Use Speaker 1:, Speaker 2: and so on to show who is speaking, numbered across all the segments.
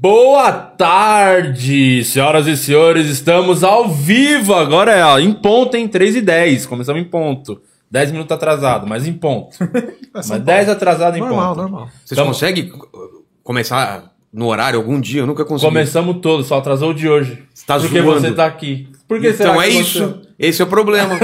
Speaker 1: Boa tarde, senhoras e senhores, estamos ao vivo agora, é, ó, em ponto, em 3 e 10, começamos em ponto, 10 minutos atrasado, mas em ponto, mas 10 atrasado em
Speaker 2: Normal,
Speaker 1: ponto,
Speaker 2: normal.
Speaker 3: Vocês
Speaker 1: Tamo-
Speaker 3: conseguem uh, começar no horário algum dia? Eu nunca consegui.
Speaker 1: começamos todo, só atrasou o de hoje,
Speaker 3: Você tá
Speaker 1: porque
Speaker 3: zoando.
Speaker 1: você tá aqui, Por que será
Speaker 3: Então
Speaker 1: que
Speaker 3: é
Speaker 1: você-
Speaker 3: isso. Esse é o problema.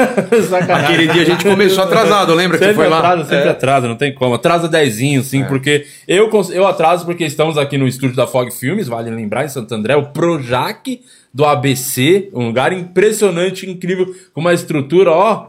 Speaker 1: Sacanagem.
Speaker 3: Aquele dia a gente começou atrasado, lembra que
Speaker 1: Sempre
Speaker 3: foi lá?
Speaker 1: atrasa, sempre
Speaker 3: É.
Speaker 1: atrasa, não tem como. Atrasa dezinho, sim, porque eu, cons- eu atraso porque estamos aqui no estúdio da Fog Filmes, vale lembrar, em Santo André, o Projac do ABC, um lugar impressionante, incrível, com uma estrutura, ó...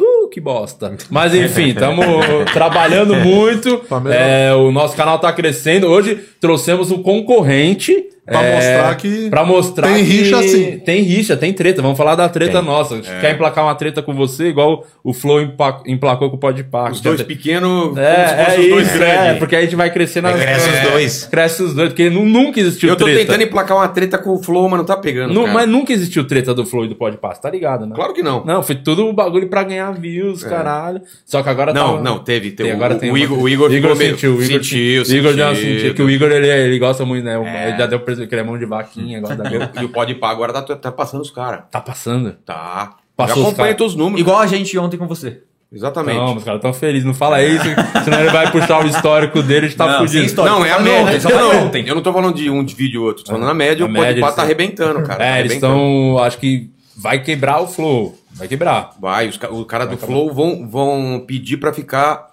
Speaker 1: Uh, que bosta. Mas enfim, estamos trabalhando muito.
Speaker 2: Tá melhor.
Speaker 1: É, o nosso canal tá crescendo. Hoje trouxemos um concorrente. é,
Speaker 2: Pra
Speaker 4: É,
Speaker 2: mostrar que
Speaker 1: Pra mostrar
Speaker 2: tem
Speaker 1: que-
Speaker 2: rixa sim.
Speaker 1: tem rixa, tem treta. Vamos falar da treta nossa.
Speaker 3: É.
Speaker 1: Quer emplacar uma treta com você, igual o Flow empa- emplacou com o Podpah.
Speaker 3: Os dois pequenos,
Speaker 1: É, é
Speaker 3: os dois É,
Speaker 1: isso, é,
Speaker 3: grandes.
Speaker 1: porque a gente vai crescer na...
Speaker 5: Aí cresce os dois.
Speaker 1: Cresce os dois, porque nu- nunca existiu
Speaker 3: Eu tô
Speaker 1: treta.
Speaker 3: tentando emplacar uma treta com o Flow, mas não tá pegando.
Speaker 1: Nu-
Speaker 3: cara.
Speaker 1: Mas nunca existiu treta do Flow e do Podpah, você tá ligado, né?
Speaker 3: Claro que não.
Speaker 1: Não, foi tudo o bagulho pra ganhar views, caralho. Só que agora
Speaker 3: Não,
Speaker 1: tá...
Speaker 3: não, teve. teve
Speaker 1: Tem, agora
Speaker 3: o,
Speaker 1: tem
Speaker 3: o
Speaker 1: uma-
Speaker 3: Igor, o Igor, ficou meio-
Speaker 1: sentiu, o Igor
Speaker 3: sentiu,
Speaker 1: sentiu. Igor deu uma
Speaker 3: sentido.
Speaker 1: sentida, que o Igor, ele, ele gosta muito, né? Ele já deu presente, que ele é mão de vaquinha agora. da Globo.
Speaker 3: E o Pode Pá agora tá, tá passando os caras.
Speaker 1: tá passando.
Speaker 3: Tá.
Speaker 1: Passou
Speaker 3: Já
Speaker 1: os
Speaker 3: acompanha
Speaker 1: cara.
Speaker 3: todos os números.
Speaker 5: Igual a gente ontem com você.
Speaker 3: Exatamente.
Speaker 1: Não, os caras tão felizes, não fala isso, senão ele vai puxar o histórico dele e tá
Speaker 5: Não, sem
Speaker 1: fudido.
Speaker 5: histórico.
Speaker 3: Não, é a
Speaker 5: Não,
Speaker 3: média.
Speaker 5: só faz
Speaker 3: Não,
Speaker 5: ontem.
Speaker 3: Eu não tô falando de um de vídeo e outro, tô falando na média,
Speaker 1: A
Speaker 3: o
Speaker 1: média,
Speaker 3: Pode Pá
Speaker 1: eles
Speaker 3: tá
Speaker 1: são-
Speaker 3: arrebentando, cara. tá
Speaker 1: É, eles
Speaker 3: arrebentando.
Speaker 1: estão. Acho que vai quebrar o flow. Vai quebrar.
Speaker 3: Vai, os, ca- o cara do Flow vão, vão pedir pra ficar.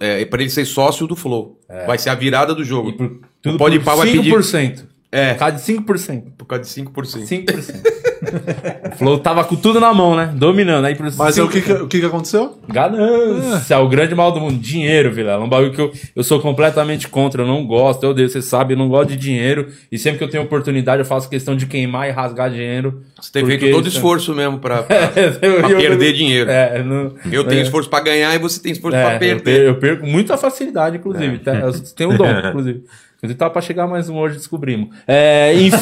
Speaker 3: É, pra ele ser sócio do Flow. Vai ser a virada do jogo.
Speaker 1: É. E por,
Speaker 3: O Pode Pá vai pedir.
Speaker 1: 5%.
Speaker 3: É.
Speaker 1: Por causa de 5%.
Speaker 3: Por causa de 5%.
Speaker 1: 5%. o Flow tava com tudo na mão, né? Dominando. Aí por
Speaker 2: Mas é o que,
Speaker 1: 5%.
Speaker 2: que- o que, que aconteceu?
Speaker 1: Ganância, é o grande mal do mundo. Dinheiro, Vilela. É um bagulho que eu, eu sou completamente contra. Eu não gosto, eu odeio. Você sabe, eu não gosto de dinheiro. E sempre que eu tenho oportunidade, eu faço questão de queimar e rasgar dinheiro.
Speaker 3: Você tem
Speaker 1: Porque
Speaker 3: feito todo
Speaker 1: isso-
Speaker 3: esforço mesmo pra, pra-
Speaker 1: Eu-
Speaker 3: pra
Speaker 1: eu-
Speaker 3: perder dinheiro.
Speaker 1: É, não-
Speaker 3: Eu tenho esforço pra ganhar e você tem esforço pra
Speaker 1: É, eu,
Speaker 3: perder. É.
Speaker 1: perco, eu perco muita facilidade, inclusive. tá? Eu tenho um dom, inclusive. Inclusive, tava pra chegar mais um hoje, descobrimos. É, enfim.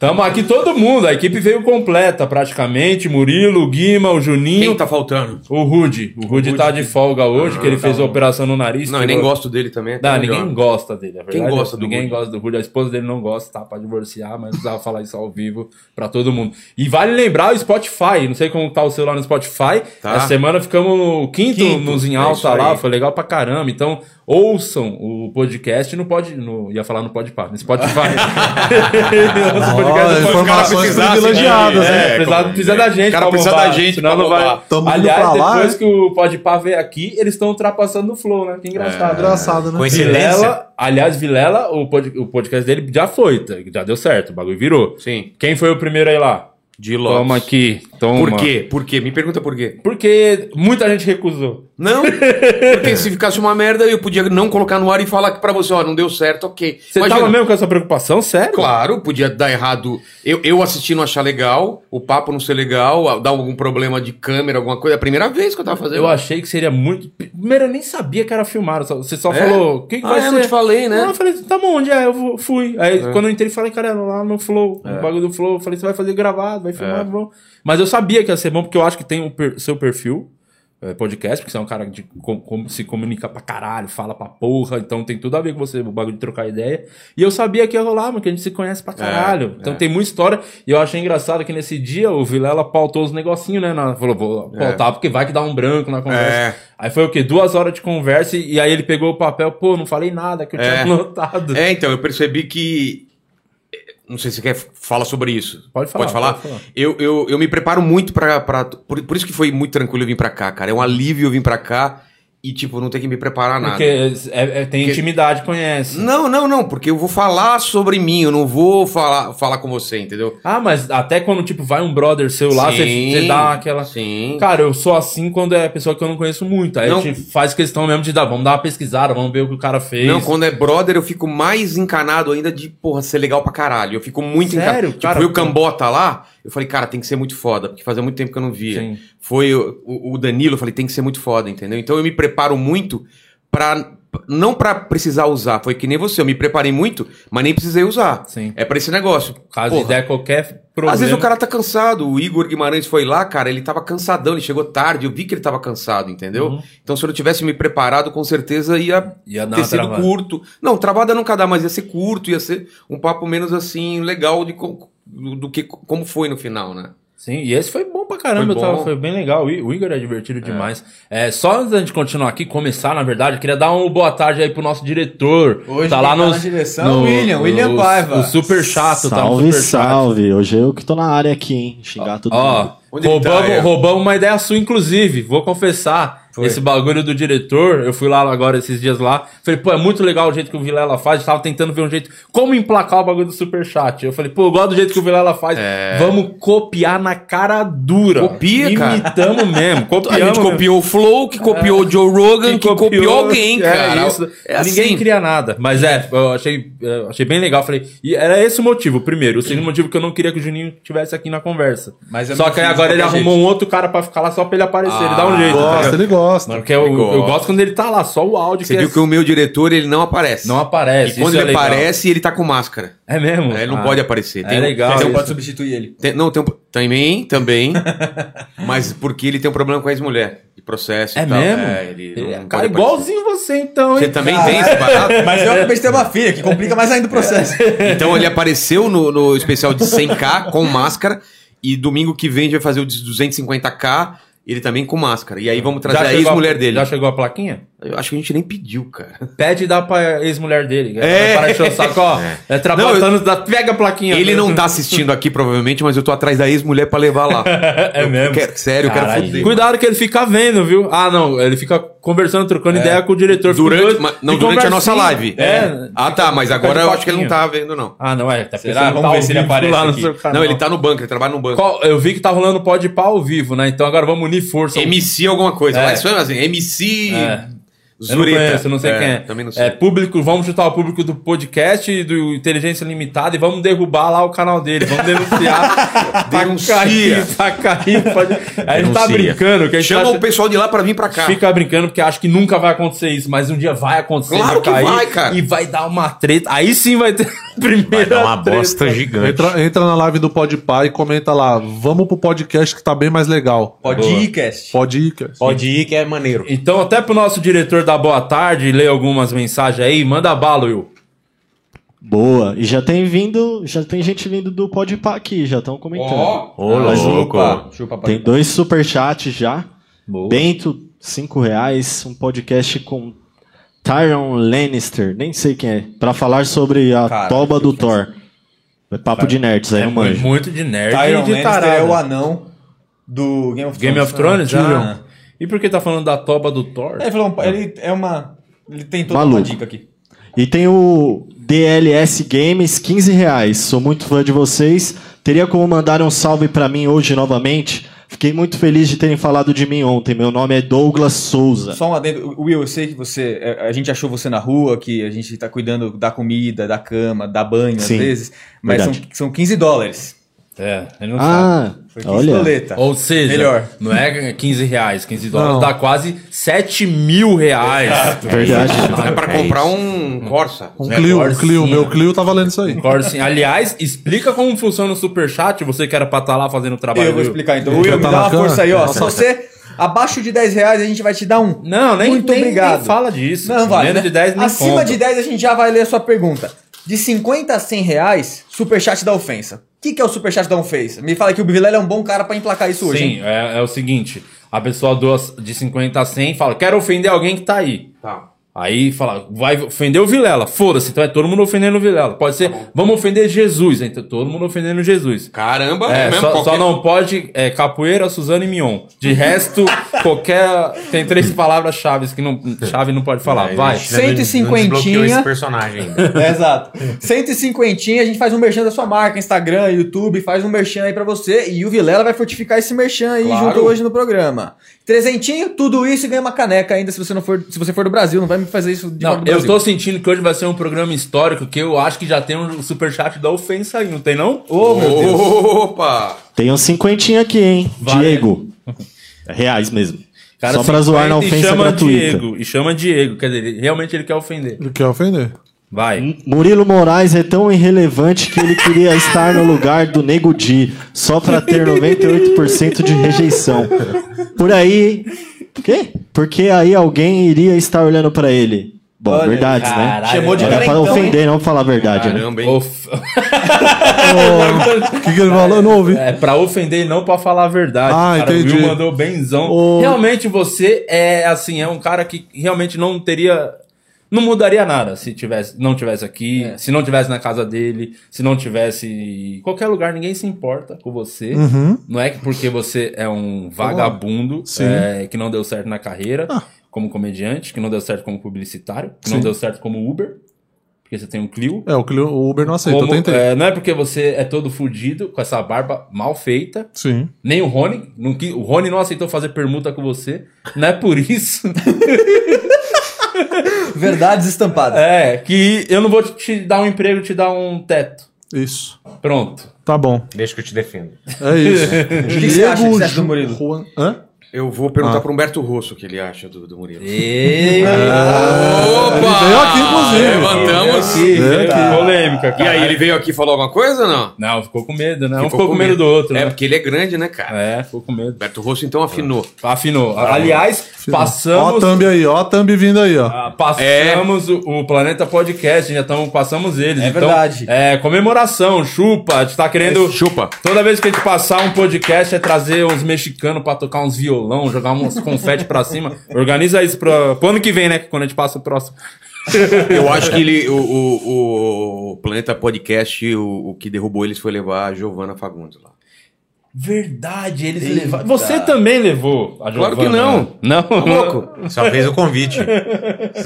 Speaker 1: Tamo aqui todo mundo. A equipe veio completa, praticamente. Murilo, o Guima, o Juninho.
Speaker 3: Quem tá faltando?
Speaker 1: O Rude. O Rude tá de folga hoje, que ele fez a operação no nariz.
Speaker 3: Ah, tá Não, eu
Speaker 1: que
Speaker 3: nem
Speaker 1: eu-
Speaker 3: gosto dele também.
Speaker 1: Não,
Speaker 3: tá
Speaker 1: ninguém
Speaker 3: melhor.
Speaker 1: gosta dele, é verdade.
Speaker 3: gosta do
Speaker 1: Ninguém
Speaker 3: Rude?
Speaker 1: gosta do Rude. A esposa dele não gosta, tá? Pra divorciar, mas precisava falar isso ao vivo pra todo mundo. E vale lembrar o Spotify. Não sei como tá o celular no Spotify.
Speaker 3: Tá.
Speaker 1: Essa semana ficamos no quinto,
Speaker 3: Quinto,
Speaker 1: nos em
Speaker 3: é
Speaker 1: alta
Speaker 3: isso aí.
Speaker 1: lá. Foi legal pra caramba. Então, ouçam o podcast no Pod... No, ia falar no Podpah, no Spotify. Nosso podcast no
Speaker 2: Olha,
Speaker 3: Os caras
Speaker 2: informações
Speaker 3: precisassem,
Speaker 2: privilegiadas,
Speaker 1: é,
Speaker 3: né? É,
Speaker 1: precisa,
Speaker 3: como-
Speaker 1: precisa da gente,
Speaker 3: O cara
Speaker 1: pra
Speaker 3: precisa
Speaker 1: bombar,
Speaker 3: da gente
Speaker 1: senão
Speaker 3: pra
Speaker 1: não vai.
Speaker 3: bombar.
Speaker 2: Tamo indo
Speaker 1: Aliás,
Speaker 2: pra lá,
Speaker 1: depois
Speaker 2: é?
Speaker 1: que o Podpah veio aqui, eles estão ultrapassando o Flow, né? Que engraçado.
Speaker 3: É.
Speaker 2: Engraçado, né?
Speaker 5: Coincidência.
Speaker 1: Vilela, aliás, Vilela, o, pod- o podcast dele já foi, tá? já deu certo, o bagulho virou.
Speaker 3: Sim.
Speaker 1: Quem foi o primeiro aí lá?
Speaker 3: De Lopes.
Speaker 1: Toma aqui, toma.
Speaker 3: Por quê? Por quê? Me pergunta por quê.
Speaker 1: Porque muita gente recusou.
Speaker 3: Não, porque se ficasse uma merda, eu podia não colocar no ar e falar que pra você, ó, não deu certo, ok.
Speaker 1: Você
Speaker 3: Imagina,
Speaker 1: tava mesmo com essa preocupação? Sério?
Speaker 3: Claro, podia dar errado. Eu, eu assistir não achar legal, o papo não ser legal, a- dar algum problema de câmera, alguma coisa. É a primeira vez que eu tava fazendo.
Speaker 1: Eu achei que seria muito. Primeiro, eu nem sabia que era filmado. só- Você só
Speaker 3: É?
Speaker 1: falou, o que, que
Speaker 3: Ah,
Speaker 1: vai
Speaker 3: eu
Speaker 1: ser?
Speaker 3: não te falei, né? É.
Speaker 1: Não, eu falei, tá bom, onde é? Eu vou- fui. Aí quando eu entrei, falei, cara, lá no Flow, no bagulho do Flow. Eu falei, você vai fazer gravado, vai
Speaker 3: É.
Speaker 1: filmar, bom. Mas eu sabia que ia ser bom, porque eu acho que tem o per- seu perfil. é, Podcast, porque você é um cara que com- com- se comunica pra caralho, fala pra porra, então tem tudo a ver com você, o bagulho de trocar ideia. E eu sabia que ia rolar, mano, que a gente se conhece
Speaker 3: É,
Speaker 1: pra caralho. então tem muita história. E eu achei engraçado que nesse dia o Vilela pautou os negocinhos, né? na- falou, vou pautar, porque vai que dá um branco na conversa.
Speaker 3: É.
Speaker 1: Aí foi o quê? Duas horas de conversa e e aí ele pegou o papel, pô, não falei nada que eu tinha
Speaker 3: É.
Speaker 1: anotado.
Speaker 3: É, então, eu percebi que. eh, Não sei se você quer falar sobre isso.
Speaker 1: Pode falar,
Speaker 3: Pode falar?
Speaker 1: pode falar.
Speaker 3: Eu, eu, eu me preparo muito pra. pra por, por isso que foi muito tranquilo eu vir pra cá, cara. É um alívio eu vir pra cá e, tipo, não ter que me preparar nada.
Speaker 1: Porque é- é- tem
Speaker 3: Porque-
Speaker 1: intimidade, conhece.
Speaker 3: Não, não, não, porque eu vou falar sobre mim, eu não vou falar, falar com você, entendeu?
Speaker 1: Ah, mas até quando, tipo, vai um brother seu lá, você
Speaker 3: Sim,
Speaker 1: você dá aquela.
Speaker 3: Sim.
Speaker 1: Cara, eu sou assim quando é pessoa que eu não conheço muito. Aí a
Speaker 3: Não.
Speaker 1: gente faz questão mesmo de dar, vamos dar uma pesquisada, vamos ver o que o cara fez.
Speaker 3: Não, quando é brother, eu fico mais encanado ainda de, porra, ser legal pra caralho. Eu fico muito
Speaker 1: Sério,
Speaker 3: encanado. Tipo,
Speaker 1: cara?
Speaker 3: foi o Cambota lá, eu falei, cara, tem que ser muito foda, porque fazia muito tempo que eu não via.
Speaker 1: Sim.
Speaker 3: Foi o, o- o Danilo, eu falei, tem que ser muito foda, entendeu? Então eu me preparo muito pra, não pra precisar usar, foi que nem você, eu me preparei muito, mas nem precisei usar.
Speaker 1: Sim.
Speaker 3: É pra esse negócio.
Speaker 1: Caso
Speaker 3: Porra,
Speaker 1: der qualquer problema.
Speaker 3: Às vezes o cara tá cansado. O Igor Guimarães foi lá, cara, ele tava cansadão, ele chegou tarde, eu vi que ele tava cansado, entendeu?
Speaker 1: Uhum.
Speaker 3: Então se eu não tivesse me preparado, com certeza ia
Speaker 1: ia dar
Speaker 3: ter
Speaker 1: uma
Speaker 3: sido
Speaker 1: travada.
Speaker 3: curto. Não, travada nunca dá, mas ia ser curto, ia ser um papo menos assim, legal de co- do, do que co- como foi no final, né?
Speaker 1: Sim, e esse foi bom pra caramba,
Speaker 3: Foi
Speaker 1: eu tava- foi,
Speaker 3: bom.
Speaker 1: bem legal. O I- o Igor é divertido demais. É, só antes da gente continuar aqui, começar, na verdade, eu queria dar uma boa tarde aí pro nosso diretor.
Speaker 4: Hoje
Speaker 1: tá
Speaker 4: quem
Speaker 1: lá
Speaker 4: tá
Speaker 1: nos-
Speaker 4: na direção é o William, William
Speaker 1: o-
Speaker 4: Paiva.
Speaker 1: O super chato, tá no
Speaker 6: salve,
Speaker 1: super
Speaker 6: salve. Hoje é eu que tô na área aqui, hein? Xingar tudo.
Speaker 1: Ó,
Speaker 3: Onde ele tá,
Speaker 1: roubamos,
Speaker 3: é?
Speaker 1: roubamos uma ideia sua, inclusive. Vou confessar. Esse bagulho do diretor, eu fui lá agora esses dias lá. Falei, pô, é muito legal o jeito que o Vilela faz. Eu tava tentando ver um jeito. Como emplacar o bagulho do superchat? Eu falei, pô, eu gosto do jeito que o Vilela faz. Vamos copiar na cara dura.
Speaker 3: É. Copia, cara.
Speaker 1: Imitamos mesmo.
Speaker 3: A
Speaker 1: Copiamos.
Speaker 3: gente
Speaker 1: mesmo.
Speaker 3: copiou o Flow, que copiou o Joe Rogan, que, copiou, alguém,
Speaker 1: é
Speaker 3: cara.
Speaker 1: isso.
Speaker 3: É
Speaker 1: Ninguém
Speaker 3: assim.
Speaker 1: cria nada. Mas é, eu achei, eu achei bem legal. Falei, e era esse o motivo, o primeiro. O segundo motivo é que eu não queria que o Juninho estivesse aqui na conversa.
Speaker 4: Mas
Speaker 3: é
Speaker 4: eu
Speaker 1: só
Speaker 4: não
Speaker 1: que aí
Speaker 4: fiz
Speaker 1: agora
Speaker 4: de
Speaker 1: ele
Speaker 4: qualquer
Speaker 1: arrumou um outro cara pra ficar lá só pra ele aparecer. ele dá um jeito. tá
Speaker 2: Gosta,
Speaker 1: ligado?
Speaker 2: ele gosta.
Speaker 1: Mano, porque eu,
Speaker 3: Ah, Ele gosta.
Speaker 1: eu gosto quando ele tá lá, só o áudio
Speaker 3: Você
Speaker 1: que
Speaker 3: viu
Speaker 1: é-
Speaker 3: que o meu diretor, ele não aparece.
Speaker 1: não aparece.
Speaker 3: E quando
Speaker 1: isso é
Speaker 3: ele
Speaker 1: legal.
Speaker 3: aparece, ele tá com máscara.
Speaker 1: É mesmo?
Speaker 3: Ele não
Speaker 1: Ah,
Speaker 3: pode aparecer.
Speaker 1: é
Speaker 3: um-
Speaker 1: legal.
Speaker 4: Você
Speaker 1: isso.
Speaker 4: pode substituir ele.
Speaker 3: tem- não, tem um, também, também. mas porque ele tem um problema com a ex-mulher. De processo
Speaker 1: É
Speaker 3: e tal.
Speaker 1: mesmo?
Speaker 3: É, ele não
Speaker 1: É,
Speaker 3: pode
Speaker 1: cara,
Speaker 3: aparecer.
Speaker 1: igualzinho você então, hein?
Speaker 3: Você também tem esse barato?
Speaker 4: Mas eu acabei de ter uma filha, que complica mais ainda o processo.
Speaker 3: Então ele apareceu no, no especial de 100k com máscara e domingo que vem a gente vai fazer o de 250k, ele também com máscara. E aí vamos é trazer a
Speaker 1: chegou
Speaker 3: ex-mulher dele.
Speaker 1: Já chegou a plaquinha?
Speaker 3: Eu acho que a gente nem pediu, cara.
Speaker 1: Pede e dá pra ex-mulher dele.
Speaker 3: É.
Speaker 1: Para encher o saco, ó. É, trabalhando, dá- pega a plaquinha.
Speaker 3: Ele não tá assistindo aqui provavelmente, mas eu tô atrás da ex-mulher pra levar lá.
Speaker 1: É mesmo.
Speaker 3: Quero- sério, eu quero
Speaker 1: Caralho.
Speaker 3: foder.
Speaker 1: Cuidado que ele fica vendo, viu? Ah, não, ele fica conversando, trocando ideia com o diretor. Fica
Speaker 3: É. Durante,
Speaker 1: dois-
Speaker 3: ma- não,
Speaker 1: fica
Speaker 3: durante a
Speaker 1: conversinha.
Speaker 3: nossa live.
Speaker 1: É.
Speaker 3: Ah, tá, mas
Speaker 1: fica
Speaker 3: agora
Speaker 1: de
Speaker 3: eu acho que ele não
Speaker 1: papinho.
Speaker 3: tá vendo, não.
Speaker 1: Ah, não, é. Tá
Speaker 4: Será?
Speaker 1: esperando.
Speaker 4: Vamos ver se ele aparece
Speaker 1: lá no
Speaker 4: aqui.
Speaker 1: seu canal.
Speaker 3: Não, ele tá no banco, ele trabalha no banco.
Speaker 1: Qual- eu vi que tá rolando pode pá ao vivo, né? Então agora vamos unir força.
Speaker 3: MC alguma coisa.
Speaker 1: É.
Speaker 3: Mas isso é assim, MC
Speaker 1: É. Eu não
Speaker 3: Zureta.
Speaker 1: conheço, não sei
Speaker 3: É,
Speaker 1: quem é.
Speaker 3: Também não sei.
Speaker 1: É público, vamos chutar o público do podcast e do Inteligência Limitada e vamos derrubar lá o canal dele. Vamos denunciar.
Speaker 3: Denuncia.
Speaker 1: Tá cair, tá cair. Pode... Aí ele tá
Speaker 3: Denuncia.
Speaker 1: brincando. Que a gente
Speaker 3: Chama
Speaker 1: acha-
Speaker 3: o pessoal de lá pra vir pra cá.
Speaker 1: Fica brincando porque acha que nunca vai acontecer isso, mas um dia vai acontecer.
Speaker 3: Claro que
Speaker 1: cair
Speaker 3: vai, cara.
Speaker 1: E vai dar uma treta. Aí sim vai ter a primeira
Speaker 7: Vai dar uma
Speaker 1: treta.
Speaker 7: bosta gigante.
Speaker 2: Entra, entra na live do Podpah e comenta lá. Vamos pro podcast que tá bem mais legal.
Speaker 4: Podcast.
Speaker 2: Pode ir, cara.
Speaker 7: Pode ir que é maneiro.
Speaker 1: Então, até pro nosso diretor da Boa Tarde ler algumas mensagens aí, manda bala, Will.
Speaker 6: Boa. E já tem vindo, já tem gente vindo do Podpah aqui, já estão comentando.
Speaker 7: Ô,
Speaker 6: Mas
Speaker 7: louco.
Speaker 4: Opa, chupa, pai.
Speaker 6: Tem dois superchats já.
Speaker 1: Boa.
Speaker 6: Bento, 5 reais, um podcast com Tyron Lannister, nem sei quem é, pra falar sobre a
Speaker 4: Cara,
Speaker 6: toba do Thor.
Speaker 1: assim.
Speaker 6: É papo de nerds, aí eu manjo. Tá,
Speaker 1: Muito de nerd
Speaker 4: Tyron
Speaker 1: e de
Speaker 4: Lannister
Speaker 1: tarado.
Speaker 4: é o anão do Game of Thrones.
Speaker 1: Game of Thrones?
Speaker 4: Ah,
Speaker 1: Ah.
Speaker 4: Tyrion.
Speaker 1: E por que tá falando da toba do Thor?
Speaker 4: Ele falou, um- ele é uma... Ele tem toda uma
Speaker 6: Maluco.
Speaker 4: dica aqui.
Speaker 6: E tem o DLS Games, 15 reais. Sou muito fã de vocês. Teria como mandar um salve pra mim hoje novamente? Fiquei muito feliz de terem falado de mim ontem. Meu nome é Douglas
Speaker 1: Tá.
Speaker 6: Souza.
Speaker 4: Só um adendo. Will, eu sei que você... é, A gente achou você na rua, que a gente tá cuidando da comida, da cama, da banho
Speaker 6: Sim,
Speaker 4: às vezes. Mas são,
Speaker 6: verdade.
Speaker 4: são 15 dólares.
Speaker 1: É, ele não
Speaker 6: Ah,
Speaker 4: Foi 15
Speaker 6: olha.
Speaker 4: doleta.
Speaker 1: Ou seja,
Speaker 4: Melhor.
Speaker 1: não é 15 reais, 15 dólares,
Speaker 2: Não.
Speaker 1: dá quase 7 mil reais.
Speaker 6: Verdade.
Speaker 3: Dá pra
Speaker 7: É
Speaker 3: comprar um Corsa.
Speaker 2: Um Clio, um
Speaker 1: Corsinha.
Speaker 2: Clio. Meu Clio tá valendo isso aí.
Speaker 1: Corsin. assim. Aliás, explica como funciona o superchat, você que era pra estar lá fazendo o trabalho.
Speaker 4: Eu vou
Speaker 1: Will.
Speaker 4: explicar então.
Speaker 2: Ele
Speaker 4: Will, me
Speaker 2: tá
Speaker 4: dá
Speaker 2: na
Speaker 4: uma
Speaker 2: cama?
Speaker 4: força aí, ó. Se
Speaker 2: Nossa.
Speaker 4: você abaixo de 10 reais, a gente vai te dar um.
Speaker 1: Não, nem,
Speaker 4: Muito
Speaker 1: nem-
Speaker 4: obrigado.
Speaker 1: nem fala disso.
Speaker 4: Não vale.
Speaker 1: Menos
Speaker 4: né?
Speaker 1: de 10 nem
Speaker 4: Acima
Speaker 1: conta.
Speaker 4: de 10 a gente já vai ler a sua pergunta. De 50 a 100 reais, superchat da ofensa. O que, que é o superchat da ofensa? Me fala que o Vilela é um bom cara pra emplacar isso hoje.
Speaker 1: Sim,
Speaker 4: hein?
Speaker 1: é, é o seguinte, a pessoa doa de 50 a 100 e fala, quero ofender alguém que tá aí.
Speaker 3: Tá.
Speaker 1: Aí fala, vai ofender o Vilela, foda-se, então é todo mundo ofendendo o Vilela. Pode ser, vamos ofender Jesus, então todo mundo ofendendo Jesus.
Speaker 3: Caramba,
Speaker 1: É,
Speaker 3: mesmo
Speaker 1: só,
Speaker 3: qualquer-
Speaker 1: só não pode é, capoeira, Suzano e Mion. De resto, qualquer. Tem três palavras-chave que não, chave não pode falar. Vai.
Speaker 7: desbloqueou esse
Speaker 4: 150.
Speaker 7: personagem.
Speaker 4: É, Exato. 150, a gente faz um merchan da sua marca, Instagram, YouTube, faz um merchan aí pra você. E o Vilela vai fortificar esse merchan aí
Speaker 3: Claro.
Speaker 4: junto hoje no programa. Trezentinho, tudo isso e ganha uma caneca ainda se você não for, se você for do Brasil, não vai me fazer isso de
Speaker 1: Não,
Speaker 6: Tipo,
Speaker 4: fora do
Speaker 1: eu
Speaker 4: Brasil.
Speaker 1: tô sentindo que hoje vai ser um programa histórico que eu acho que já tem um superchat da ofensa aí, não tem não?
Speaker 4: Ô, meu Deus.
Speaker 3: Opa!
Speaker 6: Tem um cinquentinho aqui, hein?
Speaker 1: Vale.
Speaker 6: Diego. Reais mesmo.
Speaker 1: Cara,
Speaker 6: Só pra zoar na
Speaker 1: 50 e
Speaker 6: ofensa
Speaker 1: chama
Speaker 6: gratuita.
Speaker 1: Diego, e chama Diego, quer dizer, ele- realmente ele quer ofender.
Speaker 2: Ele quer ofender.
Speaker 6: Hum,
Speaker 1: Vai.
Speaker 6: Murilo Moraes é tão irrelevante que ele queria estar no lugar do Nego Di, só pra ter 98% de rejeição. Por aí. Quê? Porque aí alguém iria estar olhando pra ele. Bom,
Speaker 1: Olha,
Speaker 6: verdades, né?
Speaker 1: caralho,
Speaker 4: Chamou de
Speaker 1: olha.
Speaker 6: Era pra
Speaker 4: Então, hein?
Speaker 6: ofender, não pra falar a verdade, né?
Speaker 3: Caramba, hein?
Speaker 1: Of-
Speaker 2: O que, que ele falou? Eu não ouvi.
Speaker 1: É, pra ofender e não pra falar a verdade.
Speaker 2: Ah,
Speaker 1: cara,
Speaker 2: entendi.
Speaker 1: O Will mandou benzão.
Speaker 2: Ô.
Speaker 1: Realmente você é, assim, é um cara que realmente não teria... Não mudaria nada se tivesse, não tivesse aqui, se não tivesse na casa dele, se não tivesse em qualquer lugar, ninguém se importa com você. Não é que porque você é um vagabundo
Speaker 2: Uhum. Sim. Ah.
Speaker 1: é, que não deu certo na carreira como comediante, que não deu certo como publicitário, que não
Speaker 2: Sim.
Speaker 1: deu certo como Uber, porque você tem um Clio.
Speaker 2: É, o que o Uber não aceita.
Speaker 1: Como,
Speaker 2: eu tentei.
Speaker 1: é, não é porque você é todo fudido, com essa barba mal feita,
Speaker 2: Sim.
Speaker 1: nem o Rony. Não, qui- o Rony não aceitou fazer permuta com você. Não é por isso.
Speaker 4: Verdades estampadas.
Speaker 1: É, que eu não vou te- te dar um emprego, te dar um teto.
Speaker 2: Isso.
Speaker 1: Pronto.
Speaker 2: Tá bom.
Speaker 7: Deixa que eu te defendo.
Speaker 2: É isso.
Speaker 4: que você acha que você acha do Murilo?
Speaker 2: Juan... Hã?
Speaker 3: Eu vou perguntar
Speaker 2: Ah.
Speaker 3: pro Humberto Rosso o que ele acha do, do Murilo.
Speaker 1: Ah, Opa!
Speaker 2: Ele veio aqui, inclusive.
Speaker 3: Ah, Levantamos.
Speaker 1: Veio aqui, polêmica,
Speaker 3: E
Speaker 1: cara.
Speaker 3: aí, ele veio aqui e falou alguma coisa ou não?
Speaker 1: Não, ficou com medo, né? um ficou com medo do outro,
Speaker 3: É,
Speaker 1: né?
Speaker 3: porque ele é grande, né, cara?
Speaker 1: É, ficou com medo.
Speaker 3: Humberto Rosso, então, afinou.
Speaker 1: Afinou. Aliás,
Speaker 2: Ó a
Speaker 1: passamos.
Speaker 2: thumb aí, ó a thumb vindo aí, ó.
Speaker 1: Ah, Passamos o, o Planeta Podcast, já estamos, passamos eles.
Speaker 4: É verdade.
Speaker 1: É, comemoração, chupa, a gente tá querendo.
Speaker 3: Chupa.
Speaker 1: Toda vez que a gente passar um podcast é trazer uns mexicanos pra tocar uns violão, jogar uns confete pra cima. Organiza isso pra, pro ano que vem, né? que Quando a gente passa o próximo.
Speaker 3: Eu acho que ele, o, o, o Planeta Podcast, o, o que derrubou eles foi levar a Giovana Fagundes lá.
Speaker 1: Verdade, eles levaram. Você também levou a Giovana.
Speaker 3: Claro que não.
Speaker 1: né? Não.
Speaker 3: Louco.
Speaker 7: Só fez o convite.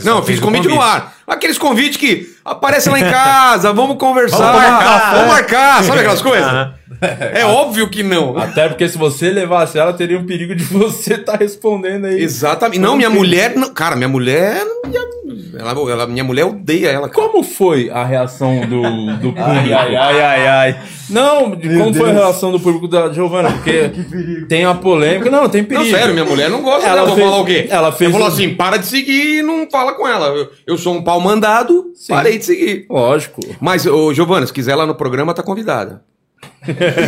Speaker 3: Não, eu fiz um convite, no ar. Aqueles convites que aparecem lá em casa, vamos conversar, vamos marcar, né? sabe aquelas coisas? É óbvio que não.
Speaker 1: Até porque se você levasse ela, teria um perigo de você estar respondendo aí.
Speaker 3: Exatamente. Não, minha mulher. não- Cara, minha mulher. não- minha- Ela, ela- minha mulher odeia ela. Cara.
Speaker 1: Como foi a reação do, do público? ai, ai, ai, ai. Não, de como foi a reação do público da Giovana? Porque tem a polêmica. Não, tem
Speaker 3: Não,
Speaker 1: perigo.
Speaker 3: sério, minha mulher não gosta
Speaker 1: Ela
Speaker 3: dela. Vou
Speaker 1: fez-
Speaker 3: falar o quê?
Speaker 1: ela fez
Speaker 3: Eu falo
Speaker 1: um-
Speaker 3: assim: para de seguir e não fala com ela. Eu, eu sou um pau mandado, parei de seguir.
Speaker 1: Lógico.
Speaker 3: Mas, ô, Giovana, se quiser lá no programa, tá convidada.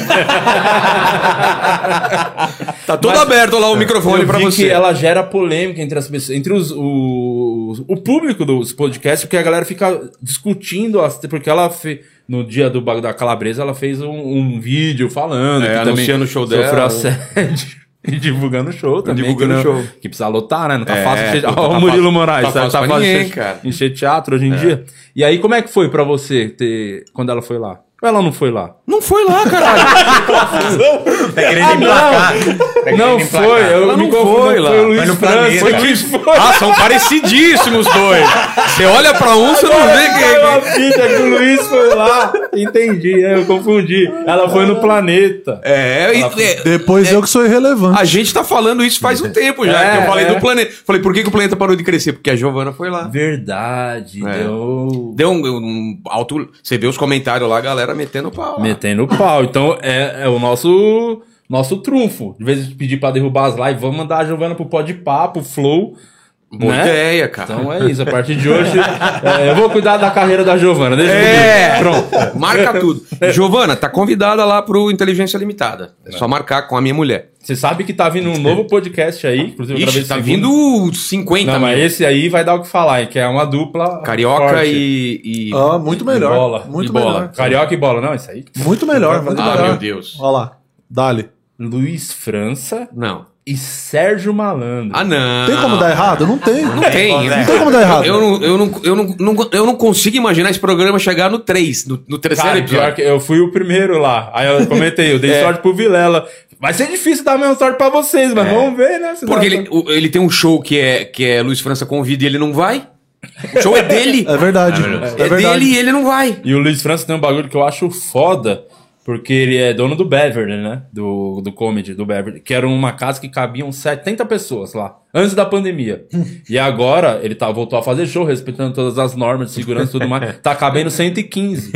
Speaker 3: tá todo aberto lá o microfone
Speaker 1: Eu
Speaker 3: pra
Speaker 1: vi
Speaker 3: você.
Speaker 1: que ela gera polêmica entre as pessoas, entre os, os- o público dos podcasts, porque a galera fica discutindo, as- porque ela fe- no dia do bagulho da calabresa, ela fez um, um vídeo falando,
Speaker 3: É,
Speaker 1: também
Speaker 3: anunciando o show
Speaker 1: sofreu
Speaker 3: dela.
Speaker 1: assédio. E divulgando o show também.
Speaker 3: divulgando
Speaker 1: que
Speaker 3: o show.
Speaker 1: Que precisa lotar, né? Não tá
Speaker 3: É,
Speaker 1: fácil encher...
Speaker 3: pô, tá
Speaker 1: Ó, o
Speaker 3: fácil-
Speaker 1: Murilo
Speaker 3: tá
Speaker 1: Moraes.
Speaker 3: fácil pra ninguém,
Speaker 1: encher,
Speaker 3: cara.
Speaker 1: encher teatro hoje em dia. E aí, como é que foi pra você ter... Quando ela foi lá? Ou ela não foi lá?
Speaker 3: Não foi lá, caralho.
Speaker 7: Tá querendo emplacar. Tá querendo
Speaker 1: Não
Speaker 7: emplacar.
Speaker 1: foi, eu
Speaker 3: Ela
Speaker 1: me
Speaker 3: não
Speaker 1: confundi,
Speaker 3: foi lá.
Speaker 1: Foi né? o
Speaker 7: Mas
Speaker 1: Luiz
Speaker 7: no
Speaker 1: França.
Speaker 7: planeta.
Speaker 1: Foi o Luiz França.
Speaker 3: ah, são parecidíssimos dois. Você olha pra um, você não vê
Speaker 1: Caiu a
Speaker 3: quem.
Speaker 1: ficha que o Luiz foi lá. Entendi, é, eu confundi. Ela foi no planeta.
Speaker 3: É, e- é,
Speaker 2: Depois eu que sou irrelevante.
Speaker 3: A gente tá falando isso faz um tempo já.
Speaker 1: É,
Speaker 3: que eu falei
Speaker 1: é.
Speaker 3: do planeta. Falei, por que, que o planeta parou de crescer? Porque a Giovana foi lá.
Speaker 1: Verdade,
Speaker 3: É.
Speaker 1: deu.
Speaker 3: Deu um, um alto. Você vê os comentários lá, a galera metendo pau. lá.
Speaker 1: Metendo o pau. Então é, é o nosso nosso trunfo. De vez em quando pedir pra derrubar as lives, vamos mandar a Giovana pro pó de papo, flow.
Speaker 3: Boa
Speaker 1: né?
Speaker 3: ideia, cara.
Speaker 1: Então é isso, a partir de hoje é, eu vou cuidar da carreira da Giovana. Deixa
Speaker 3: É.
Speaker 1: comigo. Pronto.
Speaker 3: Marca tudo. Giovana, tá convidada lá pro Inteligência Limitada. É só marcar com a minha mulher.
Speaker 1: Você sabe que tá vindo um novo podcast aí, inclusive eu
Speaker 3: Ixi,
Speaker 1: gravei
Speaker 3: tá
Speaker 1: segundo.
Speaker 3: vindo 50
Speaker 1: Não, mas
Speaker 3: mil.
Speaker 1: esse aí vai dar o que falar, hein, que é uma dupla.
Speaker 3: Carioca
Speaker 1: forte.
Speaker 3: e. e-
Speaker 2: Ah, muito melhor.
Speaker 1: E bola.
Speaker 2: muito
Speaker 1: e
Speaker 2: melhor.
Speaker 1: bola. Carioca e bola, não, isso aí.
Speaker 2: Muito melhor, muito
Speaker 3: Ah,
Speaker 2: melhor.
Speaker 3: meu Deus.
Speaker 2: Olha lá. Dali.
Speaker 1: Luiz França
Speaker 3: Não.
Speaker 1: e Sérgio Malandro.
Speaker 3: Ah, não.
Speaker 2: Tem como dar errado? Não tem.
Speaker 3: Não tem.
Speaker 2: Não tem como dar errado.
Speaker 3: Eu não, eu, não, eu, não, não- eu não consigo imaginar esse programa chegar no 3, no, no terceiro
Speaker 1: Cara, pior
Speaker 3: episódio. É.
Speaker 1: que eu fui o primeiro lá. Aí eu comentei, eu dei sorte pro Vilela. Vai ser difícil dar a mesma sorte pra vocês, mas vamos ver, né? se dá
Speaker 3: É. Porque ele,
Speaker 1: sorte.
Speaker 3: o- ele tem um show que é, que é Luiz França convida e ele não vai. O show é dele.
Speaker 2: É verdade.
Speaker 3: É,
Speaker 2: É verdade.
Speaker 3: dele e ele não vai.
Speaker 1: E o Luiz França tem um bagulho que eu acho foda, porque ele é dono do Beverly, né? Do, do comedy do Beverly, que era uma casa que cabiam 70 pessoas lá. antes da pandemia. e agora ele tá, voltou a fazer show, respeitando todas as normas de segurança e tudo mais. Tá cabendo 115.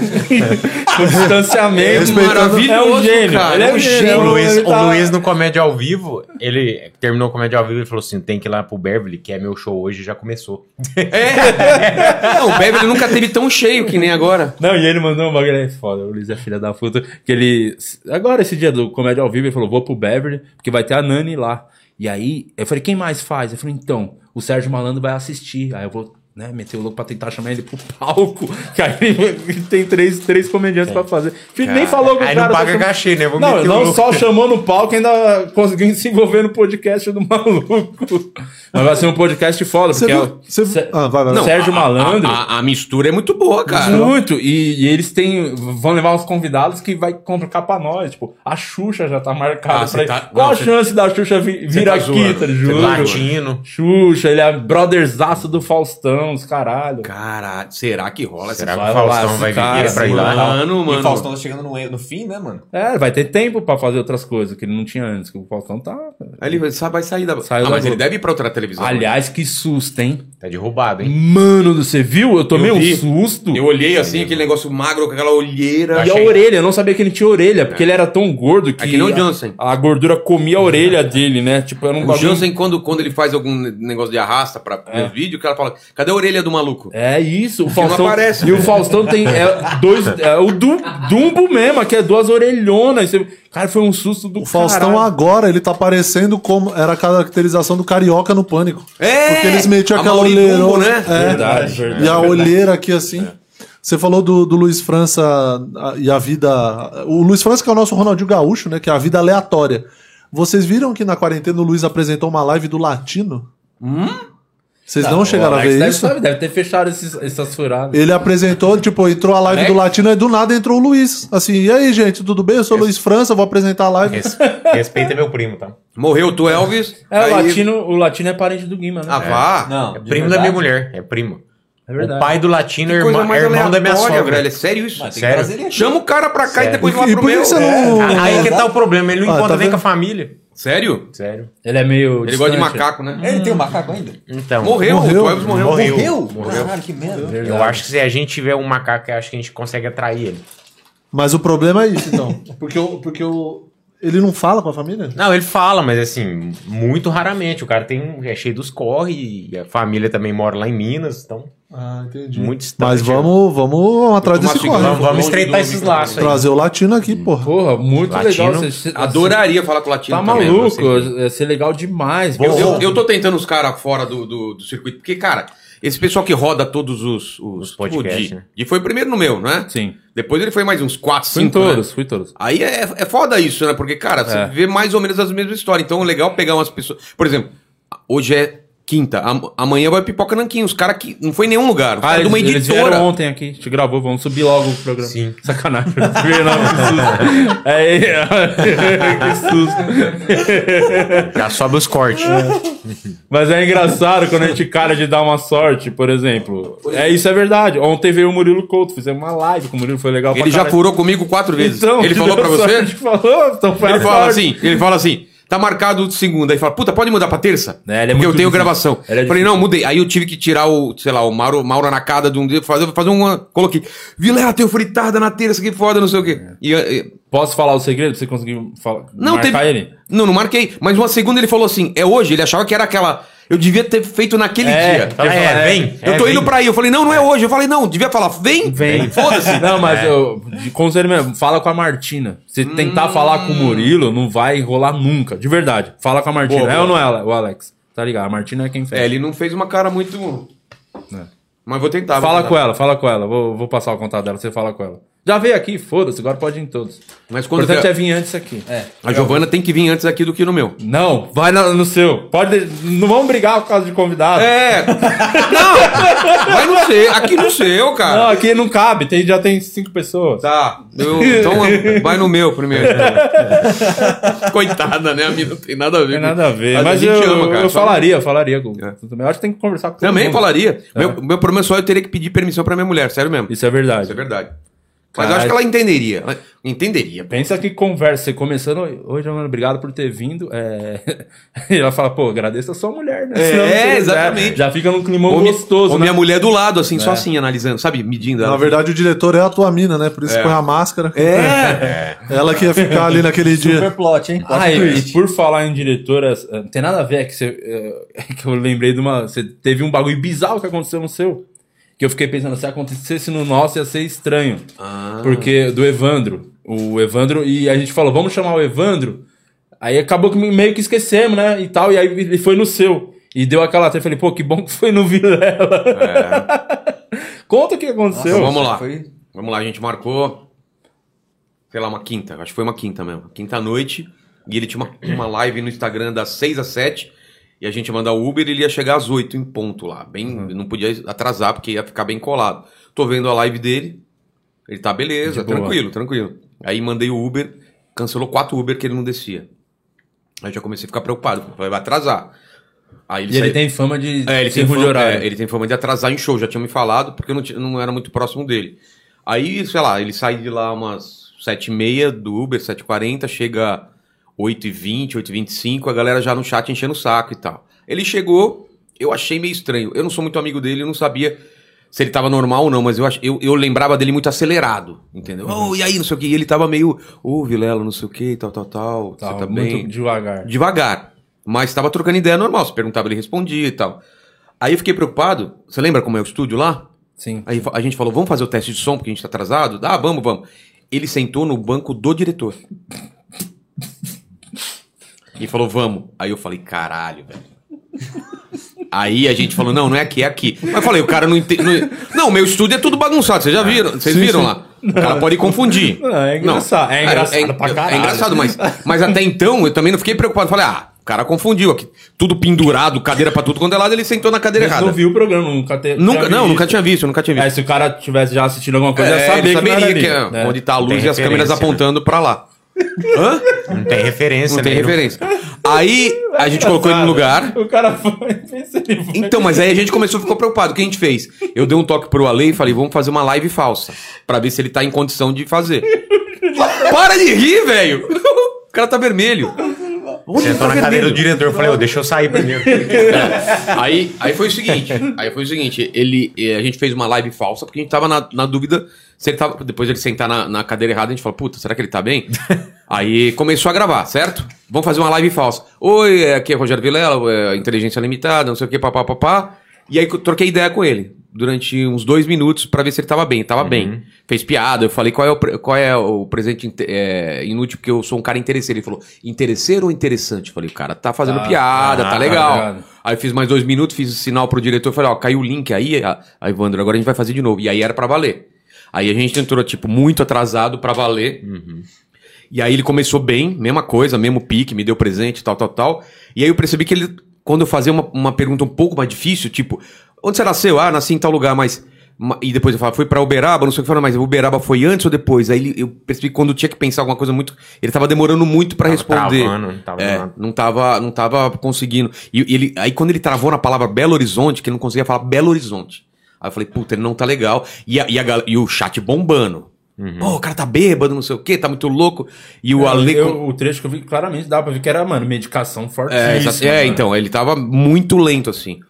Speaker 1: o distanciamento
Speaker 3: Respeitando-
Speaker 1: maravilhoso. É um gênio.
Speaker 3: cara,
Speaker 1: ele é
Speaker 3: é um
Speaker 1: um
Speaker 3: gênio.
Speaker 7: O
Speaker 1: gênio.
Speaker 7: Luiz,
Speaker 1: ele tá-
Speaker 7: o Luiz no Comédia ao Vivo, ele terminou o Comédia ao Vivo e falou assim: tem que ir lá pro Beverly, que é meu show hoje, já começou.
Speaker 3: Não, o Beverly nunca teve tão cheio que nem agora.
Speaker 1: Não, e ele mandou um bagulho aí foda. O Luiz é filha da puta. Que ele. Agora, esse dia do Comédia ao Vivo, ele falou: vou pro Beverly, porque vai ter a Nani lá. E aí, eu falei: quem mais faz? Eu falei: então, o Sérgio Malandro vai assistir. Aí eu vou. Né, meter o louco pra tentar chamar ele pro palco. Que aí ele tem três, três comediantes pra fazer. Filho, nem falou com o
Speaker 7: É. Aí
Speaker 1: cara.
Speaker 7: não
Speaker 1: só
Speaker 7: paga
Speaker 1: chamou-
Speaker 7: cachê, né? Vou
Speaker 1: não,
Speaker 7: meter o
Speaker 1: não
Speaker 7: louco.
Speaker 1: só chamou no palco, ainda conseguiu se envolver no podcast do maluco. Mas vai ser um podcast foda,
Speaker 2: Você
Speaker 1: porque é
Speaker 2: viu?
Speaker 1: o
Speaker 2: Você
Speaker 1: Sé-
Speaker 2: viu? Ah, vai, vai. vai.
Speaker 1: Sérgio Malandro.
Speaker 3: A, a- a mistura é muito boa, cara.
Speaker 1: Muito, e, e eles têm. Vão levar uns convidados que vai complicar pra nós. Tipo, a Xuxa já tá marcada.
Speaker 3: Ah,
Speaker 1: pra
Speaker 3: você
Speaker 1: ir.
Speaker 3: tá-
Speaker 1: Qual
Speaker 3: não,
Speaker 1: a
Speaker 3: você-
Speaker 1: chance da Xuxa vir, vir
Speaker 7: Você tá
Speaker 1: aqui,
Speaker 7: zoando.
Speaker 1: tá
Speaker 7: Você
Speaker 1: ligado? Juro.
Speaker 7: Latino.
Speaker 1: Xuxa, ele é brotherzaço do Faustão, os caralho.
Speaker 3: Caralho, será que rola essa
Speaker 7: Será que
Speaker 1: vai
Speaker 7: o
Speaker 1: rolar
Speaker 7: Faustão
Speaker 1: esse
Speaker 7: vai vir
Speaker 1: cara,
Speaker 7: pra ir lá?
Speaker 3: Mano,
Speaker 4: E o Faustão tá chegando no, no fim, né, mano?
Speaker 1: É, vai ter tempo pra fazer outras coisas que ele não tinha antes, que o Faustão tá.
Speaker 3: Aí ele vai, sa- vai sair da.
Speaker 1: Saiu
Speaker 3: ah,
Speaker 1: da
Speaker 3: mas ele
Speaker 1: Globo.
Speaker 3: deve ir pra outra televisão.
Speaker 1: Aliás, que susto, hein?
Speaker 7: Tá derrubado, hein?
Speaker 1: Mano, você viu? Eu tomei
Speaker 3: Eu
Speaker 1: um
Speaker 3: vi.
Speaker 1: susto.
Speaker 3: Eu olhei assim, aquele negócio magro com aquela olheira.
Speaker 1: E a
Speaker 7: Achei.
Speaker 1: orelha, eu não sabia que ele tinha orelha, porque ele era tão gordo que.
Speaker 3: É que nem o
Speaker 1: a-
Speaker 3: Johnson.
Speaker 1: A, gordura comia a orelha dele, né? Tipo, era um
Speaker 3: O
Speaker 1: bagulho-
Speaker 3: Jansen, quando, quando ele faz algum negócio de arrasta pra é. vídeo, o cara fala: cadê a orelha do maluco?
Speaker 1: É isso, o Faustão.
Speaker 3: não aparece.
Speaker 1: E o Faustão tem é, dois. É o du, Dumbo mesmo, que é duas orelhonas. Você- Cara, foi um susto do
Speaker 2: O Faustão
Speaker 1: caralho.
Speaker 2: agora, ele tá parecendo como era a caracterização do carioca no pânico.
Speaker 3: É!
Speaker 2: Porque eles metiam
Speaker 3: A
Speaker 2: aquela
Speaker 3: Mauri Dumbo,
Speaker 2: olheirona.
Speaker 3: né? É.
Speaker 2: É.
Speaker 1: Verdade,
Speaker 2: E
Speaker 1: verdade.
Speaker 2: a olheira aqui assim. Você falou do, do Luiz França a- e a vida. O Luiz França, que é o nosso Ronaldinho Gaúcho, né? Que é a vida aleatória. Vocês viram que na quarentena o Luiz apresentou uma live do Latino?
Speaker 3: Hum?
Speaker 2: Vocês
Speaker 3: Tá,
Speaker 2: não, chegaram
Speaker 1: O
Speaker 2: a
Speaker 1: Alex
Speaker 2: ver
Speaker 1: deve,
Speaker 2: isso?
Speaker 1: sabe, deve ter fechado esses, essas furadas.
Speaker 2: Ele apresentou, tipo, entrou a live
Speaker 3: Alex?
Speaker 2: do Latino e do nada entrou o Luiz. Assim, e aí, gente, tudo bem? Eu sou o Luiz França, vou apresentar a live.
Speaker 7: Res- Respeita meu primo, tá?
Speaker 3: Morreu tu, Elvis.
Speaker 1: É,
Speaker 3: aí-
Speaker 1: o latino, o latino é parente do Guima, né?
Speaker 3: Ah, vá.
Speaker 4: Não.
Speaker 7: É
Speaker 4: de
Speaker 7: primo da
Speaker 4: verdade.
Speaker 7: minha mulher, é primo.
Speaker 1: é verdade.
Speaker 7: O pai do latino é
Speaker 3: Que coisa
Speaker 7: irmão, é
Speaker 3: mais
Speaker 7: irmão da minha
Speaker 3: aleatória,
Speaker 7: sogra.
Speaker 3: velho. É sério isso?
Speaker 4: Mas tem que
Speaker 7: Sério?
Speaker 4: trazer ele aqui.
Speaker 3: Chama o cara pra cá e depois
Speaker 2: E
Speaker 3: lá
Speaker 2: por
Speaker 3: pro
Speaker 2: que
Speaker 3: meu. É.
Speaker 2: que você não.
Speaker 7: Ah, Aí que tá o problema, ele não
Speaker 2: Ah,
Speaker 7: encontra
Speaker 2: tá
Speaker 7: nem
Speaker 2: vendo?
Speaker 7: com a família.
Speaker 3: Sério?
Speaker 7: Sério.
Speaker 1: Ele é meio.
Speaker 3: Ele gosta de
Speaker 1: distante.
Speaker 3: macaco, né?
Speaker 4: Ele tem um macaco ainda?
Speaker 7: Então.
Speaker 3: Morreu,
Speaker 2: Morreu.
Speaker 3: o Elvis morreu.
Speaker 7: Morreu.
Speaker 4: Caralho, que merda.
Speaker 7: Eu acho que se a gente tiver um macaco, eu acho que a gente consegue atrair ele.
Speaker 2: Mas o problema é isso, então. Porque o. Porque o... Ele não fala com a família?
Speaker 7: Não, ele fala, mas assim, muito raramente. O cara tem um, é cheio dos corre e a família também mora lá em Minas, então
Speaker 2: Ah, entendi.
Speaker 7: muito distante.
Speaker 3: Tá,
Speaker 2: Mas vamos, vamos atrás
Speaker 3: Vou tomar
Speaker 2: desse
Speaker 3: cigarro.
Speaker 2: corre.
Speaker 7: Vamos, vamos
Speaker 3: Longe
Speaker 7: estreitar
Speaker 3: do
Speaker 7: esses
Speaker 3: microfone.
Speaker 7: laços aí.
Speaker 2: Trazer o latino aqui,
Speaker 3: Hum.
Speaker 2: porra.
Speaker 1: Porra, muito
Speaker 7: Latino.
Speaker 1: legal. Você,
Speaker 3: Adoraria falar com o latino
Speaker 1: Tá
Speaker 3: também,
Speaker 1: maluco,
Speaker 3: você.
Speaker 1: ia ser legal demais.
Speaker 3: Eu,
Speaker 1: Bom,
Speaker 3: eu, eu tô tentando os caras fora do, do, do circuito, porque, cara, esse pessoal que roda todos os, os,
Speaker 7: Os podcasts,
Speaker 3: o Di-
Speaker 7: né?
Speaker 3: E foi o primeiro no meu, né?
Speaker 1: Sim.
Speaker 3: Depois ele foi mais uns 4,
Speaker 1: Fui em
Speaker 3: 5
Speaker 1: todos, fui em todos.
Speaker 3: Aí é, é foda isso, né? Porque, cara, você
Speaker 1: É.
Speaker 3: vê mais ou menos as mesmas histórias. Então é legal pegar umas pessoas. Por exemplo, hoje é quinta, am- amanhã vai pipoca nanquim. Os caras que não foi em nenhum lugar. Os
Speaker 1: Ah,
Speaker 3: caras de
Speaker 1: eles,
Speaker 3: uma
Speaker 1: eles vieram
Speaker 3: editora.
Speaker 1: ontem aqui, te gravou, vamos subir logo o programa.
Speaker 7: Sim.
Speaker 1: Sacanagem. Não, é, que susto.
Speaker 7: Já sobe os cortes.
Speaker 1: Mas é engraçado quando a gente cara de dar uma sorte, por exemplo. É, isso é verdade. Ontem veio o Murilo Couto, fizemos uma live com o Murilo, foi legal pra
Speaker 3: Ele já
Speaker 1: caralho.
Speaker 3: furou comigo quatro vezes.
Speaker 1: Então,
Speaker 3: ele falou pra você?
Speaker 1: Ele falou, então foi
Speaker 3: Ele
Speaker 1: a
Speaker 3: fala
Speaker 1: sorte.
Speaker 3: assim, ele fala assim, tá marcado segunda. Aí fala, puta, pode mudar pra terça?
Speaker 1: É, ele é
Speaker 3: Porque eu
Speaker 1: muito
Speaker 3: tenho
Speaker 1: difícil.
Speaker 3: gravação.
Speaker 1: Ele é
Speaker 3: Falei,
Speaker 1: difícil.
Speaker 3: não, mudei. Aí eu tive que tirar o, sei lá, o Mauro, Mauro Nakada de um dia, fazer, fazer uma. Coloquei. Vilela, teu fritada na terça, que foda, não sei o quê. E, e-
Speaker 1: Posso falar o segredo pra você conseguir falar,
Speaker 3: não,
Speaker 1: marcar
Speaker 3: teve.
Speaker 1: ele?
Speaker 3: Não, não marquei. Mas uma segunda ele falou assim, é hoje, ele achava que era aquela. Eu devia ter feito naquele dia.
Speaker 7: Fala, é, vem.
Speaker 3: Eu
Speaker 7: é,
Speaker 3: tô
Speaker 7: vem.
Speaker 3: indo pra aí. Eu falei, não, não é hoje. Eu falei, não, devia falar, vem.
Speaker 1: Vem.
Speaker 3: Foda-se.
Speaker 1: Não, mas eu. de Conselho mesmo, fala com a Martina. Se tentar falar com o Murilo, não vai rolar nunca. De verdade. Fala com a Martina.
Speaker 3: Boa,
Speaker 1: é
Speaker 3: boa.
Speaker 1: ou não é, Ale- o Alex? Tá ligado? A Martina é quem fez.
Speaker 3: É, ele não fez uma cara muito.
Speaker 1: É.
Speaker 3: Mas vou tentar. vou
Speaker 1: Fala
Speaker 3: tentar.
Speaker 1: com ela, fala com ela. Vou, vou passar o contato dela, você fala com ela. Já veio aqui, foda-se, agora pode ir em todos.
Speaker 3: Mas
Speaker 1: O
Speaker 3: quando.
Speaker 1: importante
Speaker 3: vier-
Speaker 1: é vir antes aqui.
Speaker 3: A Giovana tem que vir antes aqui do que no meu.
Speaker 1: Não, vai na- no seu. Pode. Não vamos brigar por causa de convidado.
Speaker 3: É. Não. Vai no seu. Aqui no seu, cara.
Speaker 1: Não, aqui não cabe, tem, já tem cinco pessoas.
Speaker 3: Tá. eu- então vai no meu primeiro. então. Coitada, né? A minha não tem nada a
Speaker 1: Não tem
Speaker 3: ver. com-
Speaker 1: nada a ver. Mas,
Speaker 3: a
Speaker 1: eu,
Speaker 3: gente ama, cara.
Speaker 1: eu
Speaker 3: Só-
Speaker 1: falaria, falaria com.
Speaker 3: É.
Speaker 1: Eu acho que tem que conversar com todo
Speaker 3: Também
Speaker 1: mundo.
Speaker 3: falaria. Meu, meu problema só é eu teria que pedir permissão pra minha mulher, sério mesmo.
Speaker 1: Isso é verdade.
Speaker 3: Isso é verdade. Mas eu acho que ela entenderia. Ela Entenderia.
Speaker 1: Pensa que conversa, você começando, "Oi, oi, Giovana, obrigado por ter vindo. É... E ela fala, pô, agradeço a sua mulher, né?
Speaker 3: É,
Speaker 1: Senão você-
Speaker 3: exatamente.
Speaker 1: Já, já fica num climão
Speaker 3: Ou, mi-
Speaker 1: gostoso,
Speaker 3: ou
Speaker 1: né? É.
Speaker 3: minha mulher do lado, assim, só assim, analisando, sabe? Medindo ela.
Speaker 2: Na verdade, o diretor é a tua mina, né? Por isso põe a máscara.
Speaker 3: É.
Speaker 2: Ela que ia ficar ali naquele dia.
Speaker 4: Super plot, hein? Plot
Speaker 1: Ah, e,
Speaker 4: twist.
Speaker 1: e por falar em diretoras, eh, não tem nada a ver, é que, você, eh, que eu lembrei de uma. Você teve um bagulho bizarro que aconteceu no seu. Que eu fiquei pensando, se acontecesse no nosso ia ser estranho.
Speaker 3: Ah.
Speaker 1: Porque do Evandro. O Evandro, e a gente falou, vamos chamar o Evandro. Aí acabou que meio que esquecemos, né? E tal, e aí ele foi no seu. E deu aquela até falei, pô, que bom que foi no Vilela. Conta o que aconteceu.
Speaker 3: Então, É. vamos lá.
Speaker 4: Foi-
Speaker 3: Vamos lá, a gente marcou, sei lá, uma quinta. Acho que foi uma quinta mesmo. Quinta à noite. E ele tinha uma, uma live no Instagram das 6 às 7. E a gente ia mandar o Uber e ele ia chegar às 8 em ponto lá. Bem,
Speaker 1: Uhum.
Speaker 3: Não podia atrasar porque ia ficar bem colado. Tô vendo a live dele. Ele tá beleza,
Speaker 1: De boa.
Speaker 3: tranquilo, tranquilo. Aí mandei o Uber. Cancelou quatro Uber que ele não descia. Aí eu já comecei a ficar preocupado. Falei, vai atrasar. Aí
Speaker 1: E ele
Speaker 3: saiu-
Speaker 1: tem fama de
Speaker 3: é, ele
Speaker 1: sem
Speaker 3: tem
Speaker 1: fuso
Speaker 3: fama,
Speaker 1: horário.
Speaker 3: é, ele tem fama de atrasar em show, já tinha me falado, porque eu não, ti- não era muito próximo dele. Aí, sei lá, ele sai de lá umas 7h30 do Uber, 7h40, chega 8h20, 8h25, a galera já no chat enchendo o saco e tal. Ele chegou, eu achei meio estranho. Eu não sou muito amigo dele, eu não sabia se ele tava normal ou não, mas eu, ach- eu, eu lembrava dele muito acelerado, entendeu? Oh, e aí, não sei o que. E ele tava meio, ô, Vilela, não sei o que, tal, tal, tal.
Speaker 1: Tá,
Speaker 3: você tá
Speaker 1: muito
Speaker 3: bem?
Speaker 1: devagar.
Speaker 3: devagar. Mas estava trocando ideia normal. Você perguntava, ele respondia e tal. Aí eu fiquei preocupado. Você lembra como é o estúdio lá?
Speaker 1: Sim.
Speaker 3: Aí fa- a gente falou, vamos fazer o teste de som porque a gente tá atrasado? Ah, vamos, vamos. Ele sentou no banco do diretor. E falou, vamos. Aí eu falei, caralho, velho. Aí a gente falou, não, não é aqui, é aqui. Mas eu falei, o cara não entende. Não, não, meu estúdio é tudo bagunçado, vocês já
Speaker 1: É.
Speaker 3: viram? Vocês viram lá? O cara pode confundir.
Speaker 1: Não, é engraçado. É engraçado pra caralho.
Speaker 3: É engraçado, mas, mas até então eu também não fiquei preocupado. Falei, ah, o cara confundiu aqui. Tudo pendurado, cadeira pra tudo quanto é lado, ele sentou na cadeira
Speaker 1: Mas não
Speaker 3: errada.
Speaker 1: viu o programa, nunca teve.
Speaker 3: Nunca, não, nunca tinha visto, nunca tinha visto.
Speaker 1: É, se o cara tivesse já assistindo alguma coisa,
Speaker 3: É,
Speaker 1: já sabia
Speaker 3: ele
Speaker 1: que não era
Speaker 3: saberia
Speaker 1: ali,
Speaker 3: que é
Speaker 1: né?
Speaker 3: onde tá a luz
Speaker 7: Tem
Speaker 3: e as câmeras
Speaker 7: referência, né?
Speaker 3: apontando pra lá. Hã?
Speaker 7: Não tem referência,
Speaker 3: Não tem
Speaker 7: né?
Speaker 3: referência. Aí a gente colocou ele no lugar.
Speaker 1: O cara foi, pensa ele foi.
Speaker 3: tá. Então, mas aí a gente começou a ficar preocupado. O que a gente fez? Eu dei um toque pro Ale e falei, vamos fazer uma live falsa. Pra ver se ele tá em condição de fazer. Para de rir, velho! O cara tá vermelho. Onde ele
Speaker 7: Sentou
Speaker 3: tá
Speaker 7: na cadeira
Speaker 3: vermelho?
Speaker 7: do diretor, eu falei, ô, deixa eu sair primeiro.
Speaker 3: Aí, aí foi o seguinte, aí foi o seguinte, ele, eh, a gente fez uma live falsa, porque a gente tava na, na dúvida se ele tava, depois ele sentar na, na cadeira errada, a gente falou, puta, será que ele tá bem? aí começou a gravar, certo? Vamos fazer uma live falsa. Oi, eh, aqui é Rogério Vilela, eh, Inteligência Limitada, não sei o que, papá, papá. E aí eu troquei ideia com ele, durante uns dois minutos, pra ver se ele tava bem, tava
Speaker 1: Uhum.
Speaker 3: bem. Fez piada, eu falei, qual é o, pre- qual é o presente inte- eh, inútil, porque eu sou um cara interesseiro. Ele falou, interesseiro ou interessante? Eu falei, o cara tá fazendo
Speaker 1: Tá,
Speaker 3: piada,
Speaker 1: tá,
Speaker 3: tá legal.
Speaker 1: tá ligado.
Speaker 3: Aí eu fiz mais dois minutos, fiz o sinal pro diretor, falei, ó, caiu o link aí, a- aí, Evandro, agora a gente vai fazer de novo. E aí era pra valer. Aí a gente entrou, tipo, muito atrasado pra valer. E aí ele começou bem, mesma coisa, mesmo pique, me deu presente, tal, tal, tal. E aí eu percebi que ele, quando eu fazia uma, uma pergunta um pouco mais difícil, tipo, onde você nasceu? Ah, nasci em tal lugar, mas. ma- E depois eu falava, foi pra Uberaba, não sei o que falar, mas Uberaba foi antes ou depois? Aí ele- eu percebi que quando tinha que pensar alguma coisa muito. Ele tava demorando muito pra responder.
Speaker 7: travando, não tava
Speaker 3: é,
Speaker 7: nada.
Speaker 3: não tava, não tava conseguindo. E e ele, aí quando ele travou na palavra Belo Horizonte, que ele não conseguia falar Belo Horizonte. Aí eu falei, puta, ele não tá legal. E, a- e, a gal- e o chat bombando. Pô, o cara tá bêbado, não sei o quê, tá muito louco. E o Ale.
Speaker 1: É, Eu- o trecho que eu vi claramente dá pra ver que era, mano, medicação fortíssima.
Speaker 3: É, exa- é,
Speaker 1: mano.
Speaker 3: então, ele tava muito lento, assim.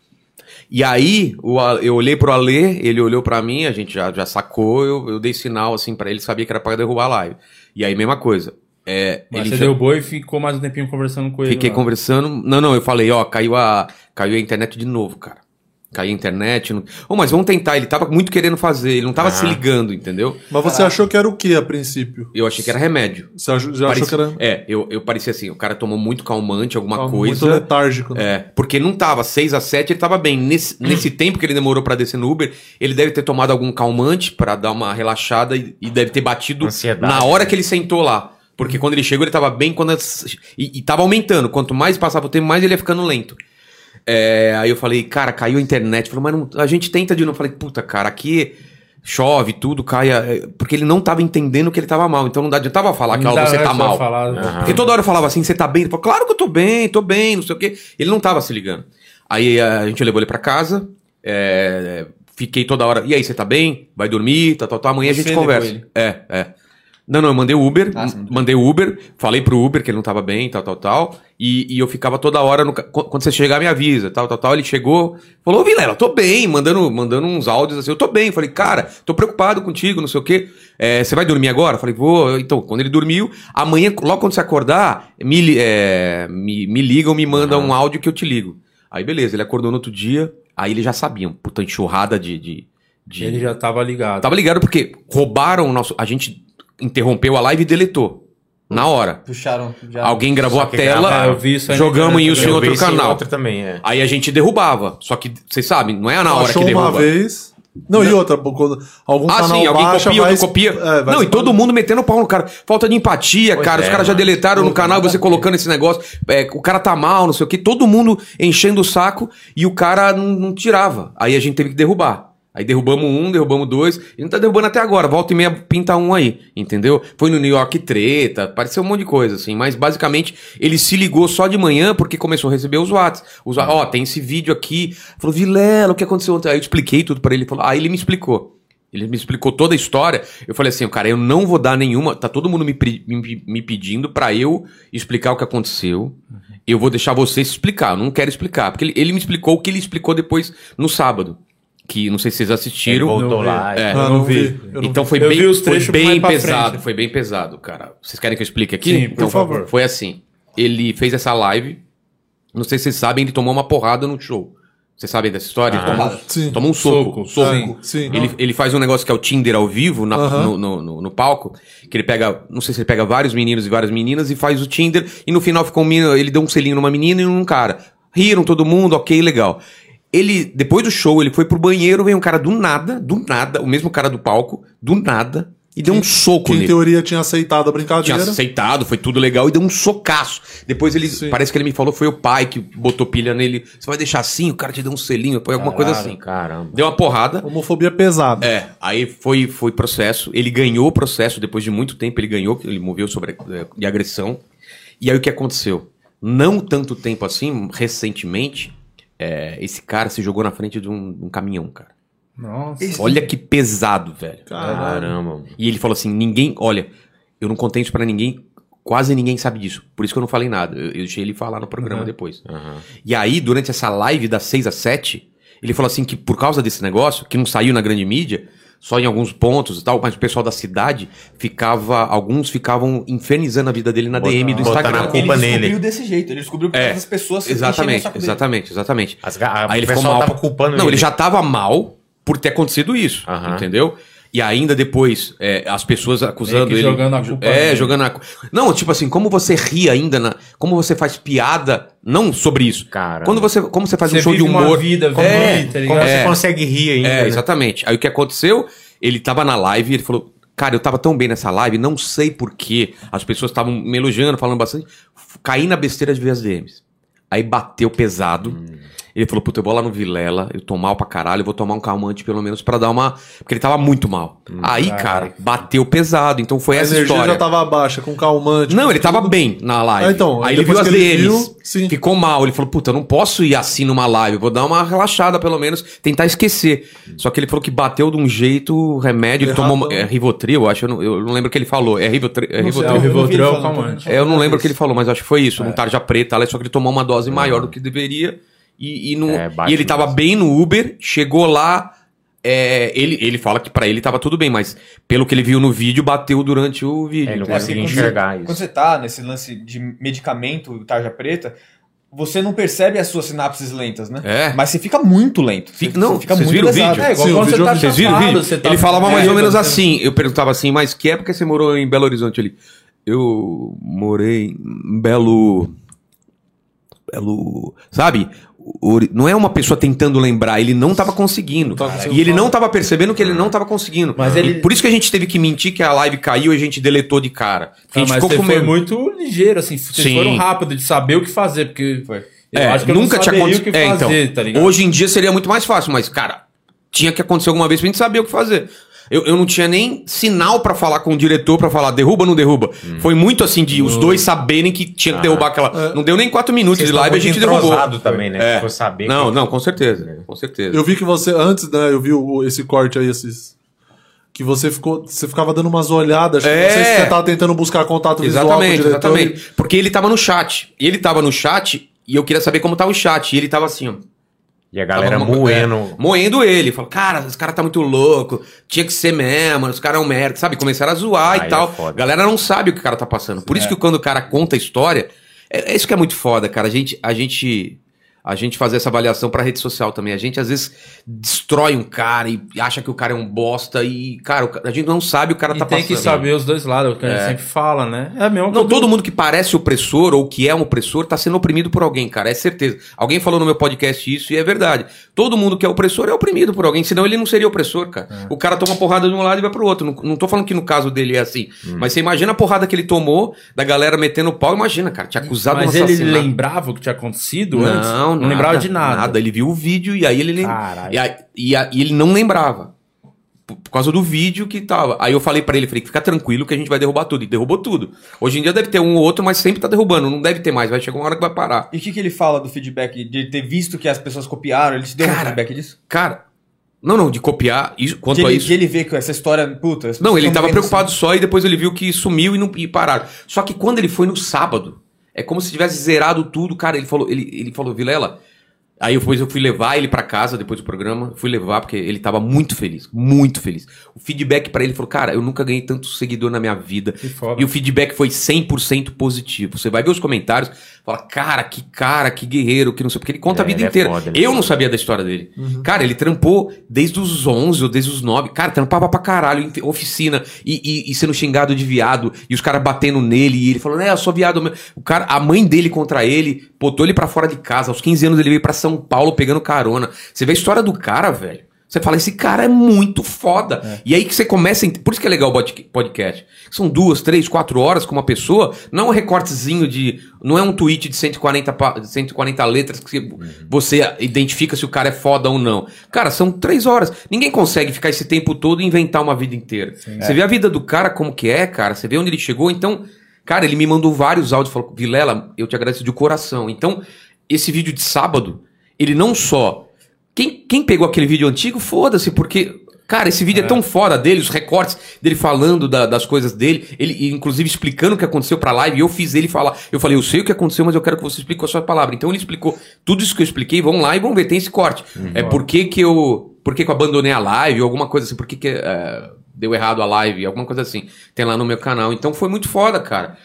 Speaker 3: E aí, o A- eu olhei pro Ale, ele olhou pra mim, a gente já, já sacou, eu, eu dei sinal, assim, pra ele, sabia que era pra derrubar a live. E aí, mesma coisa. É,
Speaker 1: Mas
Speaker 3: ele
Speaker 1: você
Speaker 3: já-
Speaker 1: deu boi e ficou mais um tempinho conversando com ele.
Speaker 3: Fiquei
Speaker 1: mano.
Speaker 3: conversando. Não, não, eu falei, ó, caiu a, caiu a internet de novo, cara. Caiu a internet. Não... Ô, mas vamos tentar, ele tava muito querendo fazer, ele não tava
Speaker 2: Ah.
Speaker 3: se ligando, entendeu?
Speaker 2: Mas você achou que era o que a princípio?
Speaker 3: Eu achei que era remédio.
Speaker 2: Você ach- já achou que
Speaker 3: Parecia-
Speaker 2: era
Speaker 3: É, eu, eu parecia assim, o cara tomou muito calmante, alguma
Speaker 2: algo
Speaker 3: coisa.
Speaker 2: muito letárgico? né?
Speaker 3: É, porque não tava, 6 a 7 ele tava bem. Nesse, nesse tempo que ele demorou pra descer no Uber, ele deve ter tomado algum calmante pra dar uma relaxada e, e deve ter batido
Speaker 7: Ansiedade.
Speaker 3: na hora que ele sentou lá. Porque quando ele chegou, ele tava bem quando as- e, e tava aumentando. Quanto mais passava o tempo, mais ele ia ficando lento. É, aí eu falei, cara, caiu a internet. Falou, mas não- a gente tenta de novo. Eu Falei, puta, cara, aqui chove, tudo, caia. é, Porque ele não tava entendendo que ele tava mal. Então não dá- adiantava falar que ó,
Speaker 1: Não dá né,
Speaker 3: você tá
Speaker 1: pra
Speaker 3: mal.
Speaker 1: falar,
Speaker 3: Porque toda hora eu falava assim, você tá bem? Ele falou, claro que eu tô bem, tô eh, bem, não sei o quê. Ele não tava se ligando. Aí a gente levou ele pra casa, é, fiquei toda hora. E aí, você tá bem? Vai dormir? Tá, tá, tá. Amanhã a
Speaker 1: Você
Speaker 3: gente
Speaker 1: levou
Speaker 3: conversa.
Speaker 1: ele?
Speaker 3: É, é. Não, não, eu mandei o Uber,
Speaker 1: Ah,
Speaker 3: mandei o Uber, falei pro Uber que ele não tava bem, tal, tal, tal. E, e eu ficava toda hora no. ca- qu- Quando você chegar, me avisa, tal, tal, tal. Ele chegou, falou, ô Vilela, tô bem, mandando, mandando uns áudios assim, eu tô bem. Falei, cara, tô preocupado contigo, não sei o quê. É, você vai dormir agora? Falei, vou. Então, quando ele dormiu, amanhã, logo quando você acordar, me, li- é, me, me ligam, me mandam um áudio que eu te ligo. Aí, beleza, ele acordou no outro dia, aí ele já sabia, uma puta enxurrada de. de, de-
Speaker 1: Ele já tava ligado.
Speaker 3: Tava ligado porque roubaram o nosso. A gente interrompeu a live e deletou. Na hora.
Speaker 4: Puxaram já.
Speaker 3: Alguém gravou a
Speaker 7: que
Speaker 3: tela,
Speaker 1: gravaram. É, eu vi isso aí na
Speaker 3: jogamos
Speaker 1: internet também.
Speaker 3: isso em
Speaker 7: né? Eu vi
Speaker 3: outro
Speaker 7: isso em
Speaker 3: canal.
Speaker 7: Outro também, é.
Speaker 3: Aí a gente derrubava. Só que, vocês sabem, não é na hora
Speaker 2: Baixou
Speaker 3: que derruba.
Speaker 2: uma vez. Não, e outra, quando algum
Speaker 3: Ah,
Speaker 2: canal
Speaker 3: sim, alguém
Speaker 2: baixa,
Speaker 3: copia,
Speaker 2: vai,
Speaker 3: outro copia.
Speaker 2: é, vai
Speaker 3: não, e
Speaker 2: se-
Speaker 3: todo mundo metendo pau no cara. Falta de empatia,
Speaker 7: Pois
Speaker 3: cara.
Speaker 7: é,
Speaker 3: Os caras já
Speaker 7: mano.
Speaker 3: deletaram no canal e você colocando esse negócio. É, o cara tá mal, não sei o quê. Todo mundo enchendo o saco e o cara não, não tirava. Aí a gente teve que derrubar. Aí derrubamos um, derrubamos dois. E não tá derrubando até agora. Volta e meia pinta um aí, entendeu? Foi no New York treta, pareceu um monte de coisa, assim. Mas basicamente ele se ligou só de manhã porque começou a receber os Whats. Os, wa- ó, tem esse vídeo aqui. Falou, Vilela, o que aconteceu ontem? Aí eu expliquei tudo pra ele. Falou, aí ele me explicou. Ele me explicou toda a história. Eu falei assim, cara, eu não vou dar nenhuma. Tá todo mundo me, pre- me- me pedindo pra eu explicar o que aconteceu.
Speaker 1: Uhum.
Speaker 3: Eu vou deixar você se explicar. Eu não quero explicar. Porque ele, ele me explicou o que ele explicou depois no sábado. Que não sei se vocês
Speaker 7: Ele
Speaker 3: assistiram.
Speaker 7: voltou
Speaker 1: vi.
Speaker 7: lá.
Speaker 3: É.
Speaker 2: Ah, não,
Speaker 1: não
Speaker 2: vi.
Speaker 1: vi.
Speaker 2: Eu não
Speaker 3: Então foi
Speaker 1: Eu vi
Speaker 3: bem,
Speaker 1: os
Speaker 3: foi
Speaker 1: trechos mais
Speaker 3: bem
Speaker 1: pra
Speaker 3: pesado,
Speaker 1: frente.
Speaker 3: foi bem pesado, cara. Vocês querem que eu explique aqui?
Speaker 1: Sim, por favor.
Speaker 3: Foi assim. Ele fez essa live. Não sei se vocês sabem, ele tomou uma porrada no show. Vocês sabem dessa história? Ele tomou,
Speaker 2: Sim.
Speaker 3: tomou um soco.
Speaker 1: Ah, Soco,
Speaker 3: soco.
Speaker 1: sim.
Speaker 2: É, Sim.
Speaker 3: Ele, ele faz um negócio que é o Tinder ao vivo na-
Speaker 2: Aham.
Speaker 3: no, no- no- no palco, que ele pega, não sei se ele pega vários meninos e várias meninas e faz o Tinder e no final fica um menino, ele deu um selinho numa menina e num cara. Riram todo mundo, ok, legal. Ele, depois do show, ele foi pro banheiro, veio um cara do nada, do nada, o mesmo cara do palco, do nada, e deu um soco
Speaker 2: que em
Speaker 3: nele
Speaker 2: teoria tinha aceitado a
Speaker 3: tinha
Speaker 2: brincadeira.
Speaker 3: aceitado, foi tudo legal e deu um socaço. Depois ele, parece que ele me falou, foi o pai que botou pilha nele. Você vai deixar assim? O cara te deu um selinho, põe alguma coisa assim.
Speaker 7: Caramba.
Speaker 3: Deu uma porrada.
Speaker 2: Homofobia pesada.
Speaker 3: É, aí foi, foi processo. Ele ganhou o processo depois de muito tempo. Ele ganhou, ele moveu sobre eh, de agressão. E aí o que aconteceu? Não tanto tempo assim, recentemente, eh, esse cara se jogou na frente de um, um caminhão, cara.
Speaker 1: Nossa.
Speaker 3: Olha que pesado, velho.
Speaker 7: Caramba. mano.
Speaker 3: E ele falou assim: ninguém, olha, eu não contei isso pra ninguém. Quase ninguém sabe disso. Por isso que eu não falei nada. Eu, eu deixei ele falar no programa depois.
Speaker 7: Aham.
Speaker 3: E aí, durante essa live das 6 às 7, ele falou assim que por causa desse negócio, que não saiu na grande mídia, só em alguns pontos e tal, mas o pessoal da cidade ficava. Alguns ficavam infernizando a vida dele tá na
Speaker 7: Bota-
Speaker 3: DM do
Speaker 7: bota na
Speaker 3: Instagram.
Speaker 7: culpa
Speaker 4: ele
Speaker 7: nele.
Speaker 4: descobriu desse jeito. Ele descobriu por
Speaker 3: É,
Speaker 4: causa das pessoas que encheram o
Speaker 3: Exatamente,
Speaker 4: saco dele.
Speaker 3: exatamente, exatamente.
Speaker 7: As, ga-
Speaker 3: Aí ele
Speaker 7: o
Speaker 3: ficou
Speaker 7: pessoal
Speaker 3: mal.
Speaker 7: tava culpando
Speaker 3: Não, ele já tava mal por ter acontecido isso,
Speaker 7: Aham.
Speaker 3: entendeu? E ainda depois, é, as pessoas acusando
Speaker 1: Meio que
Speaker 3: ele.
Speaker 1: jogando a culpa
Speaker 3: É,
Speaker 1: nele.
Speaker 3: jogando a culpa. Não, tipo assim, como você ri ainda, na- como você faz piada, não sobre isso.
Speaker 7: Caramba.
Speaker 3: Quando você, como você faz
Speaker 1: Você
Speaker 3: um show de
Speaker 1: vive uma
Speaker 3: humor.
Speaker 1: vida,
Speaker 3: é,
Speaker 1: vive, tá
Speaker 7: Como
Speaker 1: ligado?
Speaker 7: você
Speaker 3: É.
Speaker 7: consegue rir ainda?
Speaker 3: é,
Speaker 7: né?
Speaker 3: exatamente. Aí o que aconteceu? Ele tava na live e ele falou: Cara, eu tava tão bem nessa live, não sei porquê. As pessoas estavam me elogiando, falando bastante. F- Caí na besteira de ver as DMs. Aí bateu pesado.
Speaker 1: Hum.
Speaker 3: Ele falou: Puta, eu vou lá no Vilela, eu tô mal pra caralho, eu vou tomar um calmante pelo menos pra dar uma. Porque ele tava muito mal.
Speaker 1: Hum.
Speaker 3: Aí, cara, bateu pesado. Então foi
Speaker 2: A
Speaker 3: essa
Speaker 2: energia
Speaker 3: história.
Speaker 2: já tava baixa, com calmante.
Speaker 3: Não,
Speaker 2: com
Speaker 3: ele tava
Speaker 2: tudo.
Speaker 3: bem na live.
Speaker 2: Ah, então,
Speaker 3: aí ele viu
Speaker 2: depois
Speaker 3: as
Speaker 2: que ele
Speaker 3: DMs,
Speaker 2: viu, sim.
Speaker 3: ficou mal. Ele falou, puta, eu não posso ir assim numa live, eu vou dar uma relaxada pelo menos, tentar esquecer. Só que ele falou que bateu de um jeito o remédio, ele
Speaker 2: Errado.
Speaker 3: tomou é, Rivotril, eu acho, eu não, eu não lembro o que ele falou. É Rivotril, é
Speaker 1: É,
Speaker 3: Rivotril.
Speaker 1: o Rivotril é o
Speaker 4: falando,
Speaker 1: calmante.
Speaker 3: É, eu não lembro o que ele falou, mas acho que foi
Speaker 2: É.
Speaker 3: isso, um tarja preta, lá, só que ele tomou uma dose maior do que deveria e, e não-
Speaker 7: É, bate
Speaker 3: e ele tava
Speaker 7: mesmo.
Speaker 3: bem no Uber, chegou lá, é, ele, ele fala que pra ele tava tudo bem, mas pelo que ele viu no vídeo, bateu durante o vídeo.
Speaker 7: É, ele não
Speaker 3: entendeu?
Speaker 4: É, porque
Speaker 7: conseguia
Speaker 4: quando
Speaker 7: enxergar
Speaker 4: você,
Speaker 7: isso.
Speaker 4: Quando você tá nesse lance de medicamento, tarja preta, você não percebe as suas sinapses lentas, né?
Speaker 3: É.
Speaker 4: Mas você fica muito lento.
Speaker 3: Fica-
Speaker 4: Você-
Speaker 3: não,
Speaker 4: você fica
Speaker 3: vocês
Speaker 4: muito
Speaker 3: viram o
Speaker 4: lesado.
Speaker 3: vídeo?
Speaker 1: É, igual
Speaker 2: Sim, o
Speaker 1: quando
Speaker 2: vídeo-
Speaker 1: você tá
Speaker 3: Vocês viram o
Speaker 1: chapado,
Speaker 3: vídeo?
Speaker 1: você tá-
Speaker 3: Ele falava mais
Speaker 1: É,
Speaker 3: ou menos
Speaker 1: você-
Speaker 3: assim. Eu perguntava assim, mas que época você morou em Belo Horizonte ali? Eu morei em Belo. Belo. Sabe? Ori- Não é uma pessoa tentando lembrar, ele não tava conseguindo. e ele não tava percebendo que ele não tava conseguindo.
Speaker 1: Mas
Speaker 3: E
Speaker 1: ele-
Speaker 3: Por isso que a gente teve que mentir que a live caiu e a gente deletou de cara. Porque
Speaker 1: Ah,
Speaker 3: a gente
Speaker 1: mas
Speaker 3: ficou
Speaker 1: você
Speaker 3: com
Speaker 1: foi
Speaker 3: medo.
Speaker 1: muito ligeiro, assim. Vocês
Speaker 3: Sim.
Speaker 1: foram rápido de saber o que fazer, porque... Eu
Speaker 3: É,
Speaker 1: acho que eu
Speaker 3: nunca
Speaker 1: não
Speaker 3: tinha
Speaker 1: saberia o
Speaker 3: acontecido. É, então,
Speaker 1: que fazer, tá ligado?
Speaker 3: Hoje em dia seria muito mais fácil, mas, cara, tinha que acontecer alguma vez pra gente saber o que fazer. Eu, eu não tinha nem sinal pra falar com o diretor pra falar derruba ou não derruba. Foi muito assim de os dois saberem que tinha que derrubar
Speaker 2: É.
Speaker 3: aquela. Não deu nem quatro minutos de live, a gente derrubou.
Speaker 7: também, né?
Speaker 3: É.
Speaker 7: Ficou saber
Speaker 3: Não,
Speaker 7: que-
Speaker 3: não, com certeza. Com certeza.
Speaker 2: Eu vi que você, antes, né, eu vi o- esse corte aí, esses. Que você ficou. Você ficava dando umas olhadas. acho que
Speaker 3: É.
Speaker 2: Não sei se você tava tentando buscar contato visual
Speaker 3: Exatamente,
Speaker 2: com o diretor.
Speaker 3: exatamente. Porque ele tava no chat. E Ele tava no chat e eu queria saber como tava o chat. E ele tava assim, ó.
Speaker 7: E a galera
Speaker 3: Tava mo-
Speaker 7: moendo.
Speaker 3: é, moendo ele. Falou, cara, os caras tá muito louco. Tinha que ser mesmo, os caras é um merda, sabe? Começaram a zoar
Speaker 7: Aí
Speaker 3: e
Speaker 7: é
Speaker 3: tal.
Speaker 7: foda. é.
Speaker 3: A galera não sabe o que o cara tá passando. Por isso que quando o cara conta a história, é, é isso que é muito foda, cara. A gente, a gente, a gente fazer essa avaliação pra rede social também. A gente às vezes destrói um cara e acha que o cara é um bosta e, cara, o ca- a gente não sabe o cara
Speaker 1: E
Speaker 3: tá
Speaker 1: tem
Speaker 3: passando.
Speaker 1: que saber os dois lados, é o que a gente sempre fala, né? É mesmo.
Speaker 3: Não, todo mundo que parece opressor ou que é um opressor tá sendo oprimido por alguém, cara, é certeza. Alguém falou no meu podcast isso e é verdade. Todo mundo que é opressor é oprimido por alguém, senão ele não seria opressor, cara.
Speaker 1: É.
Speaker 3: O cara toma porrada de um lado e vai pro outro. Não, não tô falando que no caso dele é assim,
Speaker 1: Hum.
Speaker 3: mas você imagina a porrada que ele tomou da galera metendo o pau, imagina, cara, te acusado
Speaker 1: Mas
Speaker 3: de um
Speaker 1: ele
Speaker 3: assassinato.
Speaker 1: lembrava o que tinha acontecido
Speaker 3: Não,
Speaker 1: antes? Não
Speaker 3: nada,
Speaker 1: lembrava de nada.
Speaker 3: Ele viu o vídeo e aí ele lem-
Speaker 1: Caralho.
Speaker 3: e, aí- e aí- e ele não lembrava. Por por causa do vídeo que tava. Aí eu falei pra ele, falei, fica tranquilo que a gente vai derrubar tudo. E derrubou tudo. Hoje em dia deve ter um ou outro, mas sempre tá derrubando. Não deve ter mais, vai chegar uma hora que vai parar.
Speaker 4: E o que, que ele fala do feedback? De ele ter visto que as pessoas copiaram? Ele te deu um
Speaker 3: Cara,
Speaker 4: feedback disso?
Speaker 3: Cara, não, não, de copiar, isso, quanto
Speaker 4: de
Speaker 3: a
Speaker 4: ele,
Speaker 3: isso.
Speaker 4: de ele ver que essa história, puta... as pessoas
Speaker 3: Não,
Speaker 4: assim.
Speaker 3: ele
Speaker 4: tão
Speaker 3: tava
Speaker 4: vendo
Speaker 3: preocupado só e depois ele viu que sumiu e, não, e pararam. Só que quando ele foi no sábado, é como se tivesse zerado tudo, cara. Ele falou, ele, ele falou, Vilela. Aí eu- depois eu fui levar ele pra casa depois do programa, fui levar porque ele tava muito feliz, muito feliz. O feedback pra ele falou: "Cara, eu nunca ganhei tanto seguidor na minha vida".
Speaker 1: Que foda.
Speaker 3: E o feedback foi 100% positivo. Você vai ver os comentários, fala: "Cara, que cara, que guerreiro, que não sei, porque ele conta a
Speaker 7: É,
Speaker 3: vida
Speaker 7: ele é
Speaker 3: inteira".
Speaker 7: foda, ele é
Speaker 3: eu não
Speaker 7: foda. Uhum.
Speaker 3: sabia da história dele. Cara, ele trampou desde os 11 ou desde os 9. Cara, trampava pra caralho em oficina e, e- e sendo xingado de viado. E os caras batendo nele. E ele falando, é, eu sou viado mesmo. O cara, a mãe dele contra ele, botou ele pra fora de casa. Aos 15 anos ele veio pra São Paulo pegando carona. Você vê a história do cara, velho. Você fala, esse cara é muito foda.
Speaker 7: É.
Speaker 3: E aí que você começa. a ent- Por isso que é legal o podca- podcast. São duas, três, quatro horas com uma pessoa. Não é um recortezinho de. Não é um tweet de 140, pa- 140 letras que você- você identifica se o cara é foda ou não. Cara, são três horas. Ninguém consegue ficar esse tempo todo e inventar uma vida inteira. você vê a vida do cara como que é, cara. Você vê onde ele chegou. Então, cara, ele me mandou vários áudios. Falou, Vilela, eu te agradeço de coração. Então, esse vídeo de sábado, ele não só. Quem, quem pegou aquele vídeo antigo, foda-se, porque. Cara, esse vídeo é, tão fora dele, os recortes dele falando da- das coisas dele, ele inclusive explicando o que aconteceu pra live, e eu fiz ele falar. Eu falei, eu sei o que aconteceu, mas eu quero que você explique com a sua palavra. Então ele explicou tudo isso que eu expliquei, vamos lá e vamos ver, tem esse corte.
Speaker 1: Uhum.
Speaker 3: É por que que eu. Por que que eu abandonei a live, ou alguma coisa assim, por que que eh, deu errado a live, alguma coisa assim. Tem lá no meu canal. Então foi muito foda, cara.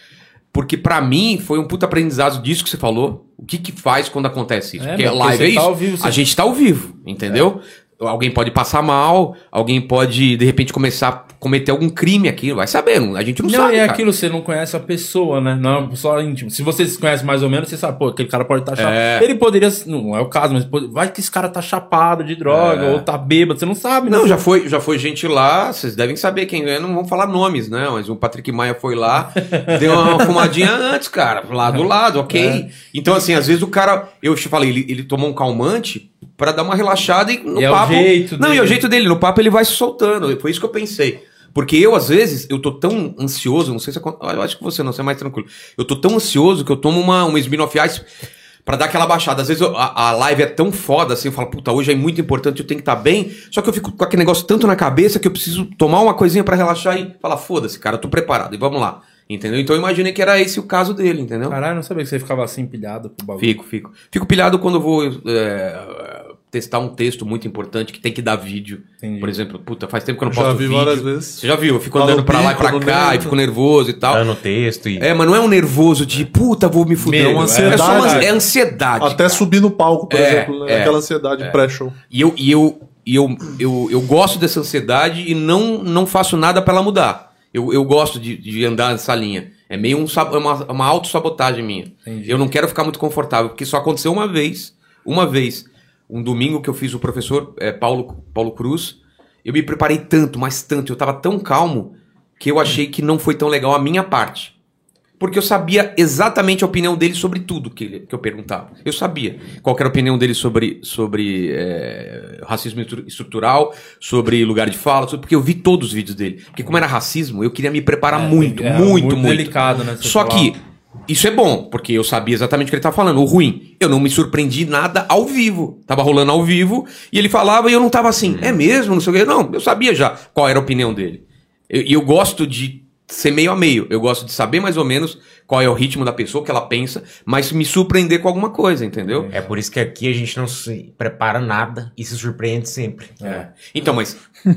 Speaker 3: Porque pra mim foi um puta aprendizado disso que você falou. O que que faz quando acontece isso?
Speaker 1: É,
Speaker 3: porque
Speaker 1: meu, porque
Speaker 3: live
Speaker 1: você
Speaker 3: é
Speaker 1: tá
Speaker 3: isso.
Speaker 1: ao vivo, você
Speaker 3: a gente tá ao vivo, entendeu?
Speaker 1: É.
Speaker 3: Alguém pode passar mal, alguém pode de repente começar a cometer algum crime aqui, vai saber, não- a gente não,
Speaker 1: Não,
Speaker 3: sabe.
Speaker 1: é
Speaker 3: cara.
Speaker 1: aquilo, você não conhece a pessoa, né? Não é uma pessoa íntima. Se você se conhece mais ou menos, você sabe, pô, aquele cara pode estar chapado. Ele poderia, não é o caso, mas pode- vai que esse cara tá chapado de droga ou tá bêbado, você não sabe, né?
Speaker 3: É. Não, já foi, já foi gente lá, vocês devem saber quem é, não vão falar nomes, né? Mas o Patrick Maia foi lá, deu uma fumadinha antes, cara, lá do lado, ok?
Speaker 1: É.
Speaker 3: Então, assim, às vezes o cara, eu te falei, ele, ele tomou um calmante pra dar uma relaxada e no
Speaker 1: E é o
Speaker 3: papo.
Speaker 1: jeito
Speaker 3: não, e é o
Speaker 1: dele.
Speaker 3: jeito dele, no papo ele vai se soltando, foi isso que eu pensei. Porque eu, às vezes, eu tô tão ansioso, não sei se acon- eu acho que você não, você é mais tranquilo. Eu tô tão ansioso que eu tomo uma, uma Smirnoff Ice pra dar aquela baixada. Às vezes eu- a, a live é tão foda assim, eu falo, puta, hoje é muito importante, eu tenho que estar bem. Só que eu fico com aquele negócio tanto na cabeça que eu preciso tomar uma coisinha pra relaxar e falar, foda-se, cara, eu tô preparado e vamos lá. Entendeu? Então eu imaginei que era esse o caso dele, entendeu?
Speaker 1: Caralho, não sabia que você ficava assim empilhado pro bagulho.
Speaker 3: Fico, fico. Fico pilhado quando eu vou é, testar um texto muito importante que tem que dar vídeo.
Speaker 1: Entendi.
Speaker 3: Por exemplo, puta, faz tempo que eu não
Speaker 2: Já
Speaker 3: posto
Speaker 2: vi
Speaker 3: vídeo.
Speaker 2: várias vezes.
Speaker 3: Você já viu? Eu fico
Speaker 2: Fala
Speaker 3: andando
Speaker 2: o
Speaker 3: pra lá e
Speaker 2: bico né? É.
Speaker 3: pra
Speaker 2: do
Speaker 3: cá, e
Speaker 2: vento.
Speaker 3: fico nervoso e tal.
Speaker 7: Dando texto e.
Speaker 3: É, mas não é um nervoso de puta, vou me fuder.
Speaker 1: Medo,
Speaker 3: é uma
Speaker 1: é.
Speaker 3: ansiedade. É, só uma-
Speaker 2: Ansiedade.
Speaker 3: é ansiedade.
Speaker 2: Até subir no palco, por
Speaker 3: É,
Speaker 2: exemplo, né?
Speaker 3: é,
Speaker 2: aquela ansiedade pré-show.
Speaker 3: E eu, e eu, e eu, eu, eu gosto dessa ansiedade e não, não faço nada pra ela mudar. Eu, eu gosto de, de andar nessa linha. É meio um, sab- é uma, é uma autossabotagem minha. Eu não quero ficar muito confortável, porque só aconteceu uma vez. Uma vez. Um domingo que eu fiz o professor eh, Paulo, Paulo Cruz. Eu me preparei tanto, mas tanto. Eu tava tão calmo que eu achei que não foi tão legal a minha parte. porque eu sabia exatamente a opinião dele sobre tudo que, ele- que eu perguntava. Eu sabia qual que era a opinião dele sobre, sobre é, racismo estru- estrutural, sobre lugar de fala, sobre- porque eu vi todos os vídeos dele. Porque como era racismo, eu queria me preparar Tá muito,
Speaker 1: é,
Speaker 3: muito,
Speaker 1: muito
Speaker 3: muito.
Speaker 1: delicado, né, você
Speaker 3: Só
Speaker 1: falar.
Speaker 3: que isso é bom, porque eu sabia exatamente o que ele estava falando. O ruim, eu não me surpreendi nada ao vivo. Tava rolando ao vivo e ele falava e eu não tava assim,
Speaker 1: Uhum.
Speaker 3: é mesmo, não sei o quê. Não, eu sabia já qual era a opinião dele. E eu, eu gosto de ser meio a meio. Eu gosto de saber mais ou menos qual é o ritmo da pessoa, o que ela pensa, mas me surpreender com alguma coisa, entendeu?
Speaker 7: É por isso que aqui a gente não se prepara nada e se surpreende sempre.
Speaker 3: É. Então, mas,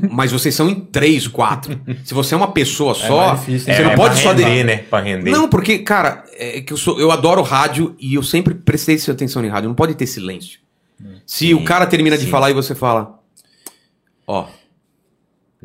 Speaker 3: mas vocês são em três, quatro. Se você é uma pessoa só,
Speaker 1: mais difícil,
Speaker 3: você
Speaker 1: né?
Speaker 3: não
Speaker 1: É
Speaker 3: pode
Speaker 7: pra
Speaker 3: só de-
Speaker 7: render, né? Pra render.
Speaker 3: Não, porque, cara, é que eu, sou, eu adoro rádio e eu sempre prestei atenção em rádio. Não pode ter silêncio. Se o cara termina de falar e você fala. Ó,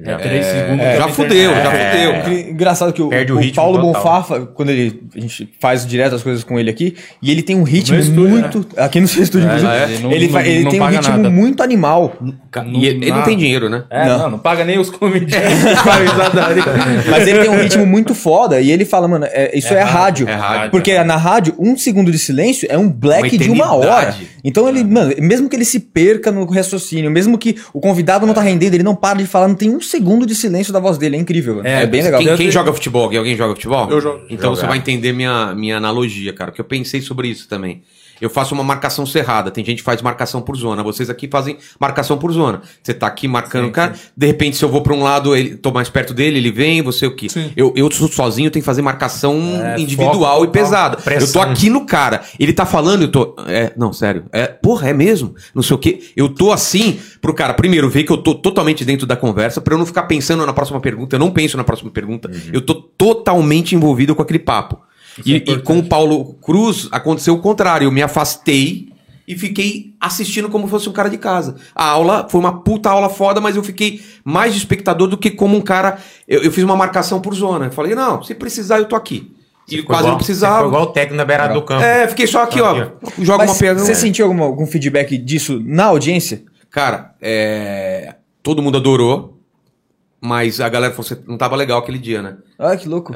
Speaker 1: É, três segundos.
Speaker 3: já
Speaker 1: também
Speaker 3: fudeu,
Speaker 1: tem-
Speaker 3: já
Speaker 7: É.
Speaker 3: fudeu.
Speaker 4: Engra- Engraçado que o,
Speaker 7: Perde o
Speaker 4: o
Speaker 7: ritmo
Speaker 4: Paulo
Speaker 7: total.
Speaker 4: Bonfafa, quando ele a gente faz direto as coisas com ele aqui, e ele tem um ritmo
Speaker 1: meu estúdio,
Speaker 4: muito.
Speaker 3: né?
Speaker 4: Aqui no seu estúdio,
Speaker 1: É,
Speaker 4: inclusive,
Speaker 1: é, não-
Speaker 4: ele, fa-
Speaker 1: não-
Speaker 4: ele
Speaker 1: não
Speaker 4: tem um
Speaker 1: paga
Speaker 4: ritmo
Speaker 1: nada.
Speaker 4: muito animal.
Speaker 3: Ca- E ele, ele não
Speaker 1: nada.
Speaker 3: tem dinheiro, né?
Speaker 1: É, não.
Speaker 4: Não.
Speaker 1: não, paga nem os comediantes pra risadaria.
Speaker 4: Mas ele tem um ritmo muito foda. E ele fala, mano, é- isso é, a rádio.
Speaker 3: é rádio.
Speaker 4: Porque na rádio, um segundo de silêncio é um black
Speaker 3: Uma
Speaker 4: de uma hora.
Speaker 3: eternidade. É.
Speaker 4: Então ele, mano, mesmo que ele se perca no raciocínio, mesmo que o convidado
Speaker 3: É.
Speaker 4: não tá rendendo, ele não para de falar, não tem um segundo de silêncio da voz dele. É incrível, mano. É, bem legal.
Speaker 3: Quem, quem joga futebol? aqui? Alguém joga futebol?
Speaker 2: Eu jogo.
Speaker 3: Então você
Speaker 7: Jogar.
Speaker 3: vai entender minha, minha analogia, cara, que eu pensei sobre isso também. Eu faço uma marcação cerrada, tem gente que faz marcação por zona. Vocês aqui fazem marcação por zona. Você tá aqui marcando o cara, de repente, se eu vou pra um lado, ele, tô mais perto dele, ele vem, você o quê? Eu, eu sou sozinho, tenho que fazer marcação individual
Speaker 1: foco
Speaker 3: e pesada. Eu tô
Speaker 7: Pressão.
Speaker 3: aqui no cara, ele tá falando, eu tô. É, não, sério. É, porra, é mesmo? Não sei o quê. Eu tô assim pro cara, primeiro, ver que eu tô totalmente dentro da conversa, pra eu não ficar pensando na próxima pergunta. Eu não penso na próxima pergunta.
Speaker 7: Uhum.
Speaker 3: Eu tô totalmente envolvido com aquele papo.
Speaker 7: é
Speaker 3: E, e com o Paulo Cruz aconteceu o contrário. Eu me afastei e fiquei assistindo como fosse um cara de casa. A aula foi uma puta aula foda, mas eu fiquei mais de espectador do que como um cara. Eu, eu fiz uma marcação por zona. Eu falei, não, se precisar, eu tô aqui. E
Speaker 7: Ficou
Speaker 3: quase
Speaker 7: igual-
Speaker 3: não precisava.
Speaker 7: Ficou igual o técnico na beirada do campo.
Speaker 3: É, fiquei só aqui, ó. Joga
Speaker 4: Mas
Speaker 3: uma pedra.
Speaker 4: Você sentiu alguma- algum feedback disso na audiência?
Speaker 3: Cara, é... todo mundo adorou, mas a galera falou que não tava legal aquele dia, né?
Speaker 4: Ah, que louco.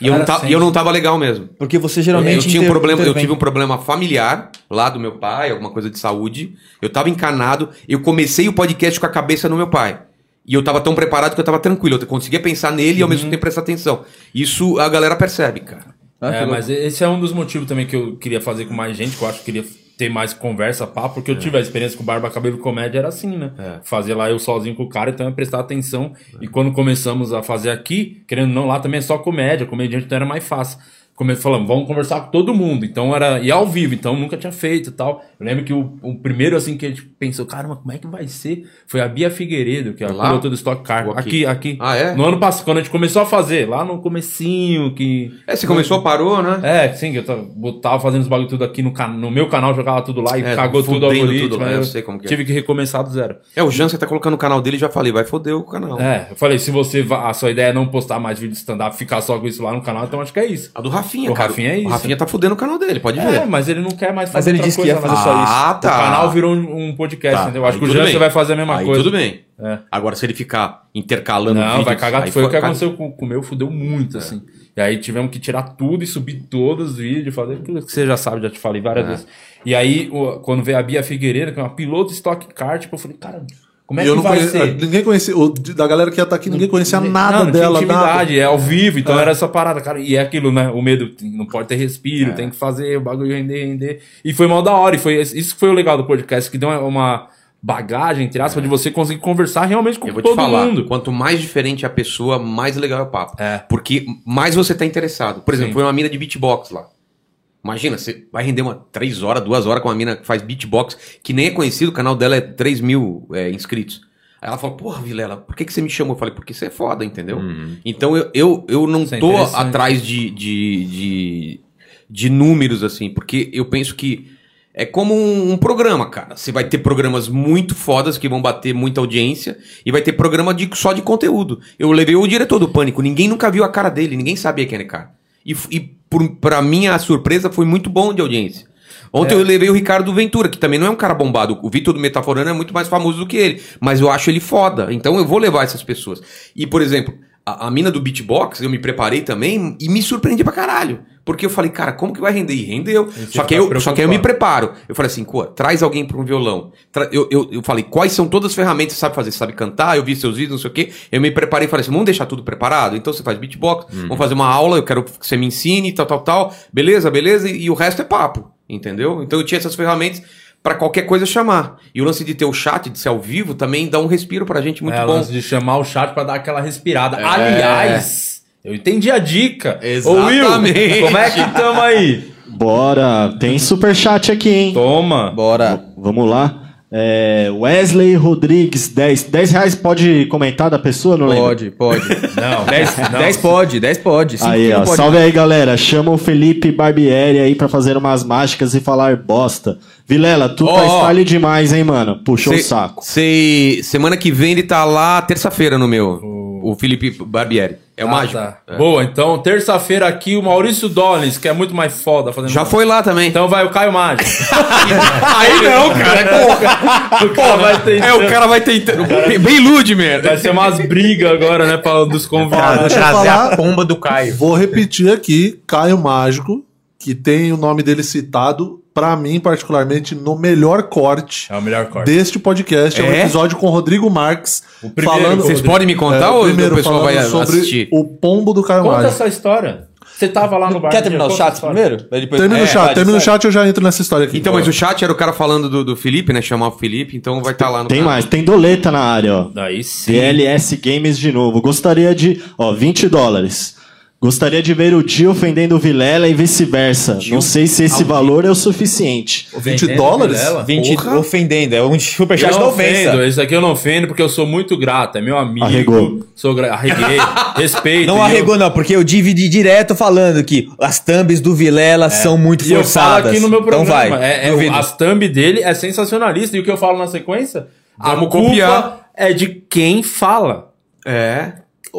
Speaker 3: E eu,
Speaker 1: Cara,
Speaker 3: não ta-
Speaker 1: sente.
Speaker 3: e eu não tava legal mesmo.
Speaker 4: Porque você
Speaker 3: Eu,
Speaker 4: geralmente. então,
Speaker 3: eu tinha um
Speaker 4: inter-
Speaker 3: problema, eu
Speaker 4: intervém.
Speaker 3: tive um problema familiar lá do meu pai, alguma coisa de saúde. Eu tava encanado, eu comecei o podcast com a cabeça no meu pai. E eu tava tão preparado que eu tava tranquilo, eu conseguia pensar nele e ao
Speaker 4: Uhum.
Speaker 3: mesmo tempo prestar atenção. Isso a galera percebe, cara.
Speaker 4: Ah, que
Speaker 1: É,
Speaker 4: louco.
Speaker 1: mas esse é um dos motivos também que eu queria fazer com mais gente, que eu acho que queria ter mais conversa, papo, porque eu
Speaker 3: É.
Speaker 1: tive a experiência com o Barba Cabelo e Comédia, era assim, né? Fazer lá eu sozinho com o cara, então é prestar atenção. E quando começamos a fazer aqui, querendo ou não, lá também é só comédia, comediante então era mais fácil. Come- Falamos, vamos conversar com todo mundo. Então era. E ao vivo, então nunca tinha feito e tal. Eu lembro que o, o primeiro assim que a gente pensou, caramba, como é que vai ser? Foi a Bia Figueiredo, que é a
Speaker 3: Lá?
Speaker 1: pilota do Stock Car.
Speaker 3: Ou
Speaker 1: Aqui,
Speaker 3: aqui?
Speaker 1: aqui.
Speaker 3: Ah, é?
Speaker 1: No ano passado, quando a gente começou a fazer, lá no comecinho, que.
Speaker 3: É,
Speaker 4: Uhum.
Speaker 3: você começou, parou, né?
Speaker 1: É, sim, que eu tava, botava fazendo os bagulho tudo aqui no, can- no meu canal, jogava tudo lá e
Speaker 3: É,
Speaker 1: cagou tudo o
Speaker 3: fudendo
Speaker 1: algoritmo.
Speaker 3: tudo,
Speaker 1: aí
Speaker 3: é, eu sei como que é.
Speaker 1: Tive que recomeçar do zero.
Speaker 3: É, o Jansen tá colocando o canal dele já falei, vai foder o canal.
Speaker 1: É, eu falei, se você va- a sua ideia é não postar mais vídeo de stand-up, ficar só com isso lá no canal, então acho que é isso.
Speaker 3: A do Rafinha,
Speaker 1: O
Speaker 3: cara.
Speaker 1: Rafinha é isso.
Speaker 3: O Rafinha tá fudendo o canal dele, pode ver.
Speaker 1: É, mas ele não quer mais
Speaker 4: Mas
Speaker 1: fazer
Speaker 4: ele
Speaker 1: outra
Speaker 4: disse que
Speaker 1: coisa
Speaker 4: ia
Speaker 1: lá.
Speaker 4: fazer só isso.
Speaker 3: Ah, tá.
Speaker 1: O canal virou um, um podcast, entendeu? Acho
Speaker 3: aí
Speaker 1: que o
Speaker 3: tudo
Speaker 1: Jansen
Speaker 3: bem.
Speaker 1: vai fazer a mesma
Speaker 3: aí
Speaker 1: coisa.
Speaker 3: tudo bem.
Speaker 1: É.
Speaker 3: Agora, se ele ficar intercalando
Speaker 1: Não,
Speaker 3: vídeos,
Speaker 1: vai cagar.
Speaker 3: aí
Speaker 1: Foi o que
Speaker 3: caga- É.
Speaker 1: aconteceu com, com o meu, fudeu muito, assim. E aí tivemos que tirar tudo e subir todos os vídeos, fazer tudo que você já sabe, já te falei várias
Speaker 3: É.
Speaker 1: vezes. E aí, o- quando veio a Bia Figueiredo, que é uma piloto stock car, tipo, eu falei, cara, como é
Speaker 2: E
Speaker 1: que
Speaker 2: eu não
Speaker 1: vai
Speaker 2: conhecia,
Speaker 1: ser?
Speaker 2: ninguém conhecia, o- de- da galera que ia estar aqui, ninguém conhecia nada
Speaker 1: não, não tinha
Speaker 2: dela. Nada.
Speaker 1: intimidade, é ao vivo, então era essa parada, cara. E é aquilo, né? O medo, tem- não pode ter
Speaker 3: É.
Speaker 1: respiro, tem que fazer o bagulho render, render. E foi mal da hora, e foi isso que foi o legal do podcast, que deu uma- uma bagagem, entre aspas, de você conseguir conversar realmente com
Speaker 3: É. Eu vou
Speaker 1: todo
Speaker 3: te falar,
Speaker 1: mundo.
Speaker 3: quanto mais diferente a pessoa, mais legal é o papo.
Speaker 1: É.
Speaker 3: Porque mais você tá interessado. Por exemplo,
Speaker 1: Sim.
Speaker 3: foi uma mina de beatbox lá. Imagina, você vai render uma 3 horas, 2 horas com uma mina que faz beatbox, que nem é conhecido, o canal dela é 3 mil é, inscritos. Aí ela fala, porra, Vilela, por que, que você me chamou? Eu falei, porque você é foda, entendeu? Então eu, eu, eu não
Speaker 1: Uhum. Isso é
Speaker 3: tô
Speaker 1: interessante.
Speaker 3: atrás de, de, de, de números, assim, porque eu penso que é como um, um programa, cara. Você vai ter programas muito fodas que vão bater muita audiência e vai ter programa de, só de conteúdo. Eu levei o diretor do Pânico, ninguém nunca viu a cara dele, ninguém sabia quem era o cara. E, f- e por, pra minha surpresa, foi muito bom de audiência. Ontem eu levei o Ricardo Ventura, que também não é um cara bombado. O Vitor do Metaforano é muito mais famoso do que ele, mas eu acho ele foda. Então eu vou levar essas pessoas. E, por exemplo, a, a mina do beatbox, eu me preparei também e me surpreendi pra caralho. Porque eu falei, cara, como que vai render? E rendeu. Só que, eu, só que aí eu me preparo. Eu falei assim, pô, traz alguém pra um violão. Tra- Eu, eu, eu falei, quais são todas as ferramentas que você sabe fazer? Você sabe cantar? Eu vi seus vídeos, não sei o quê. Eu me preparei e falei assim, vamos deixar tudo preparado? Então você faz beatbox, vamos fazer uma aula, eu quero que você me ensine, tal, tal, tal. Beleza, beleza? E, e o resto é papo, entendeu? Então eu tinha essas ferramentas pra qualquer coisa chamar. E o lance de ter o chat, de ser ao vivo, também dá um respiro pra gente muito
Speaker 1: é,
Speaker 3: bom.
Speaker 1: lance de chamar o chat pra dar aquela respirada. Aliás, eu entendi a dica. Ô,
Speaker 3: Exatamente.
Speaker 1: Will, como é que tamo aí?
Speaker 6: Bora, tem superchat aqui, hein?
Speaker 1: Toma.
Speaker 4: Bora.
Speaker 6: Vamos lá. É, Wesley Rodrigues, 10. 10 reais pode comentar da pessoa, não lembro?
Speaker 4: Pode, pode.
Speaker 1: Não,
Speaker 3: é
Speaker 1: 10
Speaker 4: 10 pode, 10 pode. Cinco
Speaker 6: Aí,
Speaker 4: não
Speaker 6: ó,
Speaker 4: pode.
Speaker 6: salve aí, galera. Chama o Felipe Barbieri aí pra fazer umas mágicas e falar bosta. Vilela, tu tá
Speaker 3: Ó, ó.
Speaker 6: style demais, hein, mano? Puxou o
Speaker 3: Sei-
Speaker 6: saco.
Speaker 3: Sei, semana que vem ele tá lá terça-feira no meu. O Felipe Barbieri. É
Speaker 1: Ah,
Speaker 3: o mágico.
Speaker 4: Ah, tá.
Speaker 3: É.
Speaker 1: Boa, então, terça-feira aqui o Maurício Dollins, que é muito mais foda fazendo.
Speaker 3: Já foi lá também.
Speaker 1: Então vai o Caio Mágico.
Speaker 3: Aí não, cara.
Speaker 1: o cara vai ter.
Speaker 3: é, o cara vai tentando. Bem ilude, merda.
Speaker 1: Vai ser umas brigas agora, né, pra, dos convidados.
Speaker 2: deixa eu
Speaker 7: trazer
Speaker 2: falar.
Speaker 7: a pomba do Caio.
Speaker 2: Vou repetir aqui, Caio Mágico, que tem o nome dele citado, pra mim particularmente, no melhor corte
Speaker 1: É o melhor corte.
Speaker 2: deste podcast. É, um
Speaker 3: É?
Speaker 2: episódio com o Rodrigo Marques
Speaker 1: O primeiro,
Speaker 2: falando...
Speaker 1: vocês
Speaker 3: Vocês podem me
Speaker 2: É,
Speaker 3: contar ou o pessoal
Speaker 2: falando
Speaker 3: vai
Speaker 2: sobre
Speaker 3: assistir?
Speaker 2: o pombo do Caio
Speaker 1: Conta
Speaker 2: Mágico.
Speaker 1: essa história. Você tava lá no bar.
Speaker 4: Quer terminar o chat primeiro? Daí depois-
Speaker 2: Termina
Speaker 4: É,
Speaker 2: o chat,
Speaker 4: vai,
Speaker 2: termina o
Speaker 4: sai.
Speaker 2: chat eu já entro nessa história aqui.
Speaker 3: Então, mas o chat era o cara falando do, do Felipe, né? Chamar o Felipe, então vai estar lá no
Speaker 6: Tem
Speaker 3: canal.
Speaker 6: mais, tem doleta na área, ó.
Speaker 1: Daí sim.
Speaker 6: DLS Games de novo. Gostaria de. Ó, 20 dólares. Gostaria de ver o Dio ofendendo o Vilela e vice-versa. Não sei se esse valor é o suficiente.
Speaker 2: 20 dólares?
Speaker 4: 20
Speaker 2: Porra.
Speaker 4: ofendendo, é um
Speaker 1: Eu
Speaker 4: superchat da
Speaker 1: não ofendo,
Speaker 4: ofensa.
Speaker 1: esse aqui eu não ofendo porque eu sou muito grato, é meu amigo.
Speaker 6: Arregou.
Speaker 1: Sou gra... Arreguei, respeito.
Speaker 4: Não
Speaker 1: e eu-
Speaker 4: arregou, não, porque eu dividi direto falando que as thumbs do Vilela são muito
Speaker 1: É. E eu
Speaker 4: forçadas.
Speaker 1: falo aqui no meu programa.
Speaker 4: Então vai.
Speaker 1: é, é,
Speaker 4: duvido.
Speaker 1: as thumb dele é sensacionalista. E o que eu falo na sequência? a
Speaker 3: Vamos
Speaker 1: culpa
Speaker 3: copiar.
Speaker 1: é de quem fala.
Speaker 3: É.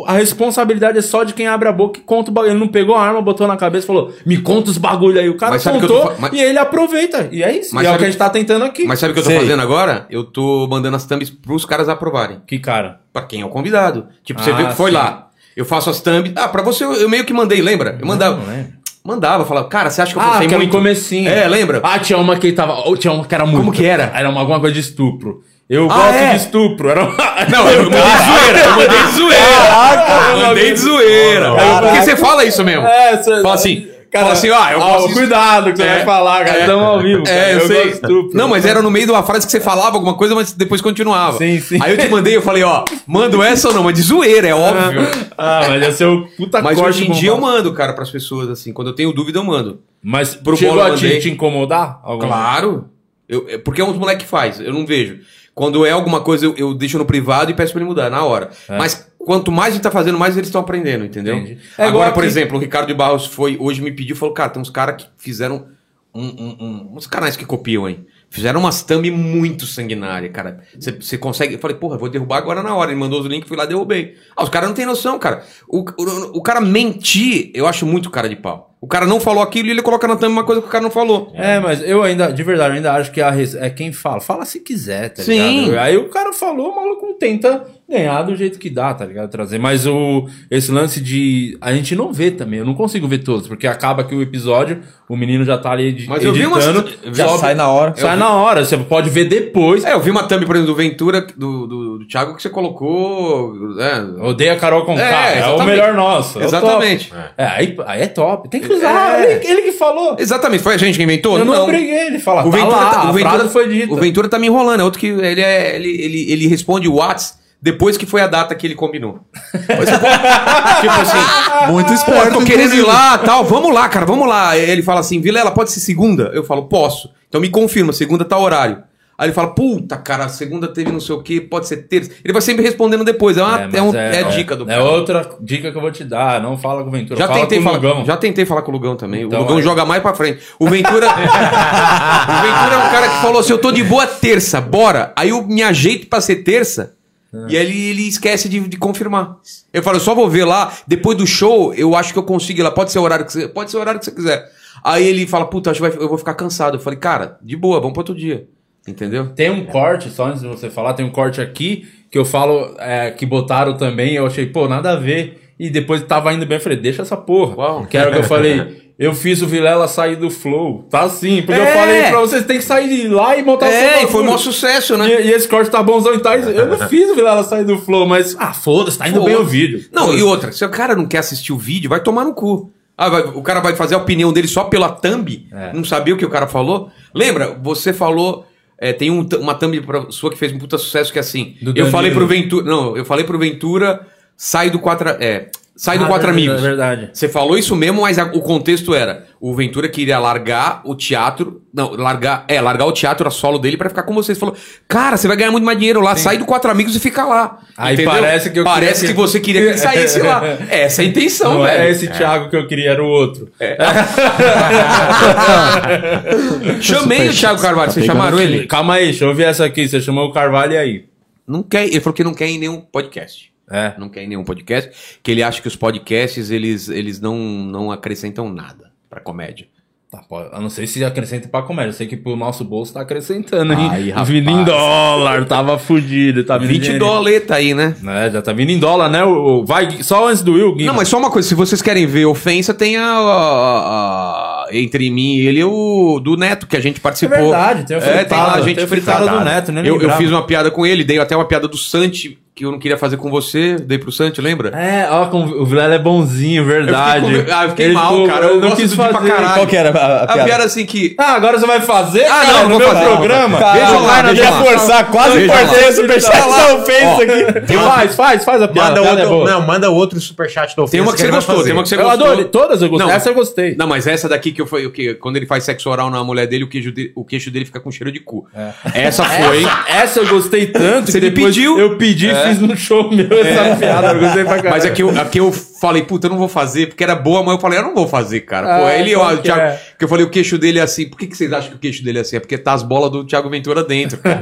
Speaker 1: A responsabilidade é só de quem abre a boca e conta o bagulho. Ele não pegou a arma, botou na cabeça e falou: me conta os bagulho aí. O cara
Speaker 3: Mas sabe que eu tô
Speaker 1: contou
Speaker 3: fa- mas-
Speaker 1: e ele aproveita. E é isso.
Speaker 3: Mas
Speaker 1: e é o que
Speaker 3: sabe
Speaker 1: a
Speaker 3: que-
Speaker 1: gente tá tentando aqui.
Speaker 3: Mas sabe o que eu tô
Speaker 4: Sei.
Speaker 3: fazendo agora? Eu tô mandando as thumbs pros caras aprovarem.
Speaker 1: Que cara.
Speaker 3: Pra quem é o convidado. Tipo, você
Speaker 1: Ah,
Speaker 3: viu que foi
Speaker 1: sim.
Speaker 3: lá. Eu faço as thumbs. Ah, pra você eu, eu meio que mandei, lembra? Eu mandava. Mandava, falava, cara, você acha que eu
Speaker 1: Ah,
Speaker 3: postei
Speaker 1: que era no
Speaker 3: muito?
Speaker 1: comecinho.
Speaker 3: É, lembra?
Speaker 1: Ah, tinha uma que tava. ou tinha uma que era muito.
Speaker 3: que era?
Speaker 1: Era uma, alguma coisa de estupro. Eu
Speaker 3: Ah,
Speaker 1: gosto
Speaker 3: é?
Speaker 1: de estupro. Era uma... Ah,
Speaker 3: Não, eu mandei de zoeira, Ah, eu mandei de zoeira. eu mandei de zoeira. Porque você fala isso mesmo.
Speaker 1: É, cê-
Speaker 3: Fala assim,
Speaker 1: Cara,
Speaker 3: fala assim, ó, eu
Speaker 1: ó,
Speaker 3: posso-
Speaker 1: Cuidado que você
Speaker 3: É.
Speaker 1: vai falar, cara.
Speaker 3: É.
Speaker 1: Estamos ao vivo. cara.
Speaker 3: É, eu,
Speaker 1: gosto
Speaker 3: sei.
Speaker 1: de estupro.
Speaker 3: Não, mas era no meio de uma frase que você falava alguma coisa, mas depois continuava.
Speaker 1: Sim, sim.
Speaker 3: Aí eu te mandei, eu falei, ó, mando essa ou não? Mas de zoeira, é óbvio.
Speaker 1: Ah, mas ia ser o puta
Speaker 3: Mas
Speaker 1: corte
Speaker 3: hoje em dia eu
Speaker 1: bombado.
Speaker 3: mando, cara, pras pessoas, assim. Quando eu tenho dúvida, eu mando.
Speaker 1: Mas
Speaker 3: Pro
Speaker 1: chegou
Speaker 3: Bola
Speaker 1: a te,
Speaker 3: mandei.
Speaker 1: te incomodar? Alguma-
Speaker 3: Claro. Eu, é porque é uns moleque que faz, eu não vejo. Quando é alguma coisa, eu, eu deixo no privado e peço pra ele mudar, na hora. Mas quanto mais a gente tá fazendo, mais eles estão aprendendo, entendeu?
Speaker 1: É. Entendi. É igual
Speaker 3: Agora, por
Speaker 1: aqui-
Speaker 3: exemplo, o Ricardo de Barros foi, hoje me pediu, falou, cara, tem uns caras que fizeram um- um- um- uns canais que copiam, hein? Fizeram umas thumb muito sanguinária, cara. Você- Você consegue. Eu falei, porra, eu vou derrubar agora na hora. Ele mandou os links, fui lá derrubei. Ah, os caras não tem noção, cara. O, o, o cara mentir, eu acho muito cara de pau. O cara não falou aquilo e ele coloca na thumb uma coisa que o cara não falou.
Speaker 1: É, mas eu ainda, de verdade, eu ainda acho que a res- é quem fala. Fala se quiser, tá
Speaker 3: Sim.
Speaker 1: ligado? Aí o cara falou, o maluco tenta ganhar do jeito que dá, tá ligado? Trazer. Mas o, esse lance de. A gente não vê também, eu não consigo ver todos, porque acaba que o episódio, o menino já tá ali edi- editando.
Speaker 3: Mas eu vi umas- eu vi-
Speaker 4: Já
Speaker 1: sobe-
Speaker 4: sai na hora.
Speaker 1: Sai na hora, você pode ver depois.
Speaker 3: É, eu vi uma thumb, por exemplo, do Ventura, do, do, do Thiago, que você colocou. né?
Speaker 1: Odeia Carol com é,
Speaker 3: É,
Speaker 1: é o
Speaker 3: exatamente.
Speaker 1: melhor nosso. é o
Speaker 3: Exatamente. É.
Speaker 1: top. É, aí, aí é top. Tem que usar. Ele, ele que falou.
Speaker 3: Exatamente, foi a gente que inventou?
Speaker 1: eu não, briguei ele fala.
Speaker 3: O
Speaker 1: tá
Speaker 3: Ventura,
Speaker 1: lá,
Speaker 3: tá, o,
Speaker 1: a
Speaker 3: Ventura,
Speaker 1: frase foi dita.
Speaker 3: o Ventura tá me enrolando. É outro que ele, é, ele, ele, ele responde o Whats depois que foi a data que ele combinou. tipo assim,
Speaker 2: Muito
Speaker 3: pô,
Speaker 2: esperto.
Speaker 3: tô querendo ir
Speaker 2: inclusive.
Speaker 3: lá, tal, vamos lá, cara, vamos lá. Ele fala assim, Vilela, pode ser segunda? Eu falo, posso. Então me confirma, segunda tá horário. Aí ele fala, puta, cara, segunda teve não sei o que, pode ser terça. Ele vai sempre respondendo depois. É, uma, é,
Speaker 1: mas
Speaker 3: um- é a dica do
Speaker 1: É outra dica que eu vou te dar. Não fala com o Ventura.
Speaker 3: Já
Speaker 1: fala
Speaker 3: tentei,
Speaker 1: com o
Speaker 3: falar,
Speaker 1: Lugão.
Speaker 3: já tentei falar com o Lugão também.
Speaker 1: Então,
Speaker 3: o Lugão
Speaker 1: é.
Speaker 3: joga mais pra frente. O Ventura. o Ventura é um cara que falou assim: eu tô de boa terça, bora. Aí eu me ajeito pra ser terça.
Speaker 1: É.
Speaker 3: E aí ele, ele esquece de, de confirmar. Eu falo, eu só vou ver lá, depois do show, eu acho que eu consigo ir lá. Pode ser o horário que você, pode ser o horário que você quiser. Aí ele fala, puta, acho que vai- eu vou ficar cansado. Eu falei, cara, de boa, vamos pra outro dia. Entendeu?
Speaker 1: Tem um corte, só antes de você falar, tem um corte aqui que eu falo é, que botaram também, eu achei, pô, nada a ver. E depois tava indo bem, eu falei, deixa essa porra.
Speaker 3: Uau.
Speaker 1: Que era o que eu falei, eu fiz o Vilela sair do flow. Tá assim, porque eu
Speaker 3: É.
Speaker 1: falei pra vocês, tem que sair de lá e montar o seu
Speaker 3: É, e
Speaker 1: bagulho.
Speaker 3: foi um maior sucesso, né?
Speaker 1: E, e esse corte tá bonzão e tal. Eu não fiz o Vilela sair do flow, mas. Ah, foda-se, tá indo bem o vídeo.
Speaker 3: Não, e outra, se o cara não quer assistir o vídeo, vai tomar no cu. Ah, vai- o cara vai fazer a opinião dele só pela thumb,
Speaker 1: É.
Speaker 3: não sabia o que o cara falou. Lembra, você falou. é, tem um t- uma thumb pra- sua que fez um puta sucesso que é assim.
Speaker 1: Do
Speaker 3: eu
Speaker 1: Danilo.
Speaker 3: falei pro Ventura. Não, eu falei pro Ventura, sai do quatro. a- É, sai do
Speaker 1: Ah,
Speaker 3: quatro
Speaker 1: é verdade,
Speaker 3: amigos.
Speaker 1: É verdade.
Speaker 3: Você falou isso mesmo, mas a- o contexto era: o Ventura queria largar o teatro. Não, largar. É, largar o teatro a solo dele pra ficar com vocês. Falou, cara, você vai ganhar muito mais dinheiro lá, sai do quatro amigos e fica lá.
Speaker 1: Aí parece que eu
Speaker 3: Parece
Speaker 1: queria
Speaker 3: que
Speaker 1: que-
Speaker 3: você queria que ele saísse lá. Essa é a intenção,
Speaker 1: não
Speaker 3: velho. É.
Speaker 1: é esse Thiago que eu queria, era o outro.
Speaker 3: Chamei o Thiago Carvalho, vocês chamaram ele?
Speaker 1: Calma aí, deixa eu ouvir essa aqui. Você chamou o Carvalho e aí.
Speaker 3: Não quer, ele falou que não quer em nenhum podcast.
Speaker 1: É.
Speaker 3: Não quer em nenhum podcast, que ele acha que os podcasts eles, eles não, não acrescentam nada pra comédia.
Speaker 1: Tá, pô, eu não sei se acrescenta pra comédia. Eu sei que pro nosso bolso tá acrescentando, hein?
Speaker 3: Ai, rapaz.
Speaker 1: vindo em dólar, tava fudido. Tá vindo
Speaker 3: 20
Speaker 1: dinheiro.
Speaker 3: doleta aí, né?
Speaker 1: É, já tá vindo em dólar, né? O, o- vai, só antes do Will, Gui.
Speaker 3: Não, mas só uma coisa, se vocês querem ver ofensa, tem a, a- a- entre mim e ele o do Neto, que a gente participou.
Speaker 1: tem o
Speaker 3: É, tem lá a
Speaker 1: fritada,
Speaker 3: gente
Speaker 1: tem o fritada
Speaker 3: fritada.
Speaker 1: do Neto, né?
Speaker 3: Eu, eu fiz uma piada com ele, dei até uma piada do Santi, que eu não queria fazer com você, dei pro Santi, lembra?
Speaker 1: É, ó, como o Vilela é bonzinho, verdade.
Speaker 3: Eu fiquei com- ah, eu fiquei
Speaker 1: Ele
Speaker 3: mal,
Speaker 1: ficou-
Speaker 3: cara, eu
Speaker 1: ele não
Speaker 3: gosto
Speaker 1: quis
Speaker 3: do Gui pra
Speaker 1: fazer.
Speaker 3: caralho.
Speaker 4: Qual que era a, a
Speaker 3: a
Speaker 4: piada?
Speaker 3: piada assim que.
Speaker 1: Ah, agora você vai fazer?
Speaker 3: Ah,
Speaker 1: cara,
Speaker 3: não,
Speaker 1: no
Speaker 3: vou
Speaker 1: meu
Speaker 3: fazer, não,
Speaker 1: programa?
Speaker 3: cara. Deixa eu lá,
Speaker 1: Vai, não,
Speaker 3: deixa eu lá.
Speaker 4: forçar, quase
Speaker 3: Deixa eu
Speaker 4: cortei
Speaker 3: lá.
Speaker 4: o superchat
Speaker 3: Deixa
Speaker 4: da ofensa aqui.
Speaker 1: Faz, faz, faz a piada.
Speaker 7: Manda
Speaker 1: a piada é
Speaker 7: outro,
Speaker 1: boa.
Speaker 7: não, manda outro superchat da ofensa.
Speaker 3: Tem uma que você
Speaker 7: ele vai
Speaker 3: gostou,
Speaker 7: fazer.
Speaker 3: tem uma que você
Speaker 1: eu
Speaker 3: gostou.
Speaker 1: adoro, todas eu gostei.
Speaker 3: Não.
Speaker 1: Essa eu gostei.
Speaker 3: Não, mas essa daqui que eu foi o que quando ele faz sexo oral na mulher dele, o queijo dele- o queixo dele fica com cheiro de cu.
Speaker 1: É.
Speaker 3: Essa foi.
Speaker 1: Essa eu gostei tanto
Speaker 3: Você
Speaker 1: que
Speaker 3: me
Speaker 1: depois
Speaker 3: pediu. É.
Speaker 1: eu pedi e fiz no show meu essa piada. Eu gostei pra caralho.
Speaker 3: Mas aqui eu, aqui eu falei, puta, eu não vou fazer, porque era boa, mas eu falei, eu não vou fazer, cara. Pô,
Speaker 1: Ah,
Speaker 3: ele,
Speaker 1: qual
Speaker 3: ó, o
Speaker 1: que
Speaker 3: Thiago,
Speaker 1: é?
Speaker 3: que eu falei, o queixo dele é assim. Por que, que vocês acham que o queixo dele é assim? É porque tá as bolas do Thiago Ventura dentro, cara.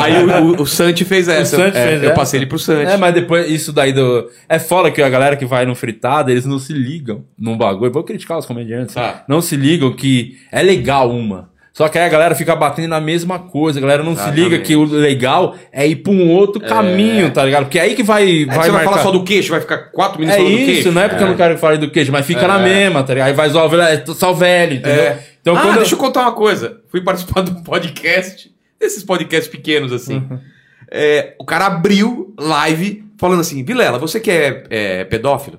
Speaker 3: Aí o, o, o Santi fez essa.
Speaker 1: Santi
Speaker 3: É,
Speaker 1: fez
Speaker 3: eu
Speaker 1: essa.
Speaker 3: passei ele pro Santi.
Speaker 1: É, mas depois isso daí do. É foda que a galera que vai no fritada, eles não se ligam num bagulho. Vou criticar os comediantes.
Speaker 3: Tá.
Speaker 1: né? Não se ligam que é legal uma. Só que aí a galera fica batendo na mesma coisa. A galera não se liga
Speaker 3: Exatamente.
Speaker 1: que o legal é ir pra um outro caminho, tá ligado? Porque é aí que vai.
Speaker 3: Aí
Speaker 1: vai
Speaker 3: você vai
Speaker 1: marcar.
Speaker 3: falar só do queixo, vai ficar quatro minutos
Speaker 1: É
Speaker 3: falando do
Speaker 1: isso,
Speaker 3: queixo.
Speaker 1: não é porque eu não quero que fale do queijo, mas fica na mesma, tá ligado? Aí vai só, o velho, é só o velho, entendeu?
Speaker 3: É.
Speaker 1: Então
Speaker 3: ah,
Speaker 1: quando.
Speaker 3: deixa eu contar uma coisa. Fui participar de um podcast, desses podcasts pequenos assim. É, o cara abriu live falando assim: Vilela, você que é, é pedófilo?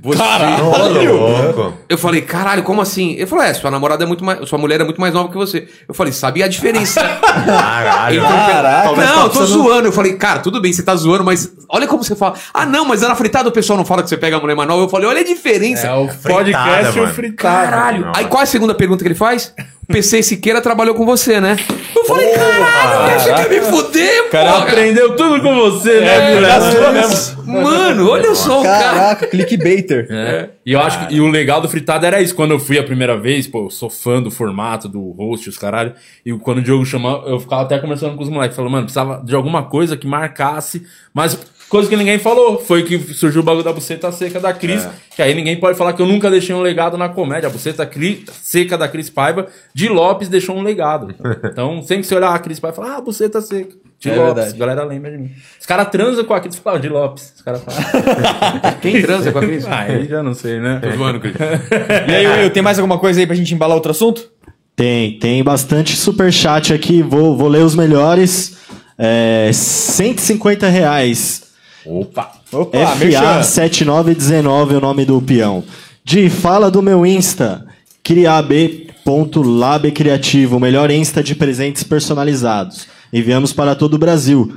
Speaker 3: Você...
Speaker 7: Ô, louco.
Speaker 3: Eu falei, caralho, como assim? Ele falou, é, sua namorada é muito mais. Sua mulher é muito mais nova que você. Eu falei, sabia a diferença.
Speaker 7: Caralho.
Speaker 3: Ele falou,
Speaker 2: Talvez
Speaker 3: Não, eu tô
Speaker 2: tá precisando-
Speaker 3: zoando. Eu falei, cara, tudo bem, você tá zoando, mas olha como você fala. Ah, não, mas na fritada o pessoal não fala que você pega a mulher mais nova. Eu falei, olha a diferença.
Speaker 1: É o podcast
Speaker 7: fritada,
Speaker 1: e o
Speaker 7: mano.
Speaker 1: fritada.
Speaker 3: Caralho.
Speaker 7: Não,
Speaker 3: Aí
Speaker 7: mas-
Speaker 3: qual é a segunda pergunta que ele faz? O PC Siqueira trabalhou com você, né? Eu falei, caralho, você quer me fuder,
Speaker 1: O cara
Speaker 3: porra. É,
Speaker 1: aprendeu tudo com você, né, Vilela?
Speaker 3: Mano, olha só o cara.
Speaker 4: Caraca, clickbaiter.
Speaker 1: É. E eu acho que e o legal do fritado era isso. Quando eu fui a primeira vez, pô, eu sou fã do formato, do host, os caralho. E quando o Diogo chamou, eu ficava até conversando com os moleques. Falando, mano, precisava de alguma coisa que marcasse. Mas coisa que ninguém falou. Foi que surgiu o bagulho da buceta seca da
Speaker 4: É.
Speaker 1: Cris. Que aí ninguém pode falar que eu nunca deixei um legado na comédia. A buceta cri- seca da Cris Paiva, de Lopes deixou um legado. Então, sempre que você olhar a Cris Paiva, fala, ah, buceta seca. De
Speaker 4: É
Speaker 1: Lopes,
Speaker 4: verdade.
Speaker 1: a galera lembra de mim. Os caras transam com a Cris e falam, "Ah, de Lopes. Os caras falam.
Speaker 3: Quem transa com a Cris?
Speaker 1: ah, aí já não sei, né?
Speaker 3: Tô zoando, Cris.
Speaker 4: E aí, Will, tem mais alguma coisa aí pra gente embalar outro assunto?
Speaker 6: Tem, tem bastante superchat aqui. Vou, vou ler os melhores. É, 150 reais.
Speaker 1: Opa!
Speaker 4: Opa, merchan.
Speaker 6: FA7919 é o nome do peão. De fala do meu Insta, criab.labcriativo, o melhor Insta de presentes personalizados. Enviamos para todo o Brasil.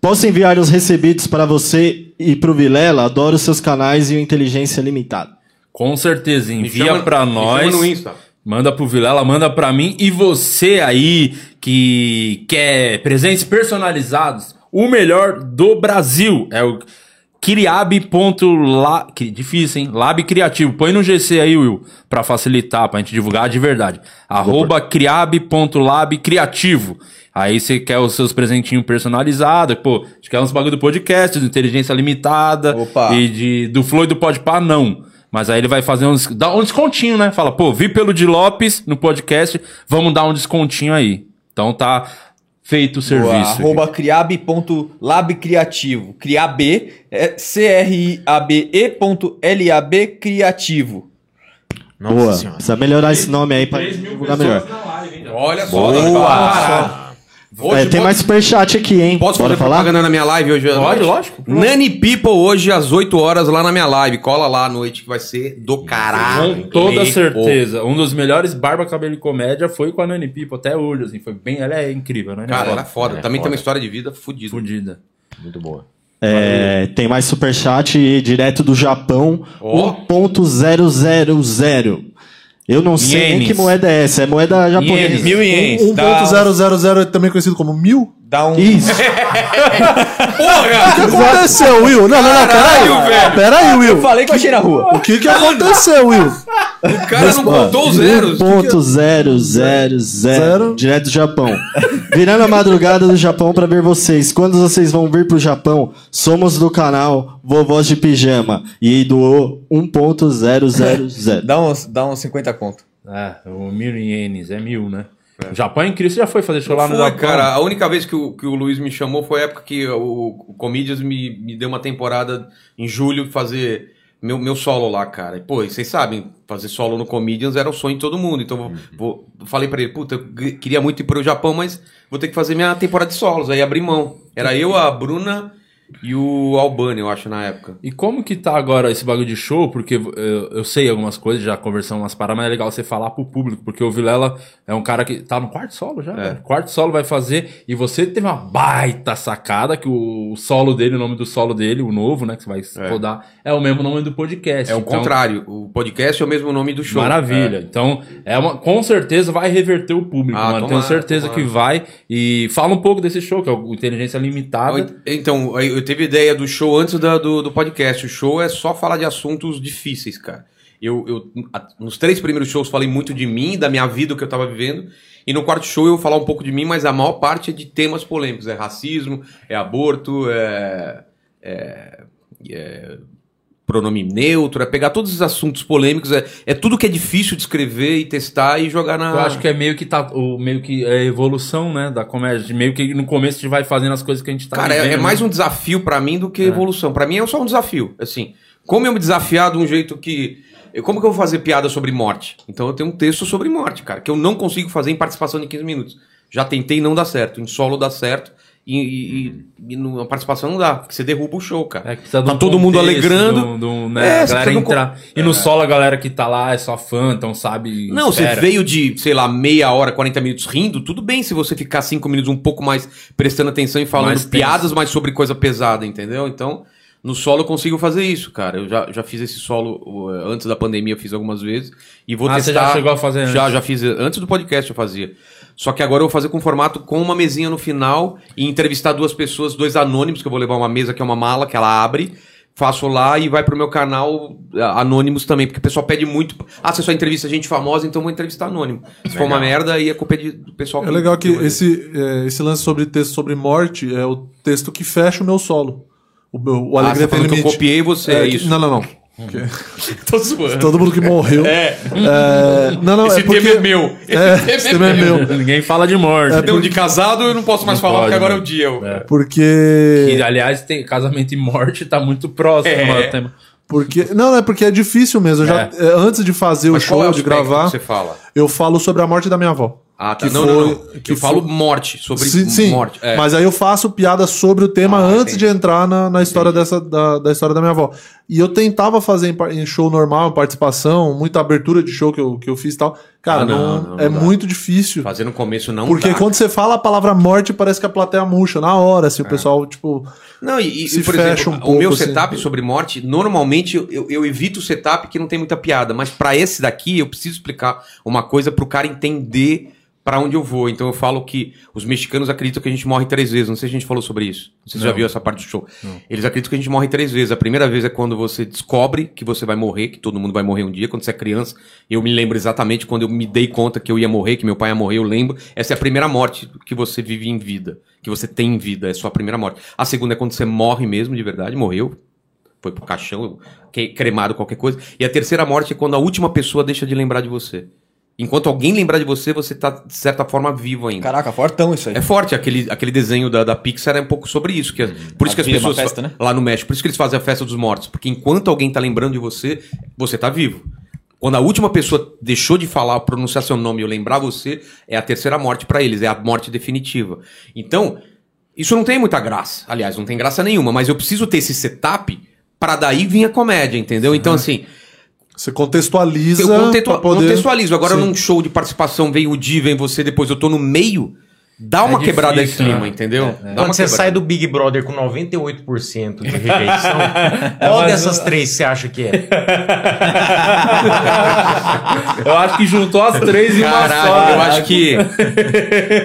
Speaker 6: Posso enviar os recebidos para você e para o Vilela? Adoro seus canais e o Inteligência Limitada.
Speaker 1: Com certeza,
Speaker 3: Me
Speaker 1: envia
Speaker 3: chama-
Speaker 1: pra
Speaker 3: me
Speaker 1: nós.
Speaker 3: chama no Insta.
Speaker 1: Manda pro Vilela, manda pra mim. E você aí que quer presentes personalizados, o melhor do Brasil é o Kiriab.la. que Difícil, hein? Lab Criativo. Põe no GC aí, Will, pra facilitar, pra gente divulgar de verdade. Arroba criab.lab criativo. Aí você quer os seus presentinhos personalizados, pô, a gente quer uns bagulho do podcast, do Inteligência Limitada
Speaker 4: Opa.
Speaker 1: e de, do Flow e do Podpah, não. Mas aí ele vai fazer uns, dá um descontinho, né? Fala, pô, vi pelo de Lopes no podcast, vamos dar um descontinho aí. Então tá feito o
Speaker 4: Boa,
Speaker 1: serviço.
Speaker 4: Arroba criab.labcriativo. Criab é C-R-I-A-B-E.L-A-B criativo.
Speaker 7: Nossa
Speaker 6: Boa.
Speaker 7: senhora.
Speaker 6: Precisa melhorar esse nome aí pra divulgar melhor.
Speaker 3: Olha só,
Speaker 7: Boa.
Speaker 3: dá pra parar.
Speaker 6: É,
Speaker 3: Hoje
Speaker 6: tem
Speaker 3: pode-
Speaker 6: mais superchat aqui, hein?
Speaker 3: Posso
Speaker 6: Bora
Speaker 3: fazer
Speaker 6: falar?
Speaker 3: propaganda na minha live hoje? à
Speaker 1: Pode,
Speaker 3: noite?
Speaker 1: lógico.
Speaker 3: Nani People hoje às 8 horas lá na minha live. Cola lá à noite que vai ser do caralho.
Speaker 1: Com toda
Speaker 3: People.
Speaker 1: certeza. Um dos melhores barba, cabelo e comédia foi com a Nani Pipo, até hoje, assim. Foi bem. Ela é incrível, né?
Speaker 3: Cara, ela é foda.
Speaker 7: Ela é
Speaker 3: Também tem
Speaker 7: foda.
Speaker 3: uma história de vida fodida.
Speaker 1: Fudida.
Speaker 7: Muito boa.
Speaker 6: É, tem mais superchat direto do Japão,
Speaker 3: Ó.
Speaker 6: 1.000. Eu não sei nem
Speaker 4: Ienes.
Speaker 6: que moeda é essa, é moeda japonesa.
Speaker 4: Mil ienes.
Speaker 1: um-
Speaker 4: Dá-
Speaker 2: 1.000 é também conhecido como mil?
Speaker 4: Dá um.
Speaker 6: Isso.
Speaker 2: O que aconteceu, Will? Não, não, não,
Speaker 3: Caralho,
Speaker 2: peraí.
Speaker 3: velho.
Speaker 2: Peraí,
Speaker 4: Eu
Speaker 2: Will.
Speaker 4: falei que eu achei na rua.
Speaker 2: O que que aconteceu, Will?
Speaker 3: O cara não contou os zeros. é?
Speaker 6: 1.000.
Speaker 2: Zero.
Speaker 6: Direto do Japão. Virando a madrugada do Japão pra ver vocês. Quando vocês vão vir pro Japão, somos do canal Vovós de Pijama. E um doou 1.000.
Speaker 4: Dá uns, dá uns 50 conto.
Speaker 1: Ah, o mil ienes, é mil, né? O Japão é incrível. Você já foi fazer show lá no
Speaker 3: Foi,
Speaker 1: Japão?
Speaker 3: cara, a única vez que o, que o Luiz me chamou foi a época que o, o Comedians me, me deu uma temporada em julho fazer meu, meu solo lá, cara. E, pô, e vocês sabem, fazer solo no Comedians era o sonho de todo mundo. Então,
Speaker 1: Uhum.
Speaker 3: vou, vou- falei pra ele, puta, eu g- queria muito ir pro Japão, mas vou ter que fazer minha temporada de solos. Aí abri mão. Era eu, a Bruna e o Albani, eu acho, na época.
Speaker 1: E como que tá agora esse bagulho de show? Porque eh, eu, sei algumas coisas, já conversamos umas paradas, mas é legal você falar pro público, porque o Vilela é um cara que tá no quarto solo
Speaker 3: É.
Speaker 1: já, velho. Quarto solo vai fazer, e você teve uma baita sacada, que o solo dele, o nome do solo dele, o novo, né, que você vai rodar, é o mesmo nome do podcast.
Speaker 3: É o
Speaker 1: Então,
Speaker 3: contrário. O podcast é o mesmo nome do show.
Speaker 1: Maravilha. Então, é uma, com certeza vai reverter o público,
Speaker 3: Ah,
Speaker 1: mano. Tenho
Speaker 3: tomara,
Speaker 1: certeza
Speaker 3: tomara.
Speaker 1: que vai. E fala um pouco desse show, que é o Inteligência
Speaker 3: Ah,
Speaker 1: Limitada.
Speaker 3: eu- Então, aí eu teve ideia do show antes da- do, do podcast. O show é só falar de assuntos difíceis, cara. Eu, eu- a- nos três primeiros shows, falei muito de mim, da minha vida, o que eu tava vivendo. E no quarto show, eu vou falar um pouco de mim, mas a maior parte é de temas polêmicos. É racismo, é aborto, é. é- é pronome neutro, é pegar todos os assuntos polêmicos, é, é tudo que é difícil de escrever e testar e jogar na.
Speaker 1: Eu acho que é meio que tá, o, meio que é a evolução, né, da comédia. De meio que no começo a gente vai fazendo as coisas que a gente tá
Speaker 3: Cara, é,
Speaker 1: vivendo,
Speaker 3: é mais
Speaker 1: né?
Speaker 3: um desafio pra mim do que evolução. Pra mim é só um desafio. Assim, como eu me desafiar de um jeito que. eu- Como que eu vou fazer piada sobre morte? Então eu tenho um texto sobre morte, cara, que eu não consigo fazer em participação de 15 minutos. Já tentei e não dá certo. Em solo dá certo. E, e, e- e no- a participação não dá, porque você derruba o show, cara.
Speaker 1: É que precisa de
Speaker 3: Tá
Speaker 1: um
Speaker 3: todo mundo
Speaker 1: contexto,
Speaker 3: alegrando.
Speaker 1: de um- de um, né,
Speaker 3: É,
Speaker 1: a
Speaker 3: você
Speaker 1: galera
Speaker 3: precisa de um con-
Speaker 1: entrar. E no solo a galera que tá lá é só fã, então sabe.
Speaker 3: Não, você
Speaker 1: espera.
Speaker 3: veio de, sei lá, meia hora, 40 minutos rindo, tudo bem se você ficar cinco minutos um pouco mais prestando atenção e falando
Speaker 1: Mais tenso.
Speaker 3: piadas, mas sobre coisa pesada, entendeu? Então, no solo eu consigo fazer isso, cara. Eu já, já fiz esse solo o, eh, antes da pandemia, eu fiz algumas vezes. E vou
Speaker 1: Ah,
Speaker 3: testar.
Speaker 1: você já chegou a fazer antes?
Speaker 3: Já, já fiz. eh, Antes do podcast eu fazia. Só que agora eu vou fazer com formato com uma mesinha no final e entrevistar duas pessoas, dois anônimos, que eu vou levar uma mesa que é uma mala, que ela abre. Faço lá e vai pro meu canal eh, anônimos também, porque o pessoal pede muito. Ah, você só entrevista gente famosa, então eu vou entrevistar anônimo. Se for uma merda, aí é culpa de- do pessoal né?
Speaker 2: É legal que esse, é, esse lance sobre texto sobre morte é o texto que fecha o meu solo. O, meu, o
Speaker 3: Ah, você
Speaker 2: Alegria Tem
Speaker 3: falou que eu
Speaker 2: Limite.
Speaker 3: copiei você, é
Speaker 2: que-
Speaker 3: isso.
Speaker 2: Não, não, não.
Speaker 3: Tô zoando.
Speaker 2: Todo mundo que morreu. É. não, não,
Speaker 3: Esse
Speaker 2: é porque...
Speaker 3: tema é meu. Esse
Speaker 2: É, esse tema é meu.
Speaker 1: Ninguém fala de morte.
Speaker 3: Então, de casado eu não posso mais
Speaker 1: Não
Speaker 3: falar,
Speaker 1: pode,
Speaker 3: porque agora é
Speaker 2: né?
Speaker 1: mano.
Speaker 3: o dia. eu-
Speaker 2: Porque...
Speaker 1: E, aliás, tem, casamento e morte tá muito próximo.
Speaker 3: É.
Speaker 1: mano, o tema.
Speaker 2: Porque não, é porque é difícil mesmo. Eu já
Speaker 1: É.
Speaker 2: é, antes de fazer
Speaker 3: Mas
Speaker 2: o
Speaker 3: qual
Speaker 2: show
Speaker 3: é o
Speaker 2: de
Speaker 3: aspecto
Speaker 2: gravar,
Speaker 3: que você fala?
Speaker 2: eu falo sobre a morte da minha avó.
Speaker 3: Ah, tá.
Speaker 2: Que
Speaker 3: não,
Speaker 2: foi-
Speaker 3: não, não.
Speaker 2: que
Speaker 3: eu falo
Speaker 2: foi-
Speaker 3: morte, sobre
Speaker 2: sim, sim.
Speaker 3: morte. É.
Speaker 2: Mas aí eu faço piada sobre o tema
Speaker 3: Ah,
Speaker 2: antes
Speaker 3: entendi.
Speaker 2: de entrar na, na história dessa da, da história da minha avó. E eu tentava fazer em, par- em show normal, participação, muita abertura de show que eu, que eu fiz e tal. Cara,
Speaker 3: Ah, não,
Speaker 2: não,
Speaker 3: não, não
Speaker 2: é
Speaker 3: dá.
Speaker 2: muito difícil.
Speaker 3: Fazer no começo não
Speaker 2: Porque
Speaker 3: dá.
Speaker 2: quando você fala a palavra morte, parece que a plateia murcha na hora,
Speaker 3: É.
Speaker 2: assim, o pessoal, tipo.
Speaker 3: Não, e, e,
Speaker 2: se
Speaker 3: por
Speaker 2: fecha
Speaker 3: exemplo,
Speaker 2: um
Speaker 3: o
Speaker 2: pouco,
Speaker 3: meu
Speaker 2: assim.
Speaker 3: setup sobre morte, normalmente eu- eu, eu evito o setup que não tem muita piada, mas pra esse daqui eu preciso explicar uma coisa pro cara entender pra onde eu vou. Então eu falo que os mexicanos acreditam que a gente morre três vezes. Não sei se a gente falou sobre isso. Não sei se você já viu essa parte do show. Eles acreditam que a gente morre três vezes. A primeira vez é quando você descobre que você vai morrer, que todo mundo vai morrer um dia. Quando você é criança, eu me lembro exatamente quando eu me dei conta que eu ia morrer, que meu pai ia morrer, eu lembro. Essa é a primeira morte que você vive em vida, que você tem em vida, é sua primeira morte. A segunda é quando você morre mesmo, de verdade, morreu. Foi pro caixão, que- cremado, qualquer coisa. E a terceira morte é quando a última pessoa deixa de lembrar de você. enquanto alguém lembrar de você, você tá, de certa forma, vivo ainda.
Speaker 4: Caraca, fortão isso aí.
Speaker 3: É forte, aquele, aquele desenho da, da Pixar é um pouco sobre isso. Que, é- Por
Speaker 4: A
Speaker 3: isso que as
Speaker 4: vida é uma
Speaker 3: pessoas. fa-
Speaker 4: festa, né?
Speaker 3: Lá no México, por isso que eles fazem a festa dos mortos. Porque enquanto alguém tá lembrando de você, você tá vivo. Quando a última pessoa deixou de falar, pronunciar seu nome ou lembrar você, é a terceira morte pra eles, é a morte definitiva. Então, isso não tem muita graça. Aliás, não tem graça nenhuma, mas eu preciso ter esse setup pra daí vir a comédia, entendeu? Então, assim,
Speaker 2: Você contextualiza.
Speaker 3: eu contextua-
Speaker 2: pra poder-
Speaker 3: contextualizo. Agora,
Speaker 2: Sim.
Speaker 3: num show de participação, vem o Di, vem você, depois eu tô no meio. Dá uma
Speaker 1: difícil,
Speaker 3: quebrada de clima,
Speaker 1: né?
Speaker 3: entendeu? Dá uma
Speaker 7: Quando você
Speaker 3: quebrada.
Speaker 7: sai do Big Brother com 98% de rejeição,
Speaker 3: É
Speaker 7: qual
Speaker 1: mas-
Speaker 7: dessas três você acha que é?
Speaker 1: Eu acho que juntou as três em uma só. né?
Speaker 3: Caralho, eu acho que.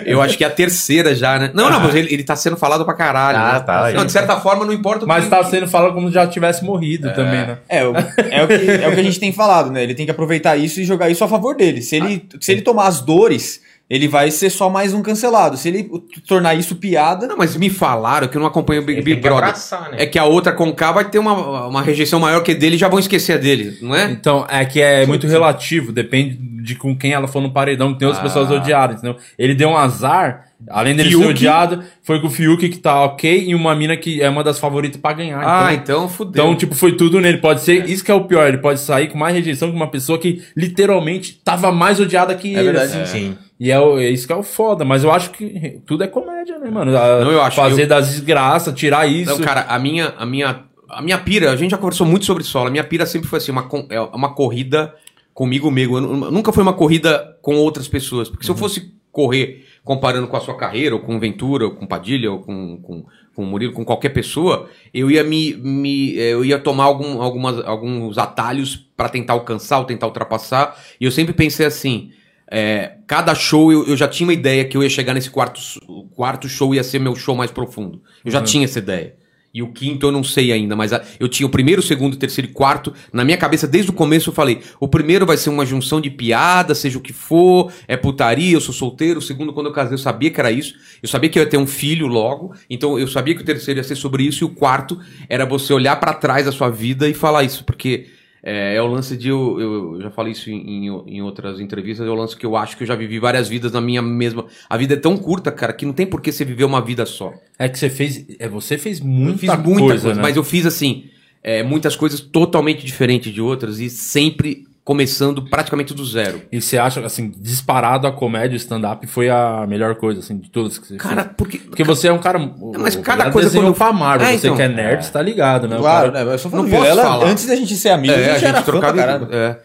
Speaker 3: Eu acho que é a terceira já, né? Não, não, mas ele, ele tá sendo falado pra caralho.
Speaker 7: Ah,
Speaker 3: né?
Speaker 7: tá,
Speaker 3: Não,
Speaker 7: aí.
Speaker 3: de certa forma, não importa o
Speaker 1: Mas
Speaker 3: que-
Speaker 1: tá sendo falado como se já tivesse morrido também, né?
Speaker 4: É, o- é, o que, é o que a gente tem falado, né? Ele tem que aproveitar isso e jogar isso a favor dele. Se ele, se ele tomar as dores, ele vai ser só mais um cancelado. Se ele t- tornar isso piada.
Speaker 3: Não, mas me falaram que eu não acompanho o Big,
Speaker 7: Ele tem
Speaker 3: Big
Speaker 7: que
Speaker 3: Brother.
Speaker 7: abraçar, né?
Speaker 3: É que a outra com K vai ter uma, uma rejeição maior que dele e já vão esquecer a dele, não é?
Speaker 1: Então, é que é muito relativo, depende de com quem ela for no paredão, que tem outras pessoas odiadas, entendeu? Ele deu um azar, além dele ser
Speaker 3: Ah. Fiuk?
Speaker 1: odiado, foi com o Fiuk que tá ok e uma mina que é uma das favoritas pra ganhar.
Speaker 3: Ah,
Speaker 1: então,
Speaker 3: então fudeu.
Speaker 1: então, tipo, foi tudo nele. Pode ser, isso que é o pior, ele pode sair com mais rejeição que uma pessoa que literalmente tava mais odiada
Speaker 3: É
Speaker 1: que ele. assim.
Speaker 7: Sim.
Speaker 1: E é, o- é isso que é o foda, mas eu acho que tudo é comédia, né, mano? A-
Speaker 3: Não, eu acho,
Speaker 1: Fazer das desgraças, tirar isso.
Speaker 3: Não, Então, cara, a minha, a minha, a minha pira, a gente já conversou muito sobre solo. A minha pira sempre foi assim, uma, con- é uma corrida comigo mesmo. Eu nu- nunca foi uma corrida com outras pessoas. Porque se eu fosse correr comparando com a sua carreira, ou com o Ventura, ou com o Padilha, ou com, com, com o Murilo, com qualquer pessoa, eu ia me, me eh, eu ia tomar algum, algumas, alguns atalhos pra tentar alcançar ou tentar ultrapassar. E eu sempre pensei assim. é, cada show eu, eu já tinha uma ideia que eu ia chegar nesse quarto, s- o quarto show ia ser meu show mais profundo. Eu já tinha essa ideia. E o quinto eu não sei ainda, mas a- eu tinha o primeiro, o segundo, o terceiro e o quarto. Na minha cabeça, desde o começo, eu falei: o primeiro vai ser uma junção de piada, seja o que for, é putaria, eu sou solteiro. O segundo, quando eu casei, eu sabia que era isso. Eu sabia que eu ia ter um filho logo. Então eu sabia que o terceiro ia ser sobre isso. E o quarto era você olhar pra trás da sua vida e falar isso, porque. É, é o lance de eu, eu- eu já falei isso em, em- em outras entrevistas, é o lance que eu acho que eu já vivi várias vidas na minha mesma. A vida é tão curta, cara, que não tem por que você viver uma vida só.
Speaker 1: É que você fez. É, você fez
Speaker 3: Eu
Speaker 1: muita,
Speaker 3: fiz muita
Speaker 1: coisa,
Speaker 3: coisa,
Speaker 1: né?
Speaker 3: mas eu fiz assim, é, muitas coisas totalmente diferentes de outras e sempre começando praticamente do zero.
Speaker 1: E você acha, assim, disparado a comédia, o stand-up foi a melhor coisa, assim, de todas que você
Speaker 3: Cara,
Speaker 1: fez?
Speaker 3: porque.
Speaker 1: Porque você é um cara.
Speaker 3: mas cada coisa
Speaker 1: Desenhou
Speaker 3: quando-
Speaker 1: pra Marvel,
Speaker 3: É,
Speaker 1: você
Speaker 3: então.
Speaker 1: que é nerd, tá ligado, né? O
Speaker 4: Claro,
Speaker 1: cara-
Speaker 4: né? Eu só
Speaker 3: Não
Speaker 4: falando
Speaker 3: posso
Speaker 4: Vilela,
Speaker 3: falar.
Speaker 4: antes da gente ser amigo,
Speaker 3: É,
Speaker 4: a
Speaker 3: a
Speaker 4: gente era
Speaker 3: gente
Speaker 4: fã pra
Speaker 3: trocava.
Speaker 4: caralho.
Speaker 3: É.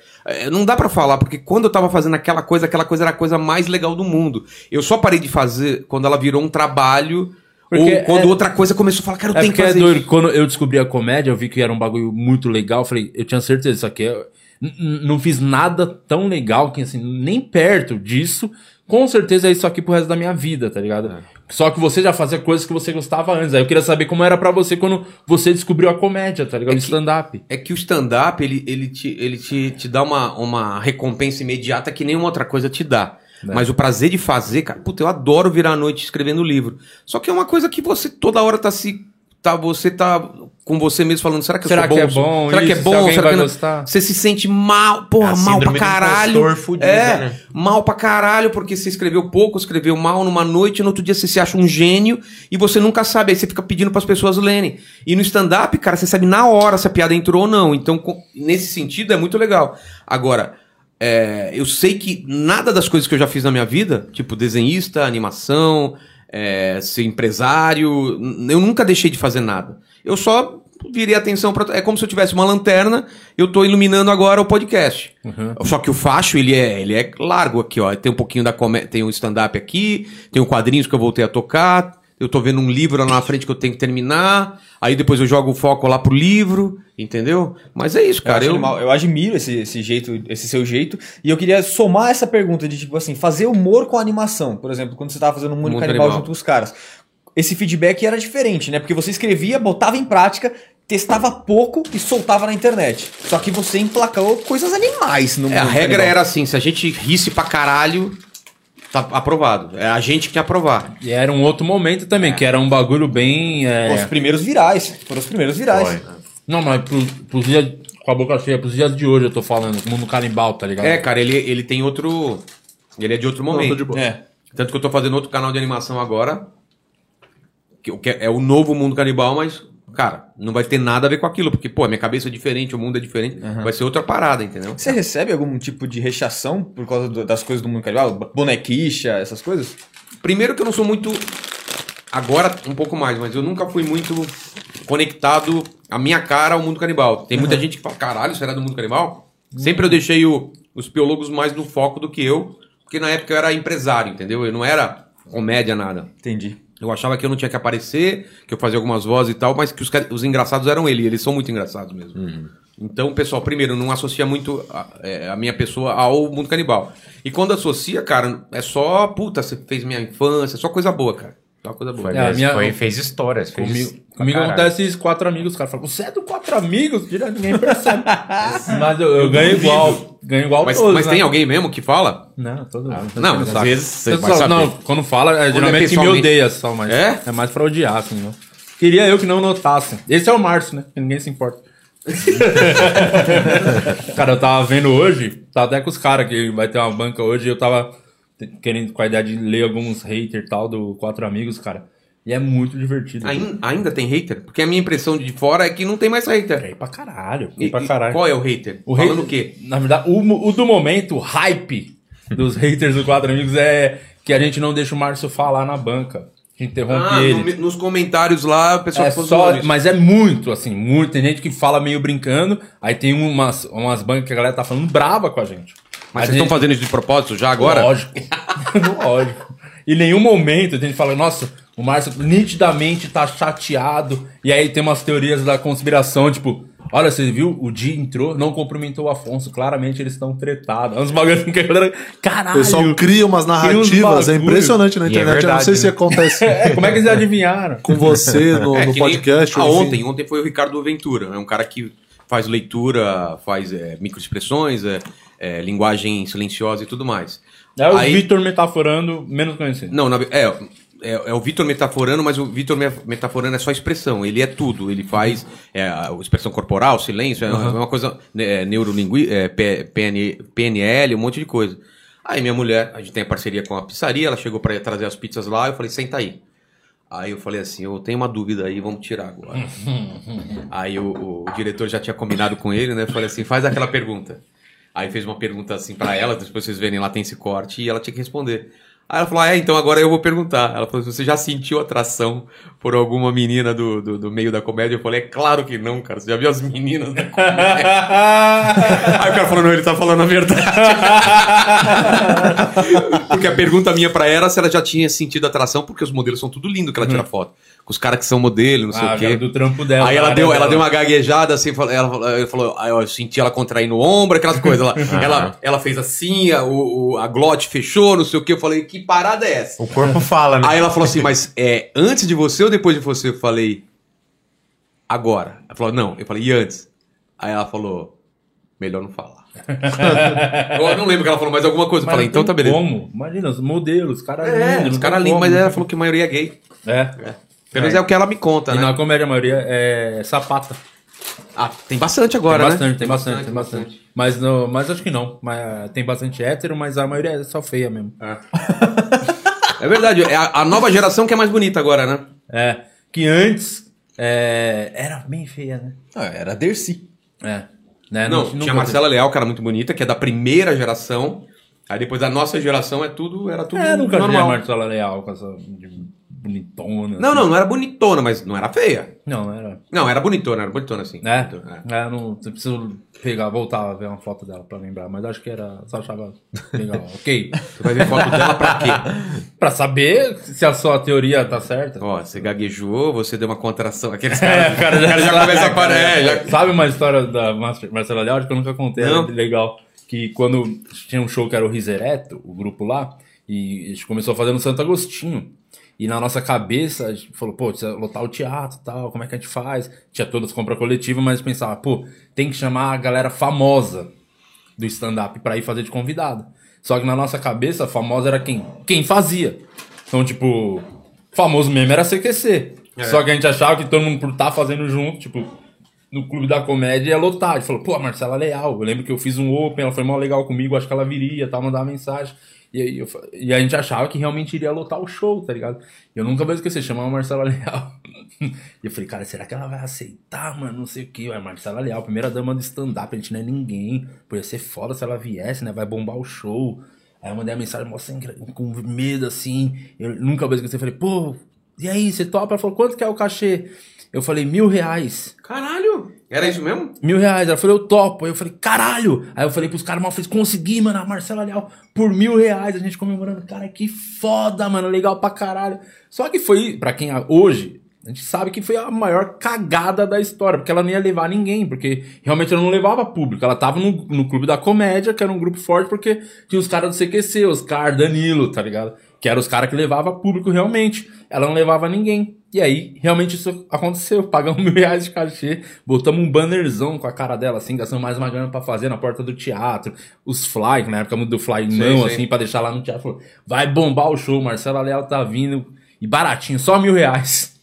Speaker 3: É, não dá pra falar, porque quando eu tava fazendo aquela coisa, aquela coisa era a coisa mais legal do mundo. Eu só parei de fazer quando ela virou um trabalho.
Speaker 1: Porque
Speaker 3: ou quando
Speaker 1: é-
Speaker 3: outra coisa começou a falar, cara, eu
Speaker 1: É
Speaker 3: tenho que
Speaker 1: porque é
Speaker 3: fazer
Speaker 1: doido.
Speaker 3: isso.
Speaker 1: Quando eu descobri a comédia, eu vi que era um bagulho muito legal. Eu falei, eu tinha certeza, isso aqui é... n- n- Não fiz nada tão legal que, assim, nem perto disso. Com certeza é isso aqui pro resto da minha vida, tá ligado?
Speaker 3: É.
Speaker 1: Só que você já fazia coisas que você gostava antes. Aí eu queria saber como era pra você quando você descobriu a comédia, tá ligado? o stand-up.
Speaker 3: É que o stand-up, ele, ele, te, ele te, te dá uma, uma recompensa imediata que nenhuma outra coisa te dá.
Speaker 1: Né.
Speaker 3: Mas o prazer de fazer, cara, puta, eu adoro virar a noite escrevendo um livro. Só que é uma coisa que você toda hora tá se. Tá, você tá com você mesmo falando, será que eu
Speaker 1: Será
Speaker 3: sou
Speaker 1: que é
Speaker 3: sou-
Speaker 1: bom
Speaker 3: Será que é
Speaker 1: isso? Se
Speaker 3: bom?
Speaker 1: alguém
Speaker 3: será
Speaker 1: vai
Speaker 3: que não-
Speaker 1: gostar?
Speaker 3: Você se sente mal, porra, mal
Speaker 7: A
Speaker 3: pra
Speaker 7: síndrome do
Speaker 3: caralho.
Speaker 7: impostor fudida,
Speaker 3: é,
Speaker 7: né?
Speaker 3: mal pra caralho, porque você escreveu pouco, escreveu mal numa noite, no outro dia você se acha um gênio e você nunca sabe. Aí você fica pedindo pras pessoas lerem. E no stand-up, cara, você sabe na hora se a piada entrou ou não. Então, co- nesse sentido, é muito legal. Agora, é, eu sei que nada das coisas que eu já fiz na minha vida, tipo desenhista, animação, é, ser empresário, n- eu nunca deixei de fazer nada. Eu só virei a atenção para é como se eu tivesse uma lanterna, eu tô iluminando agora o podcast. Só que o facho ele é, ele é largo aqui, ó. Tem um pouquinho da comé- tem um stand up aqui, tem um quadrinhos que eu voltei a tocar, eu tô vendo um livro lá na frente que eu tenho que terminar, aí depois eu jogo o foco lá pro livro, entendeu? Mas é isso, cara.
Speaker 4: eu, acho
Speaker 3: Eu,
Speaker 4: animal. Eu admiro esse, esse jeito, esse seu jeito. E eu queria somar essa pergunta de, tipo assim, fazer humor com animação. Por exemplo, quando você tava fazendo um Mundo
Speaker 3: Mundo
Speaker 4: Canibal
Speaker 3: Canibal.
Speaker 4: junto com os caras. Esse feedback era diferente, né? Porque você escrevia, botava em prática, testava pouco e soltava na internet. Só que você emplacou coisas animais no
Speaker 3: É, a
Speaker 4: Mundo
Speaker 3: regra
Speaker 4: Canibal.
Speaker 3: era assim, se a gente risse pra caralho, tá aprovado. É a gente que tinha aprovar.
Speaker 1: E era um outro momento também, que era um bagulho bem. é,
Speaker 4: Os primeiros virais. Foram os primeiros virais.
Speaker 1: Não, mas pro, pro dia com a boca cheia. Pros dias de hoje eu tô falando, como no carimbau, tá ligado?
Speaker 3: É, cara, ele, ele tem outro. Ele é de outro momento.
Speaker 2: tô de boa.
Speaker 4: É.
Speaker 3: Tanto que eu tô fazendo outro canal de animação agora. Que, o que é é o novo mundo canibal, mas, cara, não vai ter nada a ver com aquilo. Porque, pô, minha cabeça é diferente, o mundo é diferente. Vai ser outra parada, entendeu?
Speaker 4: Você recebe algum tipo de rechação por causa do- das coisas do mundo canibal? Bonequicha, essas coisas?
Speaker 3: Primeiro que eu não sou muito. Agora, um pouco mais, mas eu nunca fui muito conectado a minha cara ao mundo canibal. Tem muita gente que fala, caralho, será do mundo canibal? Sempre eu deixei o- os biólogos mais no foco do que eu, porque na época eu era empresário, entendeu? Eu não era comédia, nada.
Speaker 4: Entendi.
Speaker 3: Eu achava que eu não tinha que aparecer, que eu fazia algumas vozes e tal, mas que os, car- os engraçados eram ele, e eles são muito engraçados mesmo.
Speaker 1: Uhum.
Speaker 3: Então, pessoal, primeiro, não associa muito a, é, a minha pessoa ao mundo canibal. E quando associa, cara, é só, puta, você fez minha infância, é só coisa boa, cara. Só coisa boa.
Speaker 7: Foi,
Speaker 1: É, a
Speaker 7: mesmo,
Speaker 1: minha-
Speaker 7: foi- fez histórias. Fez
Speaker 1: Comigo,
Speaker 7: pra
Speaker 1: comigo
Speaker 7: caralho.
Speaker 1: acontece isso, quatro amigos, os caras falam, você é do quatro amigos? Direto, ninguém percebe. mas eu, eu ganho igual. Ganho igual
Speaker 3: Mas,
Speaker 1: todos,
Speaker 3: mas
Speaker 1: né?
Speaker 3: tem alguém mesmo que fala?
Speaker 1: Não, todo mundo.
Speaker 3: Não,
Speaker 7: Às
Speaker 3: saca.
Speaker 7: vezes você
Speaker 1: Eu
Speaker 7: vai
Speaker 1: só-
Speaker 7: saber.
Speaker 1: não, quando fala, é, geralmente me
Speaker 3: pessoalmente.
Speaker 1: odeia só, mas
Speaker 3: É?
Speaker 1: mais pra odiar, assim, não. Queria eu que não notasse. Esse é o Márcio, né? Que ninguém se importa. cara, eu tava vendo hoje, tava até com os caras que vai ter uma banca hoje, eu tava te- querendo com a ideia de ler alguns haters e tal do Quatro Amigos, cara. E é muito divertido.
Speaker 3: Ain- ainda tem hater? Porque a minha impressão de fora é que não tem mais hater.
Speaker 1: É pra caralho.
Speaker 3: E,
Speaker 1: É pra
Speaker 3: e
Speaker 1: caralho.
Speaker 3: qual é o hater?
Speaker 1: O
Speaker 3: Falando
Speaker 1: hater-
Speaker 3: o quê?
Speaker 1: Na verdade, o, mo- o do momento, o hype dos haters do Quatro Amigos é que a gente não deixa o Márcio falar na banca. A gente interrompe
Speaker 3: Ah,
Speaker 1: ele.
Speaker 3: no- nos comentários lá, o pessoal
Speaker 1: É
Speaker 3: ficou
Speaker 1: só-
Speaker 3: zoando isso.
Speaker 1: mas é muito, assim, muito. Tem gente que fala meio brincando, aí tem umas, umas bancas que a galera tá falando brava com a gente.
Speaker 3: Mas
Speaker 1: A
Speaker 3: vocês
Speaker 1: gente-
Speaker 3: estão fazendo isso de propósito já agora?
Speaker 1: Lógico. Lógico. Em nenhum momento a gente fala, nossa, o Márcio nitidamente tá chateado. E aí tem umas teorias da conspiração, tipo, olha, você viu? O Di entrou, não cumprimentou o Afonso. Claramente eles estão tretados. É Uns bagulho assim que a galera.
Speaker 2: O
Speaker 1: Caralho!
Speaker 3: Ah,
Speaker 2: pessoal cria umas narrativas, é
Speaker 1: bagulho.
Speaker 2: impressionante na
Speaker 7: E é
Speaker 2: internet. eu não
Speaker 7: verdade,
Speaker 2: sei se
Speaker 7: né?
Speaker 2: acontece
Speaker 1: É, como é que eles adivinharam?
Speaker 2: com você no,
Speaker 3: É,
Speaker 2: no
Speaker 3: que nem-
Speaker 2: podcast.
Speaker 3: ah,
Speaker 2: ou enfim.
Speaker 3: ontem, ontem foi o Ricardo Ventura, é um cara que faz leitura, faz é, microexpressões, é, é, linguagem silenciosa e tudo mais.
Speaker 1: É o
Speaker 3: Aí-
Speaker 1: Vitor metaforando, menos conhecido.
Speaker 3: Não, na- é, é, é o Vitor metaforando, mas o Vitor me- metaforando é só expressão, ele é tudo, ele faz é, a expressão corporal, silêncio, é uma- é uma coisa é, neurolinguística, PNL, um monte de coisa. Aí minha mulher, a gente tem a parceria com a pizzaria, ela chegou pra trazer as pizzas lá, eu falei, senta aí. Aí eu falei assim, eu tenho uma dúvida aí, vamos tirar agora. Aí o, o diretor já tinha combinado com ele, né? Eu Falei assim, faz aquela pergunta. Aí fez uma pergunta assim pra ela, depois vocês verem lá tem esse corte, e ela tinha que responder. Aí ela falou, ah, é, então agora eu vou perguntar. Ela falou, você já sentiu atração por alguma menina do, do, do meio da comédia? Eu falei, é claro que não, cara, você já viu as meninas da comédia? Aí o cara falou, "Ah, não, ele tá falando a verdade.
Speaker 1: Ah,
Speaker 3: porque a pergunta minha pra ela era se ela já tinha sentido atração, porque os modelos são tudo lindo que ela tira foto. Com os caras que são modelo, não sei
Speaker 1: Ah,
Speaker 3: o quê
Speaker 1: cara, do trampo dela.
Speaker 3: é aí ela
Speaker 1: cara, é
Speaker 3: deu, ela
Speaker 1: dela.
Speaker 3: deu uma gaguejada assim, falou- ela, falou- ela falou, aí eu senti ela contraindo o ombro, aquelas coisas. Ela, ela, ela fez assim, a, o, o- a glote fechou, não sei o que. Eu falei, que parada é essa?
Speaker 7: O
Speaker 1: Uhum.
Speaker 7: corpo fala, né?
Speaker 3: Aí ela falou assim, mas é antes de você ou depois de você? Eu falei, agora. Ela falou, não. Eu falei, e antes? Aí ela falou, melhor não falar. eu não lembro o que ela falou, mas alguma coisa. Eu
Speaker 1: Mas
Speaker 3: falei,
Speaker 1: não
Speaker 3: então
Speaker 1: tem
Speaker 3: tá beleza.
Speaker 1: Como? Imagina, os modelos, os caras
Speaker 3: É,
Speaker 1: lindos.
Speaker 3: os
Speaker 1: não
Speaker 3: caras
Speaker 1: tem
Speaker 3: lindos, mas
Speaker 1: como.
Speaker 3: ela falou que a maioria é gay.
Speaker 1: É.
Speaker 3: Pelo menos é o que ela me conta,
Speaker 1: E
Speaker 3: né?
Speaker 1: na comédia, a maioria é sapata.
Speaker 3: Ah, tem bastante agora,
Speaker 1: tem
Speaker 3: né?
Speaker 1: bastante, tem bastante, tem bastante. Mas, não, mas acho que não. Mas, ah, tem bastante hétero, mas a maioria é só feia mesmo.
Speaker 3: É verdade, é a, a nova geração que é mais bonita agora, né?
Speaker 1: É. Que antes é, era bem feia, né?
Speaker 4: Ah, era Dercy.
Speaker 1: É. Né?
Speaker 3: Não,
Speaker 1: nunca-
Speaker 3: tinha a Marcela Leal, que era muito bonita, que é da primeira geração. Aí depois da nossa geração é tudo, era tudo
Speaker 1: É, nunca vi a
Speaker 3: normal.
Speaker 1: Marcela Leal com essa de bonitona.
Speaker 3: Não,
Speaker 1: assim.
Speaker 3: não, não era bonitona, mas não era feia.
Speaker 1: Não, não era.
Speaker 3: Não, era bonitona, era bonitona assim.
Speaker 1: Né?
Speaker 3: Bonitona,
Speaker 1: É, eu não eu preciso pegar, voltar a ver uma foto dela pra lembrar. Mas acho que era. Só achava legal. ok.
Speaker 3: Você vai ver foto dela pra quê?
Speaker 1: Pra saber se a sua teoria tá certa.
Speaker 3: Ó, você gaguejou, você deu uma contração. Aqueles caras,
Speaker 1: É, o cara já-
Speaker 3: o cara já começa a parar. É, já-
Speaker 1: Sabe uma história da Mar- Marcela Leal que eu nunca contei,
Speaker 3: Não.
Speaker 1: era legal. Que quando tinha um show que era o Risereto, o grupo lá, e a gente começou fazendo Santo Agostinho. E na nossa cabeça, a gente falou, pô, precisa lotar o teatro e tal, como é que a gente faz? Tinha todas compra coletiva, mas pensava, pô, tem que chamar a galera famosa do stand-up pra ir fazer de convidado. Só que na nossa cabeça, famosa era quem? Quem fazia. Então, tipo, famoso mesmo era CQC. Só que a gente achava que todo mundo por estar fazendo tá junto, tipo, no Clube da Comédia ia lotar. Ele falou, pô, a Marcela é Leal, eu lembro que eu fiz um open, ela foi mó legal comigo, acho que ela viria, tal, mandava mensagem. E, aí eu fa- e a gente achava que realmente iria lotar o show, tá ligado? E eu nunca vou esquecer, chamava a Marcela Leal. e eu falei, cara, será que ela vai aceitar, mano? Não sei o quê. Ué, Marcela Leal, primeira dama do stand-up, a gente não é ninguém. Pô, ia ser foda se ela viesse, né? Vai bombar o show. Aí eu mandei a mensagem, mó sem gra- com medo, assim. Eu nunca vou esquecer. Eu falei, pô, e aí, você topa? Ela falou, quanto que é o cachê? Eu falei, mil reais.
Speaker 3: Caralho! Era isso mesmo?
Speaker 1: Mil reais. Ela falou, eu topo. Aí eu falei, caralho. Aí eu falei pros caras, mal, eu falei, consegui, mano, a Marcela Leal por mil reais. A gente comemorando. Cara, que foda, mano, legal pra caralho. Só que foi, pra quem a- hoje, a gente sabe que foi a maior cagada da história, porque ela não ia levar ninguém, porque realmente ela não levava público. Ela tava no, no Clube da Comédia, que era um grupo forte, porque tinha os caras do CQC, Oscar, Danilo, tá ligado? Que eram os caras que levava público realmente. Ela não levava ninguém. E aí, realmente isso aconteceu. Pagamos mil reais de cachê, botamos um bannerzão com a cara dela, assim, gastamos mais uma grana pra fazer na porta do teatro. Os fly, que na época mudou fly não,
Speaker 3: sim.
Speaker 1: assim, pra deixar lá no teatro. Falou, vai bombar o show, Marcela Leal tá vindo. E baratinho, só mil reais.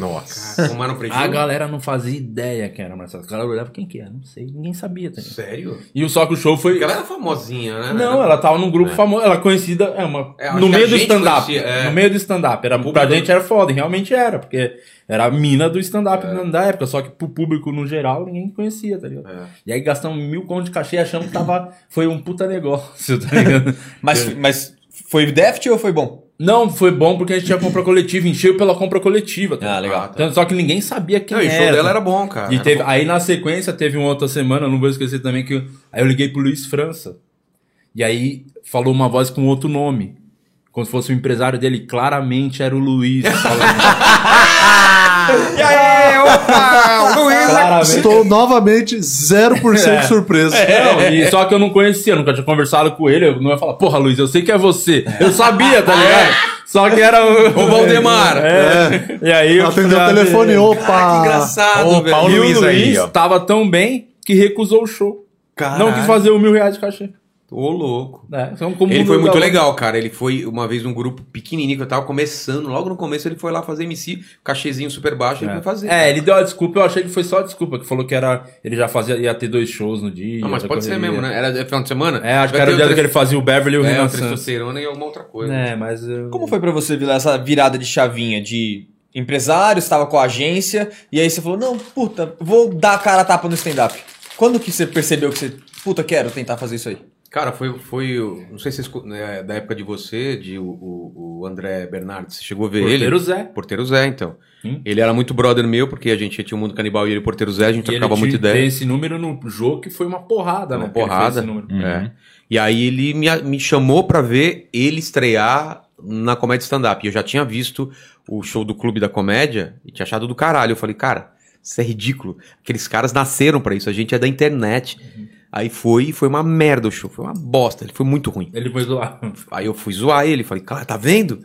Speaker 7: Nossa.
Speaker 3: Tomaram prejuízo.
Speaker 1: A galera não fazia ideia quem era Marcelo. A galera olhava quem que era, não sei, ninguém sabia. Tá? ligado?
Speaker 3: Sério?
Speaker 1: E o só que o show foi.
Speaker 3: Porque ela era famosinha, né?
Speaker 1: Não, ela tá- tava num grupo famoso, ela conhecida, é uma
Speaker 3: É, acho
Speaker 1: no
Speaker 3: que a
Speaker 1: meio do
Speaker 3: gente
Speaker 1: stand up.
Speaker 3: conhecia, é.
Speaker 1: No meio do stand up, era pra
Speaker 3: Público-
Speaker 1: gente era foda, e realmente era, porque era a mina do stand up
Speaker 3: É.
Speaker 1: da época, só que pro público no geral ninguém conhecia, tá ligado?
Speaker 3: É.
Speaker 1: E aí gastamos mil contos de cachê achando que tava foi um puta negócio, tá ligado?
Speaker 4: Mas, mas foi deft ou foi bom?
Speaker 1: Não, foi bom porque a gente tinha compra coletiva, encheu pela compra coletiva. Tá?
Speaker 4: Ah, legal.
Speaker 1: Então, Só que ninguém sabia quem
Speaker 3: Não, e o
Speaker 1: era. tá
Speaker 3: show dela era É, bom, cara.
Speaker 1: É. E teve, aí na sequência teve uma outra semana, não vou esquecer também que eu- aí eu liguei pro Luiz França. E aí falou uma voz com outro nome. Como se fosse o empresário dele, claramente era o Luiz. falando.
Speaker 3: E aí, opa! o Luiz!
Speaker 1: claramente. É.
Speaker 2: Estou novamente 0% surpreso.
Speaker 1: Não, e só que eu não conhecia, nunca tinha conversado com ele. Eu não ia falar, porra, Luiz, eu sei que é você. Eu sabia, tá ligado? Só que era o.
Speaker 3: O Valdemar.
Speaker 1: É. E aí eu
Speaker 2: Atendeu o
Speaker 1: falei,
Speaker 2: telefone, opa!
Speaker 3: Cara, Ah, que engraçado,
Speaker 7: Ô,
Speaker 3: velho.
Speaker 1: E o
Speaker 7: Paulo-
Speaker 1: Luiz,
Speaker 7: Luiz aí, ó.
Speaker 1: tava tão bem que recusou o show. Não quis fazer o mil reais de cachê.
Speaker 3: Ô, louco.
Speaker 1: É, então, como
Speaker 3: Ele
Speaker 1: não
Speaker 3: foi muito
Speaker 1: dá-
Speaker 3: legal, cara. Ele foi uma vez num grupo pequenininho que eu tava começando. Logo no começo ele foi lá fazer MC, cachezinho super baixo, ele foi fazer.
Speaker 1: É, ele deu a desculpa, eu achei que foi só a desculpa, que falou que era. Ele já fazia, ia ter dois shows no dia.
Speaker 3: Não, mas
Speaker 1: essa
Speaker 3: pode ser
Speaker 1: correria.
Speaker 3: mesmo, né? Era é final de semana?
Speaker 1: É, acho que
Speaker 3: Vai
Speaker 1: era
Speaker 3: ter
Speaker 1: o dia
Speaker 3: outra-
Speaker 1: que ele fazia o Beverly e o
Speaker 3: É,
Speaker 1: Renan
Speaker 3: o
Speaker 1: Santos.
Speaker 3: testosterona e alguma outra coisa.
Speaker 1: É, mas. eu-
Speaker 4: Como foi pra você Vila, essa virada de chavinha de empresário, estava com a agência e aí você falou: "Não, puta, vou dar a cara a tapa no stand up". Quando que você percebeu que você, puta, quero tentar fazer isso aí?
Speaker 3: Cara, foi, foi o- não sei se escu- né, da época de você, de o, o- o André Bernardes, você chegou a ver
Speaker 1: Porteiro
Speaker 3: ele?
Speaker 1: Zé.
Speaker 3: Porteiro Zé, então.
Speaker 1: Hum.
Speaker 3: Ele era muito brother meu, porque a gente tinha o Mundo Canibal e ele, Porteiro Zé, a gente
Speaker 1: E ele
Speaker 3: trocava
Speaker 1: te-
Speaker 3: muita ideia.
Speaker 1: Tem esse número no jogo que foi uma porrada,
Speaker 3: Uma
Speaker 1: né? que ele fez
Speaker 3: porrada.
Speaker 1: esse número.
Speaker 3: É. E aí ele me, me chamou pra ver ele estrear na comédia stand-up. E Eu já tinha visto o show do Clube da Comédia e tinha achado do caralho. Eu falei, cara, isso é ridículo. Aqueles caras nasceram pra isso, a gente é da internet. Aí foi e foi uma merda o show, foi uma bosta, ele foi muito ruim.
Speaker 1: Ele foi zoar.
Speaker 3: Aí eu fui zoar ele, falei, cara, tá vendo?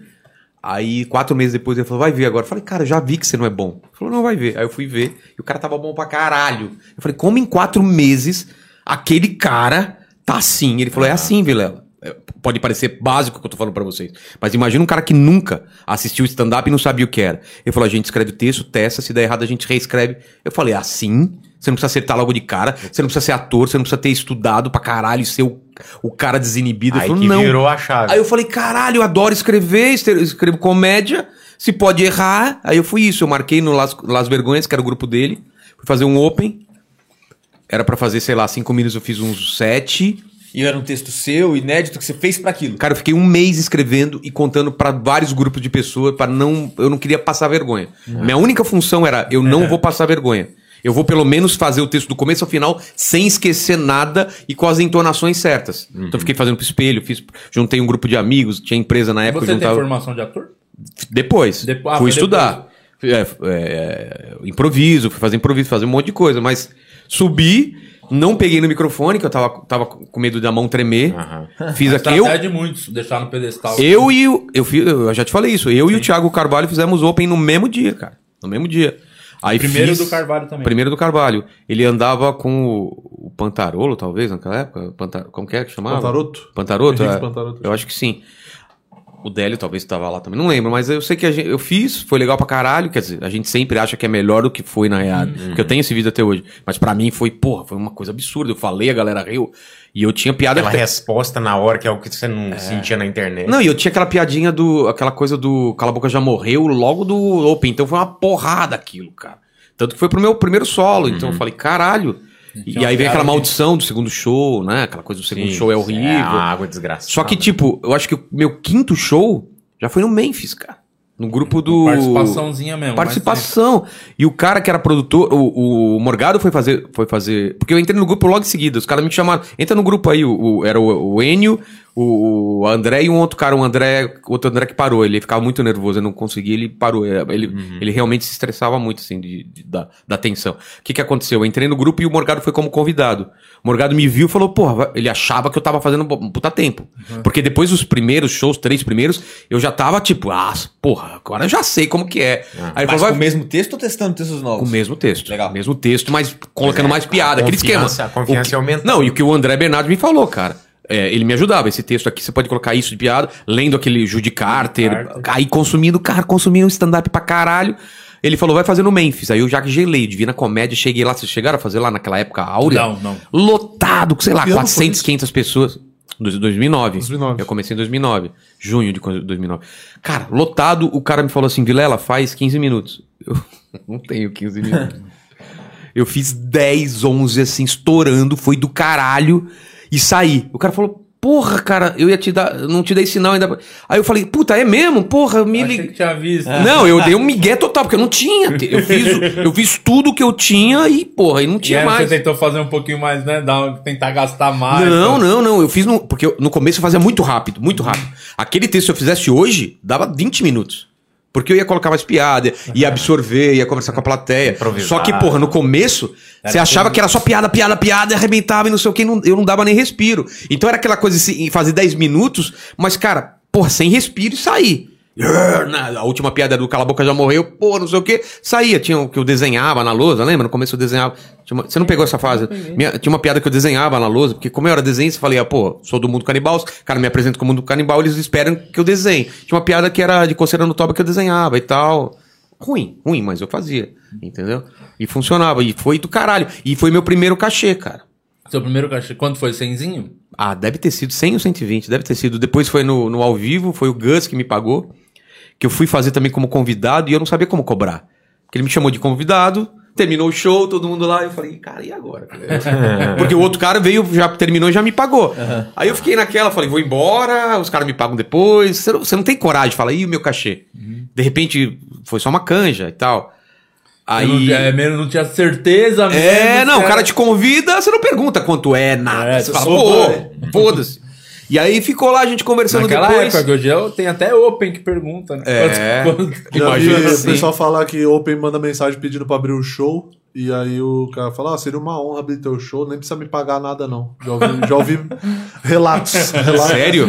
Speaker 3: Aí, quatro meses depois, ele falou, vai ver agora. Eu falei, cara, eu já vi que você não é bom. Ele falou, não, vai ver. Aí eu fui ver, e o cara tava bom pra caralho. Eu falei, como em quatro meses aquele cara tá assim? Ele falou, é assim, Vilela. É, Pode parecer básico o que eu tô falando pra vocês. Mas imagina um cara que nunca assistiu stand-up e não sabia o que era. Ele falou, a gente escreve o texto, testa, se der errado a gente reescreve. Eu falei, é assim? Você não precisa acertar logo de cara, você não precisa ser ator, você não precisa ter estudado pra caralho e ser o, o cara desinibido.
Speaker 7: Aí
Speaker 3: ele
Speaker 7: que
Speaker 3: falou, não.
Speaker 7: virou a chave.
Speaker 3: Aí eu falei, caralho, eu adoro escrever, este- escrevo comédia, se pode errar. Aí eu fui isso, eu marquei no Las, Las Vergonhas, que era o grupo dele, fui fazer um open. Era pra fazer, sei lá, cinco minutos, eu fiz uns sete.
Speaker 4: E era um texto seu, inédito que você fez pra aquilo.
Speaker 3: Cara, eu fiquei um mês escrevendo e contando pra vários grupos de pessoas, para não, eu não queria passar vergonha. Minha única função era, eu não vou passar vergonha. Eu vou pelo menos fazer o texto do começo ao final sem esquecer nada e com as entonações certas. Então eu fiquei fazendo pro espelho, fiz, juntei um grupo de amigos, tinha empresa na época, eu
Speaker 1: Você tem
Speaker 3: juntava.
Speaker 1: formação de ator?
Speaker 3: Depois.
Speaker 1: Depo- ah,
Speaker 3: fui
Speaker 1: foi
Speaker 3: estudar. Fui- é, f- é, é, improviso, fui fazer improviso, fazer um monte de coisa, mas subi, não peguei no microfone, que eu tava, tava com medo da mão tremer. Fiz aqui. Eu,
Speaker 1: Estratégia tá de muitos, deixar no pedestal.
Speaker 3: eu e o. Eu, fi- eu já te falei isso. Eu e o Thiago Carvalho fizemos open no mesmo dia, cara. No mesmo dia. Aí
Speaker 1: Primeiro
Speaker 3: fiz-
Speaker 1: do Carvalho também.
Speaker 3: Primeiro do Carvalho. Ele andava com o, o Pantarolo, talvez, naquela época. Panta- como que é que chamava?
Speaker 2: Pantaroto?
Speaker 3: Pantaroto?
Speaker 2: Henrique
Speaker 3: é.
Speaker 2: Pantaroto.
Speaker 3: Eu acho que sim. O Délio talvez estava lá também, não lembro, mas eu sei que a gente- eu fiz, foi legal pra caralho, quer dizer, a gente sempre acha que é melhor do que foi na real, porque eu tenho esse vídeo até hoje, mas pra mim foi, porra, foi uma coisa absurda, eu falei, a galera riu, e eu tinha piada...
Speaker 7: Aquela
Speaker 3: até-
Speaker 7: resposta na hora, que é o que você não sentia na internet.
Speaker 3: Não, e eu tinha aquela piadinha do. aquela coisa do Cala a Boca já morreu logo do Open. Então foi uma porrada aquilo, cara. Tanto que foi pro meu primeiro solo. Então eu falei, caralho. E, aí vem aquela maldição do segundo show, né? Aquela coisa do segundo
Speaker 7: Sim, Ah,
Speaker 3: show é horrível.
Speaker 7: uma água desgraçada.
Speaker 3: Só que, tipo, eu acho que o meu quinto show já foi no Memphis, cara. No grupo do.
Speaker 1: Participaçãozinha
Speaker 7: né?
Speaker 1: mesmo. mas-
Speaker 3: Participação. E o cara que era produtor, o, o Morgado foi fazer, foi fazer. Porque eu entrei no grupo logo em seguida. Os caras me chamaram. Entra no grupo aí. O, o- era o, o Enio, o, o André e um outro cara, um André, outro André que parou. Ele ficava muito nervoso, eu não conseguia, ele parou. É, Ele, ele-
Speaker 4: Uhum.
Speaker 3: ele realmente se estressava muito, assim, de, de- da, da tensão. O que, que aconteceu? Eu entrei no grupo e o Morgado foi como convidado. O Morgado me viu e falou, porra, vai- ele achava que eu tava fazendo um puta tempo.
Speaker 4: Uhum.
Speaker 3: Porque depois dos primeiros shows, três primeiros, eu já tava tipo, ah, porra, agora eu já sei como que é. Aí ele
Speaker 4: Ah, Mas
Speaker 3: falou,
Speaker 4: com
Speaker 3: vai
Speaker 4: o mesmo texto ou testando textos
Speaker 3: com
Speaker 4: novos?
Speaker 3: o mesmo texto.
Speaker 4: Legal.
Speaker 3: Mesmo texto, mas colocando mais piada, aquele esquema.
Speaker 7: É, confiança- a confiança é
Speaker 3: O que-
Speaker 7: ia aumentando.
Speaker 3: Não, e o que o André Bernardo me falou, cara. é, ele me ajudava. Esse texto aqui, você pode colocar isso de piada, lendo aquele Judy Carter, aí consumindo, cara, consumindo stand-up pra caralho. Ele falou, vai fazer no Memphis. Aí eu já gelei, divina comédia, cheguei lá. Vocês chegaram a fazer lá naquela época a áurea?
Speaker 1: Não, não.
Speaker 3: Lotado, com, sei lá,
Speaker 2: Que ano foi
Speaker 3: 400,
Speaker 2: isso?
Speaker 3: 500 pessoas. Dois- 2009.
Speaker 2: 2009.
Speaker 3: Eu comecei em 2009. Junho de 2009. Cara, lotado, o cara me falou assim, Vilela, faz 15 minutos. Eu não tenho 15 minutos. Eu fiz 10, 11, assim, estourando, foi do caralho, e saí. O cara falou, porra, cara, eu ia te dar, eu não te dei sinal ainda. Aí eu falei, puta, é mesmo? Porra, me
Speaker 1: Achei
Speaker 3: liga.
Speaker 1: que tinha visto.
Speaker 3: Não, eu dei um migué total, porque eu não tinha. Eu fiz, o- eu fiz tudo que eu tinha e, porra, e não
Speaker 1: E
Speaker 3: tinha
Speaker 1: aí
Speaker 3: mais.
Speaker 1: você tentou fazer um pouquinho mais, né? Dar, tentar gastar mais. né?
Speaker 3: Não, não, não. Eu fiz no. Porque eu- no começo eu fazia muito rápido, muito rápido. Aquele texto, se eu fizesse hoje, dava 20 minutos. Porque eu ia colocar mais piada, ia absorver, ia conversar com a plateia.
Speaker 7: Improvisar.
Speaker 3: Só que, porra, no começo, você achava que era só piada, piada, piada, e arrebentava e não sei o que, eu não dava nem respiro. Então era aquela coisa assim, fazer 10 minutos, mas, cara, porra, sem respiro e sair. Urr, na- A última piada do Cala a Boca já morreu, pô, não sei o que. Saía, tinha o que eu desenhava na lousa, lembra? No começo eu desenhava. Tinha uma- você não pegou essa fase? Minha- tinha uma piada que eu desenhava na lousa, porque como eu era desenhista, eu falei, ah, pô, sou do mundo canibal, os caras me apresentam como mundo canibal, eles esperam que eu desenhe. Tinha uma piada que era de coceira no toba que eu desenhava e tal. Ruim, ruim, mas eu fazia, entendeu? E funcionava, e foi do caralho. E foi meu primeiro cachê, cara.
Speaker 1: Seu primeiro cachê, quanto foi? Cenzinho?
Speaker 3: Ah, deve ter sido 100 ou 120, deve ter sido. Depois foi no, no ao vivo, foi o Gus que me pagou, que eu fui fazer também como convidado e eu não sabia como cobrar. Porque ele me chamou de convidado, terminou o show, todo mundo lá, eu falei, cara, e agora?
Speaker 7: É.
Speaker 3: Porque o outro cara veio, já terminou e já me pagou. Aí eu fiquei naquela, falei, vou embora, os caras me pagam depois. Você não, você não tem coragem, fala, e o meu cachê?
Speaker 1: Uhum.
Speaker 3: De repente foi só uma canja e tal.
Speaker 1: Eu
Speaker 3: Aí.
Speaker 1: Não, é, mesmo não tinha certeza mesmo.
Speaker 3: É, não,
Speaker 1: se
Speaker 3: o cara
Speaker 1: era-
Speaker 3: te convida, você não pergunta quanto é, nada.
Speaker 1: É,
Speaker 3: você
Speaker 1: você
Speaker 3: fala,
Speaker 1: só
Speaker 3: pô, foda-se. E aí ficou lá a gente conversando
Speaker 1: Naquela
Speaker 3: depois.
Speaker 1: época, que hoje eu tenho até Open que pergunta, né?
Speaker 3: É.
Speaker 1: Quanto- quanto-
Speaker 2: Já vi
Speaker 3: Imagina
Speaker 2: o
Speaker 3: assim.
Speaker 2: pessoal falar que Open manda mensagem pedindo pra abrir o show. E aí o cara fala, ah, seria uma honra abrir teu show, nem precisa me pagar nada não. Já ouvi, já ouvi relatos, relatos.
Speaker 3: Sério?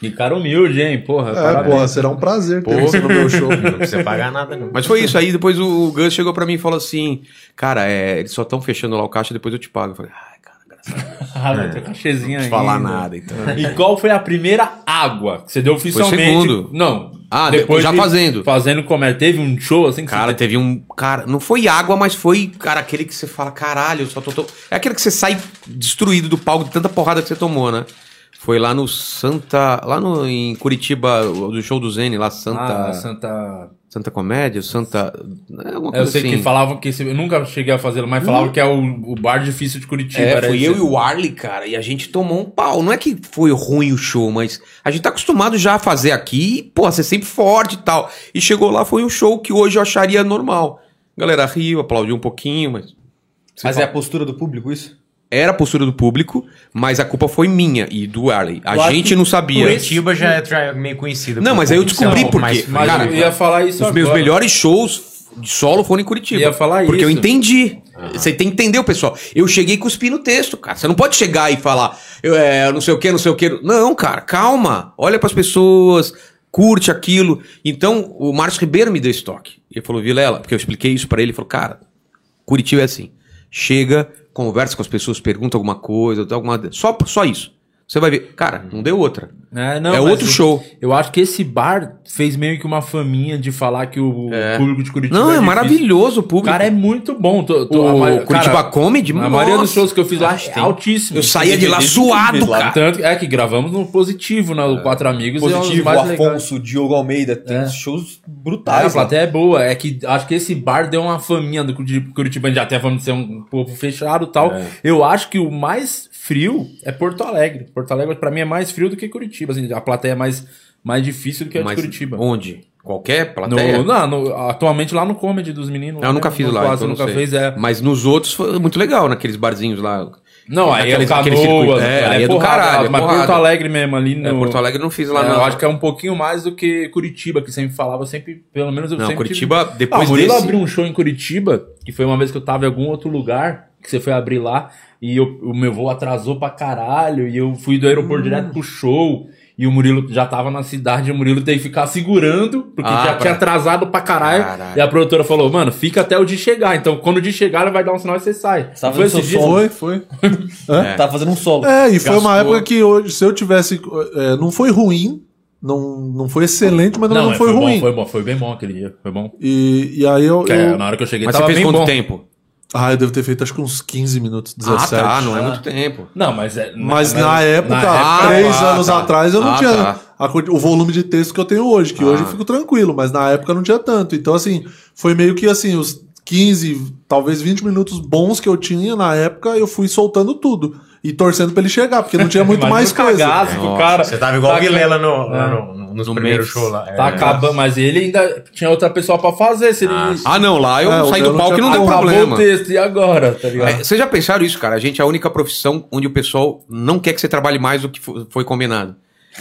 Speaker 1: E cara humilde, hein? Porra,
Speaker 2: É,
Speaker 1: parabéns.
Speaker 2: porra, será um prazer ter você no meu show.
Speaker 7: Não precisa pagar nada, não.
Speaker 3: Mas foi isso. Aí depois o Gus chegou pra mim e falou assim: Cara, é, eles só estão fechando lá o caixa, depois eu te pago. Eu falei, ai, cara, graças a Deus.
Speaker 1: Ah, vai ter cachezinho
Speaker 3: É. Não
Speaker 1: aí. né?
Speaker 3: te falar nada, então.
Speaker 1: E qual foi a primeira água que você deu oficialmente?
Speaker 3: segundo.
Speaker 1: Não.
Speaker 3: Ah, depois já
Speaker 1: de-
Speaker 3: fazendo.
Speaker 1: Fazendo comédia. Teve um show assim que
Speaker 3: Cara,
Speaker 1: você...
Speaker 3: teve um. Cara, não foi água, mas foi, cara, aquele que você fala, caralho, eu só tô, tô-" É aquele que você sai destruído do palco de tanta porrada que você tomou, né? Foi lá no Santa. Lá no, em Curitiba, o- do show do Zene, lá Santa.
Speaker 1: Ah, Santa...
Speaker 3: Santa Comédia, Santa. É alguma
Speaker 1: Eu
Speaker 3: coisa
Speaker 1: sei
Speaker 3: assim.
Speaker 1: que falavam que... esse- Eu nunca cheguei a fazê-lo, mas falavam que é o, o bar difícil de Curitiba.
Speaker 3: É,
Speaker 1: era
Speaker 3: foi
Speaker 1: esse.
Speaker 3: eu e o Arley, cara, e a gente tomou um pau. Não é que foi ruim o show, mas a gente tá acostumado já a fazer aqui, e, pô, ser sempre forte e tal. E chegou lá, foi um show que hoje eu acharia normal. A galera riu, aplaudiu um pouquinho, mas.
Speaker 4: Mas
Speaker 3: Você
Speaker 4: é a
Speaker 3: fala-
Speaker 4: postura do público isso?
Speaker 3: Era a postura do público, mas a culpa foi minha e do Arley. A
Speaker 1: Eu acho
Speaker 3: gente
Speaker 1: que
Speaker 3: não sabia.
Speaker 7: Curitiba já é, já é meio conhecida.
Speaker 3: Não,
Speaker 7: por-
Speaker 3: mas aí eu
Speaker 7: por ser
Speaker 3: descobri
Speaker 7: um pouco
Speaker 3: por
Speaker 7: mais
Speaker 3: quê.
Speaker 7: frio.
Speaker 1: Mas
Speaker 3: Cara,
Speaker 1: eu ia falar isso
Speaker 3: tá Os meus
Speaker 1: Então agora.
Speaker 3: melhores shows de solo foram em Curitiba.
Speaker 1: Ia falar
Speaker 3: porque eu
Speaker 1: isso. Ah.
Speaker 3: entendi. Você tem que entender o pessoal. Eu cheguei e cuspi no texto, cara. Você não pode chegar e falar, eu, é, não sei o que, não sei o que. Não, cara, calma. Olha pras pessoas, curte aquilo. Então, o Márcio Ribeiro me deu esse toque. Ele falou, Vilela, porque eu expliquei isso pra ele. Ele falou, cara, Curitiba é assim. Chega, conversa com as pessoas, pergunta alguma coisa, dá alguma... só, só isso. Você vai ver, cara, não deu outra.
Speaker 1: É, não,
Speaker 3: é
Speaker 1: mas
Speaker 3: outro
Speaker 1: eu-
Speaker 3: show.
Speaker 1: Eu acho que esse bar fez meio que uma faminha de falar que o
Speaker 3: É.
Speaker 1: público de Curitiba.
Speaker 3: Não, é,
Speaker 1: difícil.
Speaker 3: maravilhoso o
Speaker 1: O
Speaker 3: público.
Speaker 1: cara é muito bom. Tô, tô-
Speaker 3: o
Speaker 1: a ma-
Speaker 3: Curitiba
Speaker 1: cara,
Speaker 3: Comedy,
Speaker 1: A maioria dos
Speaker 3: nossa.
Speaker 1: shows que eu fiz lá é
Speaker 3: tem.
Speaker 1: altíssimo.
Speaker 3: Eu saía de lá
Speaker 1: Isso
Speaker 3: suado,
Speaker 1: lá,
Speaker 3: cara. É.
Speaker 1: Tanto é que gravamos no Positivo, na Quatro Amigos.
Speaker 4: Positivo,
Speaker 1: e é um dos mais legais.
Speaker 4: Afonso, Diogo Almeida, tem
Speaker 1: É.
Speaker 4: shows
Speaker 3: Tá,
Speaker 1: Ah, a
Speaker 4: brutais. né? lá.
Speaker 1: plateia é boa. É que acho que esse bar deu uma faminha do Curitiba. Curitiba já tem a fama de ser um povo fechado e
Speaker 3: É.
Speaker 1: tal. Eu acho que o mais frio é Porto Alegre. Porto Alegre, pra mim, é mais frio do que Curitiba. assim, a plateia é mais, mais difícil do que a de
Speaker 3: Mas
Speaker 1: Curitiba.
Speaker 3: Onde? Qualquer plateia?
Speaker 1: No, não, no- atualmente lá no comedy dos meninos. né,
Speaker 3: Eu nunca fiz
Speaker 1: No
Speaker 3: lá,
Speaker 1: Quase,
Speaker 3: então não
Speaker 1: nunca
Speaker 3: sei.
Speaker 1: fez, é.
Speaker 3: Mas nos outros foi muito legal, naqueles barzinhos lá.
Speaker 1: Não, aí é o
Speaker 3: Naqueles- naqueles
Speaker 1: Canoas,
Speaker 3: circuitos. É,
Speaker 1: cara,
Speaker 3: aí é do
Speaker 1: porrada,
Speaker 3: caralho, é
Speaker 1: Mas
Speaker 3: porrada.
Speaker 1: Porto Alegre mesmo, ali no...
Speaker 3: É, Porto Alegre eu não fiz lá,
Speaker 1: É,
Speaker 3: não.
Speaker 1: eu acho que é um pouquinho mais do que Curitiba, que sempre falava, sempre, pelo menos eu
Speaker 3: Não,
Speaker 1: sempre...
Speaker 3: Curitiba,
Speaker 1: tive... Ah, o
Speaker 3: depois
Speaker 1: Murilo
Speaker 3: desse...
Speaker 1: abriu um show em Curitiba, que foi uma vez que eu tava em algum outro lugar, que você foi abrir lá, e eu- o meu voo atrasou pra caralho, e eu fui do
Speaker 3: Hum.
Speaker 1: aeroporto direto pro show... E o Murilo já tava na cidade, e o Murilo teve que ficar segurando, porque
Speaker 3: Ah,
Speaker 1: já
Speaker 3: pra-
Speaker 1: tinha atrasado pra caralho.
Speaker 3: Caralho.
Speaker 1: E a produtora falou, mano, fica até o de chegar. Então, quando o de chegar, ele vai dar um sinal e você sai.
Speaker 4: Tava
Speaker 1: Foi
Speaker 4: no seu
Speaker 1: esse dia?
Speaker 4: som.
Speaker 2: Foi, foi.
Speaker 3: É.
Speaker 4: Tá fazendo um solo.
Speaker 2: É, e foi uma
Speaker 3: Gastou.
Speaker 2: época que hoje, se eu tivesse. é, não foi ruim, não, não foi excelente, mas não, não
Speaker 1: é,
Speaker 2: foi, ruim.
Speaker 1: Bom, foi É, bom, foi bem bom aquele dia. Foi bom.
Speaker 2: E, e aí eu.
Speaker 1: Porque
Speaker 2: eu-
Speaker 1: na hora que eu cheguei,
Speaker 3: Mas
Speaker 1: tava
Speaker 3: você fez
Speaker 1: bem
Speaker 3: quanto
Speaker 1: bom.
Speaker 3: tempo?
Speaker 2: Ah, eu devo ter feito acho que uns 15 minutos, 17.
Speaker 3: Ah, tá, não é muito tempo.
Speaker 1: Não, mas... É,
Speaker 2: Mas na época,
Speaker 3: época-
Speaker 2: três
Speaker 3: Ah, tá.
Speaker 2: anos atrás, eu não
Speaker 3: Ah,
Speaker 2: tinha
Speaker 3: tá.
Speaker 2: a quanti- o volume de texto que eu tenho hoje, que
Speaker 3: Ah.
Speaker 2: hoje eu fico tranquilo, mas na época não tinha tanto. Então, assim, foi meio que assim, os 15, talvez 20 minutos bons que eu tinha na época, eu fui soltando tudo. E torcendo pra ele chegar, porque não tinha muito mais coisa.
Speaker 1: cagaço que o
Speaker 3: Nossa,
Speaker 1: cara...
Speaker 7: Você tava igual
Speaker 1: Tá
Speaker 7: o Vilela no, lá
Speaker 1: É.
Speaker 7: no, no, nos
Speaker 3: No
Speaker 7: primeiros
Speaker 3: Memphis.
Speaker 7: shows lá. É,
Speaker 1: Tá
Speaker 4: É.
Speaker 1: acabando, mas ele ainda tinha outra pessoa pra fazer. Se ele
Speaker 3: Ah, não, lá eu
Speaker 2: É, o
Speaker 3: saí
Speaker 2: meu
Speaker 3: do
Speaker 2: não
Speaker 3: palco e
Speaker 2: tinha
Speaker 3: não deu
Speaker 1: acabou
Speaker 3: problema.
Speaker 1: o texto, e agora? Tá ligado?
Speaker 3: É, vocês já pensaram isso, cara? A gente é a única profissão onde o pessoal não quer que você trabalhe mais do que fo- foi combinado.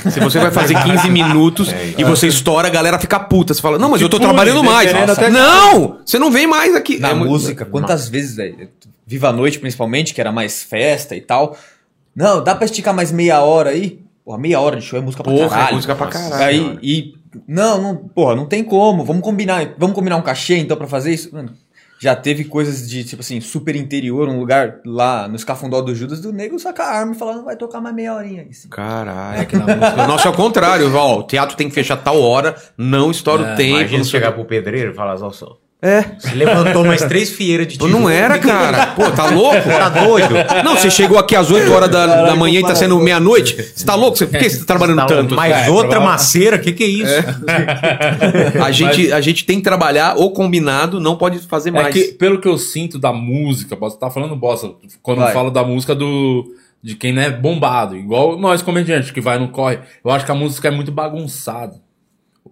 Speaker 3: Se você vai fazer 15 minutos e você estoura, a galera fica puta. Você fala, não, mas eu tô
Speaker 1: pune,
Speaker 3: trabalhando mais.
Speaker 1: dependendo até-
Speaker 3: Não! Você não vem mais aqui.
Speaker 4: Na
Speaker 3: É muito-
Speaker 4: música, quantas vezes, velho? Viva a Noite, principalmente, que era mais festa e tal. Não, dá pra esticar mais meia hora aí? Porra, meia hora de show é música pra
Speaker 3: Porra,
Speaker 4: caralho.
Speaker 3: é música pra
Speaker 7: Nossa.
Speaker 3: caralho.
Speaker 4: Aí, e. Não, não, porra, não tem como. Vamos combinar. Vamos combinar um cachê então pra fazer isso? Mano, já teve coisas de, tipo assim, super interior, um lugar lá no escafundó do Judas, do nego sacar a arma e falar, não vai tocar mais meia horinha. aí, Assim.
Speaker 3: Caralho. O nosso é o contrário, Val. O teatro tem que fechar tal hora, não estoura o tempo.
Speaker 7: Imagina
Speaker 3: não
Speaker 7: você
Speaker 3: sei o
Speaker 7: chegar pro pedreiro e falar, ó, só. É. Você levantou mais três fieiras de
Speaker 3: Pô, Não
Speaker 7: tijolo.
Speaker 3: era, cara. Pô, tá louco? Tá doido? Não, você chegou aqui às 8 horas da, da manhã e tá sendo meia-noite? Você tá louco? Você, por que você tá trabalhando
Speaker 7: Tá,
Speaker 3: tanto?
Speaker 7: Mais
Speaker 1: É,
Speaker 7: outra
Speaker 1: provavelmente.
Speaker 7: maceira? O que, que é isso?
Speaker 3: A gente, a gente tem que trabalhar ou combinado, não pode fazer
Speaker 1: É
Speaker 3: mais.
Speaker 1: que, pelo que eu sinto da música, posso estar falando bosta, quando
Speaker 4: Vai.
Speaker 1: eu falo da música do de quem não é bombado, igual nós comediantes que vai no corre. Eu acho que a música é muito bagunçada.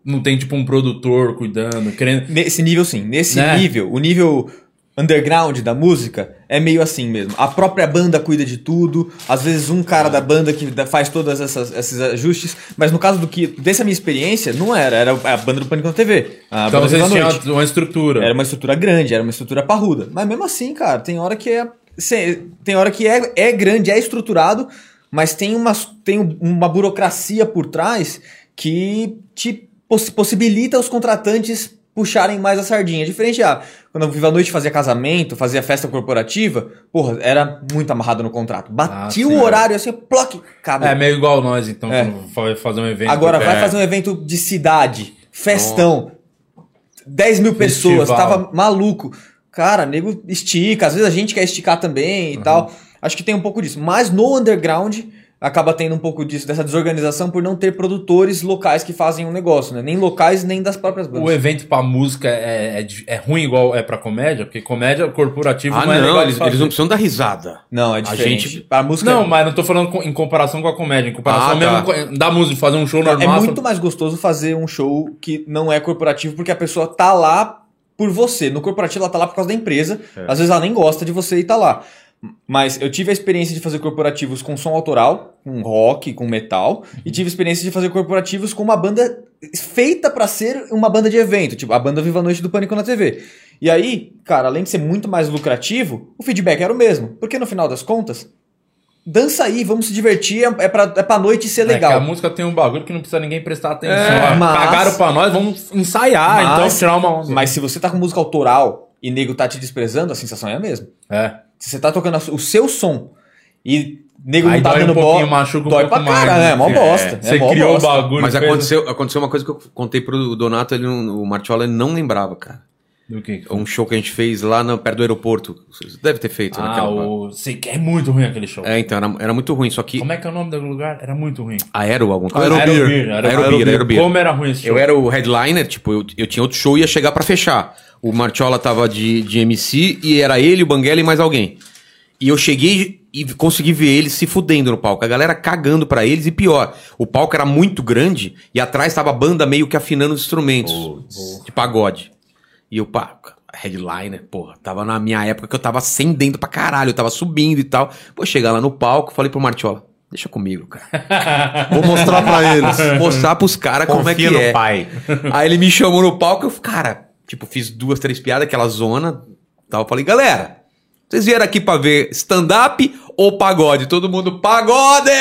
Speaker 1: Não tem tipo um produtor cuidando, querendo.
Speaker 4: Nesse nível, sim. Nesse
Speaker 1: Né?
Speaker 4: nível, o nível underground da música é meio assim mesmo. A própria banda cuida de tudo. Às vezes um cara da banda que da- faz todas essas esses ajustes. Mas no caso do que dessa minha experiência, não era. Era a banda do Pânico na TV.
Speaker 3: Ah,
Speaker 4: A
Speaker 1: Então
Speaker 4: banda
Speaker 1: vocês
Speaker 4: da
Speaker 1: tinham
Speaker 4: noite.
Speaker 1: uma estrutura.
Speaker 4: Era uma estrutura grande, era uma estrutura parruda. Mas mesmo assim, cara, tem hora que é. cê- Tem hora que é, é grande, é estruturado, mas tem uma, tem uma burocracia por trás que te poss- possibilita os contratantes puxarem mais a sardinha. Diferente, ah, quando eu vivo à noite fazia casamento, fazia festa corporativa, porra, era muito amarrado no contrato. Bati
Speaker 1: Ah, sim,
Speaker 4: o horário assim, ploc, acabou.
Speaker 1: É meio igual nós, então,
Speaker 4: É.
Speaker 1: quando vai fazer um evento.
Speaker 4: Agora vai
Speaker 1: É.
Speaker 4: fazer um evento de cidade, festão, 10 mil pessoas,
Speaker 1: Festival.
Speaker 4: tava maluco. Cara, nego estica, às vezes a gente quer esticar também e tal. Acho que tem um pouco disso. Mas no underground acaba tendo um pouco disso, dessa desorganização por não ter produtores locais que fazem um negócio, né? Nem locais, nem das próprias bandas.
Speaker 1: O evento pra música é, é, di- é ruim igual é pra comédia, porque comédia corporativa
Speaker 3: ah,
Speaker 1: não é
Speaker 3: não,
Speaker 1: legal
Speaker 3: eles,
Speaker 1: de fazer.
Speaker 3: eles não precisam dar risada.
Speaker 4: Não, é diferente.
Speaker 1: gente-
Speaker 4: Pra música
Speaker 1: Não,
Speaker 4: é-
Speaker 1: mas não tô falando com- em comparação com a comédia, em comparação
Speaker 3: Ah, tá.
Speaker 1: mesmo com- da música, fazer um show
Speaker 4: Não, é
Speaker 1: normal.
Speaker 4: muito mais gostoso fazer um show que não é corporativo, porque a pessoa tá lá por você. No corporativo, ela tá lá por causa da empresa.
Speaker 1: É.
Speaker 4: Às vezes ela nem gosta de você e tá lá. Mas eu tive a experiência de fazer corporativos com som autoral, com rock, com metal, e tive a experiência de fazer corporativos com uma banda feita pra ser uma banda de evento, tipo a banda Viva a Noite do Pânico na TV. E aí, cara, além de ser muito mais lucrativo, o feedback era o mesmo, porque no final das contas, dança aí, vamos se divertir, é é pra, é pra noite ser
Speaker 1: É
Speaker 4: legal.
Speaker 1: que a música tem um bagulho que não precisa ninguém prestar atenção.
Speaker 4: É,
Speaker 1: Ah,
Speaker 4: mas-
Speaker 1: Cagaram pra nós, vamos ensaiar,
Speaker 4: Mas-
Speaker 1: então tirar uma onda.
Speaker 4: Mas se você tá com música autoral e nego tá te desprezando, a sensação é a mesma.
Speaker 1: É.
Speaker 4: Se você tá tocando a su- o seu som e nego não
Speaker 1: Aí
Speaker 4: tá
Speaker 1: dói um
Speaker 4: dando
Speaker 1: pouquinho,
Speaker 4: bola.
Speaker 1: machuca um
Speaker 4: Dói
Speaker 1: pouco
Speaker 4: pra cara,
Speaker 1: mais,
Speaker 4: né? É mó
Speaker 1: né?
Speaker 4: bosta.
Speaker 1: Você
Speaker 4: é mó
Speaker 1: criou
Speaker 4: bosta.
Speaker 1: o bagulho.
Speaker 3: Mas
Speaker 1: fez-
Speaker 3: aconteceu, aconteceu uma coisa que eu contei pro Donato, ele não- o Martiola ele não lembrava, cara.
Speaker 1: Do quê?
Speaker 3: Um show que a gente fez lá na, perto do aeroporto. Você deve ter feito
Speaker 1: Ah,
Speaker 3: naquela-
Speaker 1: o... Sei que é muito ruim aquele show.
Speaker 3: É, então, era, era muito ruim, só que.
Speaker 1: Como é que é o nome do lugar? Era muito ruim.
Speaker 3: Aero, alguma coisa?
Speaker 2: Aerobir.
Speaker 3: Aerobir, Aerobir.
Speaker 1: Como era ruim esse show?
Speaker 3: Eu era o headliner, tipo, eu, eu tinha outro show e ia chegar pra fechar. O Martiola tava de, de MC e era ele, o Banguela e mais alguém. E eu cheguei e consegui ver eles se fudendo no palco. A galera cagando pra eles e pior, o palco era muito grande e atrás tava a banda meio que afinando os instrumentos de pagode. E eu, pá, headliner, porra, tava na minha época que eu tava acendendo pra caralho, eu tava subindo e tal. Vou chegar lá no palco, falei pro Martiola, deixa comigo, cara.
Speaker 2: Vou mostrar pra eles.
Speaker 3: mostrar pros caras como é que
Speaker 7: Confia no
Speaker 3: é.
Speaker 7: pai.
Speaker 3: Aí ele me chamou no palco, eu, cara, tipo, fiz duas, três piadas, aquela zona, tal, eu falei, galera, vocês vieram aqui pra ver stand-up ou pagode? Todo mundo, pagode!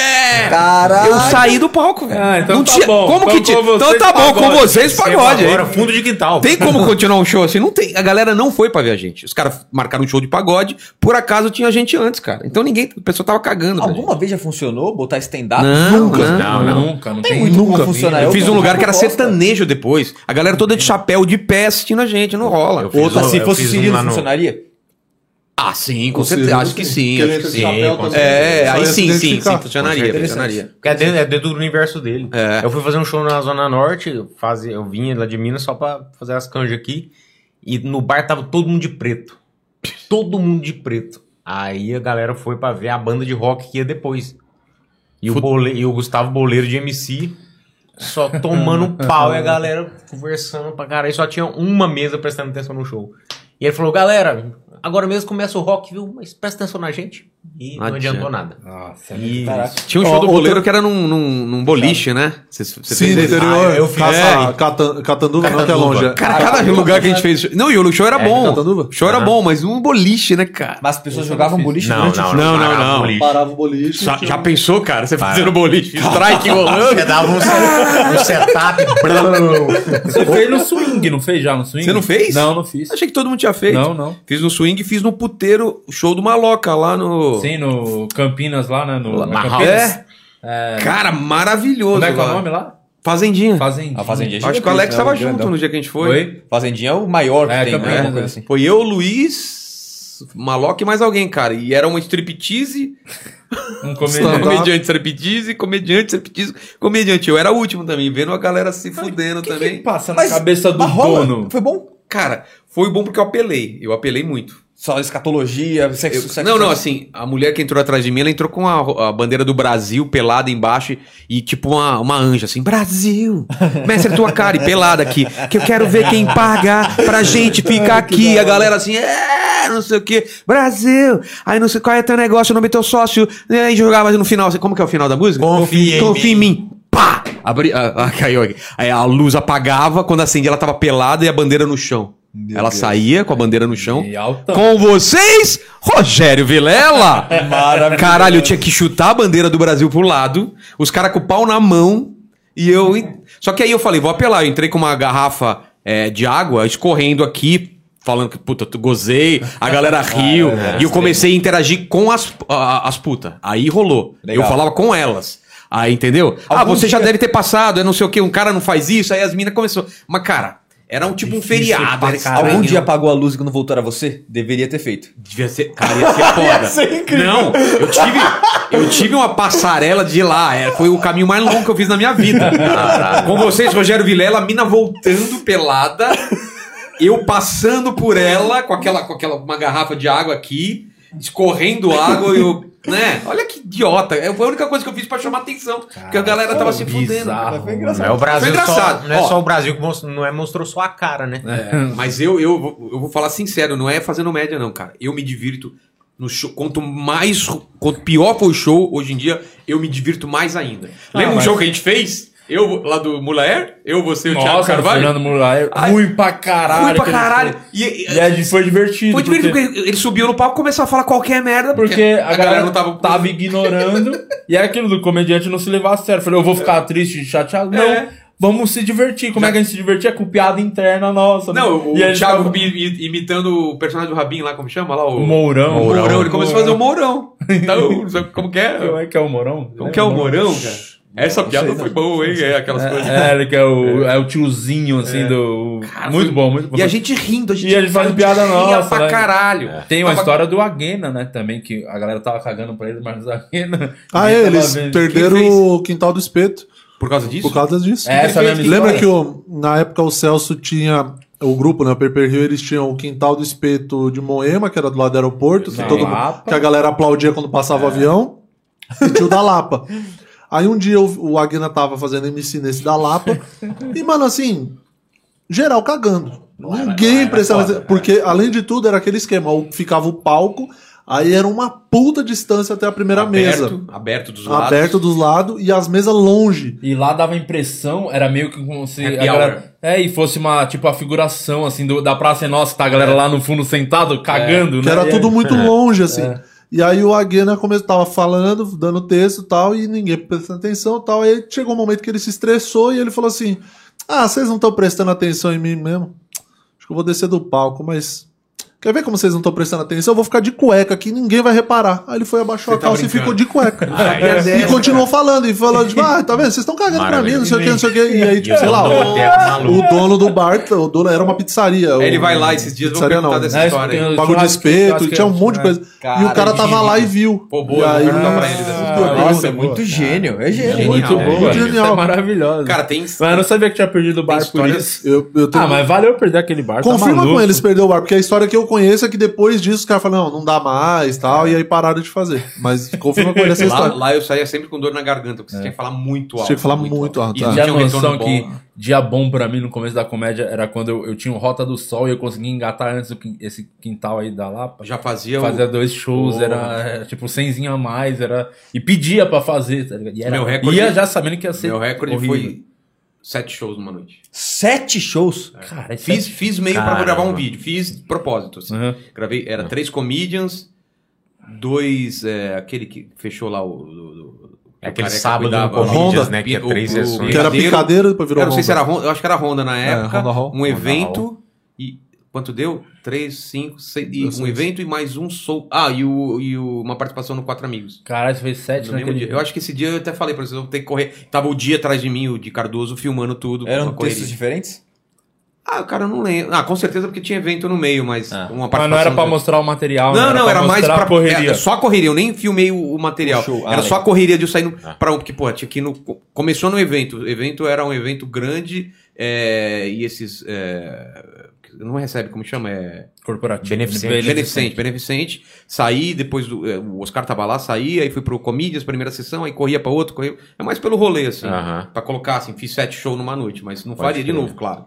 Speaker 4: Caralho!
Speaker 3: Eu saí do palco, velho.
Speaker 1: Ah, então
Speaker 3: Não
Speaker 1: tá
Speaker 3: tinha-
Speaker 1: bom.
Speaker 3: Como
Speaker 1: Então
Speaker 3: que
Speaker 1: com
Speaker 3: tinha? Então
Speaker 1: vocês,
Speaker 3: tá bom, com
Speaker 1: pagode.
Speaker 3: vocês, pagode.
Speaker 7: Agora,
Speaker 3: hein?
Speaker 7: fundo de quintal.
Speaker 3: Tem como continuar um show assim? Não tem. A galera não foi pra ver a gente. Os caras marcaram um show de pagode, por acaso tinha gente antes, cara. Então ninguém, o pessoal tava cagando pra gente.
Speaker 4: Alguma vez já funcionou botar stand-up?
Speaker 3: não.
Speaker 7: Não, não.
Speaker 1: Nunca, não tem.
Speaker 4: muito
Speaker 2: Nunca.
Speaker 4: como
Speaker 1: Ah,
Speaker 4: funcionar.
Speaker 3: Eu fiz um lugar que era
Speaker 4: gosto.
Speaker 3: sertanejo depois. A galera toda de chapéu, de pé, assistindo a gente. Não rola.
Speaker 7: fiz
Speaker 4: Outra,
Speaker 7: um-
Speaker 4: se
Speaker 7: eu
Speaker 4: fosse
Speaker 7: fiz um
Speaker 4: Cirilo,
Speaker 7: lá no-
Speaker 4: funcionaria?
Speaker 3: Ah, sim, com
Speaker 2: Ou seja,
Speaker 3: certeza.
Speaker 2: não
Speaker 3: Acho
Speaker 2: tem
Speaker 3: que sim,
Speaker 2: aquele
Speaker 3: acho que
Speaker 2: de
Speaker 3: sim.
Speaker 2: chapéu
Speaker 7: com
Speaker 2: também.
Speaker 3: É,
Speaker 2: Só
Speaker 3: aí
Speaker 2: ia se
Speaker 3: sim, sim, sim,
Speaker 2: identificar.
Speaker 3: funcionaria, funcionaria.
Speaker 7: Porque é dentro, é dentro do universo dele.
Speaker 3: É.
Speaker 7: Eu fui fazer um show na Zona Norte, eu fazia, eu vinha lá de Minas só pra fazer as canjas aqui. E no bar tava todo mundo de preto. Todo mundo de preto. Aí a galera foi pra ver a banda de rock que ia depois. E o, Bole- e o Gustavo Boleiro de MC só tomando um pau e a galera conversando pra caralho. E só tinha uma mesa prestando atenção no show. E ele falou, galera, agora mesmo começa o rock, viu? Mas presta atenção na gente. E não
Speaker 3: Não
Speaker 7: adiantou
Speaker 3: adianta.
Speaker 7: nada.
Speaker 1: Nossa,
Speaker 7: E...
Speaker 4: Caraca.
Speaker 3: Tinha um show
Speaker 2: Ó,
Speaker 3: do
Speaker 2: outra-
Speaker 3: goleiro que era num, num, num boliche, né? Cê, cê
Speaker 2: Sim, no
Speaker 3: fez esse?
Speaker 2: interior.
Speaker 7: Ah, eu fiz.
Speaker 3: É,
Speaker 2: Caça- Catan- Catanduva, não que é longe. é.
Speaker 3: Cara, cada lugar que a gente fez. Não, e o show era bom.
Speaker 2: Catanduva.
Speaker 3: O show era
Speaker 7: Aham.
Speaker 3: bom, mas um boliche, né, cara?
Speaker 4: Mas as pessoas jogavam boliche
Speaker 7: Não,
Speaker 4: durante o
Speaker 7: não,
Speaker 4: show.
Speaker 7: não, não,
Speaker 3: não.
Speaker 7: não.
Speaker 2: Parava o boliche.
Speaker 3: Já, já pensou, cara? Você fazendo boliche, strike rolando.
Speaker 7: Você dava um, um setup.
Speaker 1: Você fez no swing, não fez já no swing?
Speaker 3: Você não fez?
Speaker 1: Não, não fiz.
Speaker 3: Achei que todo mundo tinha feito.
Speaker 1: Não, não.
Speaker 3: Fiz no swing e fiz no puteiro o show do Maloca lá no.
Speaker 1: Sim, no Campinas lá, né? No, na
Speaker 3: Lá-
Speaker 1: Campinas.
Speaker 3: É. Cara, maravilhoso.
Speaker 1: Como é que é o
Speaker 3: lá.
Speaker 1: nome lá?
Speaker 3: Fazendinha.
Speaker 1: Fazendinha.
Speaker 4: A Fazendinha é
Speaker 3: Acho que o Alex
Speaker 4: gigantesca,
Speaker 3: tava
Speaker 4: né?
Speaker 3: junto
Speaker 4: Grandão.
Speaker 3: no dia que a gente foi.
Speaker 1: Foi?
Speaker 4: Fazendinha é o maior que
Speaker 1: É,
Speaker 4: tem, né?
Speaker 1: Campinas,
Speaker 4: Alguma coisa
Speaker 1: é.
Speaker 4: assim.
Speaker 3: Foi eu, Luiz, Maloca e mais alguém, cara. E era uma striptease,
Speaker 1: Um
Speaker 2: Stand-up.
Speaker 1: comediante.
Speaker 3: comediante striptease, comediante striptease, comediante. Eu era o último também, vendo a galera se fudendo
Speaker 1: O que,
Speaker 3: também.
Speaker 1: que passa na
Speaker 4: Mas-
Speaker 1: cabeça do
Speaker 4: Mas rola.
Speaker 1: dono?
Speaker 4: Foi bom?
Speaker 3: Cara, foi bom porque eu apelei. Eu apelei muito.
Speaker 4: Só escatologia, sexo,
Speaker 3: Eu-
Speaker 4: sexo.
Speaker 3: não, não,
Speaker 4: sexo.
Speaker 3: assim, a mulher que entrou atrás de mim, ela entrou com a, ro- a bandeira do Brasil pelada embaixo e tipo uma, uma anja, assim, Brasil, mestre tua cara, e pelada aqui, que eu quero ver quem paga pra gente ficar aqui. A galera assim, é, não sei o que, Brasil, aí não sei qual é teu negócio, o nome é teu sócio, e aí jogava no final, assim, como que é o final da música?
Speaker 7: Confia em
Speaker 3: Confia em mim. Pá! Abri, ah, ah, caiu aqui. Aí a luz apagava, quando acendia ela tava pelada e a bandeira no chão. ela saía com a bandeira no chão.
Speaker 1: E alta.
Speaker 3: Com vocês, Rogério Vilela. Caralho, eu tinha que chutar a bandeira do Brasil pro lado, os caras com o pau na mão, e eu. Só que aí eu falei, vou apelar. Eu entrei com uma garrafa é, de água escorrendo aqui, falando que, puta, tu gozei, a galera riu,
Speaker 1: É,
Speaker 3: e eu comecei a interagir com as, a- as putas. Aí rolou.
Speaker 4: Legal.
Speaker 3: Eu falava com elas. Aí, entendeu? ah,
Speaker 4: Algum
Speaker 3: você já
Speaker 4: dia-
Speaker 3: deve ter passado, é não sei o que, um cara não faz isso, aí as minas começou. Mas, cara, era um tipo um
Speaker 1: Difícil
Speaker 3: feriado.
Speaker 1: pra
Speaker 3: Era
Speaker 1: caralho.
Speaker 4: Algum
Speaker 3: estranho. né?
Speaker 4: dia apagou a luz e não voltou a você? Deveria ter feito.
Speaker 3: Devia ser. Cara, ia ser foda. Não, eu tive, eu tive uma passarela de lá. é, foi o caminho mais longo que eu fiz na minha vida. Com vocês, Rogério Vilela, a mina voltando pelada, eu passando por ela com aquela, com aquela uma garrafa de água aqui, escorrendo água e eu. Né? Olha que idiota. É, Foi a única coisa que eu fiz pra chamar atenção. Porque a galera tava se fudendo.
Speaker 1: Bizarro,
Speaker 4: Foi
Speaker 1: mano.
Speaker 7: Não é o Brasil
Speaker 3: Foi engraçado.
Speaker 7: Só, não é
Speaker 3: Ó.
Speaker 7: só o Brasil que mostrou, não é mostrou só a cara, né?
Speaker 1: É.
Speaker 3: Mas eu, eu, vou- eu vou falar sincero, não é fazendo média, não, cara. Eu me divirto no show. Quanto mais. Quanto pior foi o show, hoje em dia, eu me divirto mais ainda. Lembra um
Speaker 1: Ah, mas-
Speaker 3: show que a gente fez? Eu, lá do Mulaer? Eu, você e o Thiago
Speaker 1: Nossa, o
Speaker 3: Carvalho?
Speaker 1: Fernando Mulaer.
Speaker 3: Ai,
Speaker 1: Ruim pra caralho.
Speaker 3: Fui pra
Speaker 1: aquele
Speaker 3: caralho.
Speaker 1: show.
Speaker 3: E, e-
Speaker 1: E a gente foi divertido.
Speaker 3: foi divertido
Speaker 1: porque-
Speaker 3: porque... ele subiu no palco e começou a falar qualquer merda.
Speaker 1: Porque a, galera,
Speaker 3: não tava.
Speaker 1: ignorando. e é aquilo do comediante não se levar a sério. Falei, eu vou ficar triste, chateado. Não.
Speaker 3: É.
Speaker 1: Vamos se divertir. Como é que a gente se divertia? Com piada interna nossa.
Speaker 3: Não, o
Speaker 1: E aí ele
Speaker 3: Thiago
Speaker 1: tava-
Speaker 3: bi- i- imitando o personagem do Rabinho lá, como chama? Lá, o...
Speaker 1: O Mourão.
Speaker 3: O Mourão, ele começou a fazer o
Speaker 1: Mourão.
Speaker 3: Mourão. Então, não sei como que é?
Speaker 1: Como é que é o Mourão?
Speaker 3: Como que é o Mourão, cara? Essa piada foi boa, hein? É, aquelas coisas.
Speaker 1: É, ele que é o, é o tiozinho, assim, do... muito bom, muito bom.
Speaker 3: E a gente rindo, a gente,
Speaker 1: Uhum. E eles fazem
Speaker 3: a gente
Speaker 1: piada
Speaker 3: ria
Speaker 1: nossa,
Speaker 3: pra
Speaker 1: né?
Speaker 3: caralho.
Speaker 1: Tem uma
Speaker 3: Tava-
Speaker 1: história do Aguena, né? Também, que a galera tava cagando pra ele, mas o Aguena.
Speaker 2: Ah,
Speaker 1: ninguém
Speaker 2: é,
Speaker 1: tava
Speaker 2: eles
Speaker 1: vendo.
Speaker 2: perderam
Speaker 3: Quem fez?
Speaker 2: o quintal do espeto
Speaker 3: Por causa disso?
Speaker 2: por causa disso.
Speaker 1: É, essa é a mesma
Speaker 2: Lembra
Speaker 1: história.
Speaker 2: que o- na época o Celso tinha o grupo, né? O Paper Hill, eles tinham o quintal do espeto de Moema, que era do lado do aeroporto, que,
Speaker 1: Da
Speaker 2: todo, mundo-
Speaker 1: Lapa. É.
Speaker 2: que a galera aplaudia quando passava o avião, e tinha o da Lapa. Aí um dia o, o Aguina tava fazendo MC nesse da Lapa, e mano, assim, geral cagando. Ninguém prestava atenção, porque além de tudo era aquele esquema, o- ficava o palco, aí era uma puta distância até a primeira mesa.
Speaker 3: Aberto, aberto dos lados.
Speaker 2: Aberto dos lados e as mesas longe.
Speaker 1: E lá dava a impressão, era meio que como se.
Speaker 3: Happy
Speaker 1: a galera- É, e fosse uma, tipo, a figuração, assim, do- da Praça é Nossa, que tá a galera lá no fundo sentado, cagando, né?
Speaker 2: É, Que era
Speaker 1: E
Speaker 2: tudo muito
Speaker 3: É.
Speaker 2: longe, assim. E aí o Aguena come- tava falando, dando texto e tal, e ninguém prestando atenção e tal. Aí chegou um momento que ele se estressou e ele falou assim: Ah, vocês não estão prestando atenção em mim mesmo? Acho que eu vou descer do palco, mas. Quer ver como vocês não estão prestando atenção? Eu vou ficar de cueca aqui, ninguém vai reparar. Aí ele foi, abaixou
Speaker 3: Você
Speaker 2: a
Speaker 3: tá
Speaker 2: calça e
Speaker 3: brincando.
Speaker 2: ficou de cueca.
Speaker 3: Aí é
Speaker 2: e
Speaker 3: dessa,
Speaker 2: continuou falando, e falando, tipo, ah, tá vendo? Vocês estão cagando pra mim, não sei o que, não sei o que. E aí, tipo, sei
Speaker 3: um
Speaker 2: lá,
Speaker 7: o
Speaker 2: o,
Speaker 7: boteco maluco.
Speaker 2: o dono do bar, o dono era uma pizzaria.
Speaker 3: Aí ele
Speaker 2: o-
Speaker 3: vai lá esses dias, vão
Speaker 2: Pizzaria
Speaker 3: perguntar
Speaker 2: não.
Speaker 3: dessa
Speaker 1: É,
Speaker 3: história. aí.
Speaker 1: tem-
Speaker 2: Bagulho de
Speaker 1: Churrasqueiro,
Speaker 2: espeto,
Speaker 1: churrasqueiro,
Speaker 2: tinha um monte de
Speaker 1: é.
Speaker 2: coisa. e o
Speaker 4: Cara,
Speaker 2: cara tava
Speaker 4: gênio.
Speaker 2: lá e viu.
Speaker 3: Pô, boa,
Speaker 2: e
Speaker 3: eu vou
Speaker 2: aí,
Speaker 3: perguntar pra ele dessa
Speaker 2: Ah,
Speaker 3: história.
Speaker 4: Nossa, é muito gênio. É gênio.
Speaker 1: Muito bom,
Speaker 3: Genial,
Speaker 2: é.
Speaker 1: velho.
Speaker 2: Genial.
Speaker 1: Isso é maravilhoso.
Speaker 3: Cara, tem,
Speaker 1: mas eu não sabia que tinha perdido o
Speaker 3: tem
Speaker 1: bar por
Speaker 3: histórias.
Speaker 1: é isso.
Speaker 2: Eu, eu tenho...
Speaker 1: Ah, mas valeu perder aquele bar. tá
Speaker 2: Confirma
Speaker 1: maluco.
Speaker 2: com eles perder o bar, porque a história que eu conheço é que depois disso os caras falaram, não, não dá mais tal, e aí pararam de fazer. Mas confirma com ele essa
Speaker 3: É. Lá,
Speaker 2: história.
Speaker 3: lá eu saía sempre com dor na garganta, porque você É. tinha que falar muito alto.
Speaker 2: Tinha que falar muito alto, tá.
Speaker 3: E
Speaker 1: Você
Speaker 3: não
Speaker 1: a
Speaker 3: tinha um retorno
Speaker 1: noção
Speaker 3: bom.
Speaker 1: que dia bom pra mim no começo da comédia era quando eu, eu tinha o Rota do Sol e eu conseguia engatar antes do, quin- esse quintal aí da Lapa.
Speaker 3: Já fazia,
Speaker 1: Fazia
Speaker 3: o...
Speaker 1: dois shows,
Speaker 3: Porra.
Speaker 1: era, é, tipo 100 a mais, era. E pedia pra fazer, tá ligado? E era-
Speaker 3: Meu recorde-
Speaker 1: Ia já sabendo que ia ser.
Speaker 3: Meu recorde
Speaker 1: horrível.
Speaker 3: foi sete shows numa noite.
Speaker 4: Sete shows?
Speaker 1: Cara, isso
Speaker 3: Fiz, fiz meio pra
Speaker 7: Caramba.
Speaker 3: gravar um vídeo, fiz de propósito. assim.
Speaker 1: é- Uhum.
Speaker 3: Gravei, era três comedians, dois. é, aquele que fechou lá o. do- do-
Speaker 7: É
Speaker 3: o
Speaker 7: aquele
Speaker 3: careca
Speaker 7: sábado
Speaker 3: cuidava
Speaker 7: do
Speaker 3: lá,
Speaker 7: Comedians,
Speaker 3: o-
Speaker 7: né, que é
Speaker 3: o-
Speaker 7: três
Speaker 3: o-
Speaker 7: sessões.
Speaker 2: Que era picadeira, depois virou
Speaker 3: Eu não sei
Speaker 2: Honda.
Speaker 3: se era Honda, eu acho que era Honda na
Speaker 2: É,
Speaker 3: época.
Speaker 2: Honda Hall.
Speaker 3: um evento e. Quanto deu? Três, cinco, seis. E
Speaker 2: Deu
Speaker 3: um
Speaker 2: seis.
Speaker 3: evento e mais um sol. Ah, e, o, e o- uma participação no Quatro Amigos.
Speaker 1: Caralho, foi sete
Speaker 3: No mesmo
Speaker 1: É, naquele
Speaker 3: dia. Eu acho que esse dia eu até falei pra vocês, eu vou ter que correr. Tava o dia atrás de mim, o de Cardoso, filmando tudo.
Speaker 2: um
Speaker 3: uma
Speaker 4: Eram
Speaker 3: correria.
Speaker 4: textos diferentes?
Speaker 3: Ah, cara, eu não lembro. Ah, com certeza porque tinha evento no meio, mas
Speaker 4: Ah.
Speaker 1: Mas
Speaker 3: uma
Speaker 1: não era pra
Speaker 3: participação-
Speaker 1: mostrar o material, né?
Speaker 3: Não, não, era mais
Speaker 1: mostrar
Speaker 3: pra
Speaker 1: a correria.
Speaker 3: é, só a correria, eu nem filmei o, o material.
Speaker 4: O show, ah,
Speaker 3: era só a
Speaker 4: legal.
Speaker 3: correria de eu sair no, pra um, porque, pô, tinha que ir no. co- Começou no evento. O evento era um evento grande é, e esses. é, não recebe, como chama? É,
Speaker 1: Corporativo.
Speaker 7: Beneficente.
Speaker 3: beneficente, beneficente. Saí, depois do, é, o Oscar tava lá, saí, aí fui pro Comídias, primeira sessão, aí corria pra outro, corria. É mais pelo rolê, assim.
Speaker 7: Aham.
Speaker 3: Pra colocar, assim, fiz sete shows numa noite, mas não
Speaker 7: Pode
Speaker 3: faria de
Speaker 7: crer.
Speaker 3: novo, claro.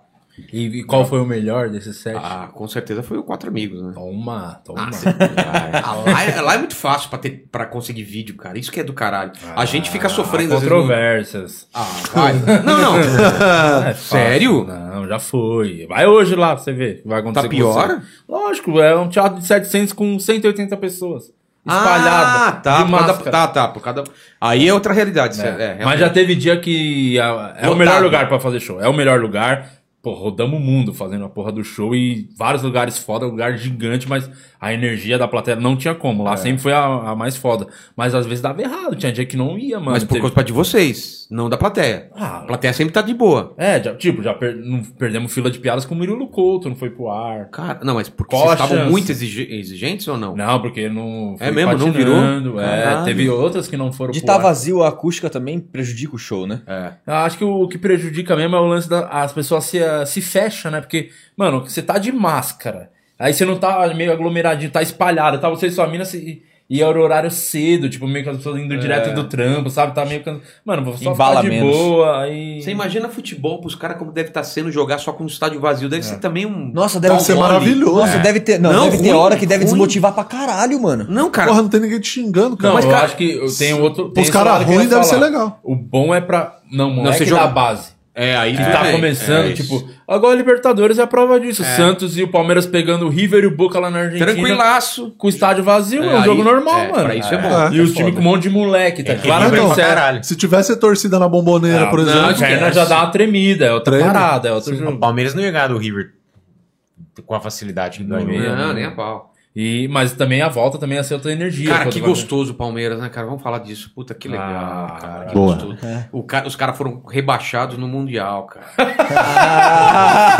Speaker 1: E, e qual foi o melhor desses sete?
Speaker 3: Ah, com certeza foi o Quatro Amigos, né?
Speaker 1: Toma, toma.
Speaker 3: Ah, cê- Ah, lá, é- lá é muito fácil pra, ter, pra conseguir vídeo, cara. Isso que é do caralho.
Speaker 1: Ah,
Speaker 3: a gente fica sofrendo. às vezes, no-
Speaker 1: Controvérsias.
Speaker 3: Ah, vai. Não, não.
Speaker 1: É fácil.
Speaker 3: sério?
Speaker 1: Não, já foi. Vai hoje lá pra você ver. o que Vai acontecer
Speaker 3: Tá
Speaker 1: com
Speaker 3: pior?
Speaker 1: você. Lógico, é um teatro de 700 com 180 pessoas.
Speaker 3: Ah,
Speaker 1: Espalhada.
Speaker 3: tá.
Speaker 1: de
Speaker 3: Por cada,
Speaker 1: máscara.
Speaker 3: tá, tá. Por cada... Aí é outra realidade. cê-
Speaker 1: É,
Speaker 3: é,
Speaker 1: Mas
Speaker 3: realmente.
Speaker 1: já teve dia que ah, é, o
Speaker 3: Lotado.
Speaker 1: melhor lugar pra fazer show. É o melhor lugar. Pô, rodamos o mundo fazendo a porra do show e vários lugares foda, lugar gigante, mas a energia da plateia não tinha como.
Speaker 3: É.
Speaker 1: Lá sempre foi a, a mais foda. Mas às vezes dava errado, tinha dia que não ia, mano.
Speaker 3: Mas por
Speaker 1: Teve-
Speaker 3: culpa de vocês, não da plateia.
Speaker 1: Ah,
Speaker 3: A plateia sempre tá de boa.
Speaker 1: é, já- tipo, já per- não- perdemos fila de piadas com o Murilo Couto, não foi pro ar.
Speaker 3: Cara, não, mas porque
Speaker 1: Qual
Speaker 3: vocês
Speaker 1: a
Speaker 3: estavam
Speaker 1: chance?
Speaker 3: muito exigi- exigentes ou não?
Speaker 1: Não, porque não.
Speaker 3: É mesmo? Não
Speaker 1: patinando,
Speaker 3: virou?
Speaker 1: É,
Speaker 3: Caralho.
Speaker 1: teve outras que não foram
Speaker 4: De
Speaker 1: pro
Speaker 4: tá
Speaker 1: ar.
Speaker 4: vazio, a acústica também prejudica o show, né?
Speaker 3: É.
Speaker 1: Eu Acho que o que prejudica mesmo é o lance das pessoas se, eh, se fecham, né? Porque, mano, você tá de máscara. Aí você não tá meio aglomeradinho, tá espalhado, tá? Você e sua mina se, e era o horário cedo, tipo, meio que as pessoas indo
Speaker 3: É.
Speaker 1: direto do trampo, sabe? Tá meio que. Mano, vou só ficar
Speaker 4: Embala
Speaker 1: de
Speaker 4: menos.
Speaker 1: boa. Aí...
Speaker 3: Você imagina futebol pros caras como deve estar sendo jogar só com um estádio vazio.
Speaker 1: É.
Speaker 3: Deve ser também um.
Speaker 4: Nossa,
Speaker 2: Deve ser maravilhoso.
Speaker 4: Nossa, deve ter. Não,
Speaker 3: É. Não,
Speaker 4: deve ter
Speaker 3: ruim,
Speaker 4: hora que deve
Speaker 3: ruim.
Speaker 4: desmotivar pra caralho, mano.
Speaker 3: Não, cara.
Speaker 2: Porra, não tem ninguém te xingando, cara.
Speaker 1: Não,
Speaker 2: Mas
Speaker 1: eu
Speaker 3: cara,
Speaker 1: acho que eu tenho outro. tem
Speaker 2: pros
Speaker 1: esse
Speaker 2: caras
Speaker 1: lado que eu ia
Speaker 2: ruins deve
Speaker 1: falar.
Speaker 2: ser legal.
Speaker 1: O bom é pra. Não, moleque
Speaker 3: você
Speaker 1: da
Speaker 3: joga-
Speaker 1: base.
Speaker 3: É, aí É
Speaker 1: que tá começando, tipo, agora a Libertadores é a prova disso. Santos e o Palmeiras pegando o River e o Boca lá na Argentina.
Speaker 3: Tranquilaço.
Speaker 1: Com o estádio vazio, é,
Speaker 3: É,
Speaker 1: um
Speaker 3: aí-
Speaker 1: jogo normal,
Speaker 3: é,
Speaker 1: mano.
Speaker 3: pra isso é bom.
Speaker 1: E os times com um monte de moleque,
Speaker 7: É
Speaker 1: tá?
Speaker 2: Ah,
Speaker 3: é
Speaker 1: Claramente,
Speaker 2: então,
Speaker 1: sério.
Speaker 2: se tivesse torcida na bomboneira,
Speaker 1: Ah,
Speaker 2: por
Speaker 1: não,
Speaker 2: exemplo.
Speaker 1: a perna já dá uma tremida, é outra
Speaker 2: Treme.
Speaker 1: parada, é outro
Speaker 7: O
Speaker 1: jogo.
Speaker 7: Palmeiras não ia ganhar do River com a facilidade que ganhou.
Speaker 1: ia.
Speaker 3: Não, nem a pau.
Speaker 1: E, mas também a volta também ia ser outra energia.
Speaker 3: Cara,
Speaker 1: quando
Speaker 3: que
Speaker 1: vai-
Speaker 3: gostoso o Palmeiras, né, cara? Vamos falar disso. Puta, que legal,
Speaker 1: Ah,
Speaker 3: cara. Que
Speaker 6: boa.
Speaker 3: gostoso. O cara, os caras foram rebaixados no Mundial, cara.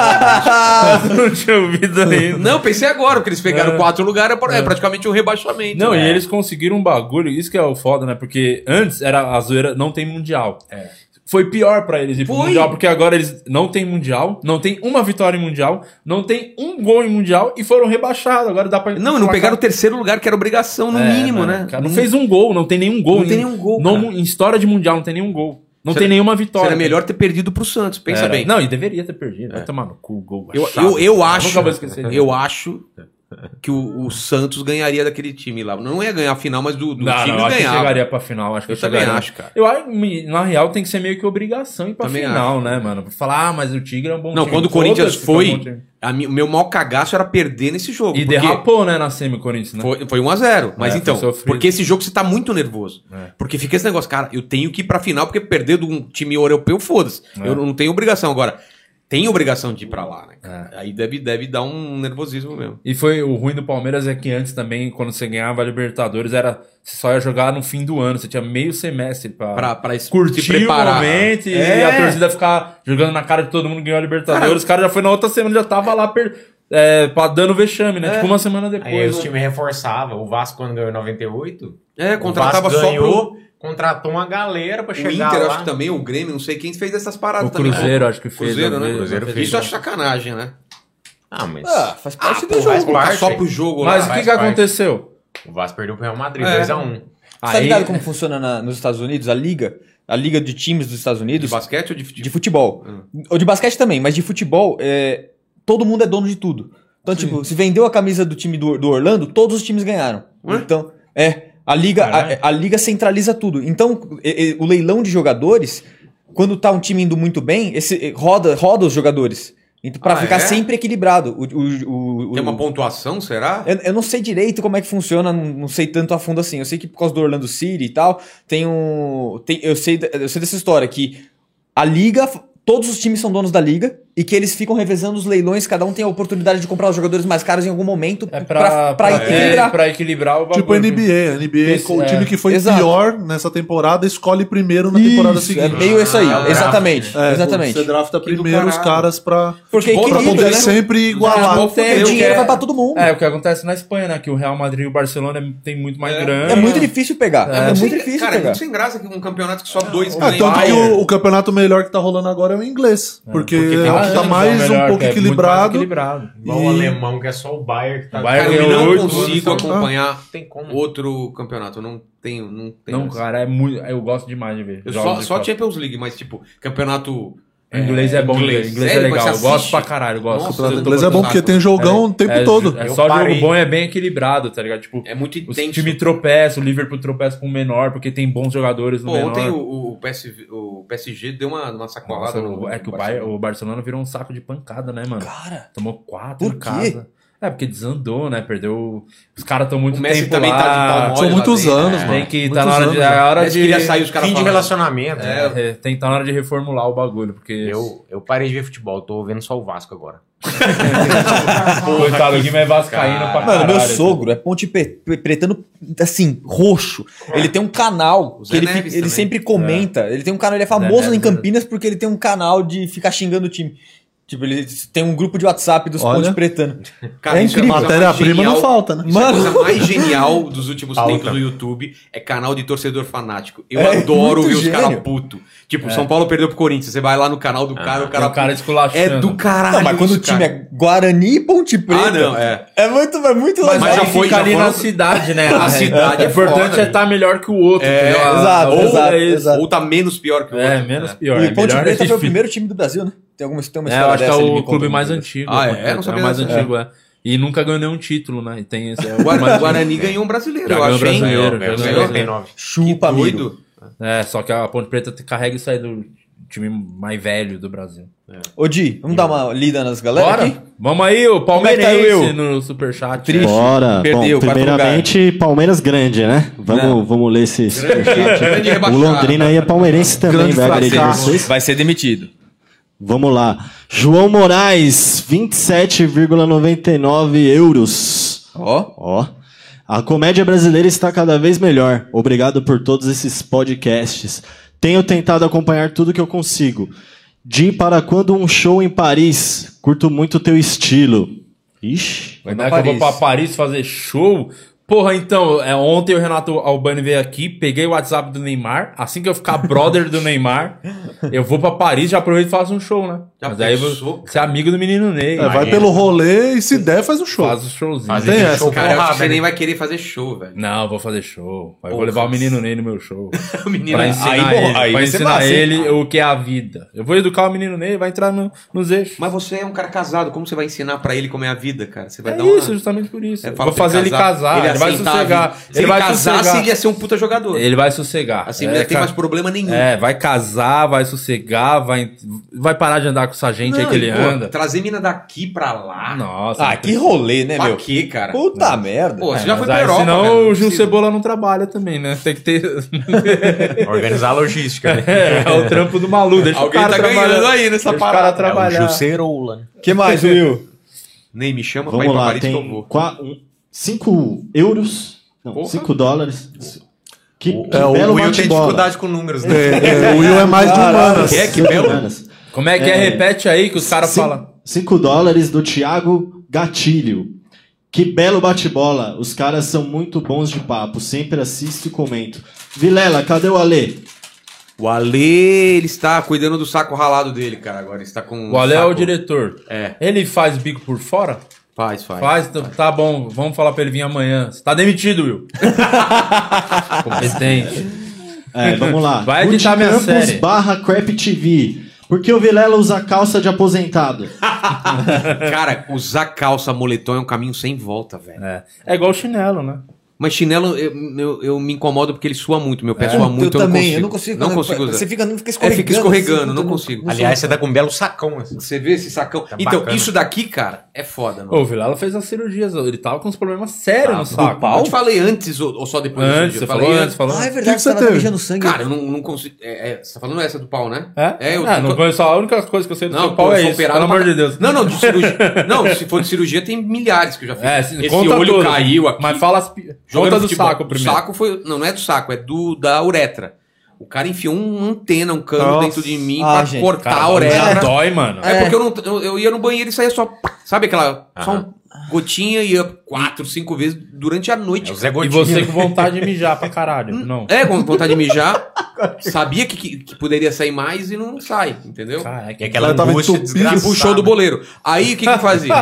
Speaker 1: não tinha ouvido ainda.
Speaker 3: Não, pensei agora, porque eles pegaram quatro lugares, é, praticamente um rebaixamento.
Speaker 1: Não,
Speaker 3: né?
Speaker 1: e eles conseguiram um bagulho, isso que é o foda, né? Porque antes era a zoeira, não tem mundial. Foi pior pra eles ir pro
Speaker 3: É. Foi.
Speaker 1: mundial, porque agora eles não tem mundial, não tem uma vitória em mundial, não tem um gol em mundial e foram rebaixados. Agora dá pra.
Speaker 3: Não, e não
Speaker 1: placar-
Speaker 3: pegaram o terceiro lugar, que era obrigação, no
Speaker 1: É,
Speaker 3: mínimo,
Speaker 1: mano,
Speaker 3: né?
Speaker 1: cara, não fez um gol, não tem nenhum gol.
Speaker 3: Não tem
Speaker 1: em-
Speaker 3: nenhum gol,
Speaker 1: não-
Speaker 3: cara.
Speaker 1: em história de mundial não tem nenhum gol. Não
Speaker 3: Será-
Speaker 1: tem nenhuma vitória.
Speaker 3: Era é melhor ter perdido pro Santos, pensa
Speaker 1: Era.
Speaker 3: bem.
Speaker 1: Não, e deveria ter perdido. Vai tomar no cu o gol. é
Speaker 3: Eu,
Speaker 1: chato.
Speaker 3: eu, eu acho.
Speaker 1: Nunca vou esquecer disso.
Speaker 3: Eu acho que o, o Santos ganharia daquele time lá. Não ia ganhar a final, mas do, do
Speaker 1: Não,
Speaker 3: time
Speaker 1: não, acho que
Speaker 3: ganhava.
Speaker 1: chegaria pra final. Acho que
Speaker 3: Eu também
Speaker 1: chegaria.
Speaker 3: acho, cara.
Speaker 1: Eu acho que, na real, tem que ser meio que obrigação ir pra
Speaker 3: Também
Speaker 1: final, né, mano? Pra Falar, ah, mas o Tigre é um bom
Speaker 3: Não,
Speaker 1: time.
Speaker 3: quando o Corinthians
Speaker 1: Foda-se que é um bom
Speaker 3: foi,
Speaker 1: time.
Speaker 3: a mi- o meu maior cagaço era perder nesse jogo.
Speaker 1: E
Speaker 3: porque
Speaker 1: derrapou, né, na semi, o Corinthians, né?
Speaker 3: Foi, foi 1x0. Mas
Speaker 1: É,
Speaker 3: então,
Speaker 1: foi sofrido. É.
Speaker 3: porque esse jogo você tá muito nervoso. Porque fica esse negócio, cara, eu tenho que ir pra final, porque perder de um time europeu, foda-se.
Speaker 1: É.
Speaker 3: Eu não tenho obrigação agora. Tem obrigação de ir pra lá, né? cara? Aí deve, deve dar um nervosismo mesmo.
Speaker 1: E foi o ruim do Palmeiras é que antes também, quando você ganhava a Libertadores, era você só ia jogar no fim do ano. Você tinha meio semestre pra,
Speaker 3: Pra, pra se
Speaker 1: curtir o
Speaker 3: preparar.
Speaker 1: momento e
Speaker 3: É.
Speaker 1: a torcida ficar jogando na cara de todo mundo que ganhou a Libertadores. Os caras já foi na outra semana, já tava lá per, é, pra- dando vexame, né? Tipo uma semana depois.
Speaker 7: Aí os
Speaker 1: né?
Speaker 7: times reforçavam. O Vasco, quando ganhou em 98,
Speaker 3: É,
Speaker 7: contratava
Speaker 3: contratava
Speaker 7: o Vasco
Speaker 3: só pro.
Speaker 7: ganhou, contratou uma galera pra
Speaker 3: O
Speaker 7: chegar
Speaker 3: Inter,
Speaker 7: lá.
Speaker 3: acho que tá- também, o Grêmio, não sei quem fez essas paradas
Speaker 1: O Cruzeiro, acho que
Speaker 3: um também. né?
Speaker 1: fez.
Speaker 3: Cruzeiro,
Speaker 1: uma
Speaker 3: né?
Speaker 1: vez,
Speaker 7: Cruzeiro
Speaker 1: né?
Speaker 7: fez.
Speaker 3: Isso eu acho sacanagem, né?
Speaker 7: Ah, mas
Speaker 4: Ah, faz parte
Speaker 7: pô,
Speaker 4: do jogo.
Speaker 7: faz
Speaker 4: Você
Speaker 3: Colocar
Speaker 7: parte.
Speaker 3: só pro jogo lá.
Speaker 1: Mas o que,
Speaker 7: faz
Speaker 1: que
Speaker 7: parte.
Speaker 1: aconteceu?
Speaker 7: o Vasco perdeu pro Real Madrid,
Speaker 3: É.
Speaker 7: 2x1.
Speaker 4: tá ligado como funciona na- nos Estados Unidos? A liga, a liga de times dos Estados
Speaker 3: De
Speaker 4: Unidos,
Speaker 3: basquete ou de futebol?
Speaker 4: de futebol. Ou de basquete também, mas de futebol, é, todo mundo é dono de tudo. Então, tipo, se vendeu a camisa do time do, do Orlando, todos os times ganharam. Então, é. A liga, a, a liga centraliza tudo. Então, e- e- o leilão de jogadores, quando tá um time indo muito bem, esse, roda, roda os jogadores. Então, pra
Speaker 3: Ah,
Speaker 4: ficar
Speaker 3: é?
Speaker 4: sempre equilibrado. O, o, o- o-
Speaker 3: Tem uma pontuação, será?
Speaker 4: eu, eu não sei direito como é que funciona, não não sei tanto a fundo assim. Eu sei que por causa do Orlando City e tal, tem um. Tem, eu, sei, da- eu sei dessa história, que a liga. Todos os times são donos da liga e que eles ficam revezando os leilões, cada um tem a oportunidade de comprar os jogadores mais caros em algum momento
Speaker 1: É
Speaker 4: pra-
Speaker 1: pra,
Speaker 4: pra
Speaker 1: pra-
Speaker 4: equilibrar.
Speaker 1: é, pra equilibrar o bagulho.
Speaker 2: Tipo NBA, a NBA,
Speaker 1: Esse-
Speaker 2: o time
Speaker 1: é.
Speaker 2: que foi
Speaker 4: Exato.
Speaker 2: pior nessa temporada escolhe primeiro na temporada
Speaker 4: Isso, é
Speaker 2: seguinte.
Speaker 4: meio isso aí,
Speaker 7: Ah, é o
Speaker 4: exatamente.
Speaker 2: É,
Speaker 4: exatamente.
Speaker 2: Você drafta
Speaker 3: Que do
Speaker 2: primeiro os
Speaker 3: caralho.
Speaker 2: caras pra, Tipo,
Speaker 4: Porque
Speaker 3: futebol
Speaker 2: pra
Speaker 3: Equilibra,
Speaker 2: poder
Speaker 4: equilibra, né?
Speaker 2: sempre igualar.
Speaker 1: Futebol
Speaker 4: Porque
Speaker 1: tem,
Speaker 4: o
Speaker 1: o que
Speaker 4: dinheiro
Speaker 1: é-
Speaker 4: vai pra todo mundo.
Speaker 1: É, o que acontece na Espanha, né? Que o Real Madrid e o Barcelona é- tem muito mais
Speaker 3: É.
Speaker 1: grande.
Speaker 4: É muito difícil pegar. É,
Speaker 1: É.
Speaker 4: muito difícil
Speaker 3: Cara, é
Speaker 4: pegar.
Speaker 3: muito sem graça que um campeonato que só dois um
Speaker 2: Ah,
Speaker 3: ganham.
Speaker 2: tanto que o, o campeonato melhor que tá rolando agora é o inglês. porque
Speaker 1: Porque
Speaker 2: é o que tá
Speaker 1: time
Speaker 2: mais
Speaker 1: melhor,
Speaker 2: um pouco
Speaker 1: que é muito mais
Speaker 2: equilibrado.
Speaker 1: equilibrado.
Speaker 7: Igual o alemão, que é só o Bayern que tá...
Speaker 1: O
Speaker 3: Cara,
Speaker 1: Bayern
Speaker 3: eu
Speaker 1: ganhou
Speaker 3: não
Speaker 1: oito,
Speaker 3: consigo
Speaker 2: anos, tá?
Speaker 3: acompanhar
Speaker 7: Não tem como.
Speaker 3: outro campeonato. Eu não tenho, não tenho.
Speaker 1: Não,
Speaker 3: essa.
Speaker 1: cara, é muito. Eu gosto demais de ver.
Speaker 3: Eu
Speaker 1: jogos
Speaker 3: só,
Speaker 1: de
Speaker 3: só
Speaker 1: Copa.
Speaker 3: Champions League, mas tipo, campeonato.
Speaker 1: O Inglês é bom, inglês, inglês é
Speaker 3: Sério,
Speaker 1: legal.
Speaker 3: você
Speaker 1: Eu gosto
Speaker 3: assiste?
Speaker 1: pra caralho, eu gosto.
Speaker 3: Nossa,
Speaker 2: O campeonato inglês é bom porque tem
Speaker 1: É,
Speaker 2: jogão o tempo
Speaker 1: é,
Speaker 2: todo.
Speaker 1: É
Speaker 7: Eu
Speaker 1: só
Speaker 7: parei.
Speaker 1: jogo bom, é bem equilibrado, tá ligado? Tipo,
Speaker 3: É muito
Speaker 1: os
Speaker 3: intenso.
Speaker 1: times tropeçam, o Liverpool tropeça com o menor, porque tem bons jogadores no
Speaker 3: Pô,
Speaker 1: menor.
Speaker 3: ontem o, o PSV o PSG deu uma, uma
Speaker 1: Nossa,
Speaker 3: sacolada.
Speaker 1: o-
Speaker 3: no-
Speaker 1: é que o,
Speaker 3: no
Speaker 1: Bayern- o Barcelona virou um saco de pancada, né, mano?
Speaker 4: Cara,
Speaker 1: Tomou quatro
Speaker 4: Por
Speaker 1: em
Speaker 4: quê?
Speaker 1: casa. É, porque desandou, né? Perdeu. Os caras estão muito
Speaker 3: O Messi
Speaker 1: tempo
Speaker 3: também
Speaker 1: lá.
Speaker 3: tá de pau mole
Speaker 2: São
Speaker 3: lá
Speaker 2: muitos
Speaker 3: dentro,
Speaker 2: anos,
Speaker 3: né?
Speaker 2: mano.
Speaker 1: Tem que
Speaker 2: Muitos
Speaker 1: tá na hora de.
Speaker 2: anos,
Speaker 4: né?
Speaker 1: É a hora
Speaker 3: Parece que
Speaker 1: de.
Speaker 3: queria sair os caras
Speaker 7: Fim de
Speaker 3: falando.
Speaker 7: relacionamento. né?
Speaker 1: É, tem que tá na hora de reformular o bagulho, porque.
Speaker 7: Eu, eu parei de ver futebol, tô vendo só o Vasco agora.
Speaker 1: Coitado, o Guima é vascaíno pra
Speaker 4: Mano,
Speaker 1: caralho.
Speaker 4: meu sogro é ponte Pe- Pe- pretano, assim, roxo. Ele tem um canal.
Speaker 3: O
Speaker 4: Que
Speaker 3: Zé
Speaker 4: ele,
Speaker 3: Neves
Speaker 4: fi- ele
Speaker 3: também.
Speaker 4: sempre comenta. Ele tem um canal, ele é
Speaker 1: Zé
Speaker 4: famoso
Speaker 1: Neves,
Speaker 4: em Campinas porque ele tem um canal de ficar xingando o time. Tipo, ele tem um grupo de WhatsApp dos
Speaker 2: Olha.
Speaker 4: ponte pretano.
Speaker 3: Cara,
Speaker 4: É
Speaker 3: isso a
Speaker 4: incrível.
Speaker 3: coisa mais
Speaker 2: Matéria-prima não
Speaker 3: genial-
Speaker 2: falta, né?
Speaker 3: isso é a coisa mais genial dos últimos
Speaker 7: Falta.
Speaker 3: tempos do YouTube é canal de torcedor fanático. Eu
Speaker 4: É,
Speaker 3: adoro
Speaker 4: muito
Speaker 3: ver os
Speaker 4: gênio. É.
Speaker 3: caras putos. Tipo, o São Paulo perdeu pro Corinthians. Você vai lá no canal do cara, o
Speaker 1: Cara,
Speaker 3: cara,
Speaker 1: Ah, o cara tá esculachando.
Speaker 3: É do caralho.
Speaker 4: Não, mas quando
Speaker 3: isso,
Speaker 4: o time
Speaker 3: cara.
Speaker 4: é Guarani e Ponte Preta.
Speaker 3: Ah, não, é.
Speaker 4: É muito, é muito legal.
Speaker 3: Mas já
Speaker 1: Ele
Speaker 3: foi,
Speaker 1: fica
Speaker 3: já
Speaker 1: ali
Speaker 3: foram-
Speaker 1: na cidade, né?
Speaker 3: A cidade
Speaker 1: é,
Speaker 3: é
Speaker 1: O importante
Speaker 3: foda,
Speaker 1: é estar melhor que o outro.
Speaker 3: É,
Speaker 1: entendeu? A-
Speaker 4: exato,
Speaker 1: ou
Speaker 4: exato,
Speaker 1: é isso.
Speaker 4: exato.
Speaker 3: Ou tá menos pior que o
Speaker 1: É,
Speaker 3: outro.
Speaker 1: menos pior.
Speaker 4: E Ponte
Speaker 1: melhor
Speaker 4: Preta
Speaker 1: é
Speaker 4: foi o
Speaker 1: difícil.
Speaker 4: primeiro time do Brasil, né? Tem alguma, tem uma
Speaker 1: É, eu
Speaker 4: história
Speaker 1: acho que é
Speaker 4: dessa, ele me
Speaker 1: o
Speaker 4: contou
Speaker 1: clube
Speaker 4: no
Speaker 1: mais
Speaker 4: vídeo.
Speaker 1: antigo.
Speaker 3: Ah, é?
Speaker 1: né?
Speaker 3: Eu não
Speaker 1: o
Speaker 3: sabia
Speaker 1: mais
Speaker 3: dessa.
Speaker 1: antigo, é. E nunca ganhou nenhum título, né? E tem esse, é o
Speaker 3: O Guarani,
Speaker 1: mais-
Speaker 3: Guarani ganhou um brasileiro,
Speaker 1: Já
Speaker 3: É, eu
Speaker 1: ganhou
Speaker 3: acho. hein?
Speaker 1: brasileiro,
Speaker 3: Ganhou,
Speaker 1: já
Speaker 3: ganhou.
Speaker 1: ganhou.
Speaker 3: ganhou.
Speaker 7: 99.
Speaker 3: Que
Speaker 4: Chupa, amigo.
Speaker 3: doido.
Speaker 1: É, só que a Ponte Preta te carrega isso aí do time mais velho do Brasil.
Speaker 4: Ô, Di, vamos dar uma lida nas galera
Speaker 1: Bora?
Speaker 4: aqui?
Speaker 1: Vamos aí, o Palmeirense
Speaker 4: Como é que tá o Will?
Speaker 1: no Superchat.
Speaker 4: Triste.
Speaker 6: Bora.
Speaker 4: Perdeu,
Speaker 6: Bom,
Speaker 4: quarto
Speaker 6: primeiramente, Palmeiras grande, né?
Speaker 4: Não.
Speaker 6: Vamos, vamos ler esse
Speaker 3: grande
Speaker 6: superchat. O
Speaker 3: rebaixado.
Speaker 6: Londrina aí é palmeirense também,
Speaker 2: Grande
Speaker 6: vai agredir
Speaker 2: fracasso.
Speaker 6: vocês.
Speaker 4: Vai ser demitido.
Speaker 6: Vamos lá. João Moraes, 27,99 euros.
Speaker 4: Ó.
Speaker 6: Ó. A comédia brasileira está cada vez melhor. Obrigado por todos esses podcasts. Tenho tentado acompanhar tudo que eu consigo. De para quando um show em Paris. Curto muito teu estilo. Ixi.
Speaker 1: Vai
Speaker 4: pra
Speaker 1: dar é que eu vou pra Paris
Speaker 4: Paris.
Speaker 1: fazer show? Porra, então, é, ontem o Renato Albani veio aqui, peguei o WhatsApp do Neymar. Assim que eu ficar brother do Neymar, eu vou pra Paris, já aproveito e faço um show, né?
Speaker 3: Já
Speaker 1: Mas aí eu
Speaker 3: pensou?
Speaker 1: vou ser amigo do menino Ney.
Speaker 2: É, vai pelo rolê e se der, faz o show.
Speaker 1: Faz o showzinho.
Speaker 7: Fazer
Speaker 2: Tem
Speaker 7: aquele
Speaker 2: essa,
Speaker 7: show
Speaker 3: Cara, eu acho que
Speaker 7: porrada,
Speaker 3: você
Speaker 7: né?
Speaker 3: nem vai querer fazer show, velho.
Speaker 1: Não, eu vou fazer show. Eu vou
Speaker 3: Porra.
Speaker 1: levar o menino Ney no meu show.
Speaker 3: O menino
Speaker 1: pra ensinar
Speaker 4: aí,
Speaker 1: ele,
Speaker 4: porra, aí
Speaker 1: pra
Speaker 4: vai ser
Speaker 1: ensinar
Speaker 3: assim.
Speaker 4: massa, hein?
Speaker 1: ele o que é a vida. Eu vou educar o menino Ney, vai entrar no, nos eixos.
Speaker 3: Mas você é um cara casado, como você vai ensinar pra ele como é a vida, cara? Você vai
Speaker 1: É
Speaker 3: dar uma...
Speaker 1: isso, justamente por isso.
Speaker 3: É,
Speaker 1: Eu
Speaker 3: fala
Speaker 1: vou
Speaker 3: pra
Speaker 1: fazer ele casar, ele, vai
Speaker 3: aceitar a
Speaker 1: sossegar.
Speaker 3: vida. assim, tá Se ele,
Speaker 1: vai
Speaker 3: casasse,
Speaker 1: sossegar. É,
Speaker 3: ele ia ser um puta jogador.
Speaker 1: Ele vai sossegar.
Speaker 3: Assim, não ia ter
Speaker 1: ca-
Speaker 3: mais problema nenhum.
Speaker 1: É, vai casar, vai sossegar, vai, vai parar de andar com essa gente aí
Speaker 3: Não,
Speaker 1: que ele
Speaker 3: e, pô, tá.
Speaker 1: anda.
Speaker 3: Trazer mina daqui pra lá.
Speaker 1: Nossa.
Speaker 4: Ah,
Speaker 1: não
Speaker 4: que
Speaker 1: precisa.
Speaker 4: rolê, né,
Speaker 3: pra
Speaker 4: meu?
Speaker 3: quê, cara?
Speaker 4: Puta merda.
Speaker 3: Pô, você
Speaker 1: É,
Speaker 3: já
Speaker 1: mas
Speaker 3: foi pra
Speaker 1: aí,
Speaker 3: Europa,
Speaker 1: Senão
Speaker 3: cara, não
Speaker 1: o Gil
Speaker 3: precisa.
Speaker 1: Cebola não trabalha também, né? Tem que ter.
Speaker 7: Organizar a logística, né?
Speaker 1: é, é o trampo do maluco. Deixa
Speaker 3: Alguém
Speaker 1: o cara
Speaker 3: tá ganhando
Speaker 1: trabalhar.
Speaker 3: aí
Speaker 1: Deixa
Speaker 3: nessa
Speaker 1: o
Speaker 3: parada.
Speaker 1: cara
Speaker 7: É o
Speaker 1: trabalhar.
Speaker 7: Jusceroula, né?
Speaker 4: que mais, Will?
Speaker 3: Nem me chama pra
Speaker 6: Vamos
Speaker 3: ir pra
Speaker 6: lá,
Speaker 3: Paris que eu
Speaker 6: tem
Speaker 3: vou.
Speaker 6: 5 euros. Não,
Speaker 3: Porra.
Speaker 6: 5 dólares. Que, que
Speaker 2: é, o
Speaker 6: belo
Speaker 7: Will tem
Speaker 6: bate-bola.
Speaker 7: dificuldade com números,
Speaker 2: É,
Speaker 7: né?
Speaker 2: é, o Will é mais de humanas.
Speaker 7: É, que belo.
Speaker 1: Como é que é? Repete aí que os caras falam.
Speaker 6: 5 dólares do Thiago Gatilho. Que belo bate-bola. Os caras são muito bons de papo. Sempre assisto e comento. Vilela, cadê o Ale?
Speaker 3: O Ale, ele está cuidando do saco ralado dele, cara, agora. Ele está com...
Speaker 1: O Ale é o
Speaker 3: Um saco-
Speaker 1: diretor.
Speaker 3: É.
Speaker 1: Ele faz bico por fora?
Speaker 3: Faz, faz.
Speaker 1: Faz, tá- tá bom, vamos falar pra ele vir amanhã. Você tá demitido, Will. Competente.
Speaker 6: É, vamos lá.
Speaker 1: Vai
Speaker 6: Ruth
Speaker 1: editar minha
Speaker 6: Campos
Speaker 1: série.
Speaker 6: barra Crap TV. Por que o Vilela usa calça de aposentado?
Speaker 3: Cara, usar calça, moletom é um caminho sem volta, velho.
Speaker 1: É. é igual chinelo, né?
Speaker 3: Mas chinelo, eu, eu, eu me incomodo porque ele sua muito, meu pé
Speaker 1: É.
Speaker 3: sua
Speaker 4: eu
Speaker 3: muito, eu,
Speaker 4: também,
Speaker 3: não
Speaker 4: eu não
Speaker 3: consigo.
Speaker 4: consigo,
Speaker 3: Não
Speaker 4: né?
Speaker 3: consigo usar.
Speaker 4: Você fica- não fica
Speaker 3: É, fica
Speaker 4: escorregando,
Speaker 3: escorregando,
Speaker 4: assim,
Speaker 3: não
Speaker 4: tudo-
Speaker 3: consigo.
Speaker 7: Aliás, você tá com um belo sacão, assim.
Speaker 3: Você vê esse sacão?
Speaker 7: Tá
Speaker 3: então,
Speaker 7: bacana.
Speaker 3: isso daqui, cara, é foda, mano.
Speaker 1: É Ô, O Vilela fez as cirurgias, ó, ele tava com uns problemas sérios no saco.
Speaker 3: Eu te falei antes ou, ou só depois? desse
Speaker 1: Antes,
Speaker 3: vídeo?
Speaker 1: você
Speaker 3: Eu falei
Speaker 1: falou antes, falou
Speaker 4: Ah, é
Speaker 1: antes.
Speaker 4: verdade,
Speaker 2: que
Speaker 4: que
Speaker 2: você
Speaker 4: você tava
Speaker 2: teve?
Speaker 4: mijando sangue.
Speaker 3: Cara, eu não, não consigo. É, é, você tá falando essa do pau, né?
Speaker 1: É?
Speaker 3: eu
Speaker 1: ah,
Speaker 3: tô-
Speaker 1: não conheço a única coisa que eu sei do
Speaker 3: Não,
Speaker 1: seu
Speaker 3: pau
Speaker 1: pau
Speaker 3: eu
Speaker 1: é
Speaker 3: sou
Speaker 1: isso,
Speaker 3: operado
Speaker 1: pelo
Speaker 3: pra
Speaker 1: amor de
Speaker 3: ca-
Speaker 1: Deus.
Speaker 3: Não, não, de cirurgia. não, se for de cirurgia, tem milhares que eu já fiz.
Speaker 1: É, se-
Speaker 3: Esse
Speaker 1: conta
Speaker 3: olho
Speaker 1: tudo.
Speaker 3: caiu aqui.
Speaker 1: Mas fala as pi-
Speaker 3: Jogando
Speaker 1: Conta do
Speaker 3: futebol.
Speaker 1: saco primeiro.
Speaker 3: O saco foi. Não, não é do saco, é do da uretra. O cara enfiou uma antena, um cano
Speaker 2: Nossa.
Speaker 3: dentro de mim
Speaker 4: Ah,
Speaker 3: pra
Speaker 4: gente,
Speaker 3: cortar
Speaker 1: Cara,
Speaker 3: a
Speaker 1: já
Speaker 3: uretra.
Speaker 1: dói, mano.
Speaker 3: tá É, porque eu, não, eu, eu ia no banheiro e saía só. pá, Sabe aquela. Só um gotinha e ia quatro, cinco vezes durante a noite.
Speaker 7: É o Zé
Speaker 1: E
Speaker 7: Gotinha.
Speaker 1: você com vontade de mijar pra caralho. Não.
Speaker 3: É, com vontade de mijar. sabia que, que, que poderia sair mais e não sai, entendeu?
Speaker 1: Caraca,
Speaker 7: E é aquela
Speaker 2: Ela tava
Speaker 7: angústia
Speaker 2: entupido,
Speaker 7: desgraçada.
Speaker 3: Tipo o show do boleiro. Aí o que que eu fazia?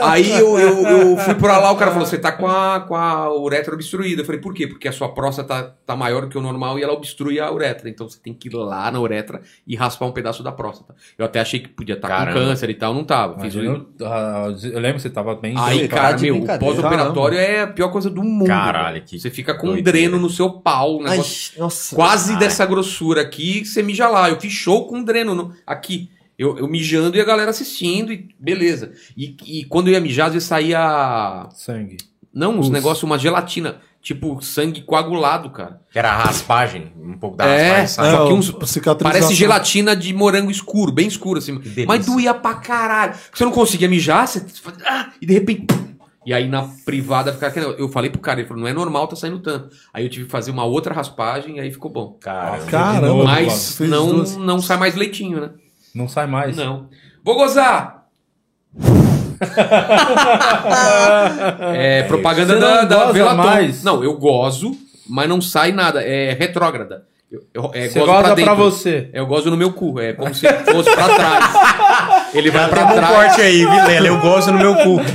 Speaker 3: Aí eu, eu, eu fui pra lá, o cara falou: você tá com a, com a uretra obstruída. Eu falei: por quê? Porque a sua próstata tá, tá maior que o normal e ela obstrui a uretra. Então você tem que ir lá na uretra e raspar um pedaço da próstata. Eu até achei que podia estar com
Speaker 7: Caramba.
Speaker 3: câncer e tal, não tava. Fiz
Speaker 1: Imagina,
Speaker 3: o-
Speaker 1: eu, ah, eu lembro que você tava bem.
Speaker 3: Aí,
Speaker 1: doido.
Speaker 4: tá
Speaker 3: cara,
Speaker 4: de
Speaker 3: meu, o
Speaker 4: brincadeira.
Speaker 3: pós-operatório é a pior coisa do mundo.
Speaker 7: Caralho,
Speaker 3: velho.
Speaker 7: que
Speaker 3: Você fica com um
Speaker 7: doideira.
Speaker 3: dreno no seu pau, um
Speaker 4: Ai,
Speaker 3: negócio
Speaker 4: nossa.
Speaker 3: quase
Speaker 7: Ai.
Speaker 3: dessa grossura aqui, você mija lá. Eu fiz show com um dreno no- aqui. Eu, eu mijando e a galera assistindo e beleza. E, e quando eu ia mijar, às vezes saía.
Speaker 1: Sangue.
Speaker 3: Não, uns
Speaker 1: Pus.
Speaker 3: negócios, uma gelatina. Tipo, sangue coagulado, cara.
Speaker 7: Que era a raspagem, um pouco da
Speaker 3: É,
Speaker 7: raspagem, sabe?
Speaker 3: só que
Speaker 2: É,
Speaker 3: uns-
Speaker 2: cicatrização.
Speaker 3: Parece gelatina de morango escuro, bem escuro assim.
Speaker 7: Que delícia.
Speaker 3: Mas doía pra caralho. Porque você não conseguia mijar, você. Ah, e de repente. pum. E aí na privada ficava aquele negócio. Eu falei pro cara, ele falou, não é normal, tá saindo tanto. Aí eu tive que fazer uma outra raspagem e aí ficou bom.
Speaker 7: Cara,
Speaker 1: De
Speaker 2: Caramba,
Speaker 1: novo,
Speaker 3: Mas
Speaker 2: fez
Speaker 3: não,
Speaker 2: duas.
Speaker 3: não sai mais leitinho, né?
Speaker 1: Não sai mais.
Speaker 3: Não. Vou gozar! é propaganda
Speaker 1: Você
Speaker 3: da,
Speaker 1: não
Speaker 3: da
Speaker 1: goza
Speaker 3: Velaton.
Speaker 1: mais?
Speaker 3: Não, eu gozo, mas não sai nada. É retrógrada. Eu, eu- é,
Speaker 1: Você
Speaker 3: gozo
Speaker 1: gosta pra,
Speaker 3: dentro.
Speaker 1: você.
Speaker 3: é Eu gozo no meu cu. É como se fosse pra trás. Ele vai pra
Speaker 7: Um
Speaker 3: trás.
Speaker 7: corte aí, Vilela, eu gosto no meu cu.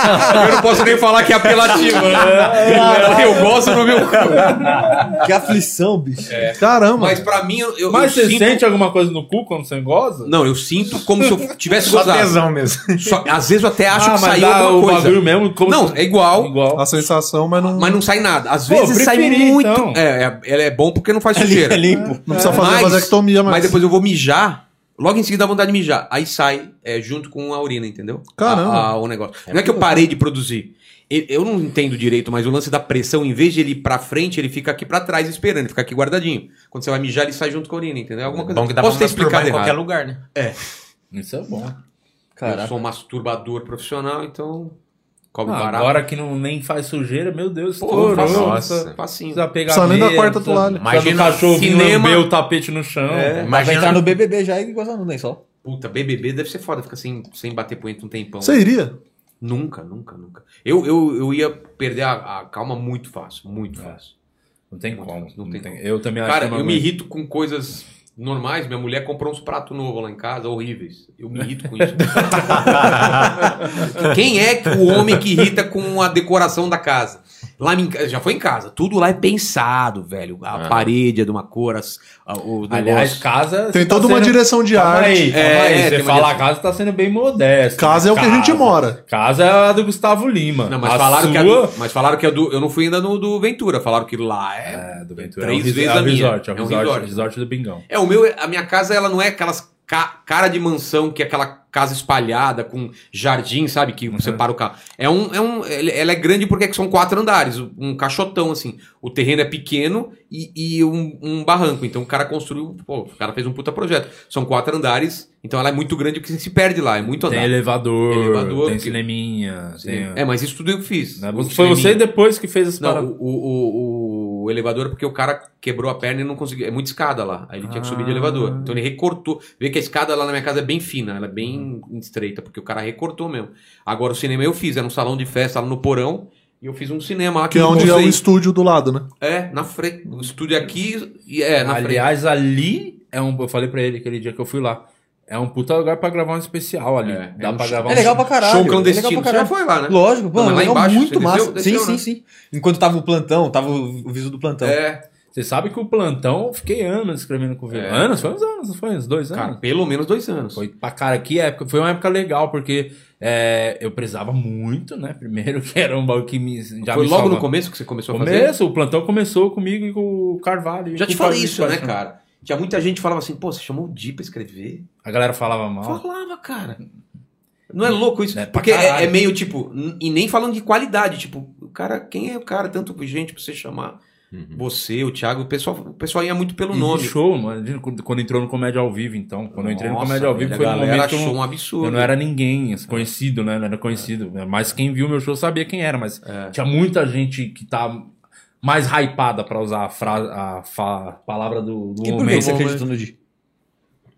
Speaker 3: Eu não posso nem falar que é apelativo,
Speaker 1: É.
Speaker 3: né? Eu gosto no meu cu.
Speaker 4: Que aflição, bicho.
Speaker 1: É.
Speaker 2: Caramba.
Speaker 3: Mas pra mim, eu, eu
Speaker 1: Mas
Speaker 3: eu
Speaker 1: você sente alguma coisa no cu quando você goza?
Speaker 3: Não, eu sinto como se eu tivesse
Speaker 7: Só
Speaker 3: gozado.
Speaker 7: tesão mesmo.
Speaker 3: Só- às vezes eu até acho
Speaker 1: Ah,
Speaker 3: que
Speaker 1: mas
Speaker 3: saiu
Speaker 1: dá
Speaker 3: alguma
Speaker 1: o
Speaker 3: coisa.
Speaker 1: bagulho mesmo, como
Speaker 3: não,
Speaker 1: se-
Speaker 3: é igual,
Speaker 1: Igual.
Speaker 2: A sensação, mas não,
Speaker 3: mas não sai nada. Às
Speaker 1: Pô,
Speaker 3: vezes sai
Speaker 1: preferi,
Speaker 3: muito.
Speaker 1: então.
Speaker 3: É, é, ela é bom porque não faz
Speaker 4: É
Speaker 3: sujeira.
Speaker 4: limpo.
Speaker 2: não precisa fazer
Speaker 3: Mas-
Speaker 2: vasectomia, mas.
Speaker 3: Mas depois eu vou mijar. Logo em seguida dá vontade de mijar. Aí sai é, junto com a urina, entendeu?
Speaker 2: Caramba.
Speaker 3: A- a- o negócio. não é que eu parei de produzir. E- Eu não entendo direito, mas o lance da pressão, em vez de ele ir pra frente, ele fica aqui pra trás esperando, ele fica aqui guardadinho. Quando você vai mijar, ele sai junto com a urina, entendeu? Alguma coisa.
Speaker 7: É
Speaker 3: assim.
Speaker 7: Bom que dá
Speaker 3: Posso ter
Speaker 7: pra masturbar
Speaker 3: explicado
Speaker 7: em qualquer
Speaker 3: errado.
Speaker 7: lugar, né?
Speaker 1: Isso é bom.
Speaker 3: Eu sou um masturbador profissional, então. Cobre
Speaker 1: Ah,
Speaker 3: barato.
Speaker 1: agora que não, nem faz sujeira, meu Deus,
Speaker 3: Pô,
Speaker 1: estourou.
Speaker 3: faço-
Speaker 1: Precisa-
Speaker 3: facinho.
Speaker 1: Precisa pegar
Speaker 2: Precisa nem da
Speaker 1: medo,
Speaker 2: quarta
Speaker 1: precisa- precisa
Speaker 2: toalha.
Speaker 1: do
Speaker 7: Imagina
Speaker 1: cachorro vir
Speaker 7: cinema-
Speaker 1: lamber o tapete no chão.
Speaker 3: É,
Speaker 4: Vai
Speaker 7: Imagina-
Speaker 4: entrar no BBB já e gozar no lençol.
Speaker 3: Puta, BBB deve ser foda, fica sem, sem bater punheta um tempão.
Speaker 2: Você iria?
Speaker 3: Nunca, nunca, nunca. Eu, eu, eu ia perder a, a calma muito fácil, muito fácil.
Speaker 1: Não tem
Speaker 3: Não
Speaker 1: como.
Speaker 3: tem
Speaker 1: Não
Speaker 3: como.
Speaker 1: tem É. Eu também acho
Speaker 3: Cara,
Speaker 1: que é
Speaker 3: eu
Speaker 1: não
Speaker 3: me
Speaker 1: aguento.
Speaker 3: irrito com coisas normais. Minha mulher comprou uns pratos novos lá em casa, horríveis. Eu me irrito com isso. Quem é que- o homem que irrita com a decoração da casa? Lá em, ca- já foi em casa. Tudo lá é pensado, velho. A parede é de uma cor, as, a- o negócio.
Speaker 1: Aliás, casa.
Speaker 2: Tem
Speaker 1: você tá
Speaker 2: toda uma
Speaker 1: sendo-
Speaker 2: direção de
Speaker 1: Calma
Speaker 2: arte.
Speaker 1: aí, calma
Speaker 3: É,
Speaker 1: aí.
Speaker 3: tem
Speaker 1: Você
Speaker 3: uma
Speaker 1: fala a
Speaker 3: direção.
Speaker 1: casa tá sendo bem modesto.
Speaker 2: Casa é o que a gente mora.
Speaker 1: Casa é a do Gustavo Lima.
Speaker 3: Não, mas,
Speaker 1: a
Speaker 3: falaram que a
Speaker 1: sua...
Speaker 3: do, mas falaram que a do. Eu não fui ainda no do Ventura. Falaram que lá é.
Speaker 1: É, do Ventura.
Speaker 3: Três
Speaker 1: é um res-
Speaker 3: vezes
Speaker 1: é um
Speaker 3: a minha.
Speaker 1: resort, é um
Speaker 3: É um
Speaker 1: resort,
Speaker 3: resort.
Speaker 1: resort do Bingão.
Speaker 3: É, o meu, a minha casa, ela não é aquelas ca- cara de mansão, que é aquela casa espalhada com jardim, sabe? Que separa o carro. É um, é um, ele- ela é grande porque é que são quatro andares, um caixotão, assim. O terreno é pequeno e, e um, um barranco. Então o cara construiu, pô, o cara fez um puta projeto. São quatro andares, então ela é muito grande porque se perde lá, é muito
Speaker 1: Tem
Speaker 3: andar.
Speaker 1: elevador,
Speaker 3: Elevador,
Speaker 1: tem
Speaker 3: que-
Speaker 1: cineminha. Tem... um
Speaker 3: É, mas isso tudo eu que fiz.
Speaker 1: Né,
Speaker 3: O
Speaker 1: você- Foi você
Speaker 3: cineminha.
Speaker 1: depois que fez essa
Speaker 3: Não,
Speaker 1: parada.
Speaker 3: o, o, o- o elevador é porque o cara quebrou a perna e não conseguiu. É muita escada lá. Aí ele tinha que subir de elevador. Então ele recortou. Vê que a escada lá na minha casa é bem fina, ela é bem estreita, porque o cara recortou mesmo. Agora o cinema eu fiz, era um salão de festa lá no porão. E eu fiz um cinema lá
Speaker 2: Que é
Speaker 3: eu
Speaker 2: onde é o
Speaker 3: usei.
Speaker 2: estúdio do lado, né?
Speaker 3: É, na frente. O estúdio é aqui e é, na frente.
Speaker 1: Aliás, ali é um. Eu falei pra ele aquele dia que eu fui lá. É um puta lugar pra gravar um especial ali.
Speaker 3: É, é
Speaker 1: Dá
Speaker 3: um
Speaker 1: pra
Speaker 3: show-
Speaker 1: gravar
Speaker 4: É
Speaker 1: um
Speaker 4: legal pra caralho.
Speaker 3: Show
Speaker 4: É
Speaker 3: clandestino.
Speaker 4: legal pra
Speaker 3: Você já
Speaker 4: caralho.
Speaker 3: foi lá, né?
Speaker 4: Lógico,
Speaker 3: mas
Speaker 4: mano,
Speaker 3: lá
Speaker 4: legal,
Speaker 3: embaixo,
Speaker 4: muito
Speaker 3: você
Speaker 4: massa.
Speaker 3: desceu? Desceu,
Speaker 4: sim,
Speaker 3: né?
Speaker 4: sim, sim. Enquanto tava o plantão, tava o o viso do plantão.
Speaker 3: É,
Speaker 1: Você sabe que o plantão, eu fiquei anos escrevendo com o Vila.
Speaker 3: É.
Speaker 1: Anos? Foi uns anos, não foi uns dois
Speaker 3: cara,
Speaker 1: anos.
Speaker 3: pelo menos dois anos.
Speaker 1: Foi pra cara, que época. Foi uma época legal, porque é, eu precisava muito, né? Primeiro, que era um bagulho que me. Já
Speaker 3: Foi
Speaker 1: me
Speaker 3: logo no
Speaker 1: salva-
Speaker 3: começo que você começou a fazer?
Speaker 1: começo. O plantão começou comigo e com o Carvalho.
Speaker 3: Já
Speaker 1: Com
Speaker 3: te
Speaker 1: o
Speaker 3: falei
Speaker 1: Fabrício
Speaker 3: isso, né,
Speaker 1: Paixão.
Speaker 3: cara? Tinha muita gente que falava assim, pô, você chamou o Di pra escrever?
Speaker 1: A galera falava mal.
Speaker 3: Falava, cara. Não é louco isso?
Speaker 1: É, pra
Speaker 3: Porque é,
Speaker 1: caralho.
Speaker 3: é meio tipo, n- e nem falando de qualidade, tipo, o cara, quem é o cara, tanto gente pra você chamar? Você, o Thiago, o pessoal, o pessoal ia muito pelo
Speaker 1: E
Speaker 3: nome.
Speaker 1: show, mano. Imagina quando- Quando entrou no Comédia ao Vivo, então. Quando eu entrei no
Speaker 3: Nossa,
Speaker 1: Comédia ao Vivo,
Speaker 3: velho,
Speaker 1: foi
Speaker 3: a
Speaker 1: um
Speaker 3: galera
Speaker 1: momento.
Speaker 3: achou um absurdo.
Speaker 1: Eu não era ninguém assim, conhecido, né? Não era conhecido. Mas quem viu meu show sabia quem era, mas
Speaker 3: É.
Speaker 1: tinha muita gente que tá mais hypada pra usar a, frase, a fa- palavra do, do
Speaker 4: E por que
Speaker 1: momento.
Speaker 4: você acreditou
Speaker 3: né?
Speaker 4: no Di?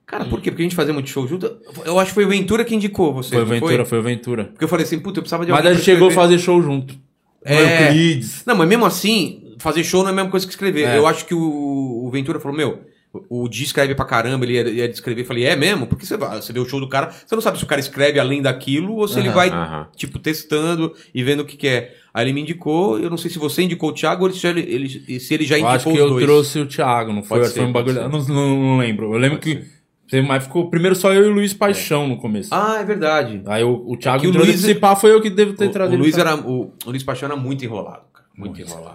Speaker 3: Cara,
Speaker 1: Uhum.
Speaker 3: por quê? Porque a gente fazia muito show junto. Eu acho que foi o Ventura que indicou você.
Speaker 1: Foi
Speaker 3: não
Speaker 1: aventura, foi aventura.
Speaker 3: Porque eu falei assim, puta, eu precisava de
Speaker 1: Mas
Speaker 3: alguém
Speaker 1: a gente
Speaker 3: pra
Speaker 1: chegou a
Speaker 3: escrever.
Speaker 1: fazer show junto.
Speaker 3: É.
Speaker 1: Foi Euclides.
Speaker 3: Não, mas mesmo assim, fazer show não é a mesma coisa que escrever.
Speaker 1: É.
Speaker 3: Eu acho que o, o Ventura falou, meu, o o Di escreve pra caramba, ele ia, ia descrever. Eu falei, é mesmo? Porque você, vai- você vê o show do cara, você não sabe se o cara escreve além daquilo ou se ele vai, tipo, testando e vendo o que quer. Aí ele me indicou, eu não sei se você indicou o Thiago ou se ele, ele- se ele já
Speaker 1: Eu
Speaker 3: indicou
Speaker 1: acho que
Speaker 3: os
Speaker 1: eu
Speaker 3: dois.
Speaker 1: trouxe o Thiago, não foi?
Speaker 3: Pode ser,
Speaker 1: foi um
Speaker 3: pode
Speaker 1: bagulho. Eu não, não- não lembro. Eu lembro que. teve- Mas ficou primeiro só eu e o Luiz Paixão no começo.
Speaker 3: Ah, é verdade.
Speaker 1: Aí o, o Thiago
Speaker 3: que o
Speaker 1: entrou
Speaker 3: Luiz-
Speaker 1: nesse pá, foi eu que devo ter
Speaker 3: O,
Speaker 1: trazido.
Speaker 3: o Luiz
Speaker 1: pra-
Speaker 3: era, o, o Luiz Paixão era muito enrolado, cara. Muito, enrolado.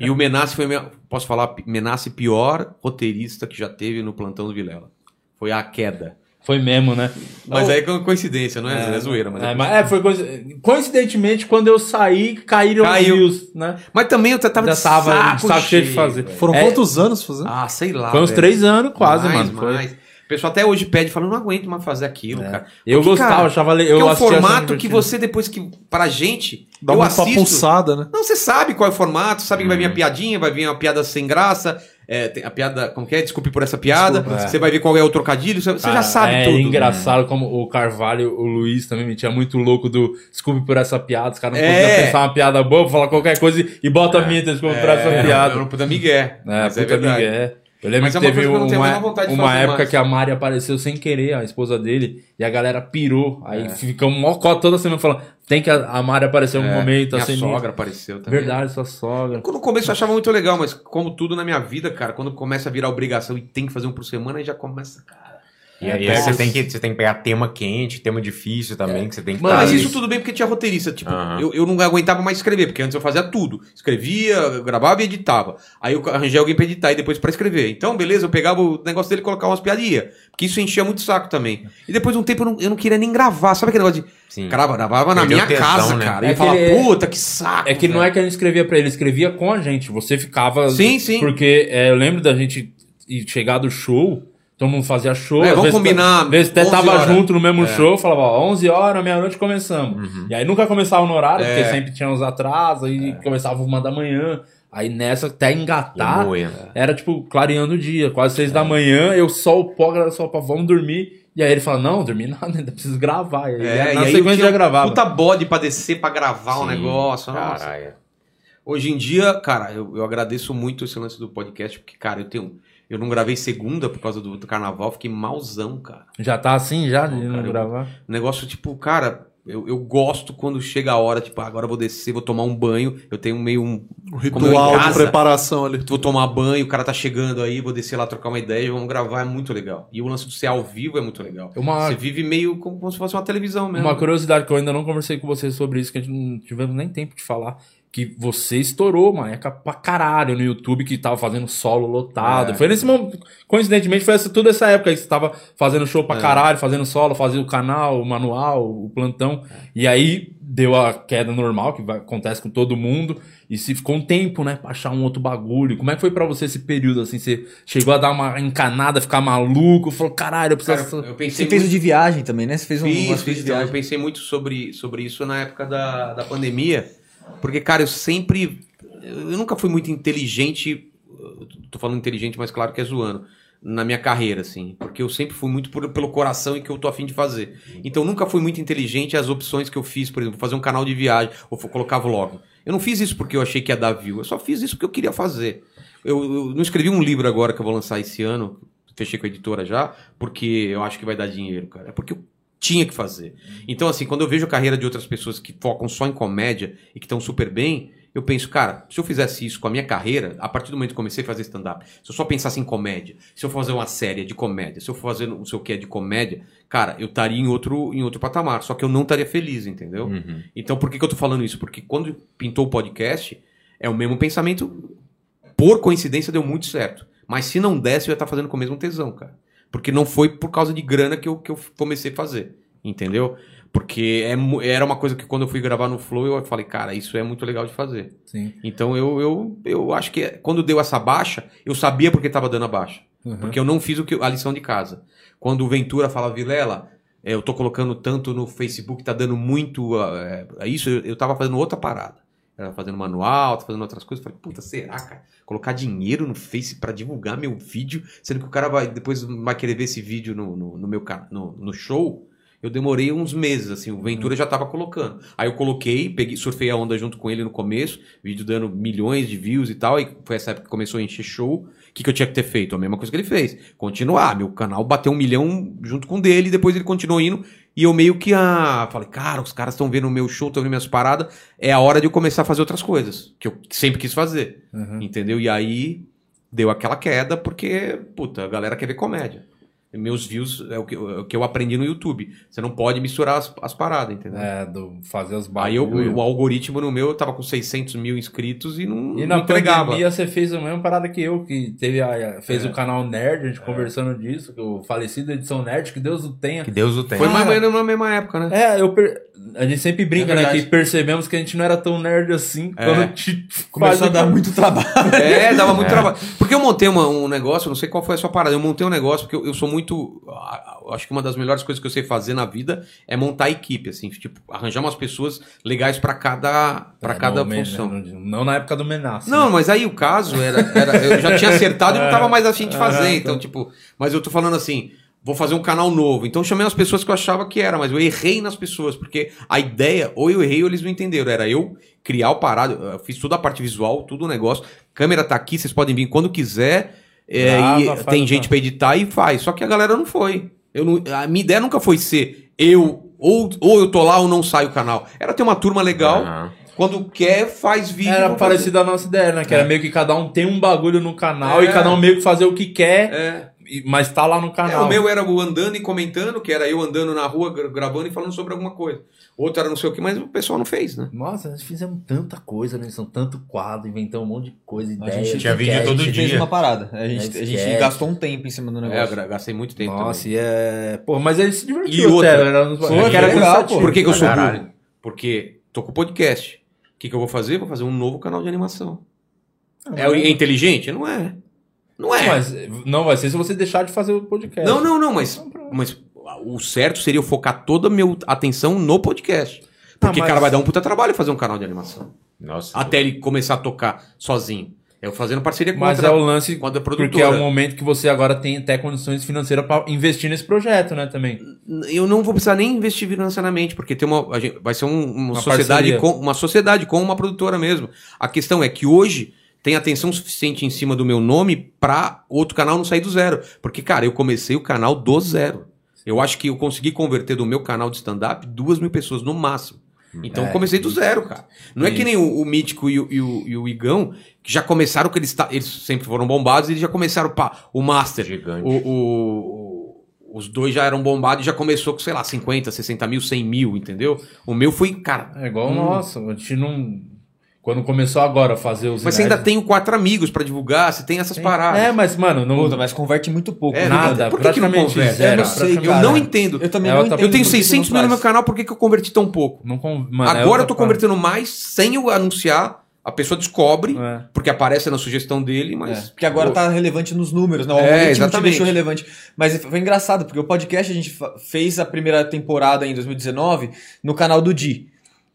Speaker 3: e o Menace foi, minha- posso falar, P- Menace pior roteirista que já teve no plantão do Vilela. Foi a queda.
Speaker 1: Foi mesmo, né?
Speaker 3: Mas
Speaker 1: Ô,
Speaker 3: aí é uma coincidência, não é, é zoeira. Mas,
Speaker 1: É, mas- é, foi coinc- coincidentemente, quando eu saí, caíram
Speaker 3: Caiu.
Speaker 1: os views, né?
Speaker 3: mas também eu t- tava
Speaker 1: Ainda
Speaker 3: de
Speaker 1: tava
Speaker 3: saco,
Speaker 1: saco, saco cheio de fazer.
Speaker 3: velho.
Speaker 2: Foram
Speaker 1: É.
Speaker 2: quantos anos fazendo?
Speaker 3: Ah, sei lá.
Speaker 1: Foi uns
Speaker 3: velho.
Speaker 1: três anos quase,
Speaker 3: Mais,
Speaker 1: mano. Foi-
Speaker 3: mais. O pessoal até hoje pede, fala, eu não aguento mais fazer aquilo, cara.
Speaker 1: Eu
Speaker 3: Porque,
Speaker 1: gostava,
Speaker 3: cara,
Speaker 1: achava le-
Speaker 3: que
Speaker 1: eu
Speaker 3: é um
Speaker 1: assistia achando
Speaker 3: formato que
Speaker 1: divertido.
Speaker 3: você, depois que, pra gente,
Speaker 2: Dá
Speaker 3: eu
Speaker 2: uma
Speaker 3: assisto...
Speaker 2: pulsada, né?
Speaker 3: Não, você sabe qual é o formato, sabe que vai vir
Speaker 1: Uhum.
Speaker 3: a piadinha, vai vir uma piada sem graça, é, tem a piada, como que é? Desculpe por essa piada.
Speaker 1: Desculpa.
Speaker 3: Você vai ver qual é o trocadilho, você você já
Speaker 1: Cara,
Speaker 3: sabe
Speaker 1: é
Speaker 3: tudo. né?
Speaker 1: engraçado como o Carvalho, o Luiz também me tinha muito louco do desculpe por essa piada, os caras não
Speaker 3: É.
Speaker 1: conseguiam pensar uma piada boa, falar qualquer coisa e- e bota a minha desculpa por essa
Speaker 3: É,
Speaker 1: piada.
Speaker 3: é um puta migué.
Speaker 1: É,
Speaker 3: mas é
Speaker 1: puta
Speaker 3: verdade.
Speaker 1: migué. Eu lembro
Speaker 3: Mas
Speaker 1: que
Speaker 3: é uma
Speaker 1: teve
Speaker 3: coisa que eu não tenho a
Speaker 1: uma,
Speaker 3: menor vontade de
Speaker 1: uma
Speaker 3: fazer
Speaker 1: época
Speaker 3: mais.
Speaker 1: que a Mari apareceu sem querer, a esposa dele, e a galera pirou.
Speaker 3: É.
Speaker 1: Aí ficamos mó cota toda semana falando: tem que a, a Mari aparecer em algum momento,
Speaker 3: É. Minha
Speaker 1: assim.
Speaker 3: sogra apareceu também.
Speaker 1: Verdade, sua sogra.
Speaker 3: No começo eu achava muito legal, mas como tudo na minha vida, cara, quando começa a virar obrigação e tem que fazer um por semana, aí já começa.
Speaker 7: E aí
Speaker 3: É,
Speaker 7: você,
Speaker 3: mas-
Speaker 7: tem que, você tem que pegar tema quente, tema difícil também, que você tem que
Speaker 3: Mano,
Speaker 7: tá
Speaker 3: mas
Speaker 7: ali.
Speaker 3: isso tudo bem porque tinha roteirista. Tipo,
Speaker 7: Aham.
Speaker 3: eu, eu não aguentava mais escrever, porque antes eu fazia tudo. Escrevia, eu gravava e editava. Aí eu arranjei alguém pra editar e depois pra escrever. Então, beleza, eu pegava o negócio dele e colocava umas piadinhas. Porque isso enchia muito o saco também. E depois de um tempo eu não, eu não queria nem gravar. Sabe aquele negócio de.
Speaker 7: Sim.
Speaker 3: Grava, gravava na
Speaker 7: Perdeu
Speaker 3: minha
Speaker 7: tesão,
Speaker 3: casa,
Speaker 7: né?
Speaker 3: cara.
Speaker 1: É
Speaker 3: e
Speaker 1: que
Speaker 3: falava,
Speaker 1: ele é-
Speaker 3: puta, que saco.
Speaker 1: É que não
Speaker 3: velho."
Speaker 1: é que ele escrevia pra ele, ele escrevia com a gente. Você ficava.
Speaker 3: Sim, sim.
Speaker 1: Porque é, eu lembro da gente ir chegar do show, todo mundo fazia show.
Speaker 3: É,
Speaker 1: às
Speaker 3: vamos
Speaker 1: vezes-
Speaker 3: combinar,
Speaker 1: Às vezes até
Speaker 3: 11
Speaker 1: tava
Speaker 3: horas. É.
Speaker 1: junto no mesmo show, falava, ó, 11 horas, meia-noite começamos. E aí nunca começava no horário,
Speaker 3: Uhum. É.
Speaker 1: porque sempre tinha uns atrasos, aí começava uma da manhã. Aí nessa, até
Speaker 3: tá?
Speaker 1: engatar,
Speaker 7: Moia.
Speaker 1: era tipo clareando o dia, quase seis
Speaker 3: É.
Speaker 1: da manhã, eu só o pó, galera, só o pó, vamos dormir. E aí ele fala, não, dormir nada, ainda preciso gravar. E aí, na
Speaker 3: É, e aí eu
Speaker 1: sequência
Speaker 3: tinha
Speaker 1: já gravava.
Speaker 3: puta bode pra descer, pra gravar o
Speaker 7: Sim,
Speaker 3: negócio. Nossa.
Speaker 7: Caralho.
Speaker 3: Hoje em dia, cara, eu, eu agradeço muito esse lance do podcast, porque, cara, eu tenho. Eu não gravei segunda por causa do, do carnaval, fiquei malzão, cara.
Speaker 1: Já tá assim, já, de
Speaker 3: Não,
Speaker 1: não
Speaker 3: cara, eu-
Speaker 1: gravar.
Speaker 3: O negócio, tipo, cara, eu, eu gosto quando chega a hora, tipo, ah, agora eu vou descer, vou tomar um banho. Eu tenho meio um.
Speaker 2: Um
Speaker 3: Como eu em
Speaker 2: ritual de
Speaker 3: casa.
Speaker 2: preparação ali.
Speaker 3: Vou tomar banho, o cara tá chegando aí, vou descer lá trocar uma ideia, vamos gravar, é muito legal. E o lance do ser ao vivo é muito legal.
Speaker 2: Ah.
Speaker 1: Uma-
Speaker 3: Você vive meio como, como se fosse uma televisão mesmo.
Speaker 1: Uma curiosidade que eu ainda não conversei com você sobre isso, que a gente não tivemos nem tempo de falar. Que você estourou, Maeca, pra caralho no YouTube, que tava fazendo solo
Speaker 3: É.
Speaker 1: lotado. Foi nesse momento. Coincidentemente, foi essa, toda essa época aí que você tava fazendo show
Speaker 3: É.
Speaker 1: pra caralho, fazendo solo, fazia o canal, o manual, o plantão. E aí deu a queda normal, que vai- acontece com todo mundo. E se ficou um tempo, né, pra achar um outro bagulho. Como é que foi pra você esse período, assim? Você chegou a dar uma encanada, ficar maluco, falou, caralho, eu
Speaker 3: Cara,
Speaker 1: preciso.
Speaker 3: eu, eu pensei
Speaker 4: Você fez o
Speaker 3: muito-
Speaker 4: de viagem também, né? Você fez um, umas
Speaker 3: Fiz,
Speaker 4: coisas
Speaker 3: fiz,
Speaker 4: de
Speaker 3: então, eu
Speaker 4: viagem.
Speaker 3: pensei muito sobre, sobre isso na época da, da pandemia, porque, cara, eu sempre. Eu nunca fui muito inteligente. eu Tô falando inteligente, mas claro que é zoando. Na minha carreira, assim. Porque eu sempre fui muito por- pelo coração e que eu tô afim de fazer. Então eu nunca fui muito inteligente as opções que eu fiz, por exemplo, fazer um canal de viagem ou fo- colocar vlog. Eu não fiz isso porque eu achei que ia dar view. Eu só fiz isso porque eu queria fazer. Eu, eu não escrevi um livro agora que eu vou lançar esse ano. Fechei com a editora já, porque eu acho que vai dar dinheiro, cara. É porque eu tinha que fazer. Então, assim, quando eu vejo a carreira de outras pessoas que focam só em comédia e que estão super bem, eu penso, cara, se eu fizesse isso com a minha carreira, a partir do momento que eu comecei a fazer stand-up, se eu só pensasse em comédia, se eu for fazer uma série de comédia, se eu for fazer não sei o que é de comédia, cara, eu estaria em outro, em outro patamar. Só que eu não estaria feliz, entendeu?
Speaker 7: Uhum.
Speaker 3: Então, por que, que eu tô falando isso? Porque quando pintou o podcast, é o mesmo pensamento. Por coincidência, deu muito certo. Mas se não desse, eu ia estar fazendo com o mesmo tesão, cara. Porque não foi por causa de grana que eu, que eu comecei a fazer. Entendeu? Porque é mu- era uma coisa que quando eu fui gravar no Flow, eu falei, cara, isso é muito legal de fazer.
Speaker 1: Sim.
Speaker 3: Então eu, eu, eu acho que é- quando deu essa baixa, eu sabia porque estava dando a baixa.
Speaker 1: Uhum.
Speaker 3: Porque eu não fiz o que, a lição de casa. Quando o Ventura fala, Vilela, é, eu tô colocando tanto no Facebook, tá dando muito. ah, é, isso, eu, eu tava fazendo outra parada. Era fazendo manual, tava fazendo outras coisas. Falei, puta, será, cara? Colocar dinheiro no Face pra divulgar meu vídeo, sendo que o cara vai depois vai querer ver esse vídeo no, no, no meu ca- no, no show. Eu demorei uns meses, assim, o Ventura já tava colocando. Aí eu coloquei, peguei, surfei a onda junto com ele no começo, vídeo dando milhões de views e tal, e foi essa época que começou a encher show. O que, que eu tinha que ter feito? A mesma coisa que ele fez. Continuar. Meu canal bateu um milhão junto com o dele, depois ele continuou indo. E eu meio que ah, falei, cara, os caras estão vendo o meu show, estão vendo minhas paradas. É a hora de eu começar a fazer outras coisas. Que eu sempre quis fazer.
Speaker 1: Uhum.
Speaker 3: Entendeu? E aí deu aquela queda, porque, puta, a galera quer ver comédia. E Meus views é o que, é o que eu aprendi no YouTube. Você não pode misturar as, as paradas, entendeu?
Speaker 1: É, do fazer os
Speaker 3: Aí eu-
Speaker 1: bagulho.
Speaker 3: o algoritmo no meu, eu tava com 600 mil inscritos e não,
Speaker 1: e
Speaker 3: não
Speaker 1: na
Speaker 3: entregava. É.
Speaker 1: pandemia você fez a mesma parada que eu, que teve a, fez o canal Nerd, a gente conversando disso, que o falecido Edição Nerd, que Deus o tenha.
Speaker 7: Que Deus o tenha.
Speaker 3: Foi mais ou
Speaker 1: Cara.
Speaker 3: menos na mesma época, né?
Speaker 1: É, eu per- a gente sempre brinca,
Speaker 3: É
Speaker 1: né,
Speaker 3: verdade.
Speaker 1: que percebemos que a gente não era tão nerd assim.
Speaker 3: É.
Speaker 1: Quando te
Speaker 4: Começou
Speaker 1: faz-
Speaker 4: a dar muito
Speaker 2: né?
Speaker 4: trabalho.
Speaker 3: É, dava muito trabalho. Porque eu montei uma- um negócio, eu não sei qual foi a sua parada, eu montei um negócio, porque eu, eu sou muito. ah, eu Acho que uma das melhores coisas que eu sei fazer na vida é montar equipe, assim, tipo, arranjar umas pessoas legais pra cada, pra
Speaker 1: É,
Speaker 3: cada
Speaker 1: não, men-
Speaker 3: função.
Speaker 1: Não, não na época do né. Menace.
Speaker 3: Não, mas aí o caso era. era- eu já tinha acertado e não tava mais afim de fazer.
Speaker 1: É,
Speaker 3: então, tipo. Mas eu tô falando assim. Vou fazer um canal novo. Então eu chamei as pessoas que eu achava que era, mas eu errei nas pessoas, porque a ideia, ou eu errei ou eles não entenderam. Era eu criar o parado, eu fiz toda a parte visual, tudo o negócio. Câmera tá aqui, vocês podem vir quando quiser. É,
Speaker 1: Grava,
Speaker 3: e
Speaker 1: Ah, faz, então.
Speaker 3: tem
Speaker 1: faz.
Speaker 3: gente pra editar e faz. Só que a galera não foi. Eu não- a minha ideia nunca foi ser eu, ou, ou eu tô lá ou não sai o canal. Era ter uma turma legal.
Speaker 7: Aham.
Speaker 3: Quando quer, faz vídeo.
Speaker 1: Ah. Era
Speaker 3: vamos
Speaker 1: parecida a nossa ideia, né? Que era meio que cada um tem um bagulho no canal
Speaker 3: É.
Speaker 1: e cada um meio que fazer o que quer,
Speaker 3: fazer. É.
Speaker 1: e- mas tá lá no
Speaker 3: É,
Speaker 1: canal.
Speaker 3: o meu era o andando e comentando, que era eu andando na rua, gra- gravando e falando sobre alguma coisa. Outro era não sei o que, mas o pessoal não fez, né?
Speaker 8: Nossa, nós fizemos tanta coisa, né? São tanto quadro, inventamos um monte de coisa,
Speaker 4: A
Speaker 8: ideia.
Speaker 4: gente
Speaker 7: Tinha vídeo
Speaker 4: a
Speaker 7: todo
Speaker 4: gente fez
Speaker 7: dia.
Speaker 4: uma parada. A gente,
Speaker 8: Sketch.
Speaker 4: a gente gastou um tempo em cima do
Speaker 3: É, eu
Speaker 4: negócio.
Speaker 3: gra- gastei muito tempo
Speaker 1: Nossa, e é. Pô, mas ele se divertiu.
Speaker 3: E outra.
Speaker 1: até, Era, um-
Speaker 4: Pô,
Speaker 1: que era
Speaker 4: legal,
Speaker 1: cansativo.
Speaker 3: também. Por que, que eu sou
Speaker 7: Caralho.
Speaker 3: burro? Porque tô com podcast. O que, que eu vou fazer? Vou fazer um novo canal de animação. É, o- é inteligente? Não é. Não é.
Speaker 1: Ah, Mas é. eh, não vai ser se você deixar de fazer o podcast.
Speaker 3: não, não, não, mas, mas o certo seria eu focar toda a minha atenção no podcast. Porque,
Speaker 1: Tá, mas-
Speaker 3: cara, vai dar um puta trabalho fazer um canal de animação.
Speaker 7: Nossa.
Speaker 3: Até ele começar a tocar sozinho. Eu fazendo parceria com
Speaker 1: Mas é o lance.
Speaker 3: quando é produtora.
Speaker 1: Porque é o momento que você agora tem até condições financeiras pra investir nesse projeto, né? Também.
Speaker 3: eu não vou precisar nem investir financeiramente, porque tem uma, a gente- vai ser um- uma,
Speaker 1: Uma
Speaker 3: sociedade
Speaker 1: parceria.
Speaker 3: com, uma sociedade com uma produtora mesmo. A questão é que hoje tem atenção suficiente em cima do meu nome pra outro canal não sair do zero. Porque, cara, eu comecei o canal do zero. Eu acho que eu consegui converter do meu canal de stand-up duas mil pessoas no máximo.
Speaker 1: É,
Speaker 3: Então eu comecei do zero, cara. Não é que nem o, o Mítico e o, e o- e o Igão, que já começaram, que eles, ta- eles sempre foram bombados, eles já começaram, pá, o Master.
Speaker 7: Gigante.
Speaker 3: O- o- o- os dois já eram bombados e já começou com, sei lá, 50, 60 mil, 100 mil, entendeu? O meu foi, cara.
Speaker 1: É igual o nosso. A gente não. Quando começou agora a fazer os.
Speaker 3: Mas você ainda tem o quatro amigos pra divulgar, você tem essas paradas.
Speaker 1: É, mas, mano, não.
Speaker 4: Puta, mas converte muito pouco.
Speaker 3: É,
Speaker 4: né?
Speaker 1: nada.
Speaker 3: por que que não
Speaker 1: praticamente
Speaker 3: converte?
Speaker 1: zero.
Speaker 4: Eu não sei,
Speaker 1: praticamente-
Speaker 3: eu
Speaker 4: cara.
Speaker 3: não entendo.
Speaker 4: Eu também
Speaker 1: É,
Speaker 4: não
Speaker 1: eu
Speaker 4: entendo.
Speaker 1: também
Speaker 3: Eu tenho é
Speaker 4: por que que
Speaker 3: 600
Speaker 4: não
Speaker 3: mil no meu
Speaker 4: faz.
Speaker 3: canal, por que, que eu converti tão pouco?
Speaker 1: Não con- mano, é
Speaker 3: Agora eu tô
Speaker 1: outra
Speaker 3: convertendo mais sem eu anunciar, a pessoa descobre,
Speaker 1: parada. É.
Speaker 3: porque aparece na sugestão dele,
Speaker 4: É,
Speaker 3: mas.
Speaker 4: porque agora tá relevante nos números, né? O
Speaker 3: É,
Speaker 4: algoritmo te
Speaker 3: exatamente.
Speaker 4: deixou relevante. Mas foi engraçado, porque o podcast a gente fa- fez a primeira temporada em 2019 no canal do Di.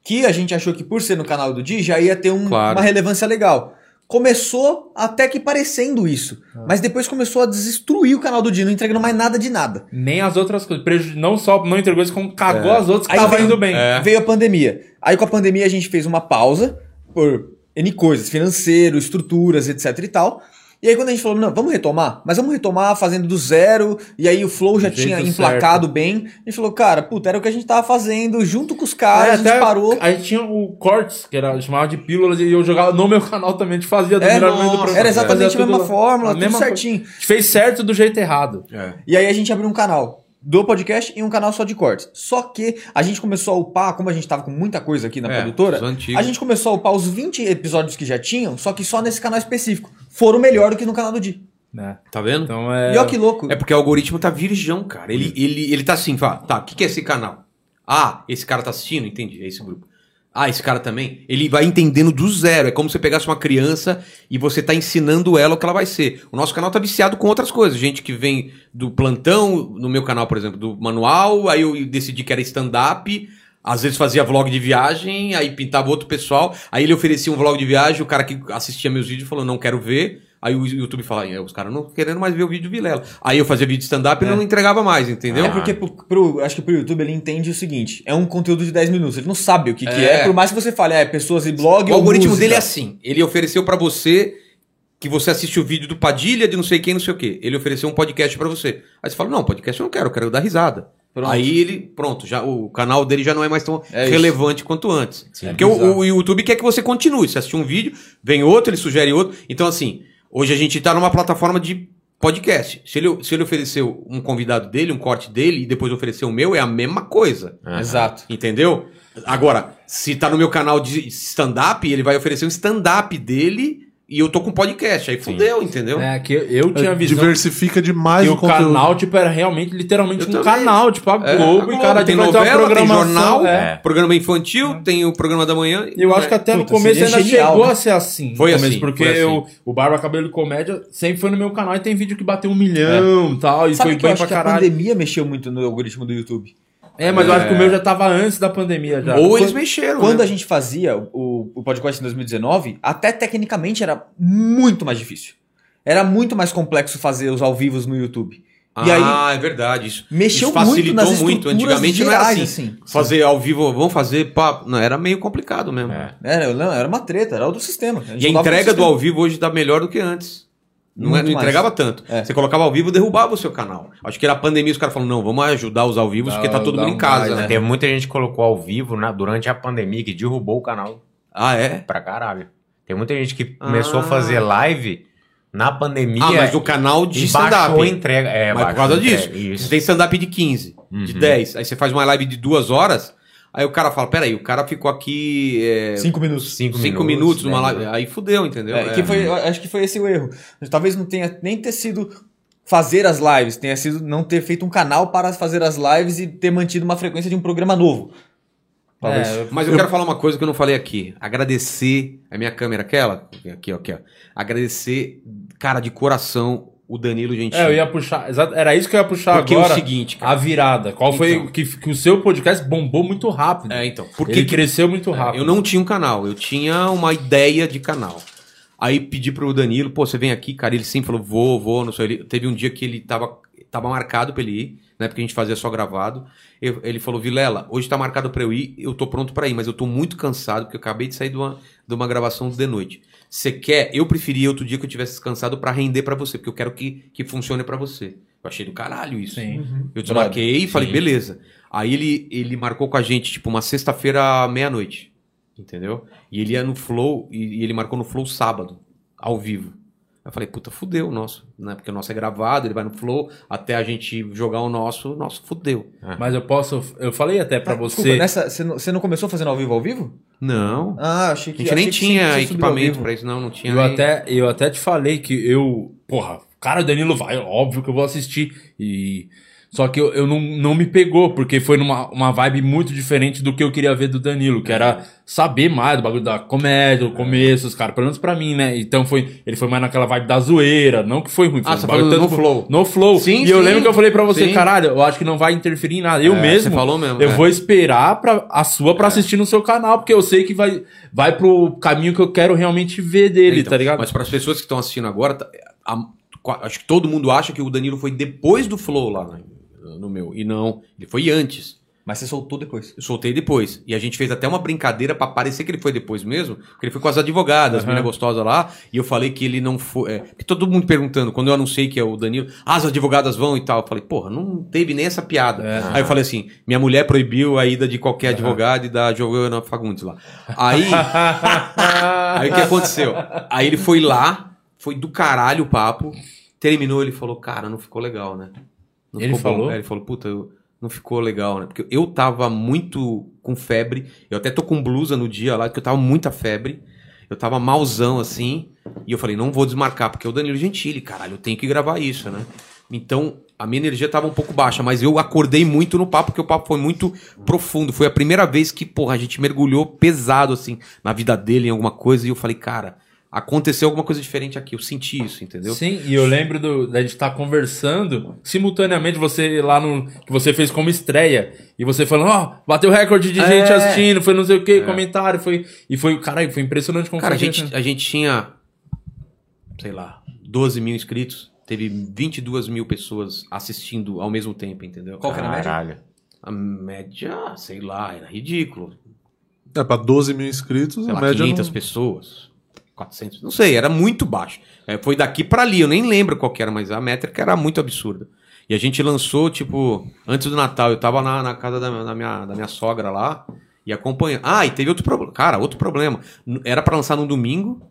Speaker 4: Que a gente achou que por ser no canal do Di já ia ter um-
Speaker 3: Claro.
Speaker 4: uma relevância legal. Começou até que parecendo isso. Mas depois começou a destruir o canal do Di, não entregando mais nada de nada.
Speaker 1: Nem as outras coisas. Preju- Não só não entregou isso, como cagou
Speaker 3: É.
Speaker 1: as outras que
Speaker 4: Aí
Speaker 1: tava
Speaker 4: veio-
Speaker 1: indo bem.
Speaker 4: Veio a pandemia. Aí com a pandemia a gente fez uma pausa por N coisas, financeiro, estruturas, etc e tal. E aí quando a gente falou, não, vamos retomar, mas vamos retomar fazendo do zero, e aí o Flow já
Speaker 1: Do jeito
Speaker 4: tinha emplacado bem. A gente falou, cara, puta, era o que a gente tava fazendo junto com os
Speaker 1: É,
Speaker 4: caras, a gente parou.
Speaker 1: Aí tinha o Cortes, que era chamava de pílulas, e eu jogava no meu canal também, a gente fazia do
Speaker 4: É,
Speaker 1: melhor momento do
Speaker 3: nossa,
Speaker 1: programa.
Speaker 4: Era exatamente
Speaker 1: Fazia
Speaker 4: a mesma
Speaker 1: tudo-
Speaker 4: fórmula,
Speaker 1: a
Speaker 4: tudo
Speaker 1: mesma
Speaker 4: certinho.
Speaker 1: coisa. Fez certo do jeito errado.
Speaker 3: é.
Speaker 4: E aí a gente abriu um canal do podcast e um canal só de cortes. Só que a gente começou a upar, como a gente tava com muita coisa aqui na
Speaker 3: É,
Speaker 4: produtora,
Speaker 3: os antigos.
Speaker 4: a gente começou a upar os 20 episódios que já tinham, só que só nesse canal específico. Foram melhor do que no canal do Di.
Speaker 1: né?
Speaker 3: Tá vendo?
Speaker 1: Então é.
Speaker 4: E olha que louco.
Speaker 3: É porque o algoritmo tá virgão, cara. Ele, ele, ele tá assim, fala, tá, o que, que é esse canal? Ah, esse cara tá assistindo? Entendi, é esse grupo. Ah, esse cara também? Ele vai entendendo do zero. É como se você pegasse uma criança e você tá ensinando ela o que ela vai ser. O nosso canal tá viciado com outras coisas. Gente que vem do plantão, no meu canal, por exemplo, do manual, aí eu decidi que era stand-up. Às vezes fazia vlog de viagem, aí pintava outro pessoal. Aí ele oferecia um vlog de viagem, o cara que assistia meus vídeos falou, não quero ver. Aí o YouTube fala, "É, os caras não querendo mais ver o vídeo Vilela. Aí eu fazia vídeo de stand-up e não entregava mais, entendeu?
Speaker 4: É porque pro, pro- acho que pro YouTube ele entende o seguinte: é um conteúdo de 10 minutos, ele não sabe o que, que
Speaker 3: É.
Speaker 4: é, por mais que você fale, ah, é pessoas e blog.
Speaker 3: O
Speaker 4: ou
Speaker 3: algoritmo
Speaker 4: música.
Speaker 3: dele é assim. Ele ofereceu pra você que você assiste o vídeo do Padilha de não sei quem, não sei o quê. Ele ofereceu um podcast pra você. Aí você fala: "Não, podcast eu não quero, eu quero dar risada".
Speaker 4: Pronto.
Speaker 3: Aí ele, pronto, já o canal dele já não é mais tão
Speaker 4: É isso.
Speaker 3: relevante quanto antes.
Speaker 7: Sim.
Speaker 3: Porque
Speaker 7: É
Speaker 3: o, o YouTube quer que você continue, você assiste um vídeo, vem outro, ele sugere outro. Então assim, hoje a gente tá numa plataforma de podcast. Se ele, se ele ofereceu um convidado dele, um corte dele e depois ofereceu o meu, é a mesma coisa.
Speaker 4: Exato.
Speaker 3: Entendeu? Agora, se tá no meu canal de stand-up, ele vai oferecer um stand-up dele e eu tô com podcast. Aí fudeu, entendeu?
Speaker 1: É, que eu, eu tinha a visão
Speaker 2: Diversifica demais
Speaker 1: que
Speaker 2: o
Speaker 1: o
Speaker 2: conteúdo.
Speaker 1: canal, tipo, era realmente, literalmente,
Speaker 3: Eu
Speaker 1: um
Speaker 3: também.
Speaker 1: canal, tipo, a Globo,
Speaker 3: É,
Speaker 1: e cada
Speaker 3: tem
Speaker 1: dia vai ter uma
Speaker 3: novela, tem
Speaker 1: programação,
Speaker 3: jornal,
Speaker 1: é.
Speaker 3: programa infantil, tem o programa da manhã.
Speaker 1: Eu acho que até no
Speaker 4: Puta,
Speaker 1: começo
Speaker 4: seria
Speaker 1: ainda
Speaker 4: genial,
Speaker 1: chegou
Speaker 4: né?
Speaker 1: a ser assim. no
Speaker 3: Foi
Speaker 1: começo,
Speaker 3: assim,
Speaker 1: Porque
Speaker 3: foi assim.
Speaker 1: Eu, o Barba Cabelo e Comédia sempre foi no meu canal e tem vídeo que bateu um
Speaker 3: É.
Speaker 1: milhão e tal, e
Speaker 4: Sabe
Speaker 1: foi
Speaker 4: que eu
Speaker 1: bem
Speaker 4: acho
Speaker 1: pra
Speaker 4: que a
Speaker 1: caralho.
Speaker 4: pandemia mexeu muito no algoritmo do YouTube.
Speaker 1: É, mas eu acho que o meu já tava antes da pandemia já.
Speaker 3: Ou eles mexeram.
Speaker 4: Quando
Speaker 3: né?
Speaker 4: a gente fazia o, o podcast em 2019, até tecnicamente era muito mais difícil. Era muito mais complexo fazer os ao vivos no YouTube. E aí
Speaker 3: Ah, é verdade. Isso
Speaker 4: mexeu
Speaker 3: isso facilitou
Speaker 4: muito nas
Speaker 3: muito.
Speaker 4: estruturas
Speaker 3: Antigamente não era
Speaker 4: gerais,
Speaker 3: assim. fazer ao vivo, vamos fazer papo. Não, era meio complicado mesmo.
Speaker 7: É.
Speaker 4: né, Era, não, era uma treta, era outro sistema. gente
Speaker 3: E a
Speaker 4: mudava de
Speaker 3: entrega do
Speaker 4: sistema.
Speaker 3: ao vivo hoje tá melhor do que antes. Não, é-
Speaker 4: Muito
Speaker 3: não
Speaker 4: mais.
Speaker 3: entregava tanto.
Speaker 4: É.
Speaker 3: Você colocava ao vivo, derrubava o seu canal. Acho que era a pandemia, os caras falaram, não, vamos ajudar os ao vivo,
Speaker 1: Dá-
Speaker 3: porque tá todo
Speaker 1: dá
Speaker 3: mundo em
Speaker 1: um
Speaker 3: casa,
Speaker 1: gás,
Speaker 3: né?
Speaker 7: Teve muita gente que colocou ao vivo na- durante a pandemia que derrubou o canal
Speaker 3: Ah, é?
Speaker 7: pra caralho. Tem muita gente que começou
Speaker 3: Ah.
Speaker 7: a fazer live na pandemia
Speaker 3: Ah, mas o canal de
Speaker 7: é. e baixou a
Speaker 3: stand-up.
Speaker 7: entrega. É,
Speaker 3: Mas por
Speaker 7: baixou a
Speaker 3: causa disso.
Speaker 7: entrega, Isso.
Speaker 3: Você tem stand-up de 15, de
Speaker 7: Uhum.
Speaker 3: 10. Aí você faz uma live de duas horas, aí o cara fala, peraí, o cara ficou aqui é,
Speaker 4: Cinco minutos.
Speaker 7: Cinco,
Speaker 3: cinco minutos numa
Speaker 7: né?
Speaker 3: live. Aí fudeu, entendeu?
Speaker 4: É, que
Speaker 3: É.
Speaker 4: foi, eu acho que foi esse o erro. Talvez não tenha nem ter sido fazer as lives, tenha sido não ter feito um canal para fazer as lives e ter mantido uma frequência de um programa novo.
Speaker 1: É,
Speaker 4: Talvez.
Speaker 3: Mas eu quero falar uma coisa que eu não falei aqui. Agradecer a minha câmera, aquela. Aqui, ó, aqui, ó. Agradecer, cara, de coração, o Danilo Gentili.
Speaker 1: É, eu ia puxar. exato, era isso que eu ia puxar
Speaker 3: Porque é
Speaker 1: agora.
Speaker 3: o seguinte, cara.
Speaker 1: a virada. Qual foi
Speaker 3: Então.
Speaker 1: o que, que o seu podcast bombou muito rápido?
Speaker 3: É, então.
Speaker 1: Porque
Speaker 3: Porque
Speaker 1: ele cresceu muito rápido.
Speaker 3: eu não tinha um canal, eu tinha uma ideia de canal. Aí pedi pro Danilo, pô, você vem aqui, cara. Ele sempre falou, vou, vou, não sei. Ele, teve um dia que ele tava, tava marcado pra ele ir, né? Porque a gente fazia só gravado. Eu- ele falou, Vilela, hoje tá marcado pra eu ir, eu tô pronto pra ir, mas eu tô muito cansado, porque eu acabei de sair de uma, de uma gravação de noite. Você quer? Eu preferia outro dia que eu tivesse cansado pra render pra você, porque eu quero que, que funcione pra você. Eu achei do caralho isso.
Speaker 1: Sim.
Speaker 3: Eu desmarquei e falei, beleza. Aí ele, ele marcou com a gente, tipo, uma sexta-feira à meia-noite. Entendeu? E ele ia no Flow, e, e ele marcou no Flow sábado, ao vivo. Eu falei, puta, fudeu o nosso, né? Porque o nosso é gravado, ele vai no Flow, até a gente jogar o nosso, o nosso fudeu.
Speaker 1: Mas eu posso. Eu falei até pra
Speaker 4: Ah,
Speaker 1: você.
Speaker 4: Desculpa,
Speaker 3: né?
Speaker 4: nessa, você, não, você não começou fazendo ao vivo ao vivo?
Speaker 3: Não.
Speaker 4: Ah, achei
Speaker 3: A
Speaker 4: que
Speaker 3: gente nem
Speaker 4: achei que você-
Speaker 3: tinha
Speaker 4: você subiu ao
Speaker 3: equipamento
Speaker 4: vivo.
Speaker 3: pra isso, não, não tinha.
Speaker 1: Eu
Speaker 3: nem-
Speaker 1: até, eu até te falei que eu. Porra, cara, o Danilo vai, óbvio que eu vou assistir. E. Só que eu, eu não, não me pegou, porque foi numa uma vibe muito diferente do que eu queria ver do Danilo, que era saber mais do bagulho da comédia, o começo, os caras, pelo menos pra mim, né? Então foi. Ele foi mais naquela vibe da zoeira, não que foi ruim. Foi
Speaker 3: Ah,
Speaker 1: um
Speaker 3: você
Speaker 1: bagulho
Speaker 3: falou no
Speaker 1: tanto-
Speaker 3: Flow.
Speaker 1: No flow.
Speaker 3: Sim,
Speaker 1: e eu
Speaker 3: sim.
Speaker 1: lembro que eu falei pra você,
Speaker 3: Sim.
Speaker 1: caralho, eu acho que não vai interferir em nada. Eu
Speaker 3: É,
Speaker 1: mesmo.
Speaker 3: Você falou mesmo.
Speaker 1: Eu
Speaker 3: é.
Speaker 1: vou esperar pra, a sua pra assistir no seu canal, porque eu sei que vai, vai pro caminho que eu quero realmente ver dele,
Speaker 3: Então,
Speaker 1: tá ligado?
Speaker 3: Mas para as pessoas que estão assistindo agora, tá- a- qua- acho que todo mundo acha que o Danilo foi depois do Flow lá né, no meu. E não, ele foi antes.
Speaker 4: Mas você soltou depois.
Speaker 3: Eu soltei depois. E a gente fez até uma brincadeira pra parecer que ele foi depois mesmo, porque ele foi com as advogadas,
Speaker 1: Aham.
Speaker 3: menina gostosa lá, e eu falei que ele não foi. É, porque todo mundo perguntando, quando eu anunciei que é o Danilo, ah, as advogadas vão e tal. Eu falei, porra, não teve nem essa piada. Aí eu falei assim: minha mulher proibiu a ida de qualquer advogado e da Giovanna Fagundes lá. Aí. aí o que aconteceu? Aí ele foi lá, foi do caralho o papo, terminou, ele falou, cara, não ficou legal, né? Não
Speaker 1: Ele
Speaker 3: ficou bom.
Speaker 1: falou?
Speaker 3: É, ele falou, puta, eu não ficou legal, né? Porque eu tava muito com febre. Eu até tô com blusa no dia lá, porque eu tava muita febre. Eu tava malzão assim. E eu falei, não vou desmarcar, porque é o Danilo Gentili, caralho, eu tenho que gravar isso, né? Então, a minha energia tava um pouco baixa, mas eu acordei muito no papo, porque o papo foi muito profundo. Foi a primeira vez que, porra, a gente mergulhou pesado, assim, na vida dele, em alguma coisa. E eu falei, cara, aconteceu alguma coisa diferente aqui. Eu senti isso, entendeu?
Speaker 1: Sim, e eu lembro do, da gente estar conversando, simultaneamente você lá no. que você fez como estreia. E você falando, ó, bateu recorde de
Speaker 3: É.
Speaker 1: gente assistindo, foi não sei o que, comentário, foi. E foi, caralho, foi impressionante como
Speaker 3: Cara, a
Speaker 1: foi
Speaker 3: gente, a gente tinha, sei lá, 12 mil inscritos. Teve 22 mil pessoas assistindo ao mesmo tempo, entendeu? Ah,
Speaker 4: Qual que era a média?
Speaker 7: Caralho.
Speaker 3: A média, sei lá, era ridículo.
Speaker 2: É, pra 12 mil inscritos,
Speaker 3: Sei
Speaker 2: a
Speaker 3: lá,
Speaker 2: média.
Speaker 3: 500
Speaker 2: não...
Speaker 3: pessoas, 400, não sei, era muito baixo. É, foi daqui pra ali, eu nem lembro qual que era, mas a métrica era muito absurda. E a gente lançou, tipo, antes do Natal, eu tava na, na casa da, da minha, da minha sogra lá e acompanhando. Ah, e teve outro problema. Cara, outro problema. N- Era pra lançar num domingo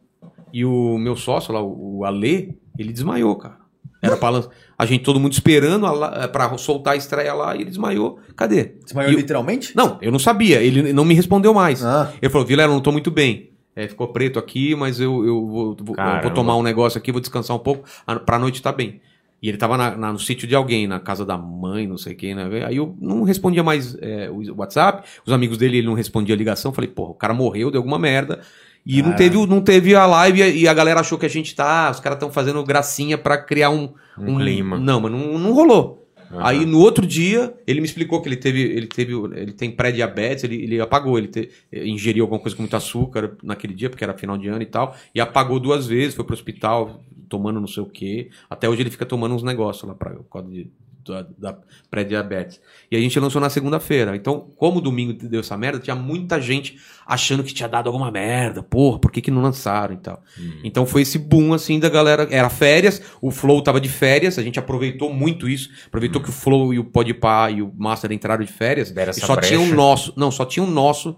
Speaker 3: e o meu sócio lá, o, o Ale, ele desmaiou, cara. Era pra lançar. A gente, todo mundo esperando a, la- é, pra soltar a estreia lá e ele desmaiou. Cadê?
Speaker 4: Desmaiou
Speaker 3: E eu-
Speaker 4: literalmente?
Speaker 3: Não, eu não sabia, ele não me respondeu mais.
Speaker 4: Ah,
Speaker 3: Ele falou, Vilela, eu não tô muito bem. É, ficou preto aqui, mas eu, eu vou, vou- eu vou
Speaker 7: Caramba.
Speaker 3: tomar um negócio aqui, vou descansar um pouco. a- Pra noite tá bem. E ele tava na- na- no sítio de alguém, na casa da mãe, não sei quem, né? Aí eu não respondia mais é, o WhatsApp, os amigos dele ele não respondia a ligação. Falei, porra, o cara morreu, deu alguma merda. E
Speaker 7: Ah.
Speaker 3: não, teve, o- não teve a live e a galera achou que a gente tá. Os caras estão fazendo gracinha pra criar um,
Speaker 7: Um clima.
Speaker 3: Não, mas não, não rolou.
Speaker 7: Aham.
Speaker 3: Aí no outro dia, ele me explicou que ele teve, ele teve, ele tem pré-diabetes, ele, ele apagou, ele te- eh, ingeriu alguma coisa com muito açúcar naquele dia, porque era final de ano e tal, e apagou duas vezes, foi pro hospital tomando não sei o quê. Até hoje ele fica tomando uns negócios lá pra por causa de da, da pré-diabetes. E a gente lançou na segunda-feira. Então, como domingo deu essa merda, tinha muita gente achando que tinha dado alguma merda. Porra, por que, que não lançaram e tal? Então foi esse boom assim da galera. Era férias, o Flow tava de férias, a gente aproveitou muito isso. Aproveitou que o Flow e o Podpah e o Master entraram de férias.
Speaker 7: Deram
Speaker 3: E
Speaker 7: essa
Speaker 3: só tinha um o
Speaker 7: brecha. Uhum.
Speaker 3: nosso. Não, só tinha o nosso.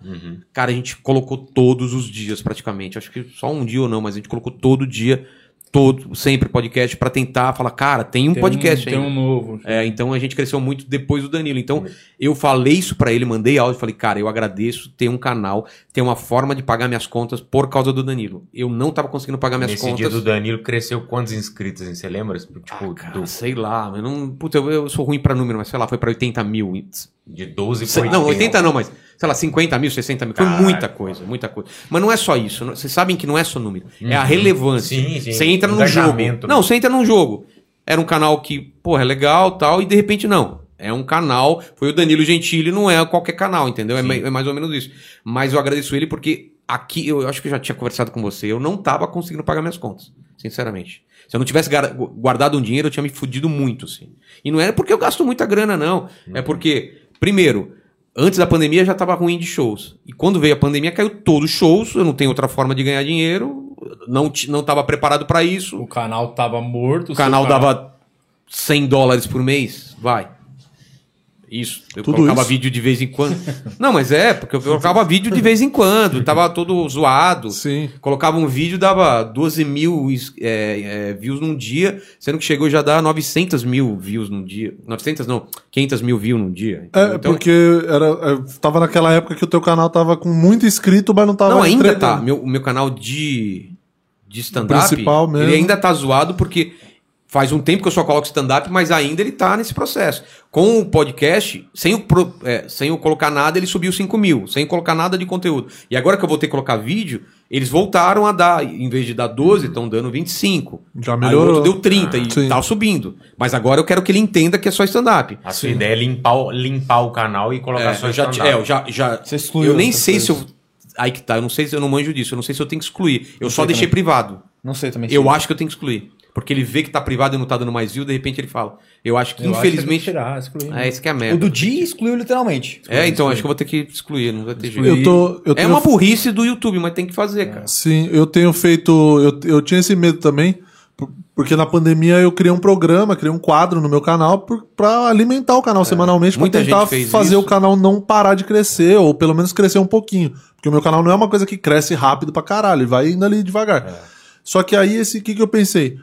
Speaker 3: Cara, a gente colocou todos os dias praticamente. Acho que só um dia ou não, mas a gente colocou todo dia, todo, sempre podcast pra tentar falar, cara, tem um
Speaker 1: Tem
Speaker 3: podcast
Speaker 1: um, Tem
Speaker 3: ainda.
Speaker 1: um novo.
Speaker 3: É, então a gente cresceu muito depois do Danilo. Então eu falei isso pra ele, mandei áudio, falei, cara, eu agradeço ter um canal, ter uma forma de pagar minhas contas por causa do Danilo. Eu não tava conseguindo pagar minhas
Speaker 7: Nesse dia
Speaker 3: contas.
Speaker 7: do Danilo cresceu quantos inscritos, hein? Você lembra? Tipo,
Speaker 3: Ah, cara,
Speaker 7: do-
Speaker 3: sei lá, mas não, puta, eu, eu sou ruim pra número, mas sei lá, foi pra 80 mil.
Speaker 7: de 12
Speaker 3: Se-
Speaker 7: pra
Speaker 3: não, 80 não, mas, sei lá, 50 mil, 60 mil. Foi
Speaker 7: Caralho.
Speaker 3: muita coisa, muita coisa. Mas não é só isso. não- Vocês sabem que não é só número. É
Speaker 7: Uhum.
Speaker 3: a relevância.
Speaker 7: Sim, sim.
Speaker 3: Você entra num jogo.
Speaker 7: Engajamento, né?
Speaker 3: Não, você entra num jogo. Era um canal que, porra, é legal tal, e de repente não. É um canal, foi o Danilo Gentili, não é qualquer canal, entendeu? É, mai- é mais ou menos isso. Mas eu agradeço ele porque aqui, eu acho que eu já tinha conversado com você, eu não tava conseguindo pagar minhas contas, sinceramente. Se eu não tivesse gar- gu- guardado um dinheiro, eu tinha me fudido muito, assim. E não era porque eu gasto muita grana, não. É porque, primeiro, antes da pandemia já tava ruim de shows. E quando veio a pandemia, caiu todos os shows, eu não tenho outra forma de ganhar dinheiro, não, ti- não tava preparado para isso.
Speaker 1: O canal tava morto.
Speaker 3: O canal
Speaker 1: seu
Speaker 3: dava 100 dólares por mês, vai. Isso, eu
Speaker 2: Tudo
Speaker 3: colocava
Speaker 2: isso?
Speaker 3: vídeo de vez em quando. Não, mas é, porque eu colocava vídeo de vez em quando, tava todo zoado.
Speaker 2: Sim.
Speaker 3: Colocava um vídeo, dava 12 mil is- é, é, views num dia, sendo que chegou já a dar 900 mil views num dia. 900 não, 500 mil views num dia. Então,
Speaker 2: É, porque era, é, tava naquela época que o teu canal tava com muito inscrito, mas não tava Ah,
Speaker 3: não, ainda
Speaker 2: entregando.
Speaker 3: tá. Meu, o meu canal de, de stand-up,
Speaker 2: Principal mesmo.
Speaker 3: ele ainda tá zoado porque faz um tempo que eu só coloco stand-up, mas ainda ele tá nesse processo. Com o podcast, sem eu, pro- é, sem eu colocar nada, ele subiu 5 mil, sem colocar nada de conteúdo. E agora que eu vou ter que colocar vídeo, eles voltaram a dar, em vez de dar 12, estão dando 25.
Speaker 2: Já
Speaker 3: Aí o
Speaker 2: melhorou. Ah,
Speaker 3: outro deu 30 e
Speaker 2: Sim.
Speaker 3: tá subindo. Mas agora eu quero que ele entenda que é só stand-up.
Speaker 7: A sua ideia é limpar, o- limpar o canal e colocar
Speaker 3: É,
Speaker 7: só
Speaker 3: eu já,
Speaker 7: stand-up.
Speaker 3: é, eu já, já
Speaker 4: Você excluiu
Speaker 3: eu nem
Speaker 4: essas
Speaker 3: sei se eu
Speaker 4: coisas.
Speaker 3: aí que tá, eu não sei se eu não manjo disso, eu não sei se eu tenho que excluir. Eu
Speaker 4: Não
Speaker 3: só
Speaker 4: sei
Speaker 3: deixei privado.
Speaker 4: Não sei também. se-
Speaker 3: Eu acho que eu tenho que excluir, porque ele vê que tá privado e não tá dando mais view, de repente ele fala. Eu acho que
Speaker 1: canal. Eu
Speaker 4: é
Speaker 1: acho que tem que
Speaker 3: infelizmente
Speaker 1: tirar, excluir.
Speaker 3: é isso que é a
Speaker 4: O
Speaker 3: merda.
Speaker 4: do Di excluiu literalmente.
Speaker 3: É, então acho que eu vou ter que excluir, não vai ter jeito.
Speaker 2: Eu tô, eu
Speaker 3: É
Speaker 2: tenho É.
Speaker 3: uma burrice do YouTube, mas tem que fazer, cara.
Speaker 2: Sim, eu tenho feito. Eu, eu tinha esse medo também, por- porque na pandemia eu criei um programa, criei um quadro no meu canal por- pra alimentar o canal semanalmente,
Speaker 3: É.
Speaker 2: pra
Speaker 3: Muita
Speaker 2: tentar
Speaker 3: gente fez
Speaker 2: fazer
Speaker 3: isso.
Speaker 2: o canal não parar de crescer, ou pelo menos crescer um pouquinho. Porque o meu canal não é uma coisa que cresce rápido pra caralho, ele vai indo ali devagar.
Speaker 3: É.
Speaker 2: Só que aí, esse que, que eu pensei?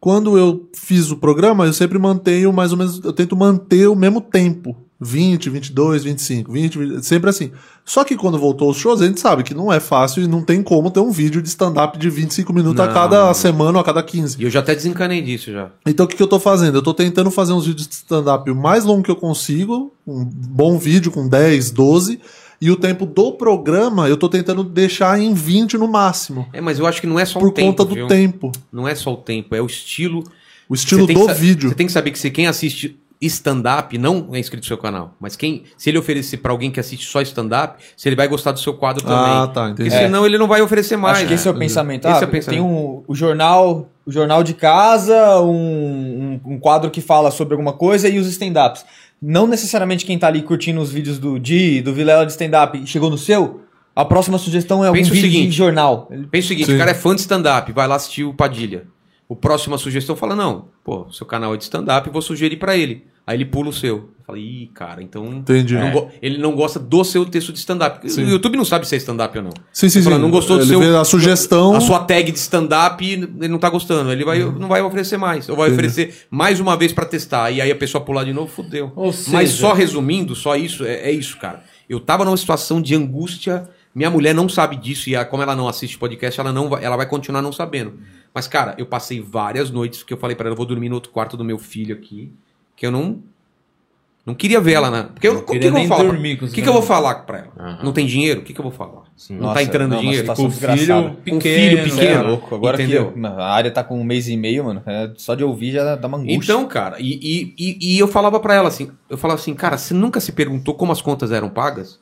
Speaker 2: Quando eu fiz o programa, eu sempre mantenho mais ou menos, eu tento manter o mesmo tempo. 20, 22, 25, 20, 20 sempre assim. Só que quando voltou os shows, a gente sabe que não é fácil e não tem como ter um vídeo de stand-up de 25 minutos a
Speaker 3: Não.
Speaker 2: cada semana ou a cada 15.
Speaker 3: E eu já até desencanei disso já.
Speaker 2: Então o que, que eu tô fazendo? Eu tô tentando fazer uns vídeos de stand-up o mais longo que eu consigo, um bom vídeo com 10, 12, e o tempo do programa eu tô tentando deixar em 20 no máximo,
Speaker 3: É, mas eu acho que não é só
Speaker 2: por
Speaker 3: o tempo,
Speaker 2: conta do
Speaker 3: viu?
Speaker 2: tempo,
Speaker 3: Não é só o tempo, é o estilo
Speaker 2: o estilo
Speaker 3: Você tem que
Speaker 2: do
Speaker 3: sa-
Speaker 2: vídeo.
Speaker 3: Você tem que saber que se quem assiste stand-up não é inscrito no seu canal, mas quem se ele oferecer pra alguém que assiste só stand-up, se ele vai gostar do seu quadro também. É,
Speaker 2: Ah, tá,
Speaker 3: Porque
Speaker 2: entendi.
Speaker 3: senão ele não vai oferecer mais.
Speaker 4: Acho que esse é o pensamento. Ah,
Speaker 3: Esse é o
Speaker 4: Tem
Speaker 3: pensamento.
Speaker 4: um, o jornal, o jornal de casa, um, um, um quadro que fala sobre alguma coisa e os stand-ups. Não necessariamente quem tá ali curtindo os vídeos do Di, do Vilela de stand-up, e chegou no seu, a próxima sugestão é algum
Speaker 3: Pensa o
Speaker 4: vídeo
Speaker 3: seguinte.
Speaker 4: de jornal.
Speaker 3: Pensa o seguinte,
Speaker 2: Sim.
Speaker 3: o cara é fã de stand-up, vai lá assistir o Padilha. O próximo a sugestão fala, não, pô, seu canal é de stand-up, vou sugerir pra ele. Aí ele pula o seu. Fala, ih, cara, então...
Speaker 2: Entendi.
Speaker 3: não go- ele não gosta do seu texto de stand-up.
Speaker 2: Sim.
Speaker 3: O YouTube não sabe se é stand-up ou não.
Speaker 2: Sim, sim, sim.
Speaker 3: Fala, não gostou do
Speaker 2: Ele
Speaker 3: seu-
Speaker 2: vê a sugestão.
Speaker 1: Então,
Speaker 3: a sua tag de stand-up ele não tá gostando. Ele
Speaker 1: Uhum.
Speaker 3: vai, não vai oferecer mais. Ou vai
Speaker 2: Entendi.
Speaker 3: oferecer mais uma vez pra testar. E aí a pessoa pular de novo, fudeu.
Speaker 1: Ou seja-
Speaker 3: Mas só resumindo, só isso, é, é isso, cara. Eu tava numa situação de angústia. Minha mulher não sabe disso. E ela- como ela não assiste podcast, ela, não vai, ela vai continuar não sabendo. Mas, cara, eu passei várias noites que eu falei pra ela, eu vou dormir no outro quarto do meu filho aqui. Que eu não... Não queria ver ela, né? Porque eu, o que, que
Speaker 1: queria
Speaker 3: eu vou
Speaker 1: nem
Speaker 3: falar? pra-
Speaker 1: dormir com
Speaker 3: O
Speaker 1: os
Speaker 3: que, que eu vou
Speaker 1: meninos.
Speaker 3: falar pra ela? Não tem dinheiro? O que, que eu vou falar? não tá entrando
Speaker 4: não, uma
Speaker 3: dinheiro?
Speaker 4: situação
Speaker 1: Com o
Speaker 4: desgraçada.
Speaker 1: filho
Speaker 3: Um
Speaker 1: pequeno.
Speaker 3: filho pequeno.
Speaker 4: É louco, agora
Speaker 3: Entendeu?
Speaker 4: que a área tá com um mês e meio, mano, é, só de ouvir já dá uma angústia.
Speaker 3: Então, cara, e, e, e, e eu falava pra ela assim, eu falava assim, cara, você nunca se perguntou como as contas eram pagas?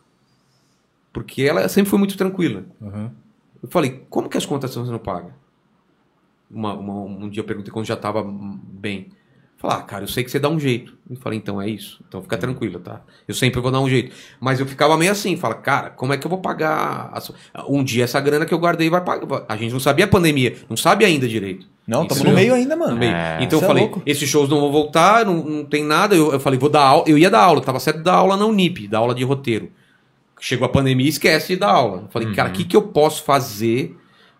Speaker 3: Porque ela sempre foi muito tranquila.
Speaker 1: Aham.
Speaker 3: Eu falei, como que as contas estão sendo pagas? Uma, uma- um dia eu perguntei quando já tava hum, bem. Eu Falar, ah, cara, eu sei que você dá um jeito. Eu falei, então é isso. Então fica tranquilo, tá? Eu sempre vou dar um jeito. Mas eu ficava meio assim, fala, cara, como é que eu vou pagar? a sua- Um dia essa grana que eu guardei vai pagar. A gente não sabia a pandemia, não sabe ainda direito.
Speaker 4: Não,
Speaker 3: Isso
Speaker 4: estamos no
Speaker 3: mesmo.
Speaker 4: meio ainda, mano.
Speaker 3: No meio. então
Speaker 4: Isso
Speaker 3: eu
Speaker 4: é
Speaker 3: falei,
Speaker 4: louco.
Speaker 3: esses shows não vão voltar, não, não tem nada. Eu, eu falei, vou dar aula. Eu ia dar aula, tava certo de dar aula na Unip, dar aula de roteiro. Chegou a pandemia, esquece de dar aula. Eu falei, cara, o que, que eu posso fazer?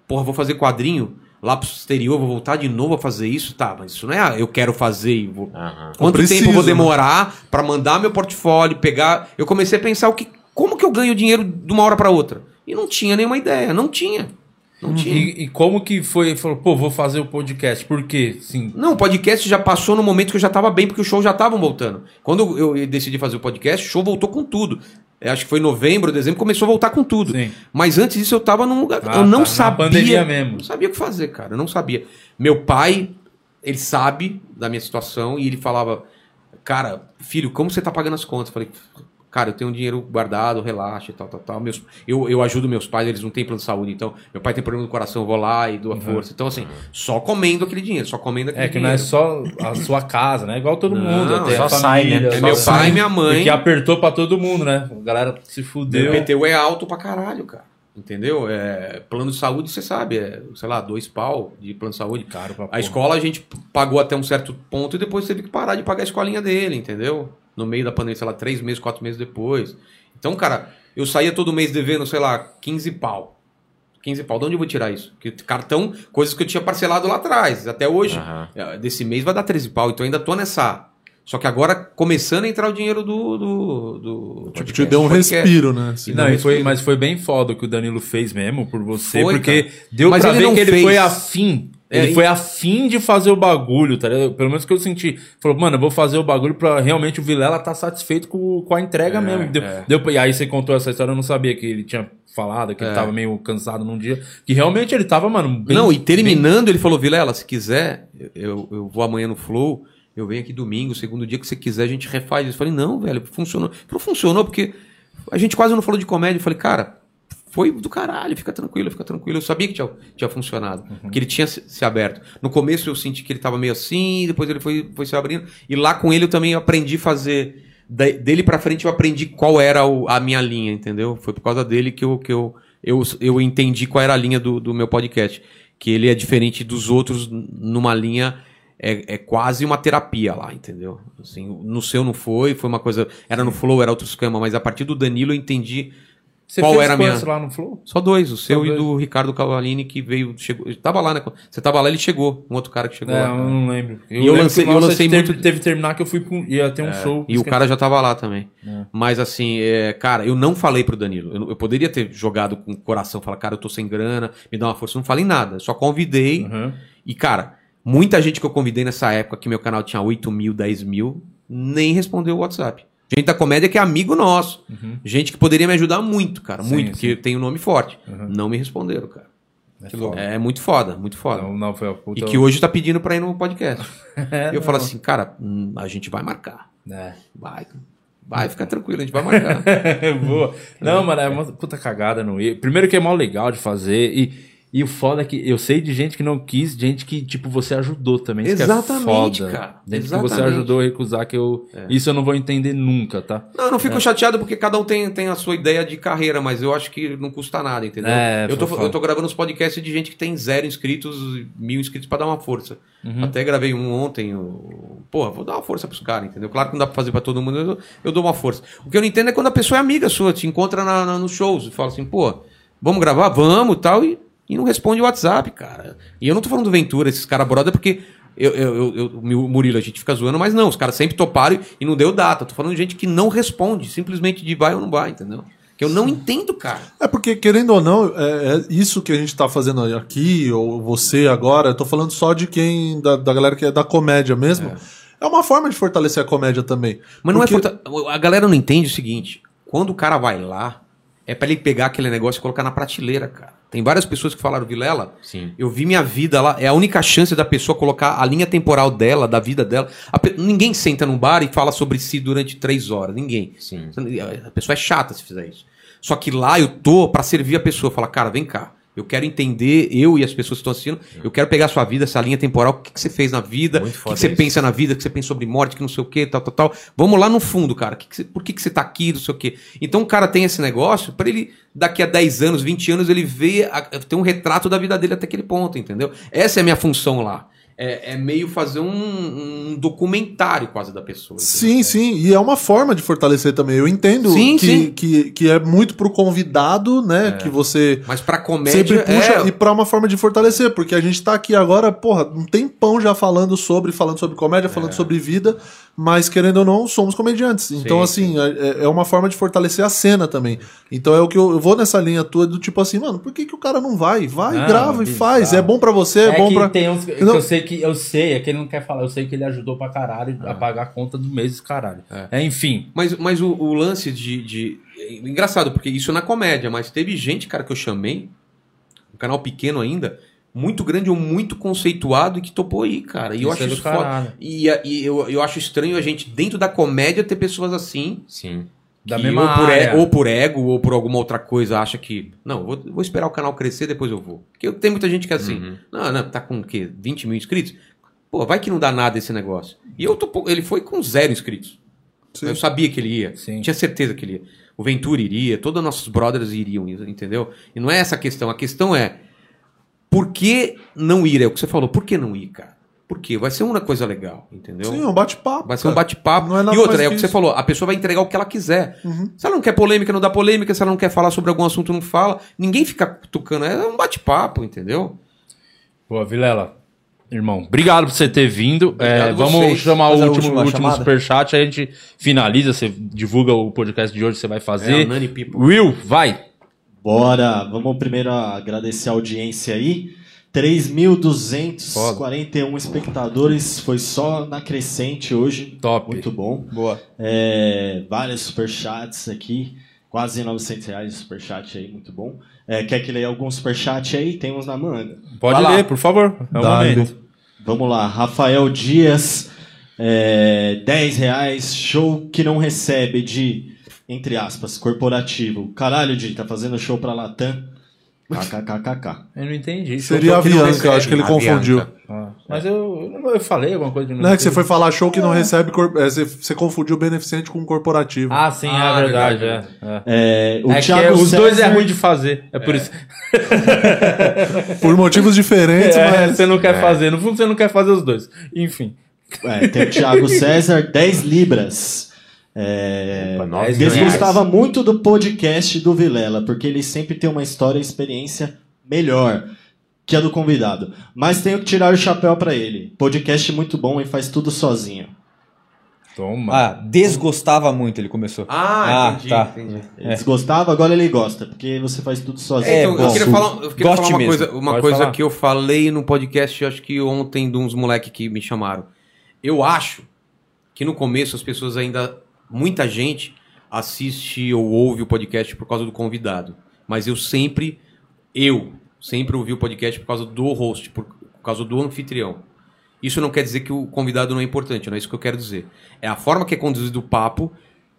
Speaker 3: Porra, vou fazer quadrinho lá pro exterior, vou voltar de novo a fazer isso? Tá, mas isso não é. ah, Eu quero fazer e vou.
Speaker 7: Ah,
Speaker 3: Quanto
Speaker 2: preciso,
Speaker 3: tempo eu vou
Speaker 2: né?
Speaker 3: demorar pra mandar meu portfólio, pegar. Eu comecei a pensar o que, como que eu ganho dinheiro de uma hora pra outra. E não tinha nenhuma ideia, não tinha. Não tinha.
Speaker 1: E, e como que foi? Falou, pô, vou fazer o podcast. Por quê? Sim.
Speaker 3: Não, o podcast já passou no momento que eu já tava bem, porque os shows já estavam voltando. Quando eu eu decidi fazer o podcast, o show voltou com tudo. Eu acho que foi em novembro, dezembro, começou a voltar com tudo.
Speaker 1: Sim.
Speaker 3: Mas antes disso eu tava num lugar.
Speaker 1: Ah,
Speaker 3: eu não
Speaker 1: tá, na
Speaker 3: sabia.
Speaker 1: pandemia mesmo.
Speaker 3: Não sabia o que fazer, cara. Eu não sabia. Meu pai, ele sabe da minha situação e ele falava: Cara, filho, como você tá pagando as contas? Eu falei. Cara, eu tenho um dinheiro guardado, relaxa e tal, tal, tal. Meus, eu, eu ajudo meus pais, eles não têm plano de saúde, então meu pai tem problema no coração, eu vou lá e dou a força. Então, assim, só comendo aquele dinheiro, só comendo aquele
Speaker 1: Uhum. É que não
Speaker 3: dinheiro.
Speaker 1: é só a sua casa, né? Igual todo
Speaker 3: Não,
Speaker 1: mundo. Até
Speaker 7: só
Speaker 1: a
Speaker 7: sai,
Speaker 1: família,
Speaker 7: né?
Speaker 3: É
Speaker 1: só
Speaker 3: meu
Speaker 1: sai.
Speaker 3: pai e minha mãe.
Speaker 1: Porque apertou pra todo mundo, né? A galera se
Speaker 3: O
Speaker 1: fudeu.
Speaker 3: PTU é alto pra caralho, cara. Entendeu? É, plano de saúde, você sabe, é, sei lá, dois pau de plano de saúde.
Speaker 1: Caro pra
Speaker 3: A escola a gente pagou até um certo ponto e depois teve que parar de pagar a escolinha dele, entendeu? No meio da pandemia, sei lá, três meses, quatro meses depois. Então, cara, eu saía todo mês devendo, sei lá, 15 pau. 15 pau, de onde eu vou tirar isso? Porque cartão, coisas que eu tinha parcelado lá atrás, até hoje. É, Desse mês vai dar 13 pau, então eu ainda tô nessa. Só que agora começando a entrar o dinheiro do. do, do
Speaker 2: Tipo, te
Speaker 3: podcast.
Speaker 2: deu um
Speaker 3: Podcast.
Speaker 2: respiro, né? assim.
Speaker 1: Não, e foi, mas foi bem foda o que o Danilo fez mesmo por você,
Speaker 3: Foi,
Speaker 1: porque
Speaker 3: cara.
Speaker 1: deu
Speaker 3: Mas
Speaker 1: pra
Speaker 3: ele
Speaker 1: ver
Speaker 3: não
Speaker 1: que ele
Speaker 3: fez.
Speaker 1: foi afim.
Speaker 3: É,
Speaker 1: ele
Speaker 3: e-
Speaker 1: foi afim de fazer o bagulho, tá ligado? Pelo menos que eu senti. Falou, mano, eu vou fazer o bagulho pra realmente o Vilela tá satisfeito com, com a entrega
Speaker 3: É,
Speaker 1: mesmo. Deu, deu pra- e aí você contou essa história, eu não sabia que ele tinha falado, que ele tava meio cansado num dia. Que realmente ele tava, mano, bem.
Speaker 3: É. Não, e terminando, ele falou: Vilela, se quiser, eu, eu vou amanhã no Flow, eu venho aqui domingo, segundo dia que você quiser, a gente refaz. Eu falei: não, velho, funcionou. Ele falou: funcionou porque a gente quase não falou de comédia. Eu falei: cara, foi do caralho, fica tranquilo, fica tranquilo. Eu sabia que tinha, tinha funcionado,
Speaker 1: Uhum.
Speaker 3: porque ele tinha se, se aberto. No começo eu senti que ele tava meio assim, depois ele foi, foi se abrindo. E lá com ele eu também aprendi a fazer. da- dele pra frente eu aprendi qual era o- a minha linha, entendeu? Foi por causa dele que eu. Que eu eu, eu entendi qual era a linha do, do meu podcast. Que ele é diferente dos outros n- numa linha. É, é quase uma terapia lá, entendeu? Assim, no seu não foi, foi uma coisa. Era no Flow, era outro esquema, mas a partir do Danilo eu entendi
Speaker 1: Você
Speaker 3: qual
Speaker 1: fez
Speaker 3: era a
Speaker 1: quantos
Speaker 3: minha-
Speaker 1: lá no Flow?
Speaker 3: só dois, o seu
Speaker 1: dois.
Speaker 3: e do Ricardo Cavalini, que veio. Chegou, eu tava lá, né? Você tava lá, ele chegou. Um outro cara que chegou
Speaker 1: É, eu
Speaker 3: lá.
Speaker 1: não lembro.
Speaker 3: E eu
Speaker 1: lembro
Speaker 3: lancei-
Speaker 1: que,
Speaker 3: eu
Speaker 1: nossa,
Speaker 3: lancei
Speaker 1: teve,
Speaker 3: muito- É.
Speaker 1: Teve que terminar que eu fui pra um, ia ter um show.
Speaker 3: E o cara já tava lá também. Mas assim, é, cara, eu não falei pro Danilo. Eu, eu poderia ter jogado com o coração, falar, cara, eu tô sem grana, me dá uma força. Eu não falei nada, só convidei.
Speaker 1: Uhum.
Speaker 3: E, cara, muita gente que eu convidei nessa época, que meu canal tinha 8 mil, 10 mil, nem respondeu o WhatsApp. Gente da comédia que é amigo nosso.
Speaker 1: Uhum.
Speaker 3: Gente que poderia me ajudar muito, cara.
Speaker 1: Sim,
Speaker 3: muito,
Speaker 1: sim.
Speaker 3: porque tem um nome forte.
Speaker 1: Uhum.
Speaker 3: Não me responderam, cara.
Speaker 1: É foda.
Speaker 3: É muito foda, muito foda.
Speaker 1: Não, não, foi a
Speaker 3: e
Speaker 1: puta.
Speaker 3: que hoje tá pedindo pra ir no podcast.
Speaker 1: então É,
Speaker 3: eu falo
Speaker 1: não.
Speaker 3: assim, cara, hum, a gente vai marcar.
Speaker 1: É.
Speaker 3: Vai. Vai, fica tranquilo, a gente vai marcar.
Speaker 1: Boa. Não, mano, é uma puta cagada não ir. Primeiro que é mó legal de fazer e, e o foda é que eu sei de gente que não quis, gente que, tipo, você ajudou também. Isso que é
Speaker 3: Exatamente,
Speaker 1: foda.
Speaker 3: cara.
Speaker 1: Gente que você
Speaker 3: Exatamente.
Speaker 1: ajudou a recusar, que eu...
Speaker 3: É.
Speaker 1: Isso eu não vou entender nunca, tá?
Speaker 3: Não, eu não fico chateado porque cada um tem, tem a sua ideia de carreira, mas eu acho que não custa nada, entendeu?
Speaker 1: É,
Speaker 3: eu, tô,
Speaker 1: fofa.
Speaker 3: eu tô gravando uns podcasts de gente que tem zero inscritos, mil inscritos pra dar uma força.
Speaker 1: Uhum.
Speaker 3: Até gravei um ontem. Eu... Porra, vou dar uma força pros caras, entendeu? Claro que não dá pra fazer pra todo mundo, mas eu, eu dou uma força. O que eu não entendo é quando a pessoa é amiga sua, te encontra na, na- nos shows e fala assim, pô, vamos gravar? Vamos tal, e, e não responde o WhatsApp, cara. E eu não tô falando do Ventura, esses caras broda, porque. Eu, eu, eu, eu- o Murilo, a gente fica zoando, mas não, os caras sempre toparam e não deu data. Eu Tô falando de gente que não responde, simplesmente de vai ou não vai, entendeu? Que eu não entendo, cara.
Speaker 2: É porque, querendo ou não, é, é isso que a gente tá fazendo aqui, ou você agora, eu tô falando só de quem, da, da galera que é da comédia mesmo. É. uma forma de fortalecer a comédia também.
Speaker 3: Mas não
Speaker 2: Porque-
Speaker 3: é forta- A galera não entende o seguinte: quando o cara vai lá, é pra ele pegar aquele negócio e colocar na prateleira, cara. Tem várias pessoas que falaram, Vilela,
Speaker 7: Sim.
Speaker 3: eu vi minha vida lá, é a única chance da pessoa colocar a linha temporal dela, da vida dela. A pe- Ninguém senta num bar e fala sobre si durante três horas, ninguém.
Speaker 7: Sim.
Speaker 3: A pessoa é chata se fizer isso. Só que lá eu tô pra servir a pessoa, falar, cara, vem cá. Eu quero entender, eu e as pessoas que estão assistindo, eu quero pegar a sua vida, essa linha temporal, o que, que você fez na vida, o
Speaker 7: Muito
Speaker 3: que,
Speaker 7: foda
Speaker 3: que você
Speaker 7: isso.
Speaker 3: pensa na vida, o que você pensa sobre morte, que não sei o que, tal, tal, tal. Vamos lá no fundo, cara. Que que você- por que, que você tá aqui, não sei o quê. Então o cara tem esse negócio, pra ele, daqui a 10 anos, 20 anos, ele vê, a- tem um retrato da vida dele até aquele ponto, entendeu? Essa é a minha função lá. É, é meio fazer um, um documentário quase da pessoa. entendeu?
Speaker 2: Sim, sim, e é uma forma de fortalecer também. Eu entendo
Speaker 3: Sim,
Speaker 2: que,
Speaker 3: sim. É.
Speaker 2: Que, que é muito pro convidado, né? Que você
Speaker 3: Mas pra comédia.
Speaker 2: sempre puxa
Speaker 3: é,
Speaker 2: e pra uma forma de fortalecer, porque a gente tá aqui agora, porra, um tempão já falando sobre, falando sobre comédia, falando sobre vida, mas querendo ou não, somos comediantes. Então, assim, é, é uma forma de fortalecer a cena também. Então é o que eu, eu vou nessa linha tua do tipo assim, mano, por que, que o cara não vai? Vai,
Speaker 1: Não,
Speaker 2: grava e
Speaker 1: bizarro.
Speaker 2: faz. É bom pra você, é, bom
Speaker 1: que
Speaker 2: pra.
Speaker 1: tem uns que
Speaker 2: Não.
Speaker 1: eu sei que eu sei, é que ele não quer falar, eu sei que ele ajudou pra caralho
Speaker 3: É.
Speaker 1: a pagar a conta do mês, caralho. É, enfim.
Speaker 3: Mas, mas o, o lance de, de- é Engraçado, porque isso na comédia, mas teve gente, cara, que eu chamei, um canal pequeno ainda, muito grande ou muito conceituado e que topou aí, cara. E eu
Speaker 1: Isso
Speaker 3: acho
Speaker 1: é do
Speaker 3: isso foda.
Speaker 1: caralho.
Speaker 3: E, a- e eu, eu acho estranho a gente, dentro da comédia, ter pessoas assim.
Speaker 7: Sim.
Speaker 1: Da
Speaker 3: que
Speaker 1: mesma
Speaker 3: ou por, e-
Speaker 1: área.
Speaker 3: ou por ego, ou por alguma outra coisa, acha que. Não, vou, vou esperar o canal crescer, depois eu vou. Porque eu- tem muita gente que é assim.
Speaker 7: Uhum.
Speaker 3: Não, não, tá com o quê? 20 mil inscritos? Pô, vai que não dá nada esse negócio. E eu tô. pou- Ele foi com zero inscritos.
Speaker 2: Sim.
Speaker 3: Eu sabia que ele ia.
Speaker 1: Sim.
Speaker 3: Tinha certeza que ele ia. O Ventura iria, todos os nossos brothers iriam, entendeu? E não é essa a questão. A questão é. Por que não ir? É o que você falou. Por que não ir, cara? Por quê? Vai ser uma coisa legal, entendeu?
Speaker 2: Sim, é um bate-papo.
Speaker 3: Vai ser um
Speaker 2: cara.
Speaker 3: bate-papo.
Speaker 2: Não é nada
Speaker 3: e outra,
Speaker 2: mais
Speaker 3: é o
Speaker 2: que
Speaker 3: que você
Speaker 2: isso.
Speaker 3: falou, a pessoa vai entregar o que ela quiser.
Speaker 2: Uhum.
Speaker 3: Se ela não quer polêmica, não dá polêmica. Se ela não quer falar sobre algum assunto, não fala. Ninguém fica cutucando. É um bate-papo, entendeu?
Speaker 1: Boa, Vilela. Irmão, obrigado por você ter vindo.
Speaker 3: Obrigado
Speaker 1: É, vamos
Speaker 3: vocês.
Speaker 1: chamar o
Speaker 4: Fazer a
Speaker 1: último,
Speaker 4: última
Speaker 1: último
Speaker 4: chamada?
Speaker 1: superchat, aí a gente finaliza, você divulga o podcast de hoje que você vai
Speaker 3: É,
Speaker 1: fazer.
Speaker 3: o Nani People.
Speaker 1: Will, vai.
Speaker 6: Bora, vamos primeiro agradecer a audiência aí. 3.241 espectadores, foi só na crescente hoje.
Speaker 1: Top.
Speaker 6: Muito bom.
Speaker 4: Boa.
Speaker 6: É, vários superchats aqui, quase 900 reais de superchat aí, muito bom. É, quer que leia algum superchat aí? Tem uns na manga.
Speaker 1: Pode ler, por favor. É o
Speaker 2: Dá-lhe.
Speaker 1: momento.
Speaker 6: Vamos lá, Rafael Dias, é, 10 reais, show que não recebe de, entre aspas, corporativo. Caralho, Di, tá fazendo show pra Latam? KKKKK.
Speaker 1: Eu não entendi.
Speaker 2: Seria a
Speaker 1: Show que não
Speaker 2: Avianca, eu acho que ele
Speaker 7: Avianca.
Speaker 2: confundiu.
Speaker 1: Ah, Mas eu, eu não- eu falei alguma coisa de
Speaker 2: Não é que você foi falar show que não recebe. cor- é, Você, você confundiu beneficente com corporativo.
Speaker 1: Ah, sim,
Speaker 3: Ah,
Speaker 1: é verdade.
Speaker 3: verdade.
Speaker 1: é,
Speaker 6: É, o
Speaker 1: é. É que
Speaker 6: Thiago
Speaker 1: é- os dois é
Speaker 6: César-
Speaker 1: ruim de fazer. É por isso.
Speaker 2: Por motivos diferentes,
Speaker 1: É,
Speaker 2: mas.
Speaker 1: você não quer fazer. No fundo, você não quer fazer os dois. Enfim.
Speaker 6: É, tem o Thiago César, 10 libras. É,
Speaker 7: Opa, nove
Speaker 6: Ele
Speaker 7: reais.
Speaker 6: gostava muito do podcast do Vilela, porque ele sempre tem uma história e experiência melhor que a do convidado. Mas tenho que tirar o chapéu pra ele. Podcast muito bom e faz tudo sozinho.
Speaker 1: Toma.
Speaker 4: Ah, desgostava muito, ele começou.
Speaker 3: Ah,
Speaker 4: Ah,
Speaker 3: entendi,
Speaker 4: tá.
Speaker 3: entendi.
Speaker 6: Ele desgostava, agora ele gosta, porque você faz tudo sozinho.
Speaker 4: É,
Speaker 3: então, eu
Speaker 4: bom.
Speaker 3: queria falar, eu queria
Speaker 4: Goste
Speaker 3: falar uma
Speaker 4: mesmo.
Speaker 3: coisa, uma
Speaker 1: Pode
Speaker 3: coisa
Speaker 1: falar.
Speaker 3: que eu falei no podcast, eu acho que ontem, de uns moleques que me chamaram. Eu acho que no começo as pessoas ainda. Muita gente assiste ou ouve o podcast por causa do convidado. Mas eu sempre. Eu sempre ouvi o podcast por causa do host, por, por causa do anfitrião. Isso não quer dizer que o convidado não é importante, não é isso que eu quero dizer. É a forma que é conduzido o papo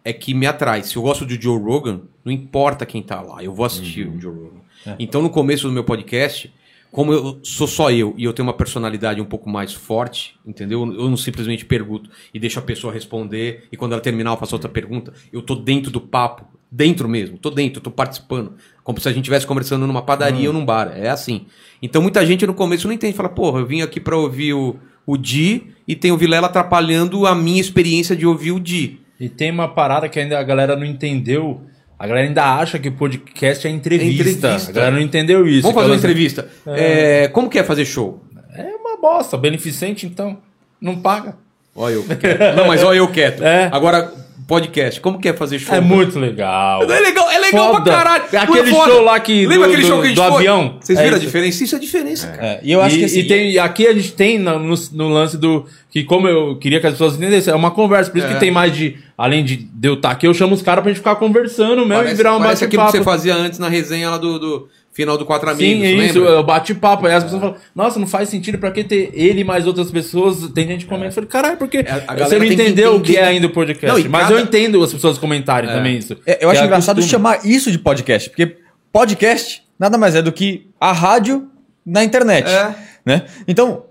Speaker 3: é que me atrai. Se eu gosto de Joe Rogan, não importa quem tá lá, eu vou assistir o Joe Rogan. Então, no começo do meu podcast, como eu sou só eu e eu tenho uma personalidade um pouco mais forte, entendeu? Eu não simplesmente pergunto e deixo a pessoa responder e quando ela terminar eu faço outra pergunta. Eu tô dentro do papo, dentro mesmo, tô dentro, tô participando. Como se a gente estivesse conversando numa padaria ou num bar, é assim. Então muita gente no começo não entende, fala, porra, eu vim aqui pra ouvir o, o Di e tem o Vilela atrapalhando a minha experiência de ouvir o Di.
Speaker 1: E tem uma parada que ainda a galera não entendeu. A galera ainda acha que podcast é entrevista.
Speaker 3: É entrevista.
Speaker 1: A galera não entendeu isso.
Speaker 3: Vamos fazer uma
Speaker 1: Aquelas-
Speaker 3: entrevista. É, como que é fazer show?
Speaker 1: É uma bosta. Beneficente, então. Não paga.
Speaker 3: Olha eu. quieto. Não, mas olha eu quieto.
Speaker 1: É.
Speaker 3: Agora, podcast, como que é fazer show?
Speaker 1: É muito legal.
Speaker 3: É legal, é legal
Speaker 1: Foda.
Speaker 3: pra caralho.
Speaker 1: É aquele
Speaker 3: Não é foda?
Speaker 1: show lá que-
Speaker 3: Lembra
Speaker 1: do-
Speaker 3: aquele
Speaker 1: do-
Speaker 3: show que a gente
Speaker 1: do
Speaker 3: foi?
Speaker 1: avião?
Speaker 3: Vocês
Speaker 1: É
Speaker 3: viram
Speaker 1: isso.
Speaker 3: a diferença? Isso é a diferença, cara.
Speaker 4: É, e eu acho
Speaker 1: e,
Speaker 4: que assim,
Speaker 1: e tem, e aqui a gente tem na- no, no lance do. Que como eu queria que as pessoas entendessem, é uma conversa. Por isso que tem mais de. Além de, de eu estar aqui, eu chamo os caras pra gente ficar conversando mesmo
Speaker 3: Parece,
Speaker 1: e virar um
Speaker 3: parece aquilo que você
Speaker 1: bate-papo.
Speaker 3: fazia antes na resenha lá do, do final do Quatro Amigos,
Speaker 1: Sim, é isso,
Speaker 3: lembra?
Speaker 1: é o bate-papo. Aí as pessoas falam, nossa, não faz sentido pra que ter ele e mais outras pessoas. Tem gente que comenta, eu falei, caralho, porque
Speaker 3: É, a galera
Speaker 1: você não
Speaker 3: tem que
Speaker 1: entendeu o
Speaker 3: entender
Speaker 1: que é
Speaker 3: que-
Speaker 1: ainda o podcast.
Speaker 3: Não, e
Speaker 1: mas
Speaker 3: cada-
Speaker 1: eu entendo as pessoas comentarem também isso.
Speaker 4: É, eu
Speaker 1: Que
Speaker 4: acho
Speaker 1: é
Speaker 4: engraçado
Speaker 1: costume.
Speaker 4: chamar isso de podcast, porque podcast nada mais é do que a rádio na internet.
Speaker 7: É.
Speaker 4: Né? Então,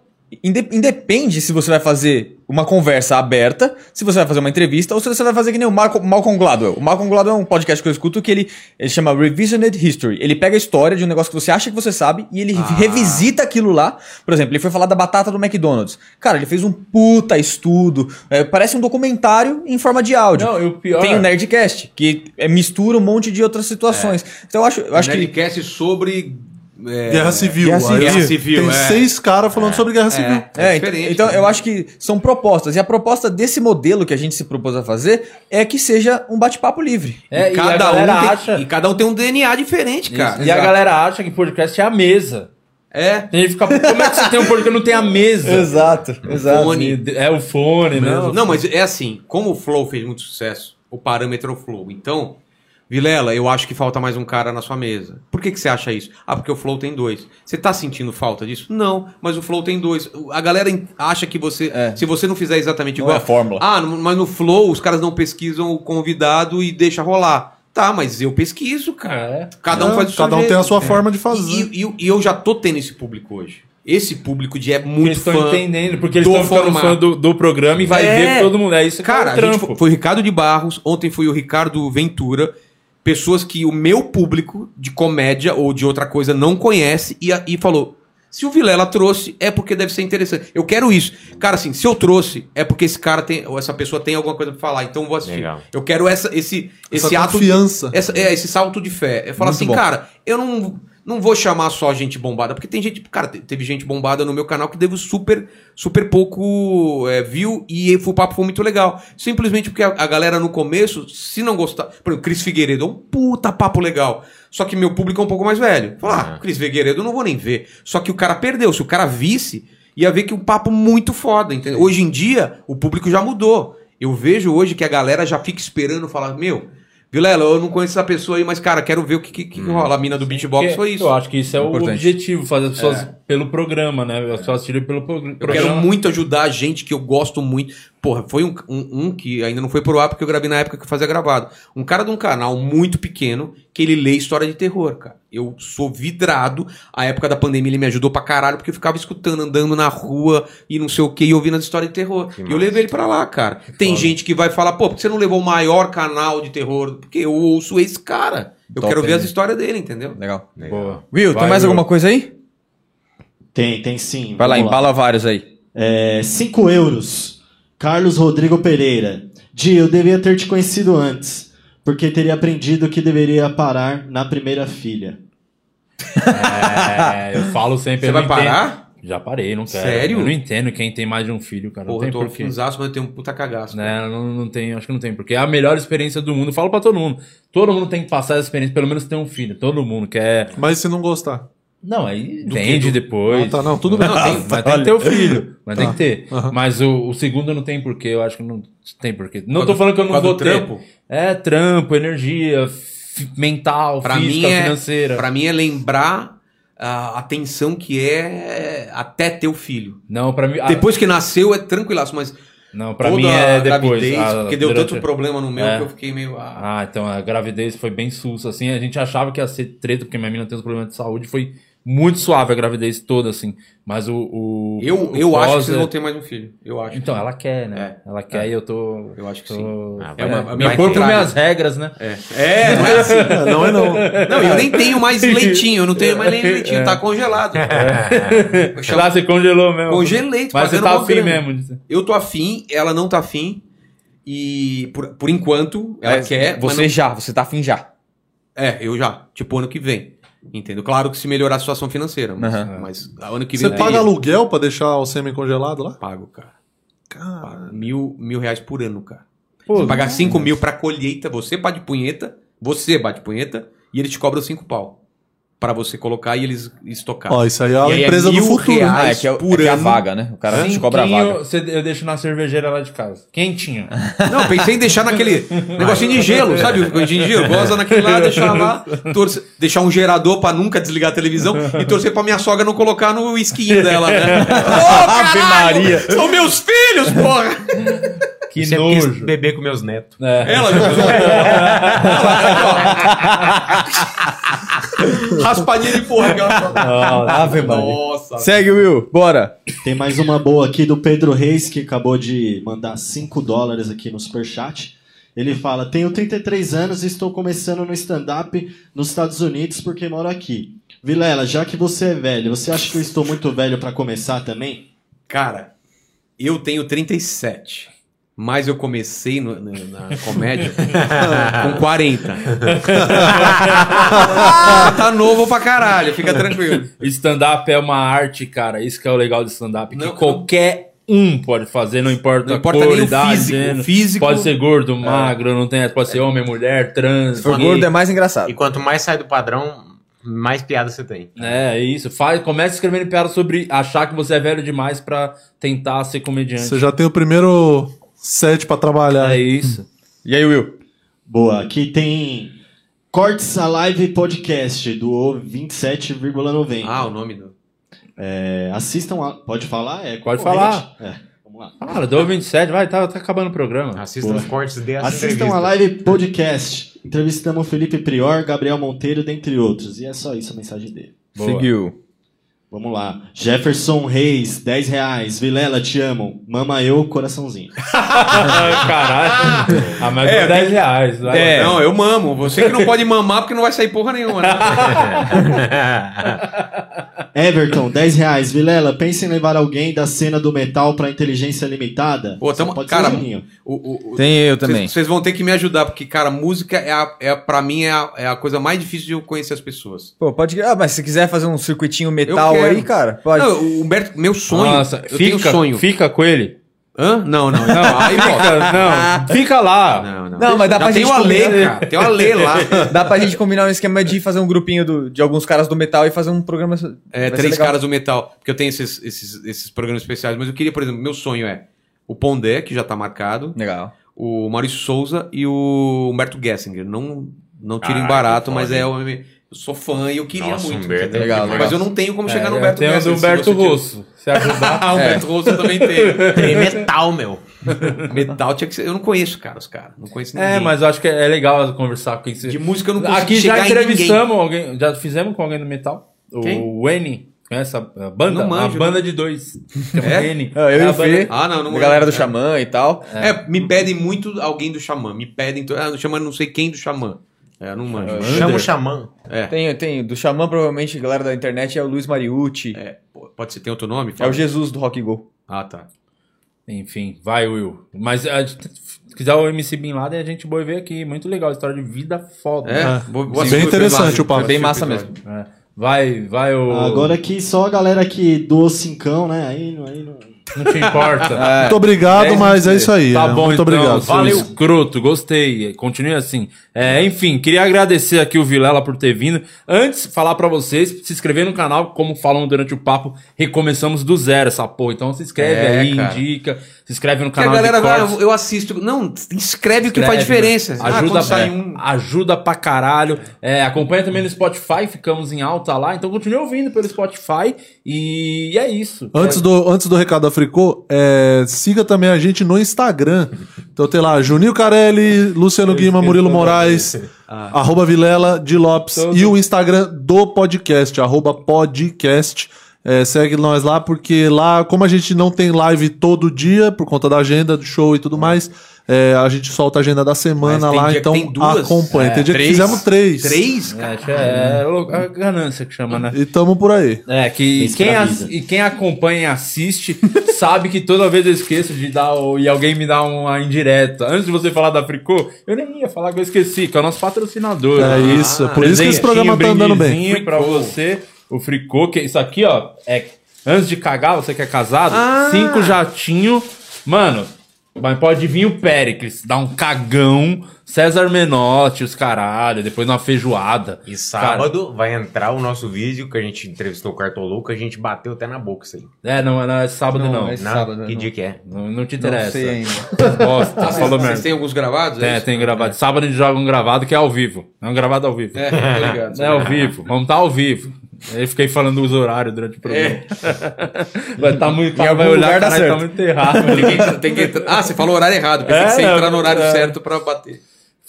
Speaker 4: inde- independe se você vai fazer uma conversa aberta, se você vai fazer uma entrevista, ou se você vai fazer que nem o Marco, Malcolm Gladwell. O Malcolm Gladwell é um podcast que eu escuto que ele, ele chama Revisioned History. Ele pega a história de um negócio que você acha que você sabe e ele
Speaker 1: Ah.
Speaker 4: revisita aquilo lá. Por exemplo, ele foi falar da batata do McDonald's. Cara, ele fez um puta estudo. é, parece um documentário em forma de áudio.
Speaker 1: Não, e o pior-
Speaker 3: um
Speaker 4: Tem o Nerdcast, que é, mistura um monte de outras situações. Então eu acho, eu acho que...
Speaker 3: É. Nerdcast sobre. é,
Speaker 2: Guerra Civil.
Speaker 4: Guerra
Speaker 2: Aí
Speaker 4: Civil.
Speaker 2: eu-
Speaker 3: Civil,
Speaker 2: Tem
Speaker 3: é.
Speaker 2: seis caras falando sobre Guerra Civil.
Speaker 4: É, então,
Speaker 3: diferente,
Speaker 4: então
Speaker 3: né?
Speaker 4: eu acho que são propostas. E a proposta desse modelo que a gente se propôs a fazer é que seja um bate-papo livre.
Speaker 1: É,
Speaker 3: e,
Speaker 1: e
Speaker 3: cada
Speaker 1: a
Speaker 3: um tem,
Speaker 1: galera acha-
Speaker 3: e cada um tem um DNA diferente, cara.
Speaker 1: e a galera acha que podcast é a mesa.
Speaker 3: É.
Speaker 1: Tem gente que fica, como é que você tem um podcast que não tem a mesa?
Speaker 4: Exato, exato.
Speaker 3: Fone.
Speaker 1: É o fone, né?
Speaker 3: Não, não, mas é assim, como o Flow fez muito sucesso, o parâmetro é o Flow. Então, Vilela, eu acho que falta mais um cara na sua mesa. Por que, que você acha isso? Ah, porque o Flow tem dois. Você tá sentindo falta disso? Não, mas o Flow tem dois. A galera en- acha que você.
Speaker 2: É.
Speaker 3: Se você não fizer exatamente
Speaker 4: Não
Speaker 3: igual.
Speaker 4: é a fórmula.
Speaker 3: Ah, no- mas no Flow os caras não pesquisam o convidado e deixa rolar. Tá, mas eu pesquiso, cara.
Speaker 1: Cara, é.
Speaker 3: Cada um
Speaker 2: Não,
Speaker 3: faz o seu
Speaker 2: Cada um
Speaker 3: jeito.
Speaker 2: tem a sua forma de fazer.
Speaker 3: E, e- e eu já tô tendo esse público hoje. Esse público de é muito
Speaker 1: eles
Speaker 3: fã.
Speaker 1: estão entendendo, porque eles
Speaker 3: do
Speaker 1: estão ficando
Speaker 3: formato.
Speaker 1: fã do, do programa e vai
Speaker 3: É.
Speaker 1: ver todo mundo. É isso que
Speaker 3: Cara,
Speaker 1: é
Speaker 3: a
Speaker 1: o
Speaker 3: gente
Speaker 1: trampo.
Speaker 3: fo- foi o Ricardo de Barros, ontem foi o Ricardo Ventura, pessoas que o meu público de comédia ou de outra coisa não conhece e, a- e falou: se o Vilela trouxe, é porque deve ser interessante. Eu quero isso. Cara, assim, se eu trouxe, é porque esse cara tem, ou essa pessoa tem alguma coisa pra falar, então eu vou assistir.
Speaker 7: Legal.
Speaker 3: Eu quero essa, esse,
Speaker 2: Essa
Speaker 3: esse ato.
Speaker 2: confiança.
Speaker 3: Essa, é, esse salto de fé. Eu falo
Speaker 4: Muito
Speaker 3: assim,
Speaker 4: bom.
Speaker 3: cara, eu não, não vou chamar só gente bombada, porque tem gente. Cara, te- teve gente bombada no meu canal que teve super, super pouco é, view e o papo foi muito legal. Simplesmente porque a, a galera no começo, se não gostar. Por exemplo, Cris Figueiredo é um puta papo legal. Só que meu público é um pouco mais velho.
Speaker 4: É.
Speaker 3: Falar, ah, Cris Figueiredo eu não vou nem ver. Só que o cara perdeu. Se o cara visse, ia ver que um papo muito foda, entendeu? Hoje em dia, o público já mudou. Eu vejo hoje que a galera já fica esperando falar, meu. Vilela, eu não conheço essa pessoa aí, mas, cara, quero ver o que, que, que rola. A mina do beatbox
Speaker 1: Porque
Speaker 3: foi isso. É.
Speaker 1: Eu acho que isso é o
Speaker 4: Importante.
Speaker 1: objetivo, fazer as pessoas pelo programa, né? As pessoas assistirem pelo pro-
Speaker 3: Eu
Speaker 1: programa.
Speaker 3: quero muito ajudar a gente que eu gosto muito. Porra, foi um, um, um que ainda não foi pro ar porque eu gravei na época que eu fazia gravado. Um cara de um canal muito pequeno que ele lê história de terror, cara. Eu sou vidrado. A época da pandemia ele me ajudou pra caralho porque eu ficava escutando, andando na rua e não sei o que e ouvindo as histórias de terror. E eu levei ele pra lá, cara. Tem gente que vai falar, pô, por que você não levou o maior canal de terror? Porque eu ouço esse cara. Eu
Speaker 4: Top,
Speaker 3: quero ver
Speaker 4: hein?
Speaker 3: as histórias dele, entendeu?
Speaker 4: Legal.
Speaker 1: Boa.
Speaker 4: Will, tem
Speaker 1: Vai,
Speaker 4: mais
Speaker 1: Will.
Speaker 4: alguma coisa aí?
Speaker 6: Tem, tem sim.
Speaker 4: Vai lá,
Speaker 6: vamos
Speaker 4: embala vários aí.
Speaker 6: É, 5 euros. Carlos Rodrigo Pereira. Di, eu devia ter te conhecido antes, porque teria aprendido que deveria parar na primeira filha.
Speaker 1: É, eu falo sempre.
Speaker 3: Você
Speaker 1: eu
Speaker 3: vai
Speaker 1: não entendo-
Speaker 3: parar?
Speaker 1: Já parei, não quero.
Speaker 3: Sério?
Speaker 1: Eu não entendo quem tem mais de um filho, cara.
Speaker 3: Porra, eu
Speaker 1: não
Speaker 3: tô
Speaker 1: tem porquê.
Speaker 3: finzaço, mas eu tenho um puta cagaço. cara.
Speaker 1: Né, não, não tem, acho que não tem, porque é a melhor experiência do mundo. Eu Falo pra todo mundo. Todo mundo tem que passar essa experiência, pelo menos ter um filho. Todo mundo
Speaker 3: É.
Speaker 1: quer.
Speaker 2: Mas se não gostar.
Speaker 1: Não, aí vende depois.
Speaker 2: Ah, tá, não, tudo bem.
Speaker 1: tem, mas tem que ter o filho. Mas
Speaker 3: Tá.
Speaker 1: tem que ter.
Speaker 2: Aham.
Speaker 1: Mas o, o segundo não tem porquê, eu acho que não tem porquê. Não
Speaker 3: Por
Speaker 1: tô falando que eu não
Speaker 3: causa
Speaker 1: vou
Speaker 3: do
Speaker 1: ter.
Speaker 3: trampo?
Speaker 1: É, trampo, energia, fi- mental,
Speaker 3: Pra
Speaker 1: física,
Speaker 3: mim é-
Speaker 1: financeira.
Speaker 3: Pra mim é lembrar a atenção que é até ter o filho.
Speaker 1: Não, pra mim. ah,
Speaker 3: Depois que nasceu é tranquilaço, mas
Speaker 1: não, pra
Speaker 3: toda
Speaker 1: mim é
Speaker 3: a
Speaker 1: depois.
Speaker 3: gravidez,
Speaker 1: ah,
Speaker 3: porque deu
Speaker 1: durante-
Speaker 3: tanto problema no meu
Speaker 1: É.
Speaker 3: que eu fiquei meio... Ah,
Speaker 1: Ah, então a gravidez foi bem sussa, assim. A gente achava que ia ser treta, porque minha menina tem uns problemas de saúde. Foi muito suave a gravidez toda, assim. Mas o. o
Speaker 3: eu
Speaker 1: o
Speaker 3: eu acho que
Speaker 1: pós
Speaker 3: vocês
Speaker 1: é-
Speaker 3: vão ter mais um filho. Eu acho.
Speaker 1: Então, ela quer, né? Ela quer e eu tô.
Speaker 3: Eu acho que
Speaker 1: tô-
Speaker 3: sim.
Speaker 7: Ah,
Speaker 1: é,
Speaker 7: vai-
Speaker 3: vai-
Speaker 1: meu
Speaker 3: vai
Speaker 1: corpo,
Speaker 3: contrário.
Speaker 1: minhas regras, né?
Speaker 3: É, não é assim.
Speaker 2: É, não é não.
Speaker 3: Não, eu nem tenho mais leitinho, eu não tenho mais nem leitinho,
Speaker 1: É.
Speaker 3: tá congelado. Eu chamo-
Speaker 1: Lá, você congelou mesmo.
Speaker 3: É, Congelei, tô
Speaker 1: É. Mas você
Speaker 3: pagando
Speaker 1: tá
Speaker 3: mó
Speaker 1: afim
Speaker 3: grana.
Speaker 1: mesmo. disso.
Speaker 3: Eu tô afim, ela não tá afim. E por, por enquanto, ela
Speaker 4: É,
Speaker 3: quer. mas
Speaker 4: Você já, você tá afim já.
Speaker 3: É, eu já. Tipo, ano que vem. Entendo. Claro que se melhorar a situação financeira, mas,
Speaker 4: Aham.
Speaker 3: mas ano que vem.
Speaker 2: Você
Speaker 3: eu
Speaker 2: paga
Speaker 3: tenho-
Speaker 2: aluguel pra deixar o sêmen congelado lá?
Speaker 3: Pago, cara.
Speaker 2: Cara,
Speaker 3: Pago. Mil, mil reais por ano, cara.
Speaker 1: Pô,
Speaker 3: você pagar cinco mil pra colheita, você bate punheta, você bate punheta, e eles te cobram cinco pau. Pra você colocar e eles estocar.
Speaker 2: ó, isso aí é a
Speaker 3: E aí é
Speaker 2: empresa do
Speaker 3: mil
Speaker 2: futuro. né?
Speaker 3: reais.
Speaker 4: Ah, é que é, o-
Speaker 3: por
Speaker 4: é que é a
Speaker 3: ano.
Speaker 4: vaga, né? O cara te cobra a
Speaker 1: Quentinho,
Speaker 4: vaga.
Speaker 1: você- eu deixo na cervejeira lá de casa. Quentinho.
Speaker 3: Não, pensei em deixar naquele negocinho de gelo, sabe? O negocinho de gelo. Goza naquele lá, deixar lá, torcer, deixar um gerador pra nunca desligar a televisão e torcer pra minha sogra não colocar no esquinho dela, né? Ô, caralho! São meus filhos, porra!
Speaker 1: Que
Speaker 7: eu sempre quis
Speaker 1: nojo.
Speaker 7: beber com meus netos.
Speaker 3: Ela Raspadinha de porra.
Speaker 4: Ave Maria.
Speaker 3: Ah, Nossa.
Speaker 4: Segue, Will. Bora.
Speaker 6: Tem mais uma boa aqui do Pedro Reis, que acabou de mandar 5 dólares aqui no superchat. Ele fala: Tenho 33 anos e estou começando no stand-up nos Estados Unidos porque moro aqui. Vilela, já que você é velho, você acha que eu estou muito velho para começar também?
Speaker 3: Cara, eu tenho 37. Mas eu comecei no- no- na comédia com 40. Ah, tá novo pra caralho, fica tranquilo.
Speaker 1: Stand-up é uma arte, cara. Isso que é o legal de stand-up. Que
Speaker 3: Não,
Speaker 1: qualquer um pode fazer, não importa,
Speaker 3: Não importa
Speaker 1: a cor,
Speaker 3: nem o
Speaker 1: idade,
Speaker 3: físico.
Speaker 1: gênero.
Speaker 3: físico é.
Speaker 1: Pode ser gordo, magro, não tem. Pode ser homem, mulher, trans.
Speaker 7: Se for
Speaker 1: gay.
Speaker 4: Gordo é mais engraçado.
Speaker 7: E quanto mais sai do padrão, mais piada você tem.
Speaker 1: É, é isso. Faz, começa escrevendo piada sobre achar que você é velho demais pra tentar ser
Speaker 4: né?
Speaker 1: comediante.
Speaker 2: Você já tem o primeiro set pra trabalhar.
Speaker 1: É isso.
Speaker 4: E aí, Will?
Speaker 6: Boa, aqui tem Cortes a Live Podcast do 27,90.
Speaker 3: Ah, o nome do.
Speaker 6: É, assistam a. Pode falar? É,
Speaker 1: Pode
Speaker 6: concorrente? É, vamos lá.
Speaker 1: Cara, deu 27, vai, tá, tá acabando o
Speaker 3: Ah,
Speaker 1: programa.
Speaker 7: Assistam os cortes dessa
Speaker 6: Assistam
Speaker 7: entrevista.
Speaker 6: a live podcast. Entrevistamos Felipe Prior, Gabriel Monteiro, dentre outros. E é só isso a mensagem dele.
Speaker 1: Boa.
Speaker 4: Seguiu.
Speaker 6: Vamos lá. Jefferson Reis, 10 reais. Vilela, te amo. Mama eu, coraçãozinho.
Speaker 1: Caralho. Ah, mas
Speaker 3: É,
Speaker 1: é, 10 reais. vai.
Speaker 3: É. Não, eu mamo. Você que não pode mamar porque não vai sair porra nenhuma. Né?
Speaker 6: Everton, 10 reais. Vilela, pensa em levar alguém da cena do metal pra inteligência limitada?
Speaker 3: Pô,
Speaker 6: Só
Speaker 3: tamo-
Speaker 6: pode
Speaker 3: cara,
Speaker 6: ser o Juninho.
Speaker 3: O- o- o-
Speaker 4: Tem eu também.
Speaker 3: Vocês vocês vão ter que me ajudar, porque, cara, música é, a, é a- pra mim é a, é a coisa mais difícil de eu conhecer as pessoas.
Speaker 4: Pô, pode. Ah, mas se quiser fazer um circuitinho metal
Speaker 3: quero.
Speaker 4: aí, cara, pode.
Speaker 3: Não, o Humberto, meu sonho.
Speaker 1: Nossa,
Speaker 3: eu
Speaker 1: fica,
Speaker 3: tenho um sonho.
Speaker 1: fica com ele.
Speaker 3: Hã? Não, não.
Speaker 1: Não,
Speaker 3: Aí volta.
Speaker 1: fica, não, fica lá.
Speaker 3: Não, não.
Speaker 4: Não, mas dá
Speaker 3: Já
Speaker 4: pra
Speaker 3: tem
Speaker 4: gente
Speaker 3: o Alê,
Speaker 4: combinar.
Speaker 1: É,
Speaker 3: cara. Tem o Alê lá.
Speaker 4: Dá pra gente combinar um esquema de fazer um grupinho do- de alguns caras do metal e fazer um programa.
Speaker 3: É,
Speaker 4: vai ser
Speaker 3: três
Speaker 4: legal.
Speaker 3: caras do metal. Porque eu tenho esses, esses, esses programas especiais. Mas eu queria, por exemplo, meu sonho é o Pondé, que já tá marcado,
Speaker 4: Legal.
Speaker 3: o Maurício Souza e o Humberto Gessinger. Não, não tirem
Speaker 7: Caralho,
Speaker 3: barato,
Speaker 7: foda,
Speaker 3: mas é
Speaker 7: hein?
Speaker 3: o. Eu sou fã e eu queria
Speaker 7: Nossa,
Speaker 3: muito.
Speaker 7: Humberto é
Speaker 3: entendeu?
Speaker 4: legal,
Speaker 3: mas
Speaker 4: legal.
Speaker 3: eu não tenho como chegar no
Speaker 1: É,
Speaker 3: Humberto
Speaker 1: tem o
Speaker 3: Gessinger.
Speaker 1: do
Speaker 3: se
Speaker 1: Humberto
Speaker 3: você tiver.
Speaker 1: Russo. Se ajudar. É.
Speaker 3: Ah, o Humberto Russo eu também tem.
Speaker 7: Tem metal, meu.
Speaker 3: Metal tinha que ser. Eu não conheço, cara, os caras. Não conheço ninguém.
Speaker 1: É, mas eu acho que é legal conversar com quem você.
Speaker 3: De música eu não consigo
Speaker 1: Aqui já
Speaker 3: chegar em ninguém.
Speaker 1: entrevistamos alguém, já fizemos com alguém do metal.
Speaker 3: Quem?
Speaker 1: O N. Conhece a a banda?
Speaker 3: Não manjo,
Speaker 1: a banda de dois. Chama
Speaker 3: É?
Speaker 1: N.
Speaker 4: Ah, eu
Speaker 1: É
Speaker 4: e
Speaker 1: a
Speaker 4: o Fê,
Speaker 3: Ah, não, não
Speaker 4: a galera
Speaker 3: é.
Speaker 4: do Xamã e tal.
Speaker 3: É, me pedem muito alguém do Xamã. Me pedem. to- Ah, do Xamã, não sei quem do Xamã. É, não manjo.
Speaker 7: Chama o xamã.
Speaker 3: É.
Speaker 4: Tem, tem, do Xamã, provavelmente, a galera da internet é o Luiz Mariucci. É,
Speaker 3: É, pô, pode ser, tem outro nome?
Speaker 4: o Jesus do Rock and Go.
Speaker 3: Ah, tá.
Speaker 1: Enfim, vai, Will. Mas a gente- se quiser o MC Bin Laden, a gente vai ver aqui. Muito legal, história de vida foda.
Speaker 3: É,
Speaker 2: É.
Speaker 3: vou- vou
Speaker 2: Bem
Speaker 3: assistir
Speaker 2: interessante
Speaker 3: episódio.
Speaker 2: o papo.
Speaker 4: Foi bem massa mesmo.
Speaker 1: É. Vai, vai, o.
Speaker 6: Agora aqui só a galera que doou cincão, né? Aí, não- aí não...
Speaker 1: Não te importa.
Speaker 2: Muito obrigado,
Speaker 1: Dez
Speaker 2: mas é
Speaker 1: vezes.
Speaker 2: isso aí.
Speaker 1: Tá
Speaker 2: né?
Speaker 1: bom, então,
Speaker 2: Muito obrigado.
Speaker 1: seu escroto, gostei. Continue assim. É, enfim, queria agradecer aqui o Vilela por ter vindo. Antes, falar pra vocês, se inscrever no canal, como falam durante o papo, recomeçamos do zero essa porra. Então se inscreve
Speaker 3: É,
Speaker 1: aí,
Speaker 3: cara.
Speaker 1: indica, se inscreve no
Speaker 3: Que a
Speaker 1: canal.
Speaker 3: galera
Speaker 1: de
Speaker 3: vai,
Speaker 1: cortes.
Speaker 3: eu, eu assisto. Não, escreve o que
Speaker 1: Escreve,
Speaker 3: faz diferença. Ah,
Speaker 1: Ajuda,
Speaker 3: quando sai
Speaker 1: é,
Speaker 3: um.
Speaker 1: ajuda pra caralho. É, acompanha também no Spotify, ficamos em alta lá. Então continue ouvindo pelo Spotify. E é isso.
Speaker 2: Antes do, antes do recado da Fricô, é, siga também a gente no Instagram. Então tem lá Juninho Carelli, Luciano Guima, Murilo Moraes,
Speaker 3: Ah.
Speaker 2: arroba Vilela, de Lopes e o Instagram do podcast, arroba podcast. É, segue nós lá, porque lá, como a gente não tem live todo dia, por conta da agenda, do show e tudo mais, é, a gente solta a agenda da semana
Speaker 3: Mas tem
Speaker 2: lá,
Speaker 3: dia que
Speaker 2: então
Speaker 3: tem duas? É,
Speaker 2: acompanha.
Speaker 1: Ah,
Speaker 2: tem dia
Speaker 3: três?
Speaker 2: que fizemos três.
Speaker 3: Três?
Speaker 1: É, é, é lou- a ganância que chama, né?
Speaker 2: E tamo por aí.
Speaker 1: É, que
Speaker 6: Me
Speaker 1: quem,
Speaker 6: escraviza.
Speaker 1: as- e quem acompanha e assiste sabe que toda vez eu esqueço de dar o, e alguém me dá uma indireta. Antes de você falar da Fricô, eu nem ia falar que eu esqueci, que é o nosso patrocinador.
Speaker 3: Ah,
Speaker 1: Ah, um
Speaker 2: É isso, é por isso que
Speaker 1: Presentinho,
Speaker 2: esse
Speaker 1: um
Speaker 2: programa tá andando bem.
Speaker 1: brindezinho pra você, o Fricô, que isso aqui, ó, é antes de cagar, você que é casado, cinco jatinho, mano, mas pode vir o Péricles, dar um cagão, César Menotti, os caralho, depois uma feijoada.
Speaker 7: E sábado vai entrar o nosso vídeo que a gente entrevistou o Cartoluco, a gente bateu até na boca isso aí.
Speaker 1: É, não, não é sábado não.
Speaker 4: é
Speaker 7: Na-
Speaker 4: sábado,
Speaker 7: que
Speaker 4: não.
Speaker 7: dia que é?
Speaker 1: Não, não te
Speaker 4: Não
Speaker 1: interessa.
Speaker 4: sei ainda.
Speaker 1: Bosta, falou
Speaker 3: Vocês
Speaker 1: merda.
Speaker 3: têm alguns gravados?
Speaker 1: É,
Speaker 3: isso?
Speaker 1: tem gravado. Sábado a gente joga um gravado que é ao vivo. É um gravado ao vivo.
Speaker 3: É, tô ligado.
Speaker 1: É ao vivo. Vamos estar ao vivo. Aí eu fiquei falando os horários
Speaker 3: É.
Speaker 1: durante o programa. Vai, tá muito,
Speaker 4: Em
Speaker 1: tá,
Speaker 4: algum
Speaker 1: vai olhar,
Speaker 4: lugar dá
Speaker 1: caralho, tá
Speaker 4: certo.
Speaker 1: muito errado.
Speaker 3: Tem que- tem que entrar- Ah, você falou horário errado. Pensei
Speaker 1: É,
Speaker 3: que você ia entrar
Speaker 1: não,
Speaker 3: no horário
Speaker 1: é.
Speaker 3: certo pra bater.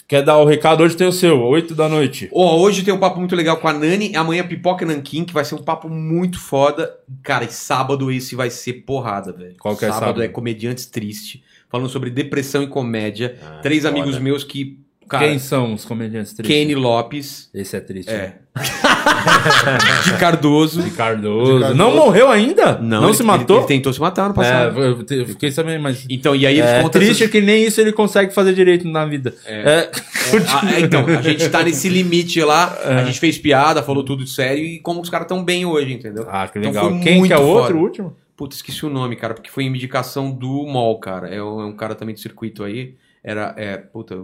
Speaker 1: Quer dar o recado? Hoje tem o seu, 8 da noite.
Speaker 3: Ó, hoje tem um papo muito legal com a Nani. Amanhã pipoca e Nanquim, que vai ser um papo muito foda. Cara, e sábado esse vai ser porrada, velho.
Speaker 1: Qual que é sábado?
Speaker 3: é comediantes triste. Falando sobre depressão e comédia. Três
Speaker 7: foda.
Speaker 3: amigos meus que. Cara,
Speaker 1: Quem são os comediantes tristes?
Speaker 3: Kenny Lopes.
Speaker 1: Esse é triste.
Speaker 3: É. de Cardoso.
Speaker 1: De Cardoso.
Speaker 2: De Cardoso.
Speaker 1: Não morreu ainda? Não,
Speaker 3: ele-
Speaker 1: se
Speaker 3: ele-
Speaker 1: matou?
Speaker 3: Ele, tentou se matar no
Speaker 1: é,
Speaker 3: passado.
Speaker 1: eu te- eu fiquei sabendo, mas.
Speaker 3: Então, e aí eles
Speaker 1: É
Speaker 3: contam
Speaker 1: triste
Speaker 3: essas-
Speaker 1: que nem isso ele consegue fazer direito na vida. É.
Speaker 3: Ah, é, então, a gente tá nesse limite lá.
Speaker 1: É.
Speaker 3: A gente fez piada, falou tudo sério e como os caras tão bem hoje, entendeu?
Speaker 1: Ah, que
Speaker 3: Então
Speaker 1: legal.
Speaker 3: foi
Speaker 1: Quem
Speaker 3: muito
Speaker 1: que é o outro,
Speaker 3: foda.
Speaker 1: o último?
Speaker 3: Puta, esqueci o nome, cara, porque foi indicação do Mol, cara. É um, é um cara também do circuito aí. Era, é, puta,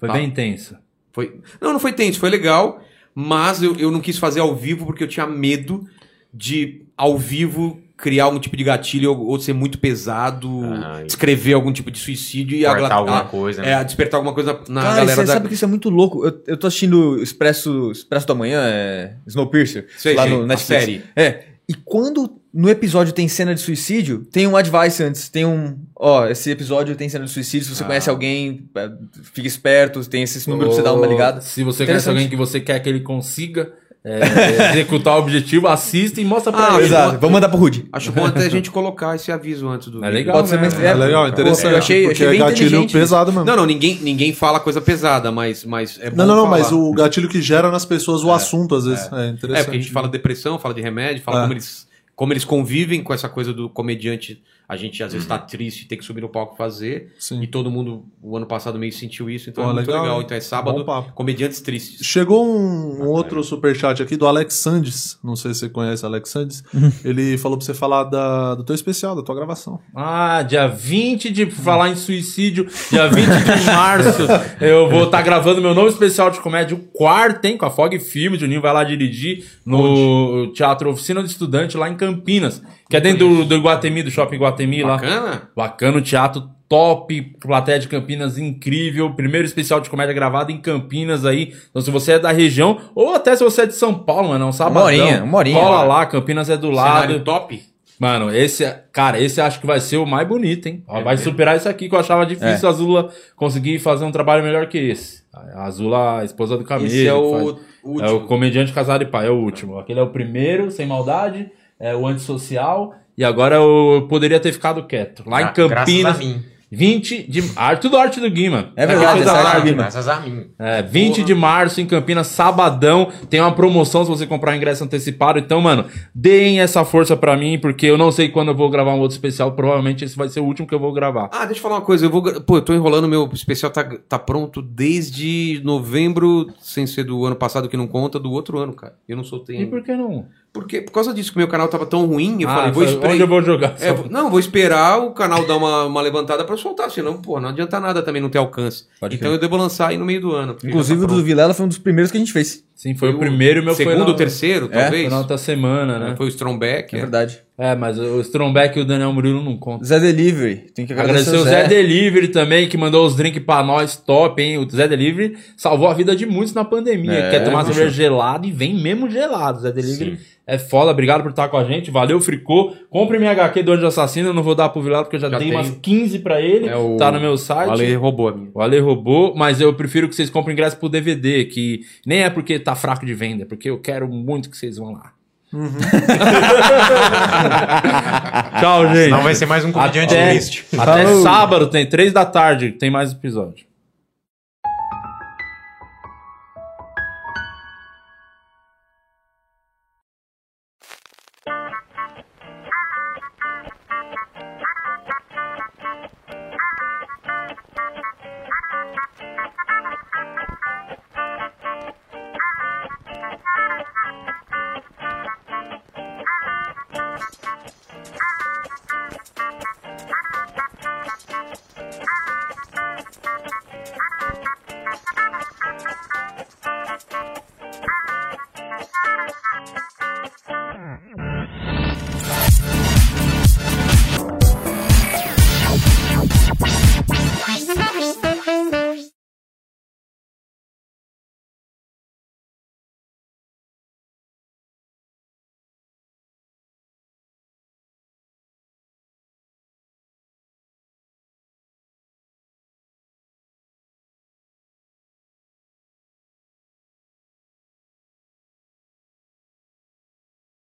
Speaker 1: Foi
Speaker 3: Ah.
Speaker 1: bem intenso.
Speaker 3: foi... Não, não foi tenso, foi legal, mas eu, eu não quis fazer ao vivo porque eu tinha medo de, ao vivo, criar algum tipo de gatilho ou, ou ser muito pesado,
Speaker 7: Ah, e-
Speaker 3: descrever algum tipo de suicídio e
Speaker 7: Cortar
Speaker 3: agla-
Speaker 7: alguma
Speaker 3: a-
Speaker 7: coisa,
Speaker 3: é,
Speaker 7: né?
Speaker 3: despertar alguma coisa na
Speaker 4: Cara,
Speaker 3: galera
Speaker 4: você
Speaker 3: da...
Speaker 4: sabe que isso é muito louco. Eu, eu tô assistindo Expresso, Expresso da Manhã, é Snowpiercer,
Speaker 3: Sei,
Speaker 4: lá
Speaker 3: sei,
Speaker 4: no
Speaker 3: a
Speaker 4: Netflix.
Speaker 3: série.
Speaker 4: É. E quando no episódio tem cena de suicídio, tem um advice antes, tem um, ó, esse episódio tem cena de suicídio, se você
Speaker 3: Ah.
Speaker 4: conhece alguém, é, fica esperto, tem esse número pra você dar uma ligada.
Speaker 1: Se você conhece alguém que você quer que ele consiga é, executar o objetivo, assista e mostra pra
Speaker 3: Ah,
Speaker 1: ele.
Speaker 3: exato.
Speaker 4: Vamos mandar pro Rude.
Speaker 3: Acho bom até a gente colocar esse aviso antes do
Speaker 1: É
Speaker 3: vídeo.
Speaker 1: legal,
Speaker 4: Pode ser
Speaker 1: né?
Speaker 4: mais-
Speaker 2: É legal, interessante.
Speaker 4: Eu achei,
Speaker 2: porque
Speaker 4: achei bem
Speaker 2: é gatilho
Speaker 4: inteligente.
Speaker 2: pesado mesmo.
Speaker 3: Não, não, ninguém, ninguém fala coisa pesada, mas, mas é bom
Speaker 2: Não, não, não, mas
Speaker 3: falar.
Speaker 2: o gatilho que gera nas pessoas o assunto, às vezes. É, interessante.
Speaker 3: É, porque a gente
Speaker 1: né?
Speaker 3: fala depressão, fala de remédio, fala
Speaker 2: É.
Speaker 3: como, eles, como eles convivem com essa coisa do comediante. A gente às vezes tá triste e tem que subir no palco e fazer. E
Speaker 2: Sim.
Speaker 3: todo mundo, o ano passado, meio sentiu isso, então
Speaker 2: Pô,
Speaker 3: é muito
Speaker 2: legal,
Speaker 3: legal.
Speaker 2: hein?
Speaker 3: Então é
Speaker 2: Bom
Speaker 3: sábado,
Speaker 2: papo.
Speaker 3: comediantes tristes.
Speaker 2: Chegou um, um outro superchat aqui do Alex Sandes. Não sei se você conhece o Alex Sandes. Ele falou pra você falar da- do teu especial, da tua gravação.
Speaker 1: Ah, dia 20 de falar em suicídio, dia 20 de março, eu vou estar gravando meu novo especial de comédia, o quarto, hein, com a Fog Filme, o Juninho vai lá dirigir no Teatro Oficina do Estudante lá em Campinas, que é dentro do, do Iguatemi, do Shopping Iguatemi lá.
Speaker 3: Bacana?
Speaker 1: Bacana, o teatro top, plateia de Campinas incrível, primeiro especial de comédia gravado em Campinas aí. Então se você é da região ou até se você é de São Paulo, mano, é um sabadão.
Speaker 4: horinha, uma horinha.
Speaker 1: Cola lá, Campinas é do lado.
Speaker 3: Cenário top?
Speaker 1: Mano, esse, é- cara, esse acho que vai ser o mais bonito, hein? Ó, vai superar isso aqui que eu achava difícil a Azula conseguir fazer um trabalho melhor que esse. A Azula, a esposa do Camilo.
Speaker 3: Esse é
Speaker 1: que faz-
Speaker 3: o
Speaker 1: é o
Speaker 3: último.
Speaker 1: comediante casado e pai, é o último. Aquele é o primeiro, sem maldade, é o antissocial. E agora eu poderia ter ficado quieto. Lá em
Speaker 7: Gra- Ah, Graças
Speaker 1: Campinas,
Speaker 7: a mim.
Speaker 1: 20 de março. Tudo arte do Gui, mano.
Speaker 4: É verdade,
Speaker 1: Tudo
Speaker 4: essa
Speaker 1: arte.
Speaker 4: é a
Speaker 7: Graças a mim.
Speaker 4: Guima.
Speaker 7: Graças a mim.
Speaker 1: É, 20
Speaker 3: Porra.
Speaker 1: de março em Campinas, sabadão. Tem uma promoção se você comprar ingresso antecipado. Então, mano, deem essa força pra mim, porque eu não sei quando eu vou gravar um outro especial. Provavelmente esse vai ser o último que eu vou gravar.
Speaker 3: Ah, deixa eu falar uma coisa. Eu vou. gra- Pô, eu tô enrolando, meu especial tá, tá pronto desde novembro, sem ser do ano passado que não conta, do outro ano, cara. Eu não soltei
Speaker 1: E
Speaker 3: ainda.
Speaker 1: por que não?
Speaker 3: Porque por causa disso que meu canal tava tão ruim, eu
Speaker 1: Ah,
Speaker 3: falei, vou
Speaker 1: sabe,
Speaker 3: esperar.
Speaker 1: Onde eu vou jogar?
Speaker 3: É, vou- não, vou esperar o canal dar uma, uma levantada pra soltar, senão, pô, não adianta nada também não ter alcance.
Speaker 1: Pode
Speaker 3: então eu devo lançar aí no meio do ano. porque
Speaker 4: Inclusive
Speaker 3: já
Speaker 4: o
Speaker 3: tá
Speaker 4: do Vilela foi um dos primeiros que a gente fez.
Speaker 1: Sim, foi
Speaker 3: Eu-
Speaker 1: o primeiro e o meu
Speaker 3: pronto. segundo
Speaker 1: foi na-
Speaker 3: ou terceiro,
Speaker 4: É,
Speaker 1: Foi
Speaker 3: talvez.
Speaker 1: na outra semana,
Speaker 3: É,
Speaker 1: né?
Speaker 3: Foi o Strombeck.
Speaker 4: É,
Speaker 3: é.
Speaker 4: verdade.
Speaker 1: É, mas o Strombeck e o Daniel Murilo não contam.
Speaker 4: Zé Delivery. Tem que agradecer,
Speaker 1: Agradecer o Zé Delivery também, que mandou os drinks pra nós, top, hein? O Zé Delivery salvou a vida de muitos na pandemia.
Speaker 4: É,
Speaker 1: Quer tomar
Speaker 4: bicho.
Speaker 1: cerveja gelada e vem mesmo gelado. Zé Delivery é foda, obrigado por estar com a gente. Valeu, Fricô. Compre minha HQ do Anjo Assassino, eu não vou dar pro Vilado porque eu já,
Speaker 3: Já
Speaker 1: dei
Speaker 3: tem.
Speaker 1: umas 15 pra ele.
Speaker 3: É o-
Speaker 1: Tá no meu site.
Speaker 3: O Ale roubou a minha.
Speaker 1: O Ale roubou, mas eu prefiro que vocês comprem ingresso pro DVD, que nem é porque tá fraco de venda, é porque eu quero muito que vocês vão lá. Tchau, gente.
Speaker 7: Não vai ser mais um comediante
Speaker 1: Até-
Speaker 7: triste.
Speaker 1: Até sábado tem, três da tarde, tem mais episódio.